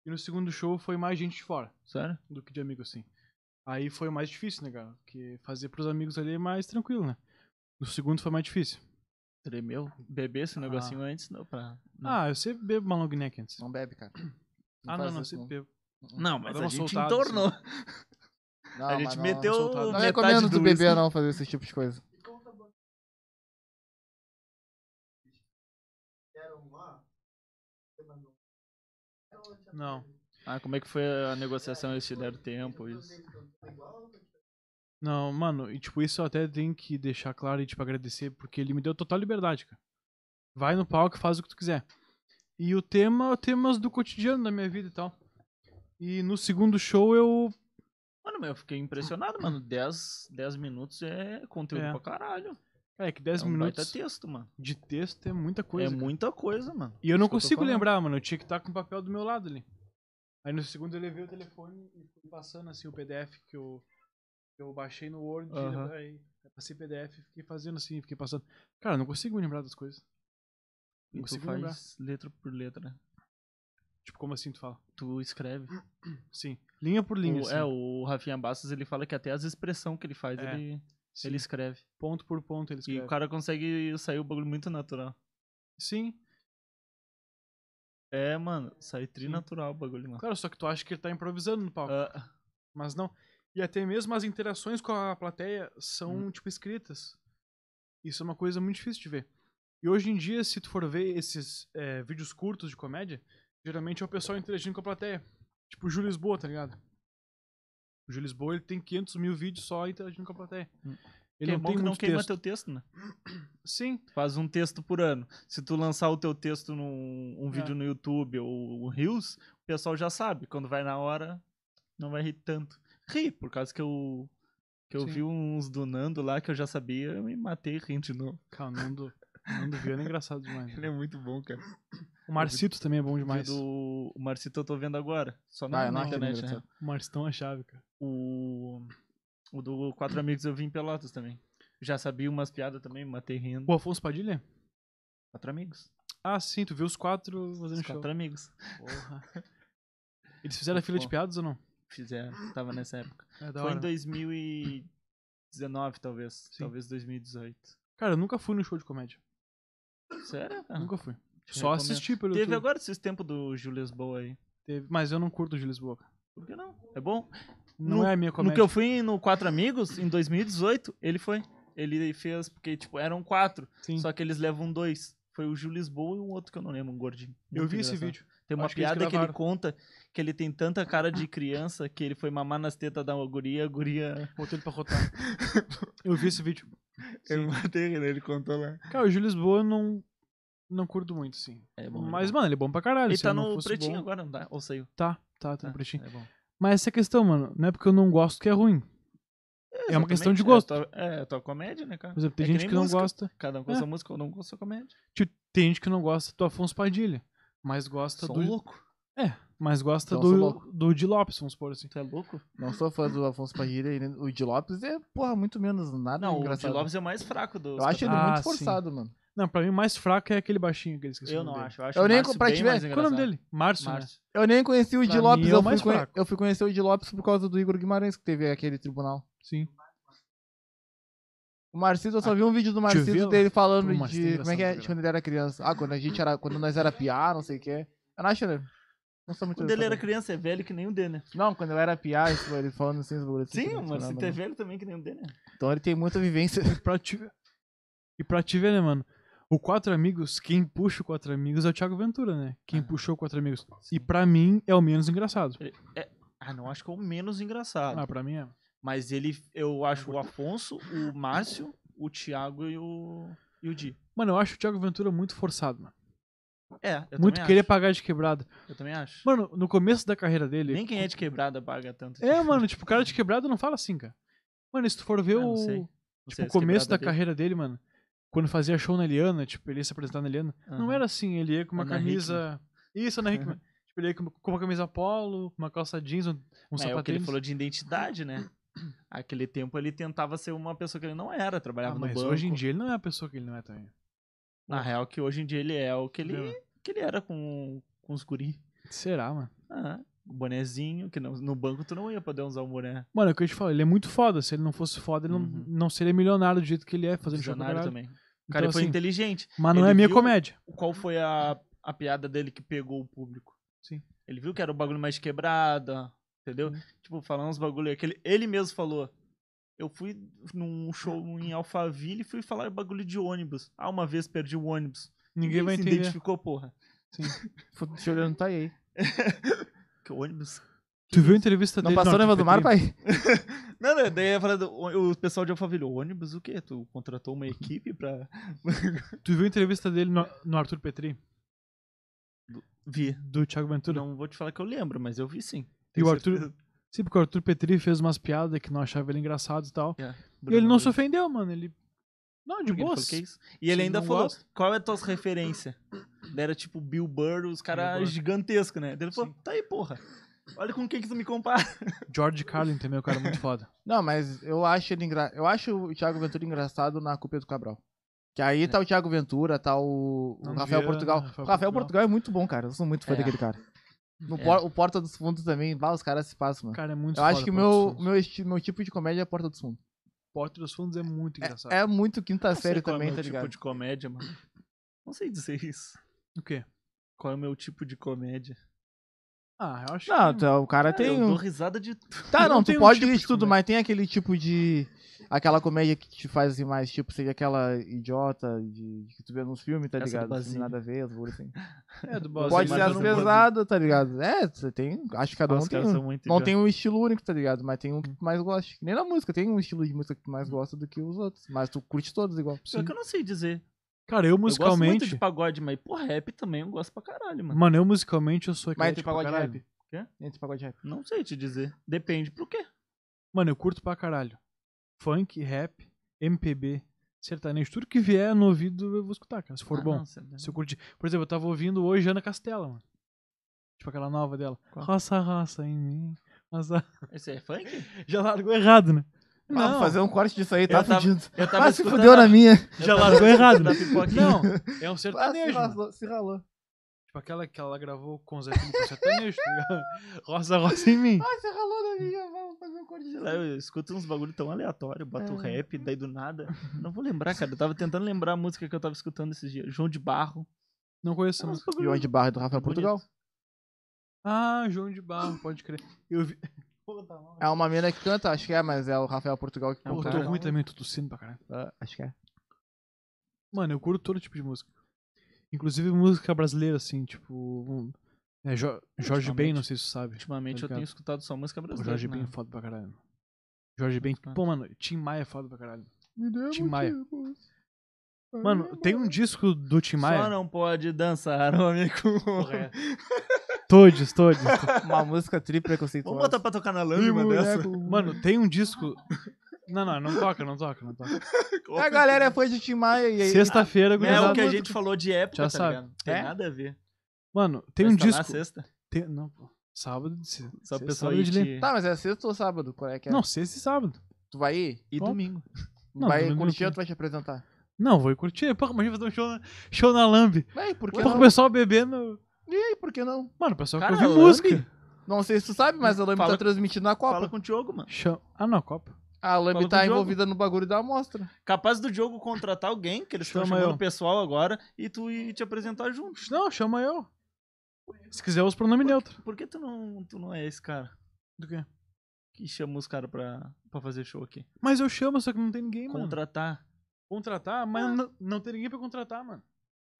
Speaker 3: E no segundo show foi mais gente de fora
Speaker 1: Sério?
Speaker 3: do que de amigo, assim. Aí foi mais difícil, né, cara? Porque fazer pros amigos ali é mais tranquilo, né? No segundo foi mais difícil.
Speaker 1: Tremeu? Beber
Speaker 2: Ah.
Speaker 1: esse negocinho antes? Não, pra... não.
Speaker 3: Ah, eu sempre bebo uma long neck antes.
Speaker 2: Não bebe, cara.
Speaker 3: ah, não,
Speaker 2: faz
Speaker 3: não, eu
Speaker 2: isso,
Speaker 3: sempre bebo.
Speaker 1: Não, mas
Speaker 3: Dá
Speaker 1: a
Speaker 3: uma
Speaker 1: gente
Speaker 3: soltada,
Speaker 1: entornou.
Speaker 2: Não,
Speaker 1: a
Speaker 2: mas
Speaker 1: gente
Speaker 2: não-
Speaker 1: meteu
Speaker 3: soltada.
Speaker 2: Não é
Speaker 1: metade
Speaker 2: recomendo
Speaker 1: do
Speaker 2: tu beber,
Speaker 1: whisky.
Speaker 2: não, fazer esse tipo de coisa.
Speaker 3: Não.
Speaker 1: Ah, como é que foi a negociação? Eles te deram tempo, isso.
Speaker 3: Não, mano, e tipo, isso eu até tenho que deixar claro e, tipo, agradecer, porque ele me deu total liberdade, cara. Vai no palco, faz o que tu quiser. E o tema, temas do cotidiano da minha vida e tal. E no segundo show eu.
Speaker 1: Mano, mas eu fiquei impressionado, mano. 10 minutos é conteúdo
Speaker 3: Hum. É.
Speaker 1: pra caralho.
Speaker 3: É, que 10
Speaker 1: é um baita
Speaker 3: minutos
Speaker 1: texto, mano.
Speaker 3: de texto é muita coisa.
Speaker 1: é
Speaker 3: cara.
Speaker 1: muita coisa, mano.
Speaker 3: E eu
Speaker 1: Isso
Speaker 3: não
Speaker 1: que eu tô
Speaker 3: consigo
Speaker 1: falando.
Speaker 3: lembrar, mano. Eu tinha que estar com o papel do meu lado ali. Aí no segundo eu levei o telefone e fui passando assim o PDF que eu, que eu baixei no Word. né,
Speaker 1: Aham.
Speaker 3: Aí passei PDF e fiquei fazendo assim, fiquei passando. Cara, eu não consigo me lembrar das coisas.
Speaker 1: E tu
Speaker 3: Consigo
Speaker 1: faz
Speaker 3: lembrar.
Speaker 1: letra por letra. né?
Speaker 3: Tipo, como assim tu fala?
Speaker 1: Tu escreve.
Speaker 3: Sim. Linha por linha.
Speaker 1: o,
Speaker 3: assim.
Speaker 1: É, o Rafinha Bastos, ele fala que até as expressões que ele faz,
Speaker 3: É,
Speaker 1: ele,
Speaker 3: Sim.
Speaker 1: ele escreve.
Speaker 3: Ponto por ponto eles
Speaker 1: E o cara consegue sair o bagulho muito natural.
Speaker 3: Sim.
Speaker 1: É, mano, sai trinatural o bagulho, mano.
Speaker 3: Cara, só que tu acha que ele tá improvisando no palco.
Speaker 1: Ah,
Speaker 3: Mas não. E até mesmo as interações com a plateia são,
Speaker 1: Uhum.
Speaker 3: tipo, escritas. Isso é uma coisa muito difícil de ver. E hoje em dia, se tu for ver esses é, vídeos curtos de comédia, geralmente é o pessoal interagindo com a plateia. Tipo o Júlio Lisboa, tá ligado? O Júlio Lisboa, ele tem 500 mil vídeos só interagindo com a plateia.
Speaker 1: Hum. que
Speaker 3: Ele
Speaker 1: é
Speaker 3: não
Speaker 1: bom
Speaker 3: tem
Speaker 1: que não
Speaker 3: muito
Speaker 1: queima
Speaker 3: texto.
Speaker 1: teu texto, né?
Speaker 3: Sim,
Speaker 1: Faz um texto por ano. Se tu lançar o teu texto num um
Speaker 3: É.
Speaker 1: vídeo no YouTube ou o Reels, o pessoal já sabe. Quando vai na hora, não vai rir tanto. Ri, por causa que eu, que eu
Speaker 3: Sim.
Speaker 1: vi uns do Nando lá que eu já sabia, eu me matei rindo de novo.
Speaker 3: cara, o Nando, o Nando Viana é engraçado demais. né?
Speaker 1: Ele é muito bom, cara.
Speaker 3: O Marcito também é bom demais.
Speaker 1: Do... O Marcito eu tô vendo agora. Só na,
Speaker 2: Ah,
Speaker 1: na
Speaker 2: eu não achei ele
Speaker 1: internet, né?
Speaker 2: engraçado.
Speaker 3: O Marcitão é chave, cara.
Speaker 1: O... o do Quatro Amigos eu vi em Pelotas também. Já sabia umas piadas também, matei rindo.
Speaker 3: O Afonso Padilha?
Speaker 1: Quatro amigos.
Speaker 3: Ah, sim, tu viu os quatro fazendo
Speaker 1: Os
Speaker 3: show.
Speaker 1: quatro amigos.
Speaker 3: Porra. Eles fizeram a fila de
Speaker 1: Bom.
Speaker 3: piadas ou não?
Speaker 1: Fizeram, tava nessa época.
Speaker 3: É da
Speaker 1: Foi
Speaker 3: hora.
Speaker 1: em 2019, talvez. Talvez 2018.
Speaker 3: Cara, eu nunca fui no show de comédia.
Speaker 1: Sério? cara?
Speaker 3: Nunca fui.
Speaker 1: Te
Speaker 3: Ah. Só
Speaker 1: recomendo.
Speaker 3: assisti pelo
Speaker 1: Teve
Speaker 3: YouTube.
Speaker 1: agora esses tempos do Gil Lisboa aí.
Speaker 3: Teve, mas eu não curto o de Lisboa. cara.
Speaker 1: Por que não? É bom?
Speaker 3: Não
Speaker 1: No-
Speaker 3: é a minha comédia.
Speaker 1: No que eu fui no Quatro Amigos, em 2018, ele foi. Ele fez, porque, tipo, eram quatro.
Speaker 3: Sim.
Speaker 1: Só que eles levam um dois. Foi o Gil Lisboa e um outro que eu não lembro, um gordinho.
Speaker 3: eu
Speaker 1: Muito
Speaker 3: vi esse
Speaker 1: engraçado.
Speaker 3: vídeo.
Speaker 1: Tem uma
Speaker 3: Acho que eles
Speaker 1: piada que, ele
Speaker 3: gravaram.
Speaker 1: conta que ele tem tanta cara de criança que ele foi mamar nas tetas da guria, a guria...
Speaker 3: Botei ele pra rotar. eu vi esse vídeo. Sim.
Speaker 1: matei
Speaker 3: né?
Speaker 1: ele, ele contou lá.
Speaker 3: Cara, o de Lisboa eu não, não curto muito, sim.
Speaker 1: É bom,
Speaker 3: mas,
Speaker 1: é
Speaker 3: mano, ele é bom pra caralho.
Speaker 1: Ele
Speaker 3: Se
Speaker 1: tá
Speaker 3: não
Speaker 1: no
Speaker 3: fosse
Speaker 1: pretinho
Speaker 3: bom-
Speaker 1: agora, não tá? Ou saiu?
Speaker 3: Tá, tá, tá
Speaker 1: Ah,
Speaker 3: no pretinho.
Speaker 1: É bom.
Speaker 3: Mas essa é a questão, mano. Não é porque eu não gosto que é ruim. É uma questão de gosto.
Speaker 1: É a tua, é a tua comédia, né, cara?
Speaker 3: Por exemplo, tem
Speaker 1: É que
Speaker 3: gente
Speaker 1: nem
Speaker 3: que não
Speaker 1: música.
Speaker 3: gosta.
Speaker 1: Cada um com
Speaker 3: É.
Speaker 1: sua música, ou não com sua comédia.
Speaker 3: Tipo, tem gente que não gosta do Afonso Padilha, mas gosta
Speaker 1: Sou
Speaker 3: do.
Speaker 1: um louco.
Speaker 3: É, mas gosta
Speaker 2: Então sou
Speaker 3: do,
Speaker 2: louco.
Speaker 3: do de Lopes, vamos supor assim.
Speaker 1: Tu é louco?
Speaker 2: Não sou fã do Afonso Padilha e nem- o de Lopes é, porra, muito menos. Nada
Speaker 1: Não, o
Speaker 2: engraçado.
Speaker 1: de Lopes é o mais fraco do.
Speaker 2: Eu acho ele
Speaker 3: Ah,
Speaker 2: muito
Speaker 3: sim.
Speaker 2: forçado, mano.
Speaker 3: Não, pra mim o mais fraco é aquele baixinho que ele esqueceu.
Speaker 1: Eu não acho. Eu, acho
Speaker 2: Eu
Speaker 1: o
Speaker 2: nem
Speaker 1: Márcio
Speaker 2: pra
Speaker 1: bem
Speaker 2: te ver,
Speaker 1: mais
Speaker 3: Qual é o nome
Speaker 1: engraçado.
Speaker 3: dele? Márcio. né?
Speaker 1: Márcio.
Speaker 2: Eu nem conheci o
Speaker 3: Pra
Speaker 2: de
Speaker 3: mim,
Speaker 2: Lopes,
Speaker 3: é o
Speaker 2: eu,
Speaker 3: mais
Speaker 2: fui conhe-
Speaker 3: fraco.
Speaker 2: eu fui conhecer o de Lopes por causa do Igor Guimarães, que teve aquele tribunal.
Speaker 3: Sim.
Speaker 2: O Marcito, eu só vi um vídeo do
Speaker 3: deixa eu ver,
Speaker 2: Marcito dele falando
Speaker 3: Ah, Pô, Marcito é
Speaker 2: de como é que é
Speaker 3: engraçado,
Speaker 2: de quando ele era criança. Ah, quando a gente era. Quando nós era piá, não sei o quê. Eu não acho ele. Não sou muito
Speaker 1: O dele era
Speaker 2: criança.
Speaker 1: criança, é velho que nem o dele, né?
Speaker 2: Não, quando eu era piá, isso, ele falando assim, os bagulhos assim,
Speaker 1: Sim,
Speaker 2: não
Speaker 1: o
Speaker 2: funcionava,
Speaker 1: Marcito
Speaker 2: não.
Speaker 1: é velho também que nem o dele, né?
Speaker 2: Então ele tem muita vivência.
Speaker 3: Pra te... ver- E pra te ver, né, mano? O Quatro Amigos, quem puxa o Quatro Amigos é o Thiago Ventura, né? Quem puxou o Quatro Amigos. E pra mim é o menos engraçado.
Speaker 1: Ah, não, acho que é o menos engraçado.
Speaker 3: Ah, É pra mim é.
Speaker 1: Mas ele, eu acho o Afonso, o Márcio, o Thiago e o, e o Di.
Speaker 3: Mano, eu acho o Thiago Ventura muito forçado, mano.
Speaker 1: É, eu
Speaker 3: muito
Speaker 1: também
Speaker 3: querer
Speaker 1: acho.
Speaker 3: pagar de quebrado.
Speaker 1: Eu também acho.
Speaker 3: Mano, no começo da carreira dele.
Speaker 1: Nem quem é de quebrada paga tanto.
Speaker 3: É, mano, tipo, o cara de quebrado não fala assim, cara. Mano, se tu for ver
Speaker 1: Ah, não
Speaker 3: o.
Speaker 1: sei. Não
Speaker 3: Tipo,
Speaker 1: sei,
Speaker 3: o
Speaker 1: as
Speaker 3: começo
Speaker 1: quebradas
Speaker 3: da
Speaker 1: dele.
Speaker 3: carreira dele, mano. Quando fazia show na Eliana, tipo, ele ia se apresentar na Eliana. Não
Speaker 1: Aham.
Speaker 3: era assim, ele ia com uma
Speaker 1: Ana
Speaker 3: camisa. Isso, Ana Hickman. tipo, ele ia com com uma camisa polo, uma calça jeans, um,
Speaker 1: é, é
Speaker 3: um
Speaker 1: o que ele
Speaker 3: sapatênis.
Speaker 1: falou de identidade, né? Aquele tempo ele tentava ser uma pessoa que ele não era,
Speaker 3: Ah,
Speaker 1: trabalhava no
Speaker 3: mas
Speaker 1: banco.
Speaker 3: hoje em dia ele não é a pessoa que ele não é também.
Speaker 1: Na real, que hoje em dia ele é o que ele,
Speaker 3: Entendeu?
Speaker 1: que ele era com, com os guri.
Speaker 3: Será, mano?
Speaker 1: Ah, o bonezinho, que não- no banco tu não ia poder usar um boné.
Speaker 3: Mano, é o que eu te falo, ele é muito foda. Se ele não fosse foda, ele não,
Speaker 1: Uhum.
Speaker 3: não seria milionário do jeito que ele é, fazendo show pra
Speaker 1: Visionário
Speaker 3: caralho.
Speaker 1: também. O cara
Speaker 3: Então,
Speaker 1: foi
Speaker 3: assim,
Speaker 1: inteligente.
Speaker 3: Mas não
Speaker 1: Ele
Speaker 3: é minha
Speaker 1: viu-
Speaker 3: comédia.
Speaker 1: Qual foi a, a piada dele que pegou o público?
Speaker 3: Sim. Uhum.
Speaker 1: Ele viu que era o bagulho mais quebrada, entendeu? Tipo, falando uns bagulho que ele, ele mesmo falou. Eu fui num show em Alphaville e fui falar bagulho de ônibus. Ah, uma vez perdi o ônibus.
Speaker 3: Ninguém vai
Speaker 1: se
Speaker 3: entender.
Speaker 1: identificou, porra.
Speaker 2: Foda-se olhando, tá aí.
Speaker 1: Que ônibus?
Speaker 3: Tu viu a entrevista
Speaker 2: Não
Speaker 3: dele?
Speaker 2: passou
Speaker 3: tu
Speaker 2: leva
Speaker 3: foi
Speaker 2: do mar,
Speaker 3: ter-
Speaker 2: pai?
Speaker 1: Não, não, daí eu falando, o o pessoal de Alphaville, ônibus o quê? Tu contratou uma equipe
Speaker 3: Uhum.
Speaker 1: pra...
Speaker 3: Tu viu a entrevista dele no, no Arthur Petri,
Speaker 1: Vi.
Speaker 3: do Thiago Ventura?
Speaker 1: Não vou te falar que eu lembro, mas eu vi sim.
Speaker 3: E o
Speaker 1: Tenho
Speaker 3: Arthur-
Speaker 1: certeza.
Speaker 3: Sim, porque o Arthur Petri fez umas piadas que não achava ele engraçado e tal.
Speaker 1: É,
Speaker 3: E ele
Speaker 1: Bruno
Speaker 3: não
Speaker 1: Mars.
Speaker 3: se ofendeu, mano. Ele. Não, de
Speaker 1: Ele falou,
Speaker 3: boas.
Speaker 1: "Que é isso?" E ele
Speaker 3: Sim,
Speaker 1: ainda
Speaker 3: não
Speaker 1: falou,
Speaker 3: gosta.
Speaker 1: qual é a tua referência? Daí Era tipo Bill Burr, os
Speaker 3: Bill
Speaker 1: caras
Speaker 3: Burr.
Speaker 1: gigantescos, né? Daí Ele falou, tá aí, porra. Olha com quem que tu me compara.
Speaker 3: George Carlin também é um cara muito foda.
Speaker 2: Não, mas eu acho ele engra... Eu acho o Thiago Ventura engraçado na Culpa do Cabral. Que aí tá o Thiago Ventura, tá o, o
Speaker 3: Não
Speaker 2: Rafael
Speaker 3: vira,
Speaker 2: Portugal.
Speaker 3: É. né, Rafael
Speaker 2: o Rafael
Speaker 3: Portugal.
Speaker 2: Portugal. é muito bom, cara. Eu sou muito fã
Speaker 1: É.
Speaker 2: daquele cara. No por- O Porta dos Fundos também, lá os caras se passam,
Speaker 3: O
Speaker 2: mano.
Speaker 3: cara é muito
Speaker 2: eu
Speaker 3: foda.
Speaker 2: acho que
Speaker 3: Porta
Speaker 2: meu,
Speaker 3: dos Fundos.
Speaker 2: meu, esti- meu tipo de comédia é Porta dos Fundos.
Speaker 3: Porta dos Fundos é muito engraçado.
Speaker 2: É muito quinta
Speaker 3: Ah,
Speaker 1: Não
Speaker 2: série
Speaker 1: sei qual é o
Speaker 2: também,
Speaker 1: meu
Speaker 2: tá ligado?
Speaker 1: tipo de comédia, mano. Não sei dizer isso.
Speaker 3: O quê?
Speaker 1: Qual é o meu tipo de comédia?
Speaker 3: Ah, eu acho
Speaker 2: Não,
Speaker 3: que.
Speaker 2: tu- o cara
Speaker 1: eu
Speaker 2: tem.
Speaker 1: dou
Speaker 2: um.
Speaker 1: risada de
Speaker 2: Tá,
Speaker 3: eu não
Speaker 2: não, tu
Speaker 3: tenho um
Speaker 2: pode
Speaker 3: tipo
Speaker 2: rir
Speaker 3: de
Speaker 2: de tudo,
Speaker 3: comédia.
Speaker 2: mas tem aquele tipo de. Aquela comédia que te faz assim, mais, tipo, seja aquela idiota de, que tu vê nos filmes, tá
Speaker 1: Essa do
Speaker 2: ligado? Não
Speaker 1: Basílio.
Speaker 2: nada a ver, os bagulho assim.
Speaker 3: É, do
Speaker 1: Pode
Speaker 2: Pode
Speaker 1: ser
Speaker 2: ser as
Speaker 1: não pode-
Speaker 2: pesadas, tá ligado? É, você tem. Acho que cada um
Speaker 1: Ah, Os
Speaker 2: tem.
Speaker 1: caras
Speaker 2: um.
Speaker 1: são muito Uhum.
Speaker 2: Não tem um estilo único, tá ligado? Mas tem um que tu mais gosta. Que nem na música, tem um estilo de música que tu mais gosta do que os outros. Mas tu curte todos igual.
Speaker 1: Pior que eu não sei dizer.
Speaker 3: Cara, eu
Speaker 1: Eu gosto muito
Speaker 3: musicalmente.
Speaker 1: de pagode, mas pô, rap também eu gosto pra caralho, mano.
Speaker 3: Mano, eu musicalmente eu sou
Speaker 2: Mas
Speaker 3: eclético
Speaker 2: entre
Speaker 3: pra
Speaker 2: pagode
Speaker 3: caralho.
Speaker 2: rap.
Speaker 1: é tipo Quê?
Speaker 2: Entre pagode
Speaker 3: Hum.
Speaker 2: rap.
Speaker 1: Não sei te dizer. Depende pro quê.
Speaker 3: Mano, eu curto pra caralho. Funk, rap, MPB, sertanejo, tudo que vier no ouvido eu vou escutar, cara. Se for
Speaker 1: Ah,
Speaker 3: bom.
Speaker 1: não, sei lá.
Speaker 2: é.
Speaker 3: Se eu curti. Por exemplo, eu tava ouvindo hoje Ana Castela, mano. Tipo aquela nova dela.
Speaker 1: Qual?
Speaker 3: Roça, roça em mim. Roça.
Speaker 1: Esse é funk?
Speaker 3: Já largou errado, né?
Speaker 2: Ah, vou
Speaker 3: Não,
Speaker 2: fazer um corte disso aí, tá
Speaker 1: tava
Speaker 2: fudido.
Speaker 1: Eu tava
Speaker 2: Ah, se
Speaker 1: escutando
Speaker 2: fudeu
Speaker 1: a-
Speaker 2: na minha.
Speaker 3: já
Speaker 1: eu tava
Speaker 3: largou
Speaker 1: escutando
Speaker 3: errado. Né?
Speaker 1: a pipoquinha.
Speaker 3: Não, é um
Speaker 2: Ah, se
Speaker 3: sertanejo. mano.
Speaker 2: ralou, se ralou.
Speaker 3: Tipo aquela que ela gravou com o Zé Felipe, um sertanejo, tá ligado? Roça, roça em mim.
Speaker 2: Ah, se ralou na minha. Vamos fazer um corte
Speaker 1: Sei
Speaker 2: disso
Speaker 1: lá,
Speaker 2: aí.
Speaker 1: eu escuto uns bagulho tão aleatório, boto rap, daí do nada. Não vou lembrar, cara. Eu tava tentando lembrar a música que eu tava escutando esses dias. João de Barro.
Speaker 3: Não conheço, não.
Speaker 1: Uns
Speaker 2: E
Speaker 1: bagulho-
Speaker 2: onde barra do Rafael
Speaker 1: É Bonito.
Speaker 2: Portugal?
Speaker 3: Ah, João de Barro, pode crer. Eu vi.
Speaker 2: É uma mina que canta, acho que é, mas é o Rafael Portugal que
Speaker 3: Pô,
Speaker 1: um
Speaker 3: eu
Speaker 2: canta.
Speaker 3: tô ruim também, tô tossindo pra caralho.
Speaker 2: Ah, acho que é.
Speaker 3: Mano, eu curto todo tipo de música. Inclusive música brasileira, assim, tipo. um- é, Jo- Jorge Ben, não sei se você sabe.
Speaker 1: Ultimamente
Speaker 3: Tá
Speaker 1: eu
Speaker 3: ligado?
Speaker 1: tenho escutado só música
Speaker 3: O
Speaker 1: brasileira.
Speaker 3: Jorge
Speaker 1: né?
Speaker 3: Ben é foda pra caralho. Jorge Ben.
Speaker 1: Claro.
Speaker 3: Pô, mano, Tim Maia é foda pra caralho.
Speaker 2: Me deu
Speaker 3: Tim Maia.
Speaker 2: motivos.
Speaker 3: Mano, tem um disco do Tim
Speaker 1: Só
Speaker 3: Maia.
Speaker 1: não pode dançar, homem com.
Speaker 3: Todos, todos.
Speaker 2: Uma música tri preconceituosa.
Speaker 1: Vamos botar pra tocar na lâmina uma dessa.
Speaker 3: Mano, tem um disco. Não, não, não toca, não toca, não toca.
Speaker 2: A galera foi de Tim Maia e aí.
Speaker 1: É
Speaker 3: Sexta-feira, é gurizada.
Speaker 1: o que a gente falou de época,
Speaker 3: Já
Speaker 1: tá
Speaker 3: sabe.
Speaker 1: ligado? Tem
Speaker 2: É?
Speaker 1: nada a ver.
Speaker 3: Mano, tem
Speaker 1: Vai
Speaker 3: um
Speaker 1: estar lá
Speaker 3: disco.
Speaker 1: Sexta.
Speaker 3: tem- Não, pô. Sábado de sexta.
Speaker 1: Só o
Speaker 3: sexta-
Speaker 1: pessoal
Speaker 3: sábado
Speaker 1: aí
Speaker 3: de
Speaker 1: te-
Speaker 3: lembro.
Speaker 2: Tá, mas é sexta ou sábado? Qual é que é?
Speaker 3: Não, sexta e sábado.
Speaker 2: Tu vai ir?
Speaker 1: E
Speaker 3: Bom.
Speaker 1: domingo.
Speaker 3: Não,
Speaker 2: vai
Speaker 3: domingo eu
Speaker 2: curtir
Speaker 3: tô-
Speaker 2: ou tu vai te apresentar?
Speaker 3: Não, vou curtir. Pô, mas a gente vai fazer um show na, show na Lambe.
Speaker 2: Vai, por que
Speaker 3: Pô, o
Speaker 2: não?
Speaker 3: pessoal bebendo.
Speaker 2: E aí, por que não?
Speaker 3: Mano, o pessoal quer
Speaker 1: Cara,
Speaker 3: ouvir
Speaker 1: Lambe?
Speaker 3: música.
Speaker 2: Não sei se tu sabe, mas a Lamb
Speaker 1: Fala-
Speaker 2: tá transmitindo na Copa.
Speaker 1: Fala com o Diogo, mano.
Speaker 3: Chama- Ah, não, Copa.
Speaker 2: A Lamb
Speaker 1: fala
Speaker 2: tá
Speaker 1: com o jogo.
Speaker 2: envolvida no bagulho da amostra.
Speaker 1: Capaz do Diogo contratar alguém, que eles estão
Speaker 3: Chama
Speaker 1: chamando
Speaker 3: eu.
Speaker 1: o pessoal agora, e tu ir te apresentar junto.
Speaker 3: Não, chama eu. Se quiser, os pronomes neutros.
Speaker 1: Por que tu não, tu não é esse cara
Speaker 3: Do quê?
Speaker 1: que chama os caras pra, pra fazer show aqui?
Speaker 3: Mas eu chamo, só que não tem ninguém, mano.
Speaker 1: Contratar.
Speaker 3: Contratar, mas
Speaker 1: Ah.
Speaker 3: não, não tem ninguém pra contratar, mano.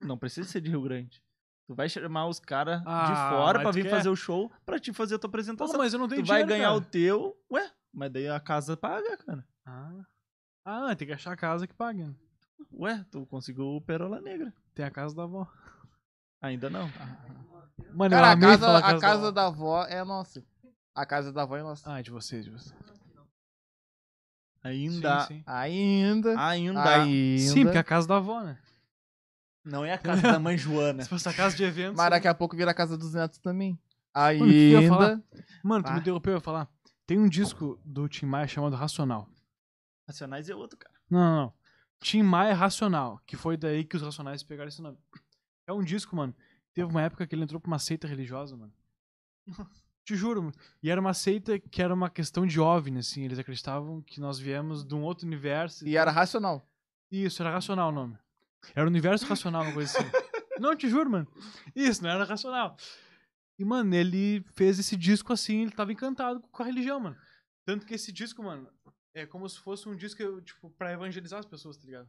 Speaker 1: Não precisa ser de Rio Grande. Tu vai chamar os caras
Speaker 3: Ah,
Speaker 1: de fora
Speaker 3: mas
Speaker 1: pra
Speaker 3: tu
Speaker 1: vir
Speaker 3: quer?
Speaker 1: fazer o show pra te fazer a tua
Speaker 3: Pô,
Speaker 1: apresentação.
Speaker 3: mas eu não tenho
Speaker 1: Então tu vai
Speaker 3: dinheiro,
Speaker 1: ganhar
Speaker 3: cara.
Speaker 1: o teu, ué, mas daí a casa paga, cara.
Speaker 3: Ah. ah, tem que achar a casa que pague. né?
Speaker 1: Ué, tu conseguiu o Perola Negra.
Speaker 3: Tem a casa da avó.
Speaker 1: Ainda não.
Speaker 3: Mano,
Speaker 2: Cara,
Speaker 3: eu
Speaker 2: a
Speaker 3: amei
Speaker 2: casa,
Speaker 3: falar
Speaker 2: a casa,
Speaker 3: casa
Speaker 2: da avó é nossa. A casa da avó é nossa.
Speaker 3: Ah, de vocês, de vocês.
Speaker 1: Ainda.
Speaker 3: Sim, sim.
Speaker 2: Ainda.
Speaker 1: Ainda.
Speaker 2: Ainda.
Speaker 3: Sim, porque é a casa da avó, né?
Speaker 1: Não é a casa da mãe
Speaker 2: Né.
Speaker 1: Joana.
Speaker 3: Se fosse a casa de eventos.
Speaker 2: Mas daqui a pouco vira a casa dos netos também.
Speaker 3: o que eu ia falar?
Speaker 2: Ainda.
Speaker 3: Mano, tu
Speaker 2: Pá.
Speaker 3: me interrompeu, eu ia falar. Tem um disco do Tim Maia chamado Racional.
Speaker 1: Racionais é outro, cara.
Speaker 3: Não, não, não. Tim Maia Racional, que foi daí que os Racionais pegaram esse nome. É um disco, mano. Teve uma época que ele entrou pra uma seita religiosa, mano. Te juro, mano. E era uma seita que era uma questão de OVNI, assim. Eles acreditavam que nós viemos de um outro universo.
Speaker 2: E era racional.
Speaker 3: Isso, era racional o nome. Era universo racional, uma coisa assim. não, te juro, mano. Isso, não era racional. E, mano, ele fez esse disco assim, ele tava encantado com a religião, mano. Tanto que esse disco, mano, é como se fosse um disco, tipo, pra evangelizar as pessoas, tá ligado?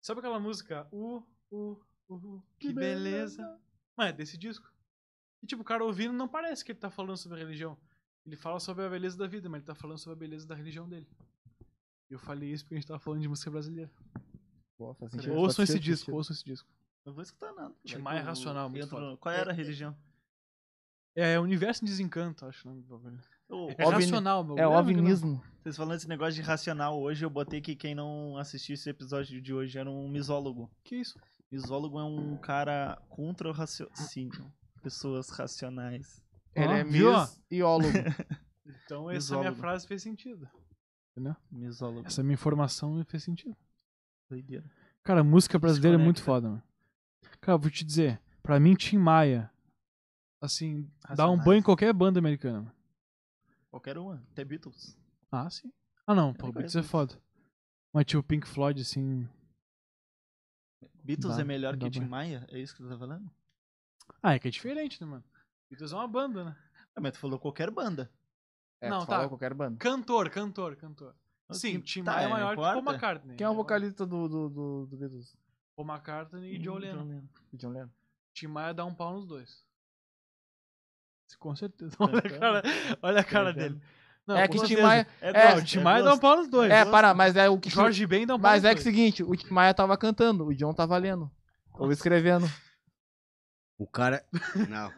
Speaker 3: Sabe aquela música? O, o, o, o, que beleza. Mano, é desse disco. E, tipo, o cara ouvindo não parece que ele tá falando sobre religião. Ele fala sobre a beleza da vida, mas ele tá falando sobre a beleza da religião dele. E eu falei isso porque a gente tava falando de música brasileira.
Speaker 2: Pô, faz
Speaker 3: Ouçam
Speaker 2: faz
Speaker 3: esse
Speaker 2: sentido,
Speaker 3: disco,
Speaker 2: faz
Speaker 3: ouçam esse disco.
Speaker 1: Não vou escutar nada.
Speaker 3: Tim
Speaker 1: Vai
Speaker 3: Maia
Speaker 1: que
Speaker 3: é
Speaker 1: eu
Speaker 3: racional, muito
Speaker 1: entro
Speaker 3: foda.
Speaker 1: no- Qual era a religião?
Speaker 3: É, Universo em Desencanto, acho. Não,
Speaker 1: Eu-
Speaker 2: OVNI.
Speaker 3: é racional, meu. né?
Speaker 2: sentido. É
Speaker 3: Lembra que não-
Speaker 2: ovinismo.
Speaker 1: Vocês falando esse negócio de racional hoje, eu botei que quem não assistiu esse episódio de hoje era um misólogo.
Speaker 3: Que isso?
Speaker 1: Misólogo é um cara contra o raciocínio. Pessoas racionais.
Speaker 2: Ele
Speaker 3: Ó,
Speaker 2: é
Speaker 3: viu, ó?
Speaker 2: misiólogo.
Speaker 3: Então essa minha
Speaker 1: Misólogo.
Speaker 3: frase fez sentido.
Speaker 1: Misólogo.
Speaker 3: Essa minha informação fez sentido.
Speaker 1: Doideira.
Speaker 3: Cara, música brasileira é muito
Speaker 1: Desconecta.
Speaker 3: foda, mano. Cara, vou te dizer. Pra mim, Tim Maia, assim, dá um
Speaker 1: Racionais.
Speaker 3: banho em qualquer banda americana. mano.
Speaker 1: Qualquer uma. Até Beatles.
Speaker 3: Ah, sim. Ah, não. Pô,
Speaker 1: nem
Speaker 3: Beatles
Speaker 1: conheço
Speaker 3: é foda. Mas tipo Pink Floyd, assim...
Speaker 1: Beatles
Speaker 3: Dá-
Speaker 1: é melhor
Speaker 3: dá
Speaker 1: que Tim
Speaker 3: bem.
Speaker 1: Maia? É isso que tu tá falando?
Speaker 3: Ah, é que é diferente, né, mano? Beatles é uma banda, né?
Speaker 1: Ah, mas tu falou qualquer banda.
Speaker 2: É,
Speaker 3: Não,
Speaker 2: tu fala
Speaker 3: tá.
Speaker 2: qualquer banda.
Speaker 3: Cantor, cantor, cantor.
Speaker 1: Ah,
Speaker 3: Sim,
Speaker 1: que-
Speaker 3: Tim
Speaker 1: tá,
Speaker 3: Maia é
Speaker 1: é,
Speaker 3: maior que
Speaker 1: importa.
Speaker 3: Paul McCartney.
Speaker 2: Quem é o
Speaker 3: Ele maior-
Speaker 2: vocalista do, do, do, do Beatles?
Speaker 3: Paul
Speaker 1: Hum,
Speaker 3: McCartney e John Lennon.
Speaker 2: Do John Lennon.
Speaker 3: Tim Maia dá um pau nos dois. Com certeza.
Speaker 1: Tá
Speaker 3: Olha a cara, olha a cara
Speaker 1: entendendo?
Speaker 3: dele. Não,
Speaker 2: É
Speaker 3: com
Speaker 2: que Tim
Speaker 3: certeza.
Speaker 2: Maia-
Speaker 1: É,
Speaker 2: É,
Speaker 3: Não, o
Speaker 1: gosto,
Speaker 3: Tim
Speaker 1: é
Speaker 3: Maia dá um
Speaker 1: gosto.
Speaker 3: pau nos dois.
Speaker 2: É, para, mas é o que.
Speaker 3: Jorge Ben dá um pau
Speaker 2: Mas
Speaker 3: nos
Speaker 2: é que o
Speaker 3: dois.
Speaker 2: seguinte, o Tim Maia tava cantando, o John tava lendo. Ou escrevendo.
Speaker 4: O cara. Não,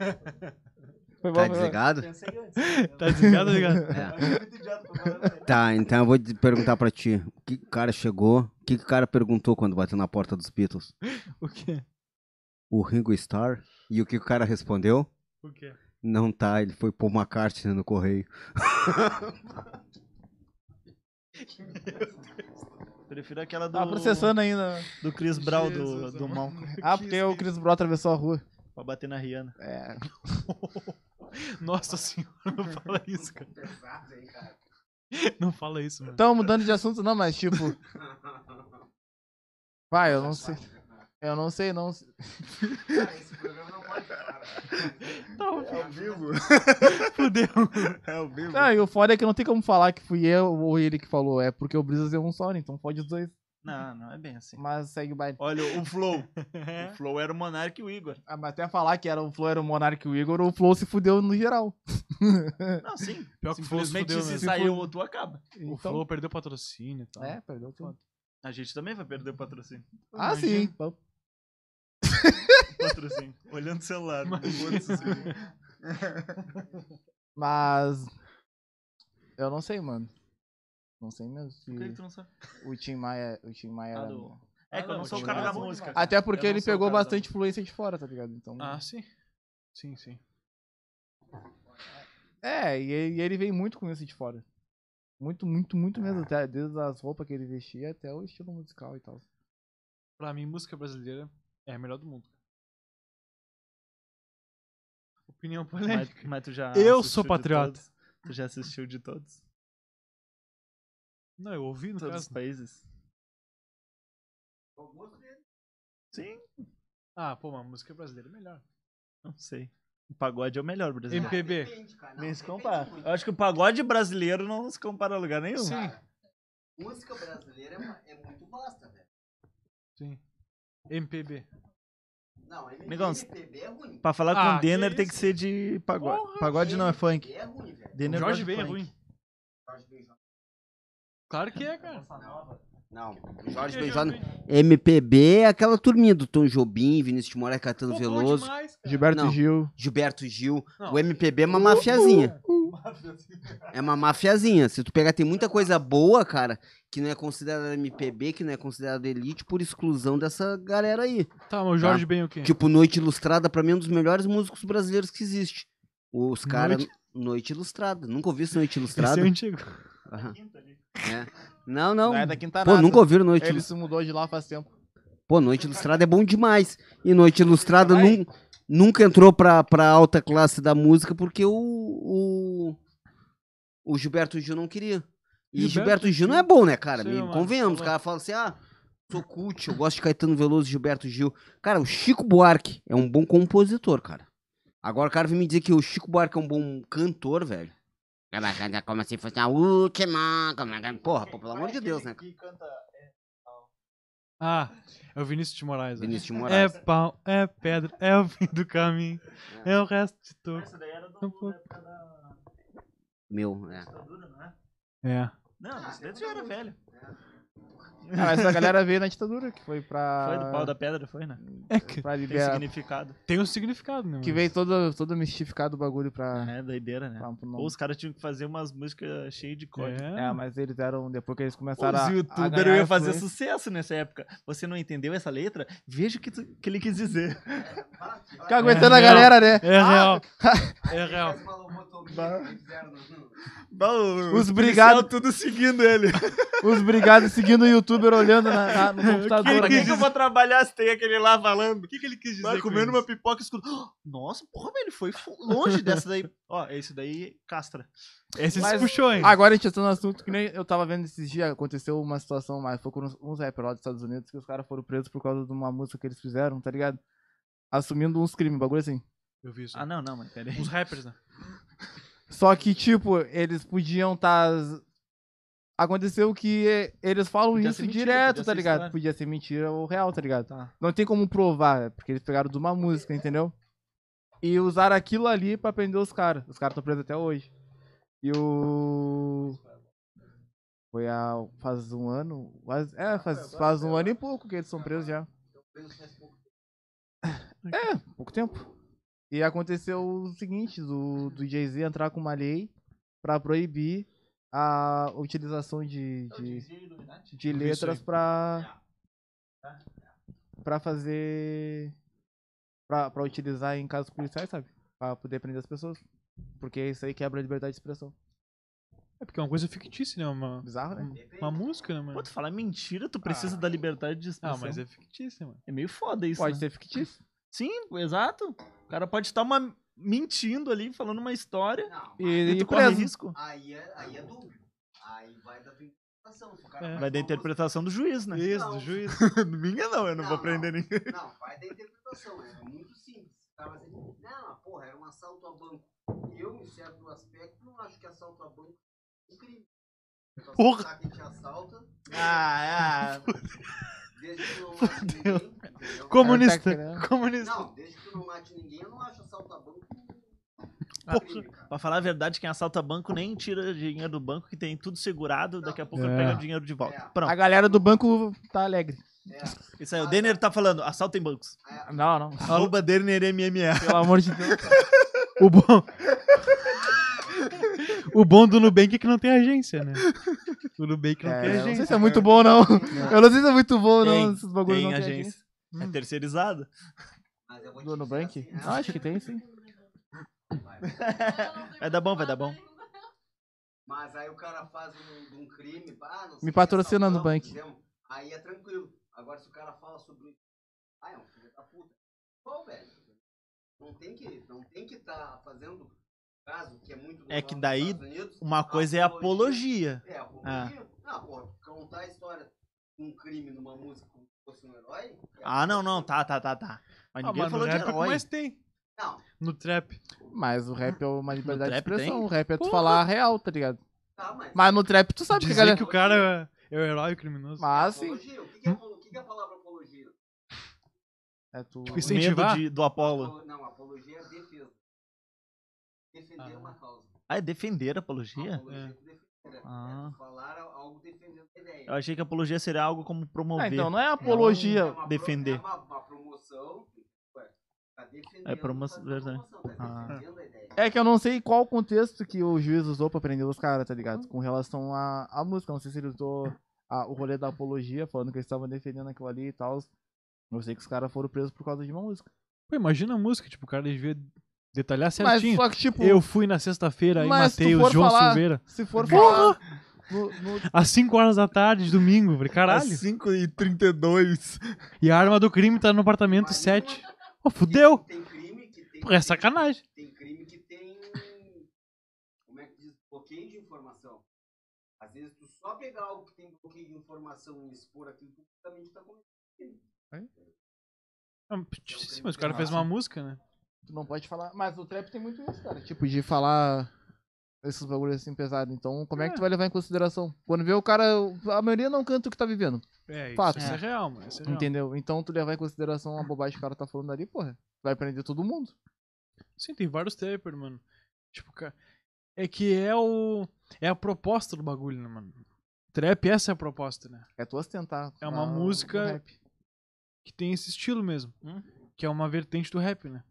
Speaker 2: Foi bom, foi bom.
Speaker 3: né?
Speaker 4: tá desligado?
Speaker 7: Pensei antes.
Speaker 3: Tá desligado, ligado?
Speaker 4: É.
Speaker 7: Muito idiota pra falar.
Speaker 4: Tá, então eu vou te perguntar pra ti. O que que o cara chegou? O que que o cara perguntou quando bateu na porta dos Beatles?
Speaker 3: O quê?
Speaker 4: O Ringo Starr? E o que que o cara respondeu?
Speaker 3: O quê?
Speaker 4: Não tá, ele foi pôr uma carta no correio.
Speaker 1: Prefiro aquela do,
Speaker 3: Tá
Speaker 2: Tava processando ainda.
Speaker 1: do Chris Brown do,
Speaker 3: Jesus,
Speaker 1: do
Speaker 3: amor.
Speaker 1: Malcolm.
Speaker 2: Ah, porque o Chris Brown atravessou a rua.
Speaker 1: Pra bater na Rihanna.
Speaker 2: É.
Speaker 3: Nossa senhora, não fala isso, cara.
Speaker 6: Pesado, hein, cara.
Speaker 3: Não fala isso, mano.
Speaker 2: Então, mudando de assunto, não, mas tipo. Vai, eu não sei. Eu não sei, não.
Speaker 6: Cara, esse programa não pode parar. É ao vivo.
Speaker 3: Fudeu.
Speaker 4: É o mesmo.
Speaker 2: Não, e o foda é que não tem como falar que fui eu ou ele que falou. É porque o Brisas é um só, né? Então pode os dois.
Speaker 1: Não, não é bem assim.
Speaker 2: Mas segue o baile.
Speaker 1: Olha, o Flow. O Flow era o Monark e o Igor.
Speaker 2: Ah, mas até falar que era o Flow era o Monark e o Igor, o Flow se fudeu no geral.
Speaker 1: Não, sim.
Speaker 3: Pior que o Flow se
Speaker 1: Simplesmente
Speaker 3: fudeu
Speaker 1: se
Speaker 3: mesmo.
Speaker 1: sair o outro, acaba.
Speaker 3: O
Speaker 2: Então,
Speaker 3: Flow perdeu patrocínio e tal.
Speaker 1: Então,
Speaker 2: É, perdeu tudo.
Speaker 1: A gente também vai perder o patrocínio.
Speaker 2: Ah, sim. Então,
Speaker 1: Patrocínio. Olhando o
Speaker 3: né?
Speaker 1: celular. Imagina.
Speaker 2: Mas. Eu não sei, mano. Não sei mesmo se
Speaker 1: Por é que que tu não sabe?
Speaker 2: o Tim Maia. O Tim Maia
Speaker 1: Ah,
Speaker 2: era...
Speaker 1: do- É que eu
Speaker 3: Ah,
Speaker 1: não
Speaker 3: não,
Speaker 1: sou o
Speaker 3: tinha
Speaker 1: cara da
Speaker 3: razão
Speaker 1: música.
Speaker 3: demais.
Speaker 2: Até porque
Speaker 1: Eu não
Speaker 2: ele
Speaker 1: sou o
Speaker 2: pegou
Speaker 1: cara da
Speaker 2: bastante influência de fora, tá ligado? Então.
Speaker 3: Ah, sim. Sim, sim.
Speaker 2: É, e ele, e ele veio muito com isso de fora. Muito, muito, muito
Speaker 4: Ah.
Speaker 2: mesmo. Até, desde as roupas que ele vestia até o estilo musical e tal.
Speaker 3: Pra mim, música brasileira é a melhor do mundo. Opinião polêmica.
Speaker 1: Mas, mas tu já
Speaker 3: Eu
Speaker 1: assistiu
Speaker 3: sou
Speaker 1: de
Speaker 3: patriota.
Speaker 1: todos? Tu já assistiu de todos?
Speaker 3: Não, eu ouvi no
Speaker 1: Todos os
Speaker 3: caso.
Speaker 1: países?
Speaker 6: Eu gosto dele.
Speaker 1: Sim,
Speaker 3: Ah, pô, mas música brasileira é melhor.
Speaker 1: não sei. O pagode é o melhor brasileiro.
Speaker 3: MP. PB.
Speaker 6: Depende, cara. Não,
Speaker 1: Nem se
Speaker 6: depende
Speaker 1: compara.
Speaker 6: muito.
Speaker 1: Eu acho que o pagode brasileiro não se compara a lugar nenhum.
Speaker 3: Sim.
Speaker 6: Música brasileira é, uma- é muito vasta, velho.
Speaker 3: Sim. MPB.
Speaker 6: Não,
Speaker 1: Amigão,
Speaker 6: MPB é ruim.
Speaker 1: Pra falar
Speaker 3: Ah,
Speaker 1: com o Denner
Speaker 3: que
Speaker 1: tem que ser de pagode.
Speaker 3: Porra,
Speaker 2: Pagode não é funk.
Speaker 6: É ruim, velho.
Speaker 1: Denner gosta de
Speaker 3: Jorge Ben é
Speaker 1: funk.
Speaker 3: ruim.
Speaker 6: Jorge Benjó.
Speaker 3: Claro que é, cara.
Speaker 4: Não, o Jorge
Speaker 3: Porque
Speaker 4: Benjó.
Speaker 3: Ben.
Speaker 4: MPB é aquela turminha do Tom Jobim, Vinícius de Moraes,
Speaker 3: Pô,
Speaker 4: Caetano
Speaker 3: é bom
Speaker 4: Veloso,
Speaker 3: demais, cara.
Speaker 2: Gilberto
Speaker 4: Não.
Speaker 2: Gil.
Speaker 4: Gilberto Gil.
Speaker 3: Não.
Speaker 4: O MPB é uma mafiazinha. É uma mafiazinha. Se tu pegar, tem muita coisa boa, cara, que não é considerada MPB, que não é considerada elite, por exclusão dessa galera aí.
Speaker 3: Tá, mas o Jorge Ben o quê?
Speaker 4: Tipo, Noite Ilustrada, pra mim, é um dos melhores músicos brasileiros que existe. Os caras. Noite? Ilustrada. Nunca ouvi isso Noite
Speaker 3: Esse
Speaker 4: Ilustrada.
Speaker 3: é antigo.
Speaker 4: Aham. É. Não, não.
Speaker 2: Não é da Quinta
Speaker 4: Pô,
Speaker 2: Nata.
Speaker 4: nunca ouviram Noite
Speaker 2: Ele
Speaker 4: Ilustrada.
Speaker 2: se mudou de lá faz tempo.
Speaker 4: Pô, Noite Ilustrada é bom demais. E Noite Ilustrada nun- nunca entrou pra, pra alta classe da música porque o, o, o Gilberto Gil não queria. E Gilberto,
Speaker 3: Gilberto
Speaker 4: Gil não é
Speaker 3: Gil.
Speaker 4: bom, né, cara?
Speaker 3: Sei
Speaker 4: Me-
Speaker 3: lá,
Speaker 4: convenhamos.
Speaker 3: sei
Speaker 4: Os
Speaker 3: lá.
Speaker 4: caras falam assim, ah, sou cult, eu gosto de Caetano Veloso e Gilberto Gil. Cara, o Chico Buarque é um bom compositor, cara. Agora o cara vem me dizer que o Chico Buarque é um bom cantor, velho. Tá Como se fosse a última. como- é Porra, pô, pelo amor de Deus, né? cara?
Speaker 3: Ah, é o Vinícius de Moraes. né?
Speaker 4: Vinícius de
Speaker 3: É
Speaker 4: Moraes.
Speaker 3: pau, é pedra, é o fim do caminho, é, o resto de tudo.
Speaker 1: Essa daí era do,
Speaker 3: Um pouco.
Speaker 1: da época da
Speaker 4: Meu, é.
Speaker 1: ditadura, não é?
Speaker 3: É.
Speaker 1: Não, esse daí já era velho.
Speaker 2: Ah, essa galera veio na ditadura, que foi pra.
Speaker 1: Foi do
Speaker 3: Ah.
Speaker 1: pau da pedra, foi, né?
Speaker 3: É que
Speaker 2: Pra
Speaker 1: Tem
Speaker 2: liberar.
Speaker 1: significado.
Speaker 3: tem um significado, né?
Speaker 2: Que
Speaker 3: mas-
Speaker 2: veio todo, todo mistificado o bagulho
Speaker 3: Ah.
Speaker 2: pra.
Speaker 1: É, doideira, né?
Speaker 2: pra- pro nome.
Speaker 1: Ou os caras tinham que fazer umas músicas cheias de código.
Speaker 3: É.
Speaker 2: É, mas eles eram. Depois que eles começaram a.
Speaker 1: Ah. Os
Speaker 2: a
Speaker 1: youtubers
Speaker 2: ganhar
Speaker 1: iam fazer
Speaker 2: influência-
Speaker 1: sucesso nessa época. Você não entendeu essa letra? Veja o que, tu- que ele quis dizer.
Speaker 2: Ficar aguentando
Speaker 3: É,
Speaker 2: a galera, né?
Speaker 3: É
Speaker 2: Ah,
Speaker 3: real. É real.
Speaker 6: Faz uma lobotomia que fizeram no-
Speaker 1: Bah, o-
Speaker 2: Os
Speaker 1: o policial
Speaker 2: brigado-
Speaker 1: tudo seguindo ele.
Speaker 2: Ah, Os brigados seguindo o youtuber olhando na- na- no computador.
Speaker 1: pra
Speaker 2: né?
Speaker 1: que, que eu vou trabalhar se tem aquele lá falando?
Speaker 3: O que, que ele quis dizer?
Speaker 1: Vai
Speaker 3: com
Speaker 1: comendo
Speaker 3: isso?
Speaker 1: uma pipoca escura. Nossa, porra, velho, ele foi fu- longe dessa daí. Ó, esse daí castra.
Speaker 3: Esse se
Speaker 2: Mas-
Speaker 3: puxou, hein?
Speaker 2: Agora a gente tá no assunto que nem eu tava vendo esses dias, aconteceu uma situação, mas foi com uns, uns rappers lá dos Estados Unidos que os caras foram presos por causa de uma música que eles fizeram, tá ligado? Assumindo uns crimes, bagulho assim.
Speaker 3: Eu vi isso. É
Speaker 1: Ah, não, não, mas peraí.
Speaker 3: Os rappers, né?
Speaker 2: Só que, tipo, eles podiam tá. Aconteceu que eles falam
Speaker 1: Podia
Speaker 2: isso
Speaker 1: ser mentira,
Speaker 2: direto,
Speaker 1: podia
Speaker 2: tá
Speaker 1: ser
Speaker 2: ligado?
Speaker 1: história.
Speaker 2: Podia ser mentira ou real, tá ligado?
Speaker 1: Tá.
Speaker 2: Não tem como provar, é porque eles pegaram de uma música, entendeu? E usaram aquilo ali pra prender os caras. Os caras estão presos até hoje. E o. Foi há. Faz um ano. Faz, é, faz, faz um ano e pouco que eles são presos já. É, pouco tempo. E aconteceu o seguinte: do, do Jay-Z entrar com uma lei pra proibir a utilização de, de, de
Speaker 3: vi isso
Speaker 2: letras
Speaker 3: aí.
Speaker 2: pra. pra fazer. Pra, pra utilizar em casos policiais, sabe? Pra poder prender as pessoas. Porque isso aí quebra a liberdade de expressão.
Speaker 3: É porque é uma coisa fictícia, né? Uma,
Speaker 2: Bizarro, né?
Speaker 3: uma música, né, mano?
Speaker 1: Pô, tu falar mentira, tu precisa da liberdade de
Speaker 3: Ah,
Speaker 1: expressão.
Speaker 3: mas
Speaker 1: é...
Speaker 3: é fictícia, mano.
Speaker 1: meio foda isso,
Speaker 2: Pode
Speaker 1: né?
Speaker 2: ser fictício.
Speaker 1: Sim, exato. O cara pode estar uma... mentindo ali, falando uma história.
Speaker 6: Não,
Speaker 2: E,
Speaker 1: E,
Speaker 2: Ah, e
Speaker 1: tu corre
Speaker 2: é preso.
Speaker 1: risco.
Speaker 6: aí é, aí é dúvida. Aí vai da tua interpretação. Se o cara
Speaker 1: Vai
Speaker 3: É.
Speaker 6: faz
Speaker 1: da
Speaker 6: uma música-
Speaker 1: interpretação do juiz, né?
Speaker 3: Isso,
Speaker 6: Não.
Speaker 3: do juiz.
Speaker 1: Minha não, eu não,
Speaker 6: Não,
Speaker 1: vou prender
Speaker 6: não.
Speaker 1: ninguém.
Speaker 6: Não, vai da interpretação, é muito simples. O cara vai dizer, não, porra, era um assalto a banco. Eu, em certo aspecto, não acho que assalto a banco é um crime. Então,
Speaker 3: Porra.
Speaker 6: se Quem te assalta,
Speaker 1: Ah, ah.
Speaker 6: desde que não mate ninguém. entendeu?
Speaker 3: Comunista.
Speaker 2: querendo.
Speaker 3: Comunista.
Speaker 6: Não, desde que não mate ninguém, eu não acho assalto a banco um
Speaker 1: Porra.
Speaker 6: crime, cara.
Speaker 1: Pra falar a verdade, quem assalta banco nem tira dinheiro do banco, que tem tudo segurado, daqui a pouco
Speaker 3: É.
Speaker 1: ele pega o dinheiro de volta.
Speaker 6: É.
Speaker 2: A
Speaker 1: Pronto.
Speaker 2: galera do banco tá alegre.
Speaker 6: É,
Speaker 1: Isso aí, o Denner tá falando, assaltem bancos.
Speaker 6: é,
Speaker 2: Não, não.
Speaker 1: Arroba Denner MMA.
Speaker 2: Pelo amor de Deus.
Speaker 3: O bom. o bom do Nubank é que não tem agência, né? O Nubank não tem
Speaker 2: É, eu não
Speaker 3: agência.
Speaker 2: sei se é muito bom, não.
Speaker 6: né?
Speaker 2: Eu não sei se é muito bom, não.
Speaker 1: Tem,
Speaker 2: esses bagulhos
Speaker 1: Tem
Speaker 2: não tem
Speaker 1: agência. É terceirizado.
Speaker 6: mas eu vou te
Speaker 2: Do
Speaker 6: dizer
Speaker 2: Nubank?
Speaker 6: assim, é,
Speaker 2: Ah, acho que tem, sim.
Speaker 1: Vai dar bom, vai dar bom.
Speaker 6: Mas aí o cara faz um, um crime, ah, não sei
Speaker 2: Me
Speaker 6: se
Speaker 2: patrocina,
Speaker 6: assaltamos,
Speaker 2: Nubank.
Speaker 6: fizemos, Aí é tranquilo. Agora se o cara fala sobre. Ah, é um filho da puta. Qual, velho? Não tem que não tem que tá fazendo caso que é muito
Speaker 1: É
Speaker 6: normal
Speaker 1: que
Speaker 6: nos
Speaker 1: daí
Speaker 6: Estados Unidos,
Speaker 1: Uma coisa é apologia.
Speaker 6: É, apologia. Ah, pô, contar a história de um crime numa música como se fosse um herói. é
Speaker 1: Ah, não, não,
Speaker 6: apologia.
Speaker 1: tá, tá, tá, tá. Mas
Speaker 3: Ah,
Speaker 1: ninguém
Speaker 3: mano,
Speaker 1: falou
Speaker 3: no
Speaker 1: de
Speaker 3: rap é o que
Speaker 1: herói.
Speaker 3: mais tem.
Speaker 6: Não,
Speaker 3: No trap.
Speaker 2: Mas o rap é uma liberdade de
Speaker 1: trap tem?
Speaker 2: expressão. O rap é tu
Speaker 3: Porra.
Speaker 2: falar a real, tá ligado?
Speaker 6: tá, mas.
Speaker 2: Mas no trap tu sabe que a
Speaker 3: Dizer
Speaker 2: galera.
Speaker 3: que o cara. É o herói e o criminoso.
Speaker 2: Mas sim.
Speaker 6: Apologia? O que que é apolo- o que que é a palavra apologia?
Speaker 2: É tu.
Speaker 3: Tipo,
Speaker 1: O medo
Speaker 3: Incentivar?
Speaker 1: de- do Apolo.
Speaker 6: Apolo- Não, apologia é defesa. Defender
Speaker 3: Ah.
Speaker 6: uma causa.
Speaker 1: Ah, é defender a apologia?
Speaker 6: Apologia é tu defender. é tu
Speaker 1: Ah.
Speaker 6: Falar al- algo defendendo a ideia.
Speaker 1: Eu achei que apologia seria algo como promover.
Speaker 2: Ah, então não é apologia.
Speaker 6: É uma pro-
Speaker 1: defender.
Speaker 6: É uma, uma promoção. Ué, tá defendendo.
Speaker 1: É promo-
Speaker 6: tá
Speaker 1: verdade.
Speaker 6: promoção,
Speaker 1: Ah.
Speaker 6: tá defendendo a ideia.
Speaker 2: É que eu não sei qual contexto que o juiz usou pra prender os caras, tá ligado? Com relação à, à música. Não sei se ele usou a- o rolê da apologia, falando que eles estavam defendendo aquilo ali e tal. Eu sei que os caras foram presos por causa de uma música.
Speaker 3: Pô, imagina a música, tipo, o cara devia detalhar certinho.
Speaker 2: Mas só que, tipo,
Speaker 3: Eu fui na sexta-feira e
Speaker 2: Mas se tu
Speaker 3: matei o
Speaker 2: for
Speaker 3: João
Speaker 2: falar-
Speaker 3: Silveira.
Speaker 2: se for
Speaker 3: Porra!
Speaker 2: falar. No, no-
Speaker 3: Às 5 horas da tarde, de domingo. Falei, caralho.
Speaker 2: Assim-
Speaker 1: 5h32.
Speaker 3: E a arma do crime tá no apartamento 7. Pô, fudeu.
Speaker 6: assim, Tem crime que tem.
Speaker 3: Pô, é sacanagem.
Speaker 6: Tem crime que tem. Como é que diz? Bloqueio de informação. Às vezes, tu só pegar algo que tem bloqueio de informação e expor aquilo publicamente tá cometendo.
Speaker 3: Ah, Sim, mas o cara
Speaker 2: Ah,
Speaker 3: fez uma música, né?
Speaker 2: tu não pode falar. Mas o trap tem muito isso, cara. Tipo, de falar esses bagulhos assim pesados. Então, como é, que tu vai levar em consideração? Quando vê o cara. A maioria não canta o que tá vivendo.
Speaker 3: É, isso,
Speaker 2: Fato.
Speaker 3: isso é real, mano. Isso é real.
Speaker 2: Entendeu? Então tu levar em consideração a bobagem que o cara tá falando ali, porra. Vai prender todo mundo.
Speaker 3: Sim, tem vários tapers, mano. Tipo, cara. É que é o. É a proposta do bagulho, né, mano? Trap, essa é a proposta, né?
Speaker 2: É tu ostentar.
Speaker 3: É uma
Speaker 2: a- o
Speaker 3: música-
Speaker 2: rap.
Speaker 3: Que tem esse estilo mesmo.
Speaker 1: Hum.
Speaker 3: Que é uma vertente do rap, né?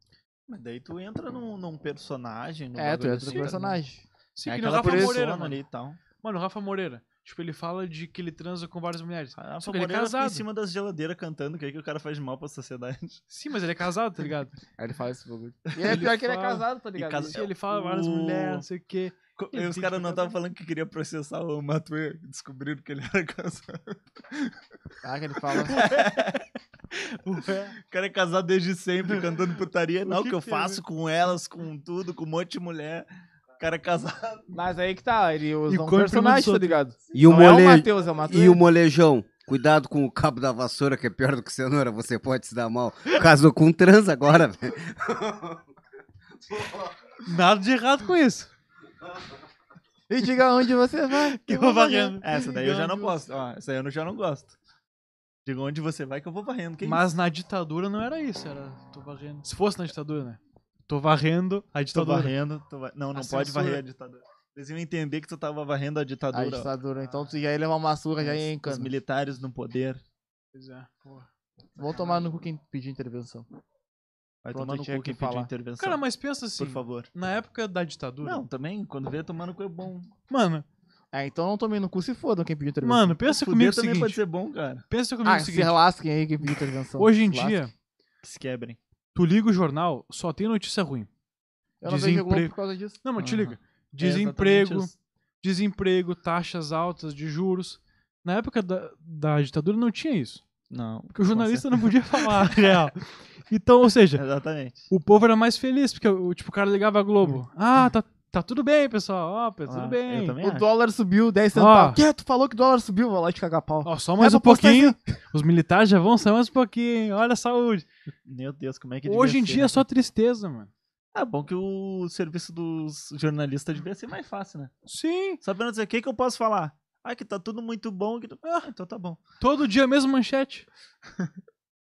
Speaker 1: Mas daí tu entra num, num personagem. Num
Speaker 2: É, tu
Speaker 1: bagulho
Speaker 2: entra
Speaker 1: assim,
Speaker 2: no personagem.
Speaker 3: Sim,
Speaker 1: é
Speaker 3: que nem o
Speaker 1: aquela
Speaker 3: Rafa
Speaker 1: persona
Speaker 3: Moreira, né, mano.
Speaker 1: ali e tal.
Speaker 3: Mano, o Rafa Moreira. Tipo, ele fala de que ele transa com várias mulheres.
Speaker 1: A Rafa
Speaker 3: Só que ele é
Speaker 1: Moreira fica ah, em
Speaker 3: casado.
Speaker 1: cima das geladeiras cantando, que aí que o cara faz mal pra sociedade.
Speaker 3: Sim, mas ele é casado, tá ligado?
Speaker 2: Aí ele fala esse bagulho. E é pior que ele é
Speaker 3: fala-
Speaker 2: casado, tá
Speaker 1: E
Speaker 2: ligado?
Speaker 1: casa-
Speaker 3: Sim, ele fala várias
Speaker 1: O-
Speaker 3: mulheres, não sei o quê.
Speaker 1: Co-
Speaker 3: Ele
Speaker 1: E os
Speaker 3: tem
Speaker 1: caras
Speaker 3: que
Speaker 1: não
Speaker 3: ficar
Speaker 1: estavam falando que queria processar o Matuê. Descobriram que ele era casado.
Speaker 2: Ah, que ele fala.
Speaker 1: O cara é casado desde sempre, cantando putaria.
Speaker 3: O
Speaker 1: Não,
Speaker 3: que
Speaker 1: que, eu
Speaker 3: que tem a
Speaker 1: faço com elas, com tudo, com um monte de mulher. O cara é casado.
Speaker 2: Mas aí que tá, ele usa
Speaker 3: E
Speaker 2: um
Speaker 3: compra um dos
Speaker 2: personagem, tá
Speaker 3: outros.
Speaker 2: ligado?
Speaker 4: E o,
Speaker 2: não é o
Speaker 4: mole...
Speaker 2: Matheus, é o Matheus.
Speaker 4: e o molejão. Cuidado com o cabo da vassoura, que é pior do que cenoura, você pode se dar mal. Casou com um trans agora, velho.
Speaker 3: Nada de errado com isso.
Speaker 2: E diga onde você vai.
Speaker 3: Que eu vou varrendo.
Speaker 1: Essa daí eu já não
Speaker 3: Digamos.
Speaker 1: posso. Ó, essa aí eu não- já não gosto. Diga onde você vai que eu vou varrendo. Que é
Speaker 3: Mas na ditadura não era isso, era tô varrendo. Se fosse na ditadura, né? Tô varrendo a
Speaker 1: Tô
Speaker 3: ditadura.
Speaker 1: varrendo. tô va- Não, não
Speaker 3: A
Speaker 1: pode varrer
Speaker 3: censura.
Speaker 1: a ditadura. Eles iam entender que tu tava varrendo a
Speaker 2: A
Speaker 3: tá
Speaker 1: ditadura. ó.
Speaker 2: ditadura. Então tu já ia levar uma surra,
Speaker 3: É,
Speaker 2: já ia em
Speaker 1: Os
Speaker 2: cana.
Speaker 1: militares no poder.
Speaker 3: Pois é, porra.
Speaker 2: Vão tomar no cu quem pedir intervenção.
Speaker 1: Vai
Speaker 2: Pronto,
Speaker 1: tomar
Speaker 2: eu
Speaker 1: no
Speaker 2: tinha
Speaker 1: cu
Speaker 2: que
Speaker 1: quem pediu
Speaker 2: falar.
Speaker 1: intervenção.
Speaker 3: Cara, mas pensa assim,
Speaker 1: Por favor.
Speaker 3: na época da ditadura.
Speaker 1: Não, também, quando vê tomando cu é bom.
Speaker 3: Mano,
Speaker 2: É, então não tomei no cu se foda quem pediu intervenção.
Speaker 3: mano, pensa
Speaker 1: Fuder
Speaker 3: comigo é o
Speaker 1: também
Speaker 3: seguinte.
Speaker 1: pode ser bom, cara.
Speaker 3: Pensa comigo
Speaker 2: ah,
Speaker 3: o
Speaker 2: se
Speaker 3: seguinte.
Speaker 2: relasquem aí quem pediu intervenção.
Speaker 3: Hoje em
Speaker 2: Lasquem.
Speaker 3: dia,
Speaker 1: Que se quebrem. É,
Speaker 3: tu liga o jornal, só tem notícia ruim.
Speaker 2: Eu não vejo Globo
Speaker 3: desempre-
Speaker 2: por causa disso.
Speaker 3: Não, mas te
Speaker 1: Aham. É,
Speaker 3: liga. Desemprego, desemprego, taxas altas de juros. Na época da, da ditadura não tinha isso.
Speaker 1: Não.
Speaker 3: Porque o jornalista não podia falar a real. Então, ou seja,
Speaker 1: É. Exatamente.
Speaker 3: o povo era mais feliz, porque o tipo, o cara ligava a Globo. Ah, tá, tá tudo bem, pessoal. Ó, pe- Tá tudo
Speaker 1: Uhum. Ah, Eu
Speaker 3: bem.
Speaker 1: também
Speaker 2: O
Speaker 1: acho.
Speaker 2: dólar subiu 10 centavos.
Speaker 3: Ó.
Speaker 2: Que? é? Tu falou que o dólar subiu? Vou lá te cagar pau.
Speaker 3: Ó, só mais
Speaker 2: É
Speaker 3: um
Speaker 2: pra
Speaker 1: tá
Speaker 2: postar
Speaker 3: pouquinho.
Speaker 1: assim.
Speaker 3: Os militares já vão sair mais um pouquinho. Olha a saúde.
Speaker 1: Meu Deus, como é que devia
Speaker 3: Hoje em
Speaker 1: ser,
Speaker 3: dia
Speaker 1: né?
Speaker 3: é só tristeza, mano.
Speaker 1: Ah, bom que o serviço dos jornalistas devia ser mais fácil, né?
Speaker 3: Sim.
Speaker 1: Só pra não dizer, o que, que eu posso falar? Ah, que tá tudo muito bom. Que tu- Ah, então tá bom.
Speaker 3: Todo dia a mesma manchete.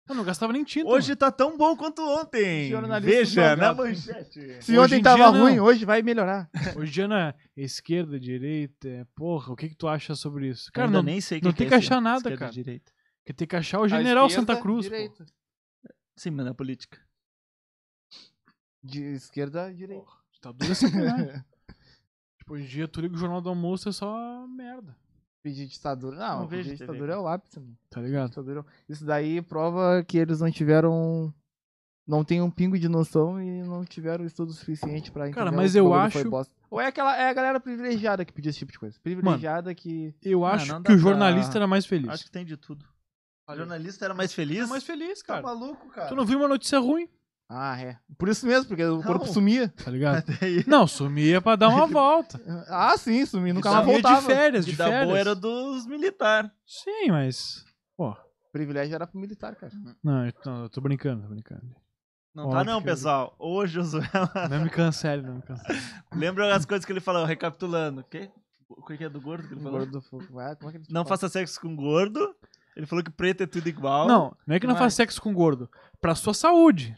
Speaker 3: Eu não gastava nem tinta.
Speaker 1: Hoje tá tão bom quanto ontem.
Speaker 2: Jornalista
Speaker 1: Veja, na
Speaker 2: sagrado.
Speaker 1: manchete.
Speaker 2: Se
Speaker 3: né? Hoje
Speaker 2: ontem
Speaker 3: em
Speaker 2: tava
Speaker 3: dia, não.
Speaker 2: ruim, hoje vai melhorar.
Speaker 3: mano. Hoje em dia não é esquerda, direita. é Porra, o que, que tu acha sobre isso? Cara,
Speaker 1: Ainda
Speaker 3: não,
Speaker 1: nem sei o
Speaker 3: não
Speaker 1: que
Speaker 3: tem
Speaker 1: é
Speaker 3: que
Speaker 1: esse
Speaker 3: achar nada,
Speaker 1: esquerda e
Speaker 3: cara.
Speaker 1: direita.
Speaker 3: que tem que achar o general
Speaker 2: À esquerda,
Speaker 3: Santa Cruz. pô.
Speaker 2: direita.
Speaker 1: Sim, mas na política.
Speaker 2: De esquerda, direita.
Speaker 3: Ditadura é sacanagem. Tipo, hoje em dia tu liga o jornal do almoço é só merda.
Speaker 2: Pedir ditadura. Não,
Speaker 1: Não
Speaker 2: pedir
Speaker 1: vejo TV,
Speaker 2: ditadura é o ápice, mano.
Speaker 3: Tá ligado?
Speaker 2: Ditadura- Isso daí prova que eles não tiveram. Não tem um pingo de noção e não tiveram estudo suficiente pra entender.
Speaker 3: Cara,
Speaker 2: o
Speaker 3: mas
Speaker 2: que o
Speaker 3: eu
Speaker 2: bagulho foi
Speaker 3: acho-
Speaker 2: bosta. Ou é aquela é a galera privilegiada que pedia esse tipo de coisa. Privilegiada que.
Speaker 3: Eu
Speaker 1: Ah,
Speaker 3: acho
Speaker 1: não dá
Speaker 3: que o
Speaker 1: pra-
Speaker 3: jornalista era mais feliz.
Speaker 1: Acho que tem de tudo. O
Speaker 3: Olha.
Speaker 1: jornalista era mais feliz?
Speaker 3: Era mais feliz,
Speaker 1: Tá
Speaker 3: cara.
Speaker 1: maluco, cara.
Speaker 3: Tu não viu uma notícia ruim,
Speaker 2: Ah, é. Por isso mesmo, porque o
Speaker 1: Não.
Speaker 2: corpo sumia.
Speaker 3: tá ligado?
Speaker 1: Daí-
Speaker 3: Não, sumia pra dar uma volta.
Speaker 2: Ah, sim, sumia. Nunca
Speaker 1: dá
Speaker 2: mais
Speaker 3: Sumia
Speaker 2: voltava.
Speaker 3: de férias, de
Speaker 1: Que da boa
Speaker 3: férias.
Speaker 1: era dos militares.
Speaker 3: Sim, mas. Pô,
Speaker 2: Privilégio era pro militar, cara.
Speaker 3: não, eu- não, eu tô brincando, tô brincando.
Speaker 1: Não
Speaker 3: Óbvio
Speaker 1: tá não,
Speaker 3: que eu-
Speaker 1: pessoal. Ô, Josué,
Speaker 3: Não me cancele, não me cancele.
Speaker 1: lembra as coisas que ele falou, recapitulando, ok? Qual que é do gordo que ele falou?
Speaker 2: Gordo do fogo. Ah, como é que ele te
Speaker 1: Não
Speaker 2: fala?
Speaker 1: faça sexo com gordo. Ele falou que preto é tudo igual.
Speaker 3: Não, não é que não
Speaker 1: Vai.
Speaker 3: faz sexo com gordo. Pra sua saúde.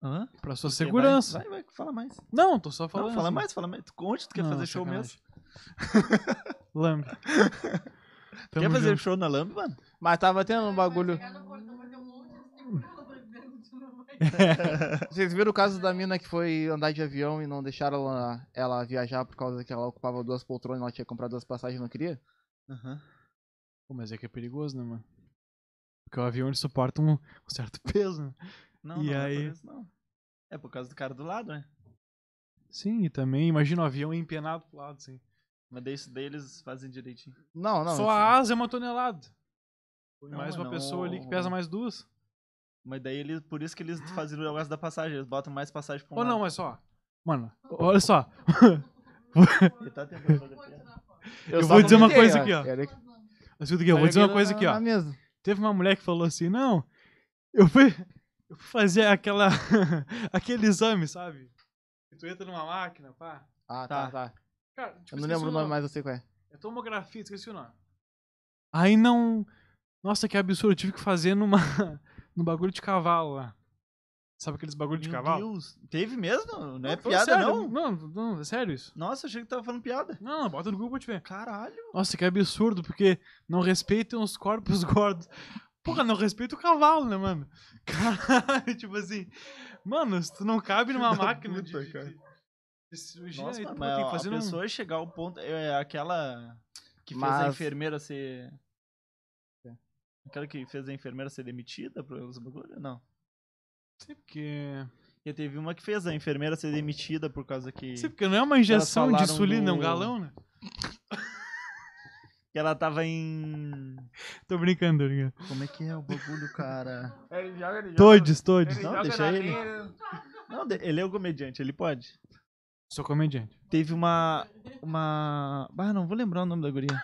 Speaker 1: Hã?
Speaker 3: Pra
Speaker 1: Porque
Speaker 3: sua
Speaker 1: vai-
Speaker 3: segurança.
Speaker 1: Vai, vai, fala mais.
Speaker 3: Não, tô só falando.
Speaker 1: Não, fala
Speaker 3: assim.
Speaker 1: mais, fala mais. Tu Conte, tu quer
Speaker 3: Não,
Speaker 1: fazer show
Speaker 3: sacanagem.
Speaker 1: mesmo.
Speaker 3: Lambe.
Speaker 1: quer
Speaker 3: Tamo
Speaker 1: fazer
Speaker 3: junto.
Speaker 1: show na Lamb, mano?
Speaker 2: Mas tava tendo um bagulho. Vocês viram o caso da mina que foi andar de avião e não deixaram ela, ela viajar por causa que ela ocupava duas poltronas, ela tinha comprado duas passagens e não queria?
Speaker 3: Pô, mas é que é perigoso, né, mano? Porque o avião ele suporta um, um certo peso, né?
Speaker 1: Não,
Speaker 3: E
Speaker 1: não é
Speaker 3: aí?
Speaker 1: por isso, não. É por causa do cara do lado, né?
Speaker 3: Sim, e também imagina o avião empenado pro lado, assim.
Speaker 1: Mas daí isso daí eles fazem direitinho.
Speaker 2: Não, não.
Speaker 3: Só a asa é uma tonelada. Põe
Speaker 1: Não,
Speaker 3: mais uma
Speaker 1: não,
Speaker 3: pessoa ali que
Speaker 1: o-
Speaker 3: pesa mais duas.
Speaker 1: Mas daí eles, por isso que eles fazem o negócio da passagem. Eles botam mais passagem pra um
Speaker 3: Ou não,
Speaker 1: lado.
Speaker 3: mas só. Mano, olha só.
Speaker 1: Ele tá tentando fazer piada.
Speaker 3: Eu vou dizer uma coisa aqui, ó. Escuta aqui, eu
Speaker 1: Tá
Speaker 3: vou dizer uma coisa aqui, ó.
Speaker 2: Mesmo.
Speaker 3: Teve uma mulher que falou assim, não, eu fui, eu fui fazer aquela, aquele exame, sabe? Que tu entra numa máquina, pá.
Speaker 2: Ah, tá, tá.
Speaker 3: Cara, tipo,
Speaker 2: Eu não
Speaker 3: esqueci
Speaker 2: lembro o nome, mas eu sei qual é.
Speaker 3: É tomografia, esqueci o nome. Aí não... Nossa, que absurdo, eu tive que fazer numa... num bagulho de cavalo lá. Sabe aqueles bagulho de
Speaker 1: Meu
Speaker 3: cavalo?
Speaker 1: Deus, teve mesmo? Não é
Speaker 3: Não,
Speaker 1: piada,
Speaker 3: sério,
Speaker 1: não?
Speaker 3: Não, não, é sério isso.
Speaker 1: Nossa, achei que tava falando piada.
Speaker 3: Não, não, bota no Google pra te ver.
Speaker 1: Caralho.
Speaker 3: Nossa, que absurdo, porque não respeitam os corpos gordos. Porra, não respeita o cavalo, né, mano? Caralho, tipo assim. Mano, se tu não cabe numa máquina de,
Speaker 1: puta,
Speaker 3: de,
Speaker 1: cara.
Speaker 3: de, de cirurgia,
Speaker 1: Nossa,
Speaker 3: aí,
Speaker 1: mano,
Speaker 3: pô,
Speaker 1: mas
Speaker 3: tem que
Speaker 1: a
Speaker 3: fazer um-
Speaker 1: pessoa chegar ao ponto... É aquela que fez a
Speaker 2: Mas-
Speaker 1: enfermeira ser... Aquela que fez a enfermeira ser demitida por os bagulho? Não.
Speaker 3: Sei porque...
Speaker 1: E teve uma que fez a enfermeira ser demitida por causa que,
Speaker 3: Sei porque não é uma injeção de
Speaker 1: falaram
Speaker 3: insulina, é um
Speaker 1: do-
Speaker 3: galão, né?
Speaker 1: que ela tava em...
Speaker 3: Tô brincando, tô brincando.
Speaker 1: Como é que é o bagulho, cara?
Speaker 3: Todes, todes.
Speaker 1: Não, deixa ele. Não, de- ele é o comediante, ele pode.
Speaker 3: Sou comediante.
Speaker 1: Teve uma... Uma... Ah, não vou lembrar o nome da guria.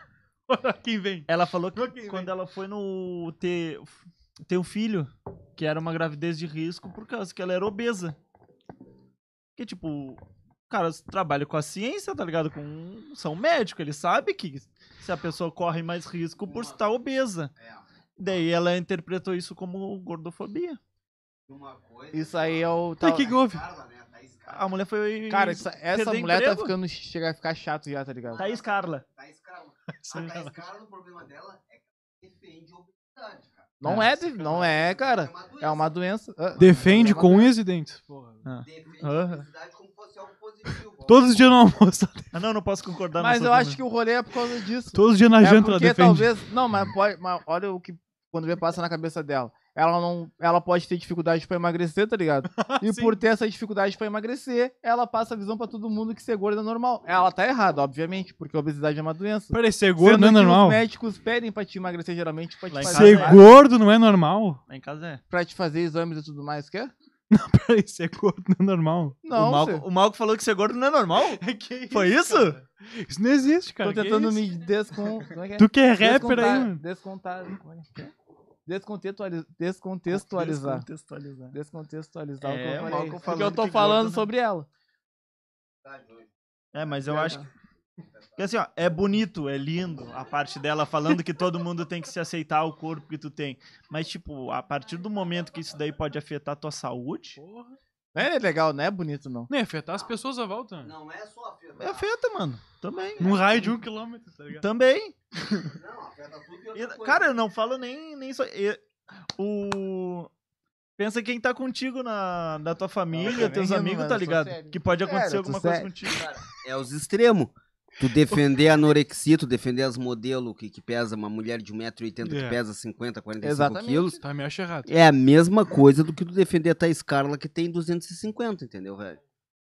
Speaker 3: Olha quem vem.
Speaker 1: Ela falou que
Speaker 3: Ok,
Speaker 1: quando ela foi no ter, ter um filho, que era uma gravidez de risco, por causa que ela era obesa. Que tipo, cara, trabalha com a ciência, tá ligado? Com são médico, ele sabe que se a pessoa corre mais risco por estar obesa. Daí ela interpretou isso como gordofobia.
Speaker 6: Uma coisa.
Speaker 2: Isso aí é o.
Speaker 3: Tá,
Speaker 2: Tal...
Speaker 3: o que que houve?
Speaker 6: Carla, né? Tá escala.
Speaker 1: A mulher foi
Speaker 2: Cara, essa, essa
Speaker 1: Perder
Speaker 2: mulher tá
Speaker 1: emprego?
Speaker 2: ficando. Chega a ficar chato já, tá ligado?
Speaker 1: Thaís Carla.
Speaker 6: Tá escala. A
Speaker 2: Ah,
Speaker 6: Thaís Carla, o problema dela é que ela defende a obesidade, cara.
Speaker 2: Não é, de- não é, cara.
Speaker 6: doença.
Speaker 2: É uma doença. Ah,
Speaker 3: Defende
Speaker 2: é uma
Speaker 3: com unhas e dentes.
Speaker 6: Defende a
Speaker 1: Aham.
Speaker 6: obesidade como fosse algo positivo.
Speaker 3: Todos os dias no almoço.
Speaker 1: Ah, não, não posso
Speaker 3: Tá
Speaker 1: concordar
Speaker 2: Mas
Speaker 1: nessa
Speaker 2: eu acho
Speaker 1: opinião.
Speaker 2: que o rolê é por causa disso.
Speaker 3: Todos os dias na
Speaker 2: é
Speaker 3: janta ela
Speaker 2: porque
Speaker 3: defende.
Speaker 2: talvez. Não, mas, pode, mas olha o que quando vê passa na cabeça dela. Ela não, ela pode ter dificuldade pra emagrecer, tá ligado? E
Speaker 3: Sim.
Speaker 2: por ter essa dificuldade pra emagrecer, ela passa a visão pra todo mundo que ser gorda é normal. Ela tá errada, obviamente, porque a obesidade é uma doença.
Speaker 3: Peraí, ser gordo
Speaker 2: Sendo
Speaker 3: não é
Speaker 2: que
Speaker 3: normal?
Speaker 2: Os médicos pedem pra te emagrecer geralmente pra
Speaker 1: Lá
Speaker 2: te,
Speaker 1: em
Speaker 2: fazer,
Speaker 3: Ser
Speaker 1: Casa é.
Speaker 3: gordo não é normal?
Speaker 1: Lá em casa é.
Speaker 2: pra te fazer exames e tudo mais, quer?
Speaker 3: Peraí, ser gordo não é normal?
Speaker 1: o,
Speaker 2: Não,
Speaker 1: Malco,
Speaker 2: cê-
Speaker 1: o Malco falou que ser gordo não é normal. Foi isso?
Speaker 3: Isso não existe, cara.
Speaker 2: tô
Speaker 3: que
Speaker 2: tentando
Speaker 3: isso?
Speaker 2: me descon... como é que é?
Speaker 3: Tu que é rapper aí,
Speaker 2: Descontar-
Speaker 3: mano.
Speaker 2: Descontar... como é que é? Descontextualiz- Descontextualizar.
Speaker 1: Contextualizar.
Speaker 2: Descontextualizar
Speaker 1: É, o
Speaker 2: o que eu falei. né?
Speaker 1: Malcolm
Speaker 2: Porque eu
Speaker 1: falando
Speaker 2: tô
Speaker 1: que
Speaker 2: falando
Speaker 1: gordo não-
Speaker 2: sobre ela.
Speaker 1: É, mas eu acho que. Porque assim, ó, é bonito, é lindo a parte dela falando que todo mundo tem que se aceitar o corpo que tu tem. Mas, tipo, a partir do momento que isso daí pode afetar tua saúde,
Speaker 2: Não é legal, não é bonito, não.
Speaker 3: Nem afetar as pessoas à volta. né?
Speaker 6: Não é só afetar.
Speaker 1: afeta, mano. Também.
Speaker 2: é
Speaker 1: né?
Speaker 3: Num raio
Speaker 2: assim.
Speaker 3: de um quilômetro, tá ligado?
Speaker 1: Também.
Speaker 6: Não, afeta tá tudo e
Speaker 1: E,
Speaker 6: outra coisa.
Speaker 1: cara, eu não falo nem, nem só. e- o. Pensa quem tá contigo na, na tua família,
Speaker 2: tô
Speaker 1: teus
Speaker 2: nem rindo,
Speaker 1: amigos,
Speaker 2: mano,
Speaker 1: tá
Speaker 2: eu sou
Speaker 1: ligado?
Speaker 2: sério.
Speaker 1: Que pode
Speaker 2: Sério,
Speaker 1: acontecer
Speaker 2: eu tô
Speaker 1: alguma coisa
Speaker 2: sério.
Speaker 1: contigo.
Speaker 4: É os extremos. Tu defender a anorexia, tu defender as modelo que, que pesa, uma mulher de 1,80m
Speaker 3: É.
Speaker 4: que pesa 50, 45
Speaker 2: Exatamente.
Speaker 4: quilos,
Speaker 3: Tá, me acha errado.
Speaker 4: é a mesma coisa do que tu defender a Thaís Carla que tem 250, entendeu, velho?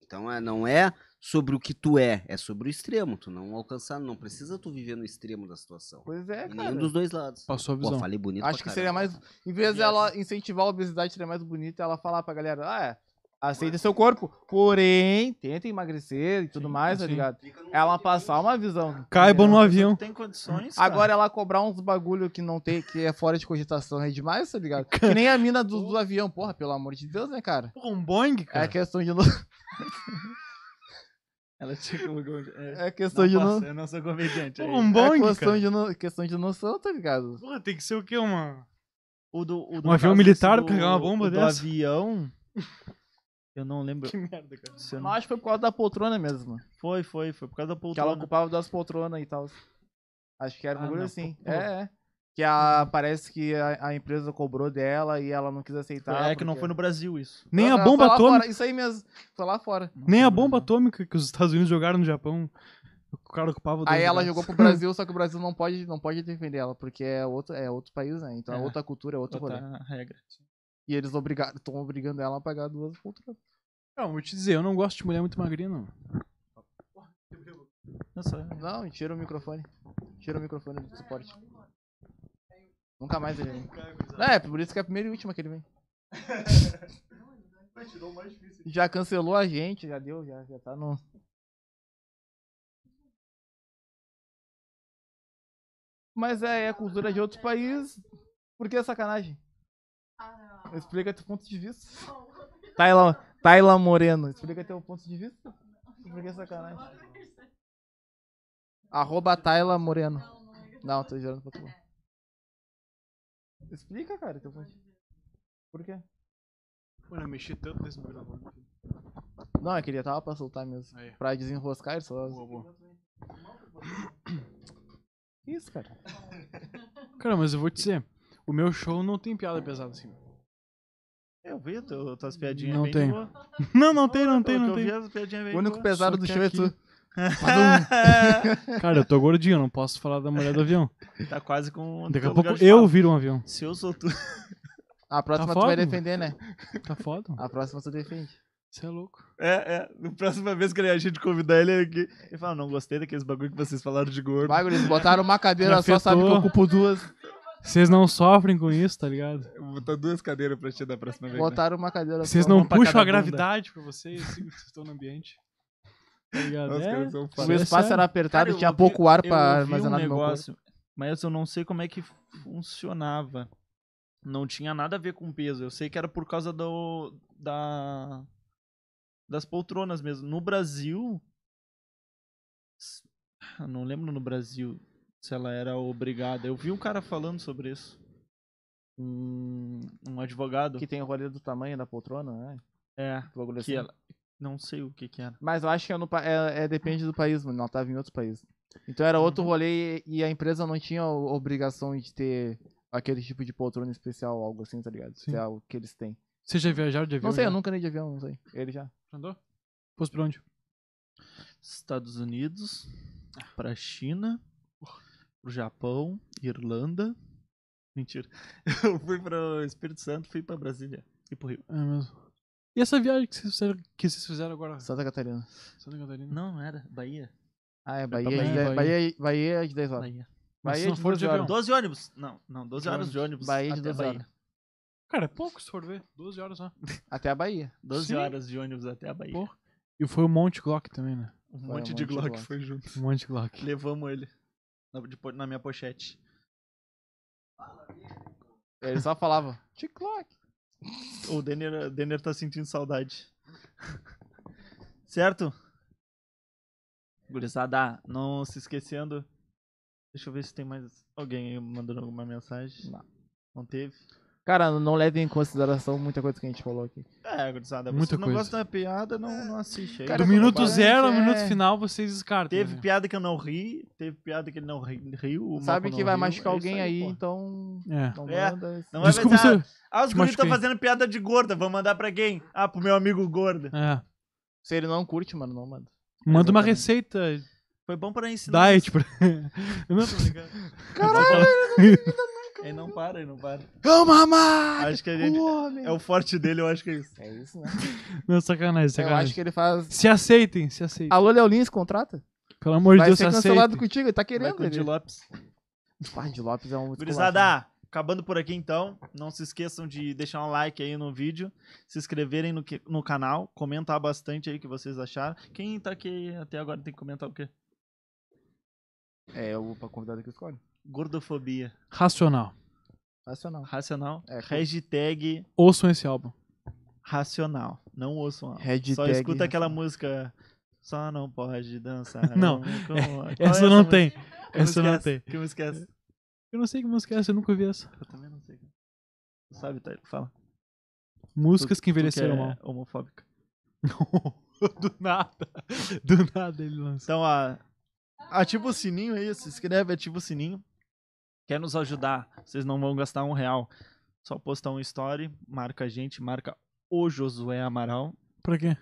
Speaker 4: Então é, não é sobre o que tu é, é sobre o extremo. Tu não alcançar, não precisa tu viver no extremo da situação.
Speaker 2: Pois é,
Speaker 4: Em
Speaker 2: cara.
Speaker 4: Nenhum dos dois lados.
Speaker 3: Passou a
Speaker 4: Pô,
Speaker 3: visão.
Speaker 4: falei bonito
Speaker 2: Acho que
Speaker 4: pra
Speaker 2: seria mais.
Speaker 4: caramba.
Speaker 2: Em vez dela incentivar a obesidade, seria mais bonito ela falar pra galera: ah, é, aceita seu corpo, porém, tenta emagrecer e tudo mais, tá
Speaker 3: sim.
Speaker 2: ligado?
Speaker 6: Fica num
Speaker 2: Ela
Speaker 6: sentimento.
Speaker 2: passar uma visão.
Speaker 3: Caibam no avião.
Speaker 1: Tem condições. cara.
Speaker 2: Agora ela cobrar uns bagulho que não tem, que é fora de cogitação, é demais, tá ligado? Que nem a mina do, do avião,
Speaker 3: É.
Speaker 2: porra, pelo amor de Deus, né, cara?
Speaker 3: Porra, um boing,
Speaker 2: É
Speaker 3: cara.
Speaker 2: questão de.
Speaker 1: Ela tinha que. É,
Speaker 2: É questão de
Speaker 1: não
Speaker 2: no...
Speaker 1: posso, Eu não sou comediante. aí.
Speaker 3: Um bong,
Speaker 2: é questão
Speaker 3: cara.
Speaker 2: de, no... questão de noção, tá ligado?
Speaker 3: Porra, tem que ser o quê, uma...
Speaker 1: O do, o do
Speaker 3: Um avião
Speaker 1: caso
Speaker 3: militar
Speaker 1: do-
Speaker 3: pra carregar uma bomba
Speaker 1: o do
Speaker 3: dessa?
Speaker 1: avião. Eu não lembro.
Speaker 3: Que merda, cara.
Speaker 1: se eu não-
Speaker 2: Mas acho que foi por causa da poltrona mesmo.
Speaker 1: Foi, foi, foi por causa da
Speaker 2: Que ela
Speaker 1: poltrona. É
Speaker 2: ocupava duas poltronas e tal. Acho que era um
Speaker 1: Ah,
Speaker 2: bagulho
Speaker 1: não,
Speaker 2: assim.
Speaker 1: pô, uhum. pô.
Speaker 2: É, é. Que a, parece que a, a empresa cobrou dela e ela não quis aceitar.
Speaker 1: é que não
Speaker 2: porque-
Speaker 1: foi no Brasil isso.
Speaker 3: Nem a
Speaker 2: Ah,
Speaker 3: bomba
Speaker 2: foi lá
Speaker 3: atômica.
Speaker 2: fora, Isso aí mesmo. Foi lá fora.
Speaker 3: Nem a
Speaker 1: Não,
Speaker 3: bomba
Speaker 1: não.
Speaker 3: atômica que os Estados Unidos jogaram no Japão. O cara ocupava dois
Speaker 2: Aí ela
Speaker 3: lugares.
Speaker 2: jogou pro Brasil, só que o Brasil não pode, não pode defender ela, porque é outro, é outro país, né? Então é,
Speaker 1: É.
Speaker 2: outra cultura, é outro rolê.
Speaker 1: Botar Tá, a regra.
Speaker 2: E eles obrigaram, estão obrigando ela a pagar duas poltronas.
Speaker 3: Não, vou te dizer, eu não gosto de mulher muito magrinha, não.
Speaker 1: Não sei.
Speaker 2: Não, tira o microfone. Tira o microfone do suporte. Nunca mais ele vem. É, por isso que é a primeira e última que ele vem.
Speaker 7: Tirou o mais difícil.
Speaker 2: Já cancelou a gente, já deu, já, já tá no. Mas é, é a cultura de outro país. Por que sacanagem? Explica teu ponto de vista. Taila, Taila Moreno, explica teu ponto de vista. Por que sacanagem? Arroba Taila Moreno. Não, é. tô gerando pra tu. Explica, cara, teu ponto de vista. Por quê?
Speaker 3: Mano, eu mexi tanto nesse microfone.
Speaker 2: Não, é que ele tava pra soltar mesmo.
Speaker 3: Aí.
Speaker 2: Pra desenroscar, ele só.
Speaker 3: Boa, boa.
Speaker 2: Que isso, cara?
Speaker 3: Cara, mas eu vou te dizer, o meu show não tem piada pesada assim.
Speaker 1: Eu vi tu, tuas piadinhas
Speaker 3: Não
Speaker 1: bem
Speaker 3: tem.
Speaker 1: de boa.
Speaker 3: Não, não tem, não
Speaker 1: Eu-
Speaker 3: tem,
Speaker 1: eu
Speaker 3: não
Speaker 1: vi
Speaker 3: tem.
Speaker 1: as piadinhas bem
Speaker 2: O único
Speaker 1: de boa.
Speaker 2: pesado
Speaker 3: só
Speaker 2: do
Speaker 3: que
Speaker 2: show é tu.
Speaker 3: aqui- É. Cara, eu tô gordinho, eu não posso falar da mulher do avião.
Speaker 1: Tá quase com.
Speaker 3: Daqui
Speaker 1: teu
Speaker 3: a
Speaker 1: lugar
Speaker 3: pouco
Speaker 1: de
Speaker 3: eu
Speaker 1: fala.
Speaker 3: viro um avião.
Speaker 1: Se eu sou tu.
Speaker 2: A próxima tu
Speaker 3: foda,
Speaker 2: vai
Speaker 3: mano.
Speaker 2: defender, né?
Speaker 3: Tá foda?
Speaker 2: A próxima tu defende.
Speaker 3: Você é louco.
Speaker 1: É, é. Na próxima vez que ele- a gente convidar ele aqui, ele fala: Não gostei daqueles bagulho que vocês falaram de gordo.
Speaker 2: Bagulho, eles botaram uma cadeira
Speaker 3: Me
Speaker 2: só, sabe que eu
Speaker 3: afetou.
Speaker 2: ocupo duas.
Speaker 1: Tá
Speaker 3: Vocês não sofrem com isso, tá ligado?
Speaker 1: Eu Vou botar duas cadeiras pra ti da próxima vez. Né?
Speaker 2: Botaram uma cadeira
Speaker 3: Vocês
Speaker 2: só.
Speaker 3: não
Speaker 1: uma pra
Speaker 3: puxam
Speaker 1: cada
Speaker 3: a
Speaker 1: bunda.
Speaker 3: gravidade pra vocês, assim, que vocês estão no ambiente. Tá ligado?
Speaker 1: Nossa,
Speaker 3: É,
Speaker 1: cara, são
Speaker 2: O
Speaker 1: foda.
Speaker 2: espaço era apertado,
Speaker 1: Cara, eu
Speaker 2: tinha
Speaker 1: ouvi-
Speaker 2: pouco ar
Speaker 1: Eu
Speaker 2: pra
Speaker 1: ouvi
Speaker 2: armazenar
Speaker 1: um
Speaker 2: no meu corpo.
Speaker 1: negócio, mas eu não sei como é que funcionava. Não tinha nada a ver com peso. Eu sei que era por causa do da das poltronas mesmo. No Brasil, s- eu não lembro no Brasil se ela era obrigada. Eu vi um cara falando sobre isso. Um, um advogado.
Speaker 2: Hum, Que tem o rolê do tamanho da poltrona, né?
Speaker 1: é,
Speaker 2: Que bagulho
Speaker 1: que
Speaker 2: assim.
Speaker 1: ela não sei o que que era.
Speaker 2: Mas eu acho que é, no pa- é- é- depende do país, mano. Ela tava em outro país. Então era
Speaker 1: Uhum.
Speaker 2: outro rolê e, e a empresa não tinha o- obrigação de ter aquele tipo de poltrona especial, algo assim, tá ligado? Se
Speaker 3: Sim.
Speaker 2: é o que eles têm.
Speaker 3: Vocês já viajaram de avião?
Speaker 1: um
Speaker 2: Não sei,
Speaker 3: já?
Speaker 2: eu nunca nem de avião, não sei. Ele já.
Speaker 1: Uhum.
Speaker 3: Andou? Fosse pra onde?
Speaker 1: Estados Unidos, pra China, pro Japão, Irlanda. Mentira. Eu fui para Espírito Santo, fui pra Brasília e pro Rio.
Speaker 3: É mesmo. E essa viagem que vocês fizeram, que vocês fizeram agora?
Speaker 2: Santa Catarina.
Speaker 3: Santa Catarina?
Speaker 1: Não, era Bahia.
Speaker 2: Ah, é
Speaker 1: pra
Speaker 2: Bahia, de
Speaker 1: Bahia.
Speaker 2: dez- Bahia, Bahia é de 10 horas.
Speaker 1: Bahia.
Speaker 3: Mas se
Speaker 2: Bahia
Speaker 3: não
Speaker 2: de
Speaker 3: for
Speaker 2: 12
Speaker 3: de
Speaker 2: horas.
Speaker 3: avião.
Speaker 1: 12 ônibus. Não, não, 12 horas de ônibus.
Speaker 2: Bahia de
Speaker 1: até
Speaker 2: 12 horas.
Speaker 3: Cara, é pouco se for ver. 12 horas né? lá.
Speaker 2: Até a Bahia.
Speaker 1: 12
Speaker 3: Sim.
Speaker 1: horas de ônibus até a Bahia.
Speaker 3: Porra. E foi o Monte Glock também, né?
Speaker 1: Um
Speaker 2: Foi,
Speaker 1: monte
Speaker 2: um
Speaker 1: de
Speaker 2: monte de
Speaker 1: Glock
Speaker 2: Glock.
Speaker 1: foi junto.
Speaker 3: O Monte Glock.
Speaker 1: Levamos ele na, de po- na minha pochete.
Speaker 2: Ele só falava, tic-clock.
Speaker 1: O Denner, Denner tá sentindo saudade. Certo? Gurizada, não se esquecendo. Deixa eu ver se tem mais alguém aí mandando alguma mensagem.
Speaker 2: Não.
Speaker 1: Não teve?
Speaker 2: Cara, não levem em consideração muita coisa que a gente falou aqui.
Speaker 1: É, gurizada, você
Speaker 3: Muita
Speaker 1: não
Speaker 3: coisa.
Speaker 1: gosta da piada, não, não assiste. aí.
Speaker 2: É. Cara,
Speaker 3: Do
Speaker 2: quando
Speaker 3: minuto
Speaker 2: para,
Speaker 3: zero ao
Speaker 2: é-
Speaker 3: minuto final, vocês descartam.
Speaker 1: Teve
Speaker 3: né?
Speaker 1: piada que eu não ri, teve piada que ele não ri, riu. o
Speaker 2: Sabe
Speaker 1: Malcolm
Speaker 2: que
Speaker 1: não
Speaker 2: vai
Speaker 1: riu,
Speaker 2: machucar
Speaker 1: é isso
Speaker 2: alguém aí,
Speaker 1: pô.
Speaker 2: então
Speaker 3: É.
Speaker 2: não
Speaker 1: É,
Speaker 2: manda. esse-
Speaker 1: não vai
Speaker 3: Desculpa
Speaker 1: pensar-
Speaker 3: se...
Speaker 1: Ah, os
Speaker 3: Te
Speaker 1: guris estão
Speaker 3: machuquei.
Speaker 1: fazendo piada de gorda, vou mandar pra quem? Ah, pro meu amigo gorda.
Speaker 3: É.
Speaker 2: Se ele não curte, mano, não manda.
Speaker 3: Manda uma
Speaker 2: Exatamente.
Speaker 3: receita
Speaker 1: Foi bom pra ensinar. né,
Speaker 3: diet pra... Eu não tô brincando.
Speaker 1: Ele não para, ele não para.
Speaker 2: Eu mamar!
Speaker 1: Acho que a gente... É o forte dele, eu acho que é isso.
Speaker 2: É isso, né?
Speaker 3: Não, sacanagem,
Speaker 2: Eu
Speaker 3: sacanagem.
Speaker 2: acho que ele faz...
Speaker 3: Se aceitem, se aceitem.
Speaker 2: Alô, Léo Lins, contrata?
Speaker 3: Pelo amor de
Speaker 2: vai
Speaker 3: Deus, se
Speaker 2: ser
Speaker 3: aceitem.
Speaker 2: cancelado contigo, ele tá querendo
Speaker 1: Michael D.
Speaker 2: ele.
Speaker 1: Lopes.
Speaker 2: Ah, de Lopes é um... esculacho, né?
Speaker 1: Gurizada, acabando por aqui então. Não se esqueçam de deixar um like aí no vídeo, se inscreverem no, que- no canal, comentar bastante aí o que vocês acharam. Quem tá aqui até agora tem que comentar o quê?
Speaker 2: É, o convidado que escolhe.
Speaker 1: Gordofobia.
Speaker 3: Racional.
Speaker 2: Racional.
Speaker 1: Racional.
Speaker 2: É, com-
Speaker 1: Hashtag
Speaker 3: Ouçam esse álbum.
Speaker 1: racional. Não ouçam. a-
Speaker 2: Hashtag
Speaker 1: Só escuta aquela música Só não pode dançar.
Speaker 3: Não,
Speaker 1: com- Qual é
Speaker 3: Essa não
Speaker 1: música?
Speaker 3: tem.
Speaker 1: Que música
Speaker 3: Essa
Speaker 1: é
Speaker 3: não tem.
Speaker 1: Que música é essa?
Speaker 3: Eu não sei que música é essa, eu nunca ouvi essa.
Speaker 1: Eu também não sei. Tu sabe, tá? Fala. Tu
Speaker 3: Músicas que
Speaker 1: que
Speaker 3: envelheceram
Speaker 1: é
Speaker 3: mal.
Speaker 1: homofóbica.
Speaker 3: Do nada. Do nada ele lança.
Speaker 1: Então, a... ativa o sininho aí, se inscreve, ativa o sininho. Quer nos ajudar? Vocês não vão gastar um real. Só postar um story, marca a gente, marca o Josué Amaral
Speaker 3: Pra quê?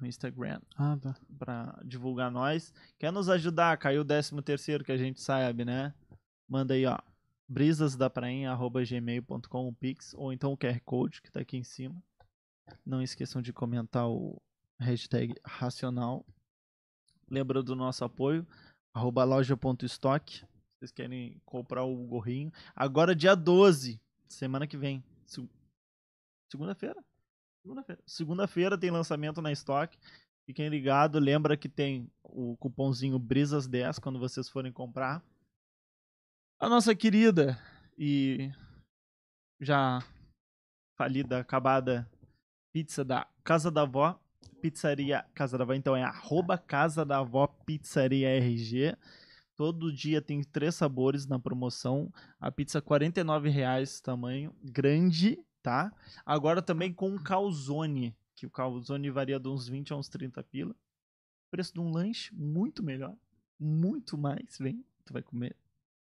Speaker 1: no Instagram
Speaker 3: Ah, tá.
Speaker 1: pra divulgar nós. Quer nos ajudar? Caiu o 13 terceiro que a gente sabe, né? Manda aí, ó. brisasdaprainha.gmail.com o Pix ou então o QR Code que tá aqui em cima. Não esqueçam de comentar o hashtag racional. Lembra do nosso apoio, arroba loja.stock. Vocês querem comprar o gorrinho. Agora dia 12, semana que vem. Se- Segunda-feira? Segunda-feira. Segunda-feira tem lançamento na Stock. Fiquem ligados. Lembra que tem o cupomzinho Brisas10 quando vocês forem comprar. A nossa querida e já falida, acabada pizza da Casa da Vó, Pizzaria Casa da Vó. Então é arroba Casa da Vó Pizzaria RG. Todo dia tem três sabores na promoção. A pizza R$ 49 reais, tamanho grande, tá? Agora também com um calzone, que o calzone varia de uns 20 a uns 30 pila. Preço de um lanche muito melhor, muito mais, vem, tu vai comer,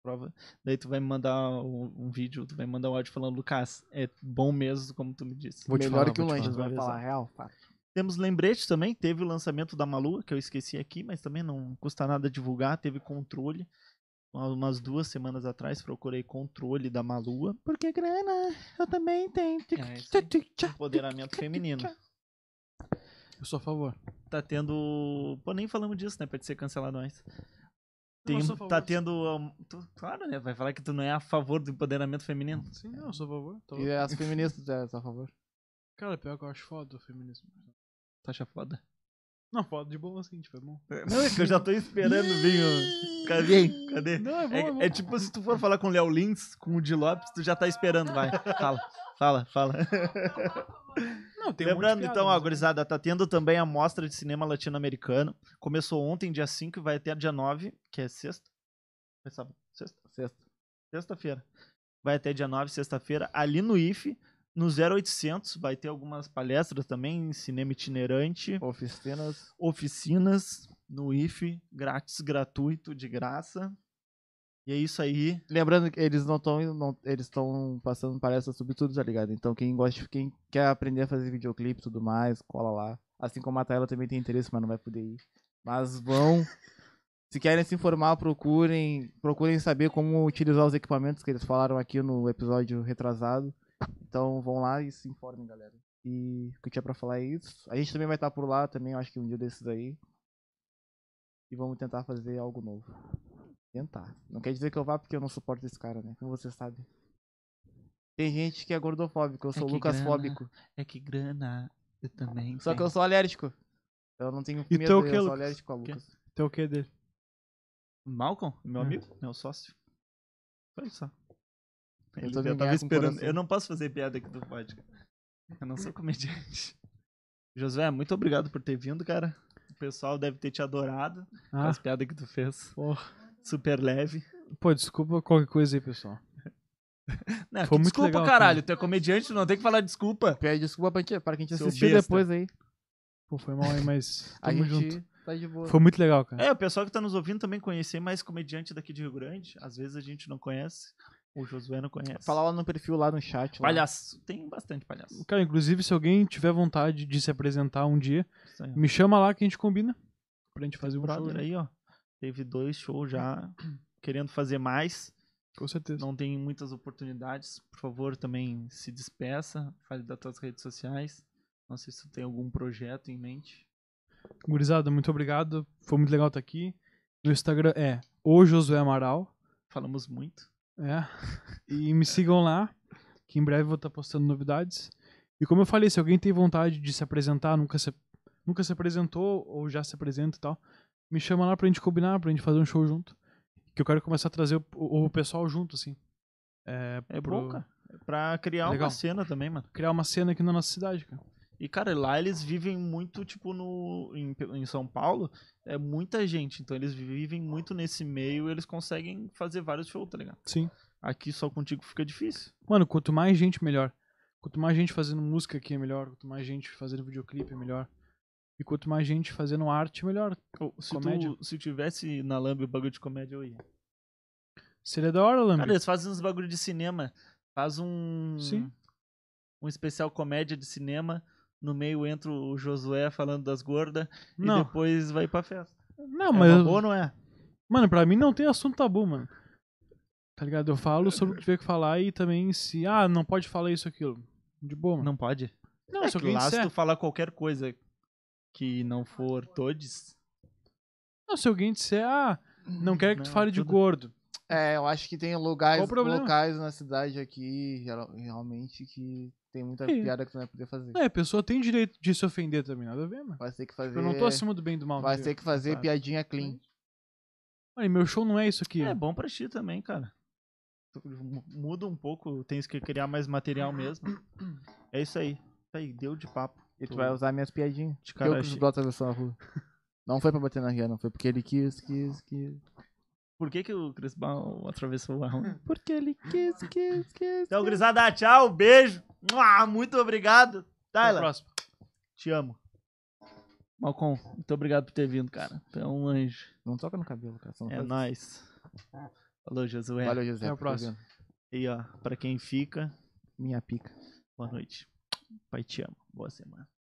Speaker 1: prova. Daí tu vai me mandar um, um vídeo, tu vai me mandar um áudio falando, Lucas, é bom mesmo como tu me disse.
Speaker 3: Vou te
Speaker 2: Melhor
Speaker 3: falar,
Speaker 2: que o
Speaker 3: vou te
Speaker 2: lanche,
Speaker 1: falar.
Speaker 2: vai falar real. tá fato.
Speaker 1: Temos lembrete também, teve o lançamento da Malu, que eu esqueci aqui, mas também não custa nada divulgar, teve controle. Há Umas duas semanas atrás procurei controle da Malua. Porque grana, eu também tenho. Empoderamento feminino.
Speaker 3: Eu sou a favor.
Speaker 1: Tá tendo. Pô, nem falamos disso, né? Pode ser cancelado nós. Tem,
Speaker 3: eu sou a favor.
Speaker 1: tá tendo. um, tu- claro, né? Vai falar que tu não é a favor do empoderamento feminino.
Speaker 3: Sim, não, eu sou a favor. Tô...
Speaker 2: E as feministas, é, a favor.
Speaker 3: Cara, pior que eu acho foda o feminismo.
Speaker 1: Tu acha foda?
Speaker 3: Não, foda de bom assim, tipo, é bom.
Speaker 1: Não, é que eu já tô esperando vir. o- Cadê? Cadê?
Speaker 3: Não, é bom, é, bom.
Speaker 1: É, é tipo se tu for falar com o Léo Lins, com o Di Lopes, tu já tá esperando, vai. Fala, fala, fala.
Speaker 3: Não, tem um monte de
Speaker 1: Lembrando,
Speaker 3: piada,
Speaker 1: então,
Speaker 3: mas
Speaker 1: ó,
Speaker 3: é bom.
Speaker 1: gurizada, tá tendo também a mostra de cinema latino-americano. Começou ontem, dia 5, e vai até dia 9, que é sexta. É sábado, sexta?
Speaker 2: Sexta.
Speaker 1: Sexta-feira. Vai até dia 9, sexta-feira, ali no IFE, no 0800. Vai ter algumas palestras também, cinema itinerante
Speaker 2: Oficinas.
Speaker 1: oficinas no IFE, grátis, gratuito, de graça. E é isso aí.
Speaker 2: Lembrando que eles não estão. eles estão passando palestras sobre tudo, tá ligado? Então quem gosta, quem quer aprender a fazer videoclipe e tudo mais, cola lá. Assim como a Tayla também tem interesse, mas não vai poder ir. Mas vão. Se querem se informar, procurem. Procurem saber como utilizar os equipamentos que eles falaram aqui no episódio retrasado. Então vão lá e se informem, galera. E o que eu tinha pra falar é isso. A gente também vai estar por lá também, eu acho que um dia desses aí. E vamos tentar fazer algo novo. Tentar. Não quer dizer que eu vá porque eu não suporto esse cara, né? Como você sabe. Tem gente que é gordofóbico,
Speaker 3: Ah,
Speaker 2: eu sou
Speaker 1: que
Speaker 2: lucasfóbico.
Speaker 1: É que grana, eu também.
Speaker 2: Só que eu sou alérgico. Eu não tenho
Speaker 3: E
Speaker 2: medo,
Speaker 3: tu é o
Speaker 2: eu
Speaker 3: quê,
Speaker 2: sou
Speaker 3: Lucas?
Speaker 2: alérgico a Lucas.
Speaker 3: Tem o que dele?
Speaker 1: Malcolm, meu
Speaker 3: É.
Speaker 1: amigo, meu sócio. Olha só.
Speaker 2: Eu
Speaker 1: Ele- Eu,
Speaker 2: também
Speaker 1: tava
Speaker 2: ganhar com
Speaker 1: esperando.
Speaker 3: assim.
Speaker 2: coração.
Speaker 1: Eu não posso fazer piada aqui do vodka. Eu não sou comediante. Josué, muito obrigado por ter vindo, cara. O pessoal deve ter te adorado com
Speaker 3: Ah,
Speaker 1: as piadas que tu fez.
Speaker 3: porra.
Speaker 1: Super leve.
Speaker 3: Pô, desculpa qualquer coisa aí, pessoal.
Speaker 1: Não,
Speaker 3: Foi
Speaker 1: que
Speaker 3: muito
Speaker 1: desculpa,
Speaker 3: legal, cara.
Speaker 1: caralho. Tu é comediante, tu não tem que falar desculpa.
Speaker 2: Pede desculpa pra, gente, pra quem te
Speaker 1: Seu
Speaker 2: assistiu
Speaker 1: besta.
Speaker 2: depois aí.
Speaker 3: Pô, foi mal aí, mas
Speaker 2: A
Speaker 3: tamo
Speaker 2: gente
Speaker 3: junto.
Speaker 2: tá de boa.
Speaker 3: Foi muito legal, cara.
Speaker 1: É, o pessoal que tá nos ouvindo também conhecer mais comediante daqui de Rio Grande. Às vezes a gente não conhece. O Josué não conhece.
Speaker 2: Fala lá no perfil, lá no chat. Lá.
Speaker 1: palhaço. Tem bastante palhaço.
Speaker 3: Cara, inclusive, se alguém tiver vontade de se apresentar um dia,
Speaker 1: Isso aí, ó.
Speaker 3: me chama lá que a gente combina. Pra gente fazer um show.
Speaker 1: brother
Speaker 3: né?
Speaker 1: aí, ó. Teve dois shows já. Querendo fazer mais.
Speaker 3: Com certeza.
Speaker 1: Não tem muitas oportunidades. Por favor, também se despeça. Fale das tuas redes sociais. Não sei se tu tem algum projeto em mente.
Speaker 3: Gurizada, muito obrigado. Foi muito legal estar aqui. Meu Instagram é o Josué Amaral.
Speaker 1: Falamos muito.
Speaker 3: É. E me sigam lá, que em breve eu vou estar postando novidades. E como eu falei, se alguém tem vontade de se apresentar, nunca se, nunca se apresentou ou já se apresenta e tal, me chama lá pra gente combinar, pra gente fazer um show junto. Que eu quero começar a trazer o, o- o pessoal junto, assim. É,
Speaker 1: É
Speaker 3: pro-
Speaker 1: bom, cara. É Pra criar
Speaker 3: Legal.
Speaker 1: uma cena também, mano.
Speaker 3: Criar uma cena aqui na nossa cidade, cara.
Speaker 1: E, cara, lá eles vivem muito, tipo, no em, em São Paulo, é muita gente. Então eles vivem muito nesse meio eles conseguem fazer vários shows, tá ligado?
Speaker 3: Sim.
Speaker 1: Aqui só contigo fica difícil.
Speaker 3: Mano, quanto mais gente, melhor. Quanto mais gente fazendo música aqui é melhor. Quanto mais gente fazendo videoclipe é melhor. E quanto mais gente fazendo arte, é melhor.
Speaker 1: Ou, Se,
Speaker 3: Comédia.
Speaker 1: tu, se tivesse na Lambe o bagulho de comédia, eu ia.
Speaker 3: Seria da hora, Lambi.
Speaker 1: Cara, eles fazem uns bagulho de cinema. Faz um.
Speaker 3: Sim.
Speaker 1: Um especial comédia de cinema. No meio entra o Josué falando das gordas. E
Speaker 3: Não.
Speaker 1: depois vai pra festa.
Speaker 3: Não,
Speaker 1: É
Speaker 3: mas.
Speaker 1: uma boa ou não é?
Speaker 3: Mano, pra mim não tem assunto tabu, mano. Tá ligado? Eu falo sobre o que tiver que falar e também se. Ah, não pode falar isso, aquilo. De boa, mano.
Speaker 1: Não pode.
Speaker 3: Não,
Speaker 1: é
Speaker 3: se
Speaker 1: que
Speaker 3: alguém
Speaker 1: lá, se
Speaker 3: disser.
Speaker 1: tu falar qualquer coisa que não for todes.
Speaker 3: Não, se alguém disser, ah, não quero que tu
Speaker 1: Não,
Speaker 3: fale de
Speaker 1: tudo-
Speaker 3: gordo.
Speaker 2: É, eu acho que tem
Speaker 3: Qual
Speaker 2: lugares,
Speaker 3: o problema?
Speaker 2: locais na cidade aqui, geral- realmente, que tem muita
Speaker 3: Sim.
Speaker 2: piada que tu não vai poder fazer.
Speaker 3: É, a pessoa tem direito de se ofender também, nada a ver, mano.
Speaker 2: Vai ter que fazer.
Speaker 3: Tipo, Eu não tô acima do bem e do mal.
Speaker 2: É. vai
Speaker 3: tá
Speaker 2: ter
Speaker 3: ligado?
Speaker 2: que fazer
Speaker 3: Sabe?
Speaker 2: piadinha clean.
Speaker 3: Mano, e meu show não é isso aqui.
Speaker 1: É bom pra ti também, cara. Tu mu- Muda um pouco, tens que criar mais material mesmo. É isso aí. Tá aí, deu de papo.
Speaker 2: E tu
Speaker 1: Tô-
Speaker 2: vai usar minhas piadinhas.
Speaker 1: De
Speaker 2: Que eu que
Speaker 1: Kardashian.
Speaker 2: estou atravessando a rua. Não foi pra bater na Rihanna, foi porque ele quis, quis, quis.
Speaker 1: Por que, que o Chris Brown atravessou a rua?
Speaker 2: Porque ele quis, quis, quis.
Speaker 1: Hum. Então, Grisada, tchau, beijo. Mua, Muito obrigado.
Speaker 3: Até a
Speaker 1: Tyler,
Speaker 3: próxima.
Speaker 1: te amo. Malcom, muito obrigado por ter vindo, cara. Tu é um anjo.
Speaker 2: Não toca no cabelo, cara. só não
Speaker 1: É
Speaker 2: faz isso.
Speaker 1: nóis. Falou, Josué.
Speaker 2: Valeu, José.
Speaker 3: Até
Speaker 2: por
Speaker 3: a
Speaker 2: ter
Speaker 3: próxima.
Speaker 2: vindo.
Speaker 1: E ó, pra quem fica,
Speaker 2: Minha pica.
Speaker 1: boa noite. Pai te ama. Boa semana.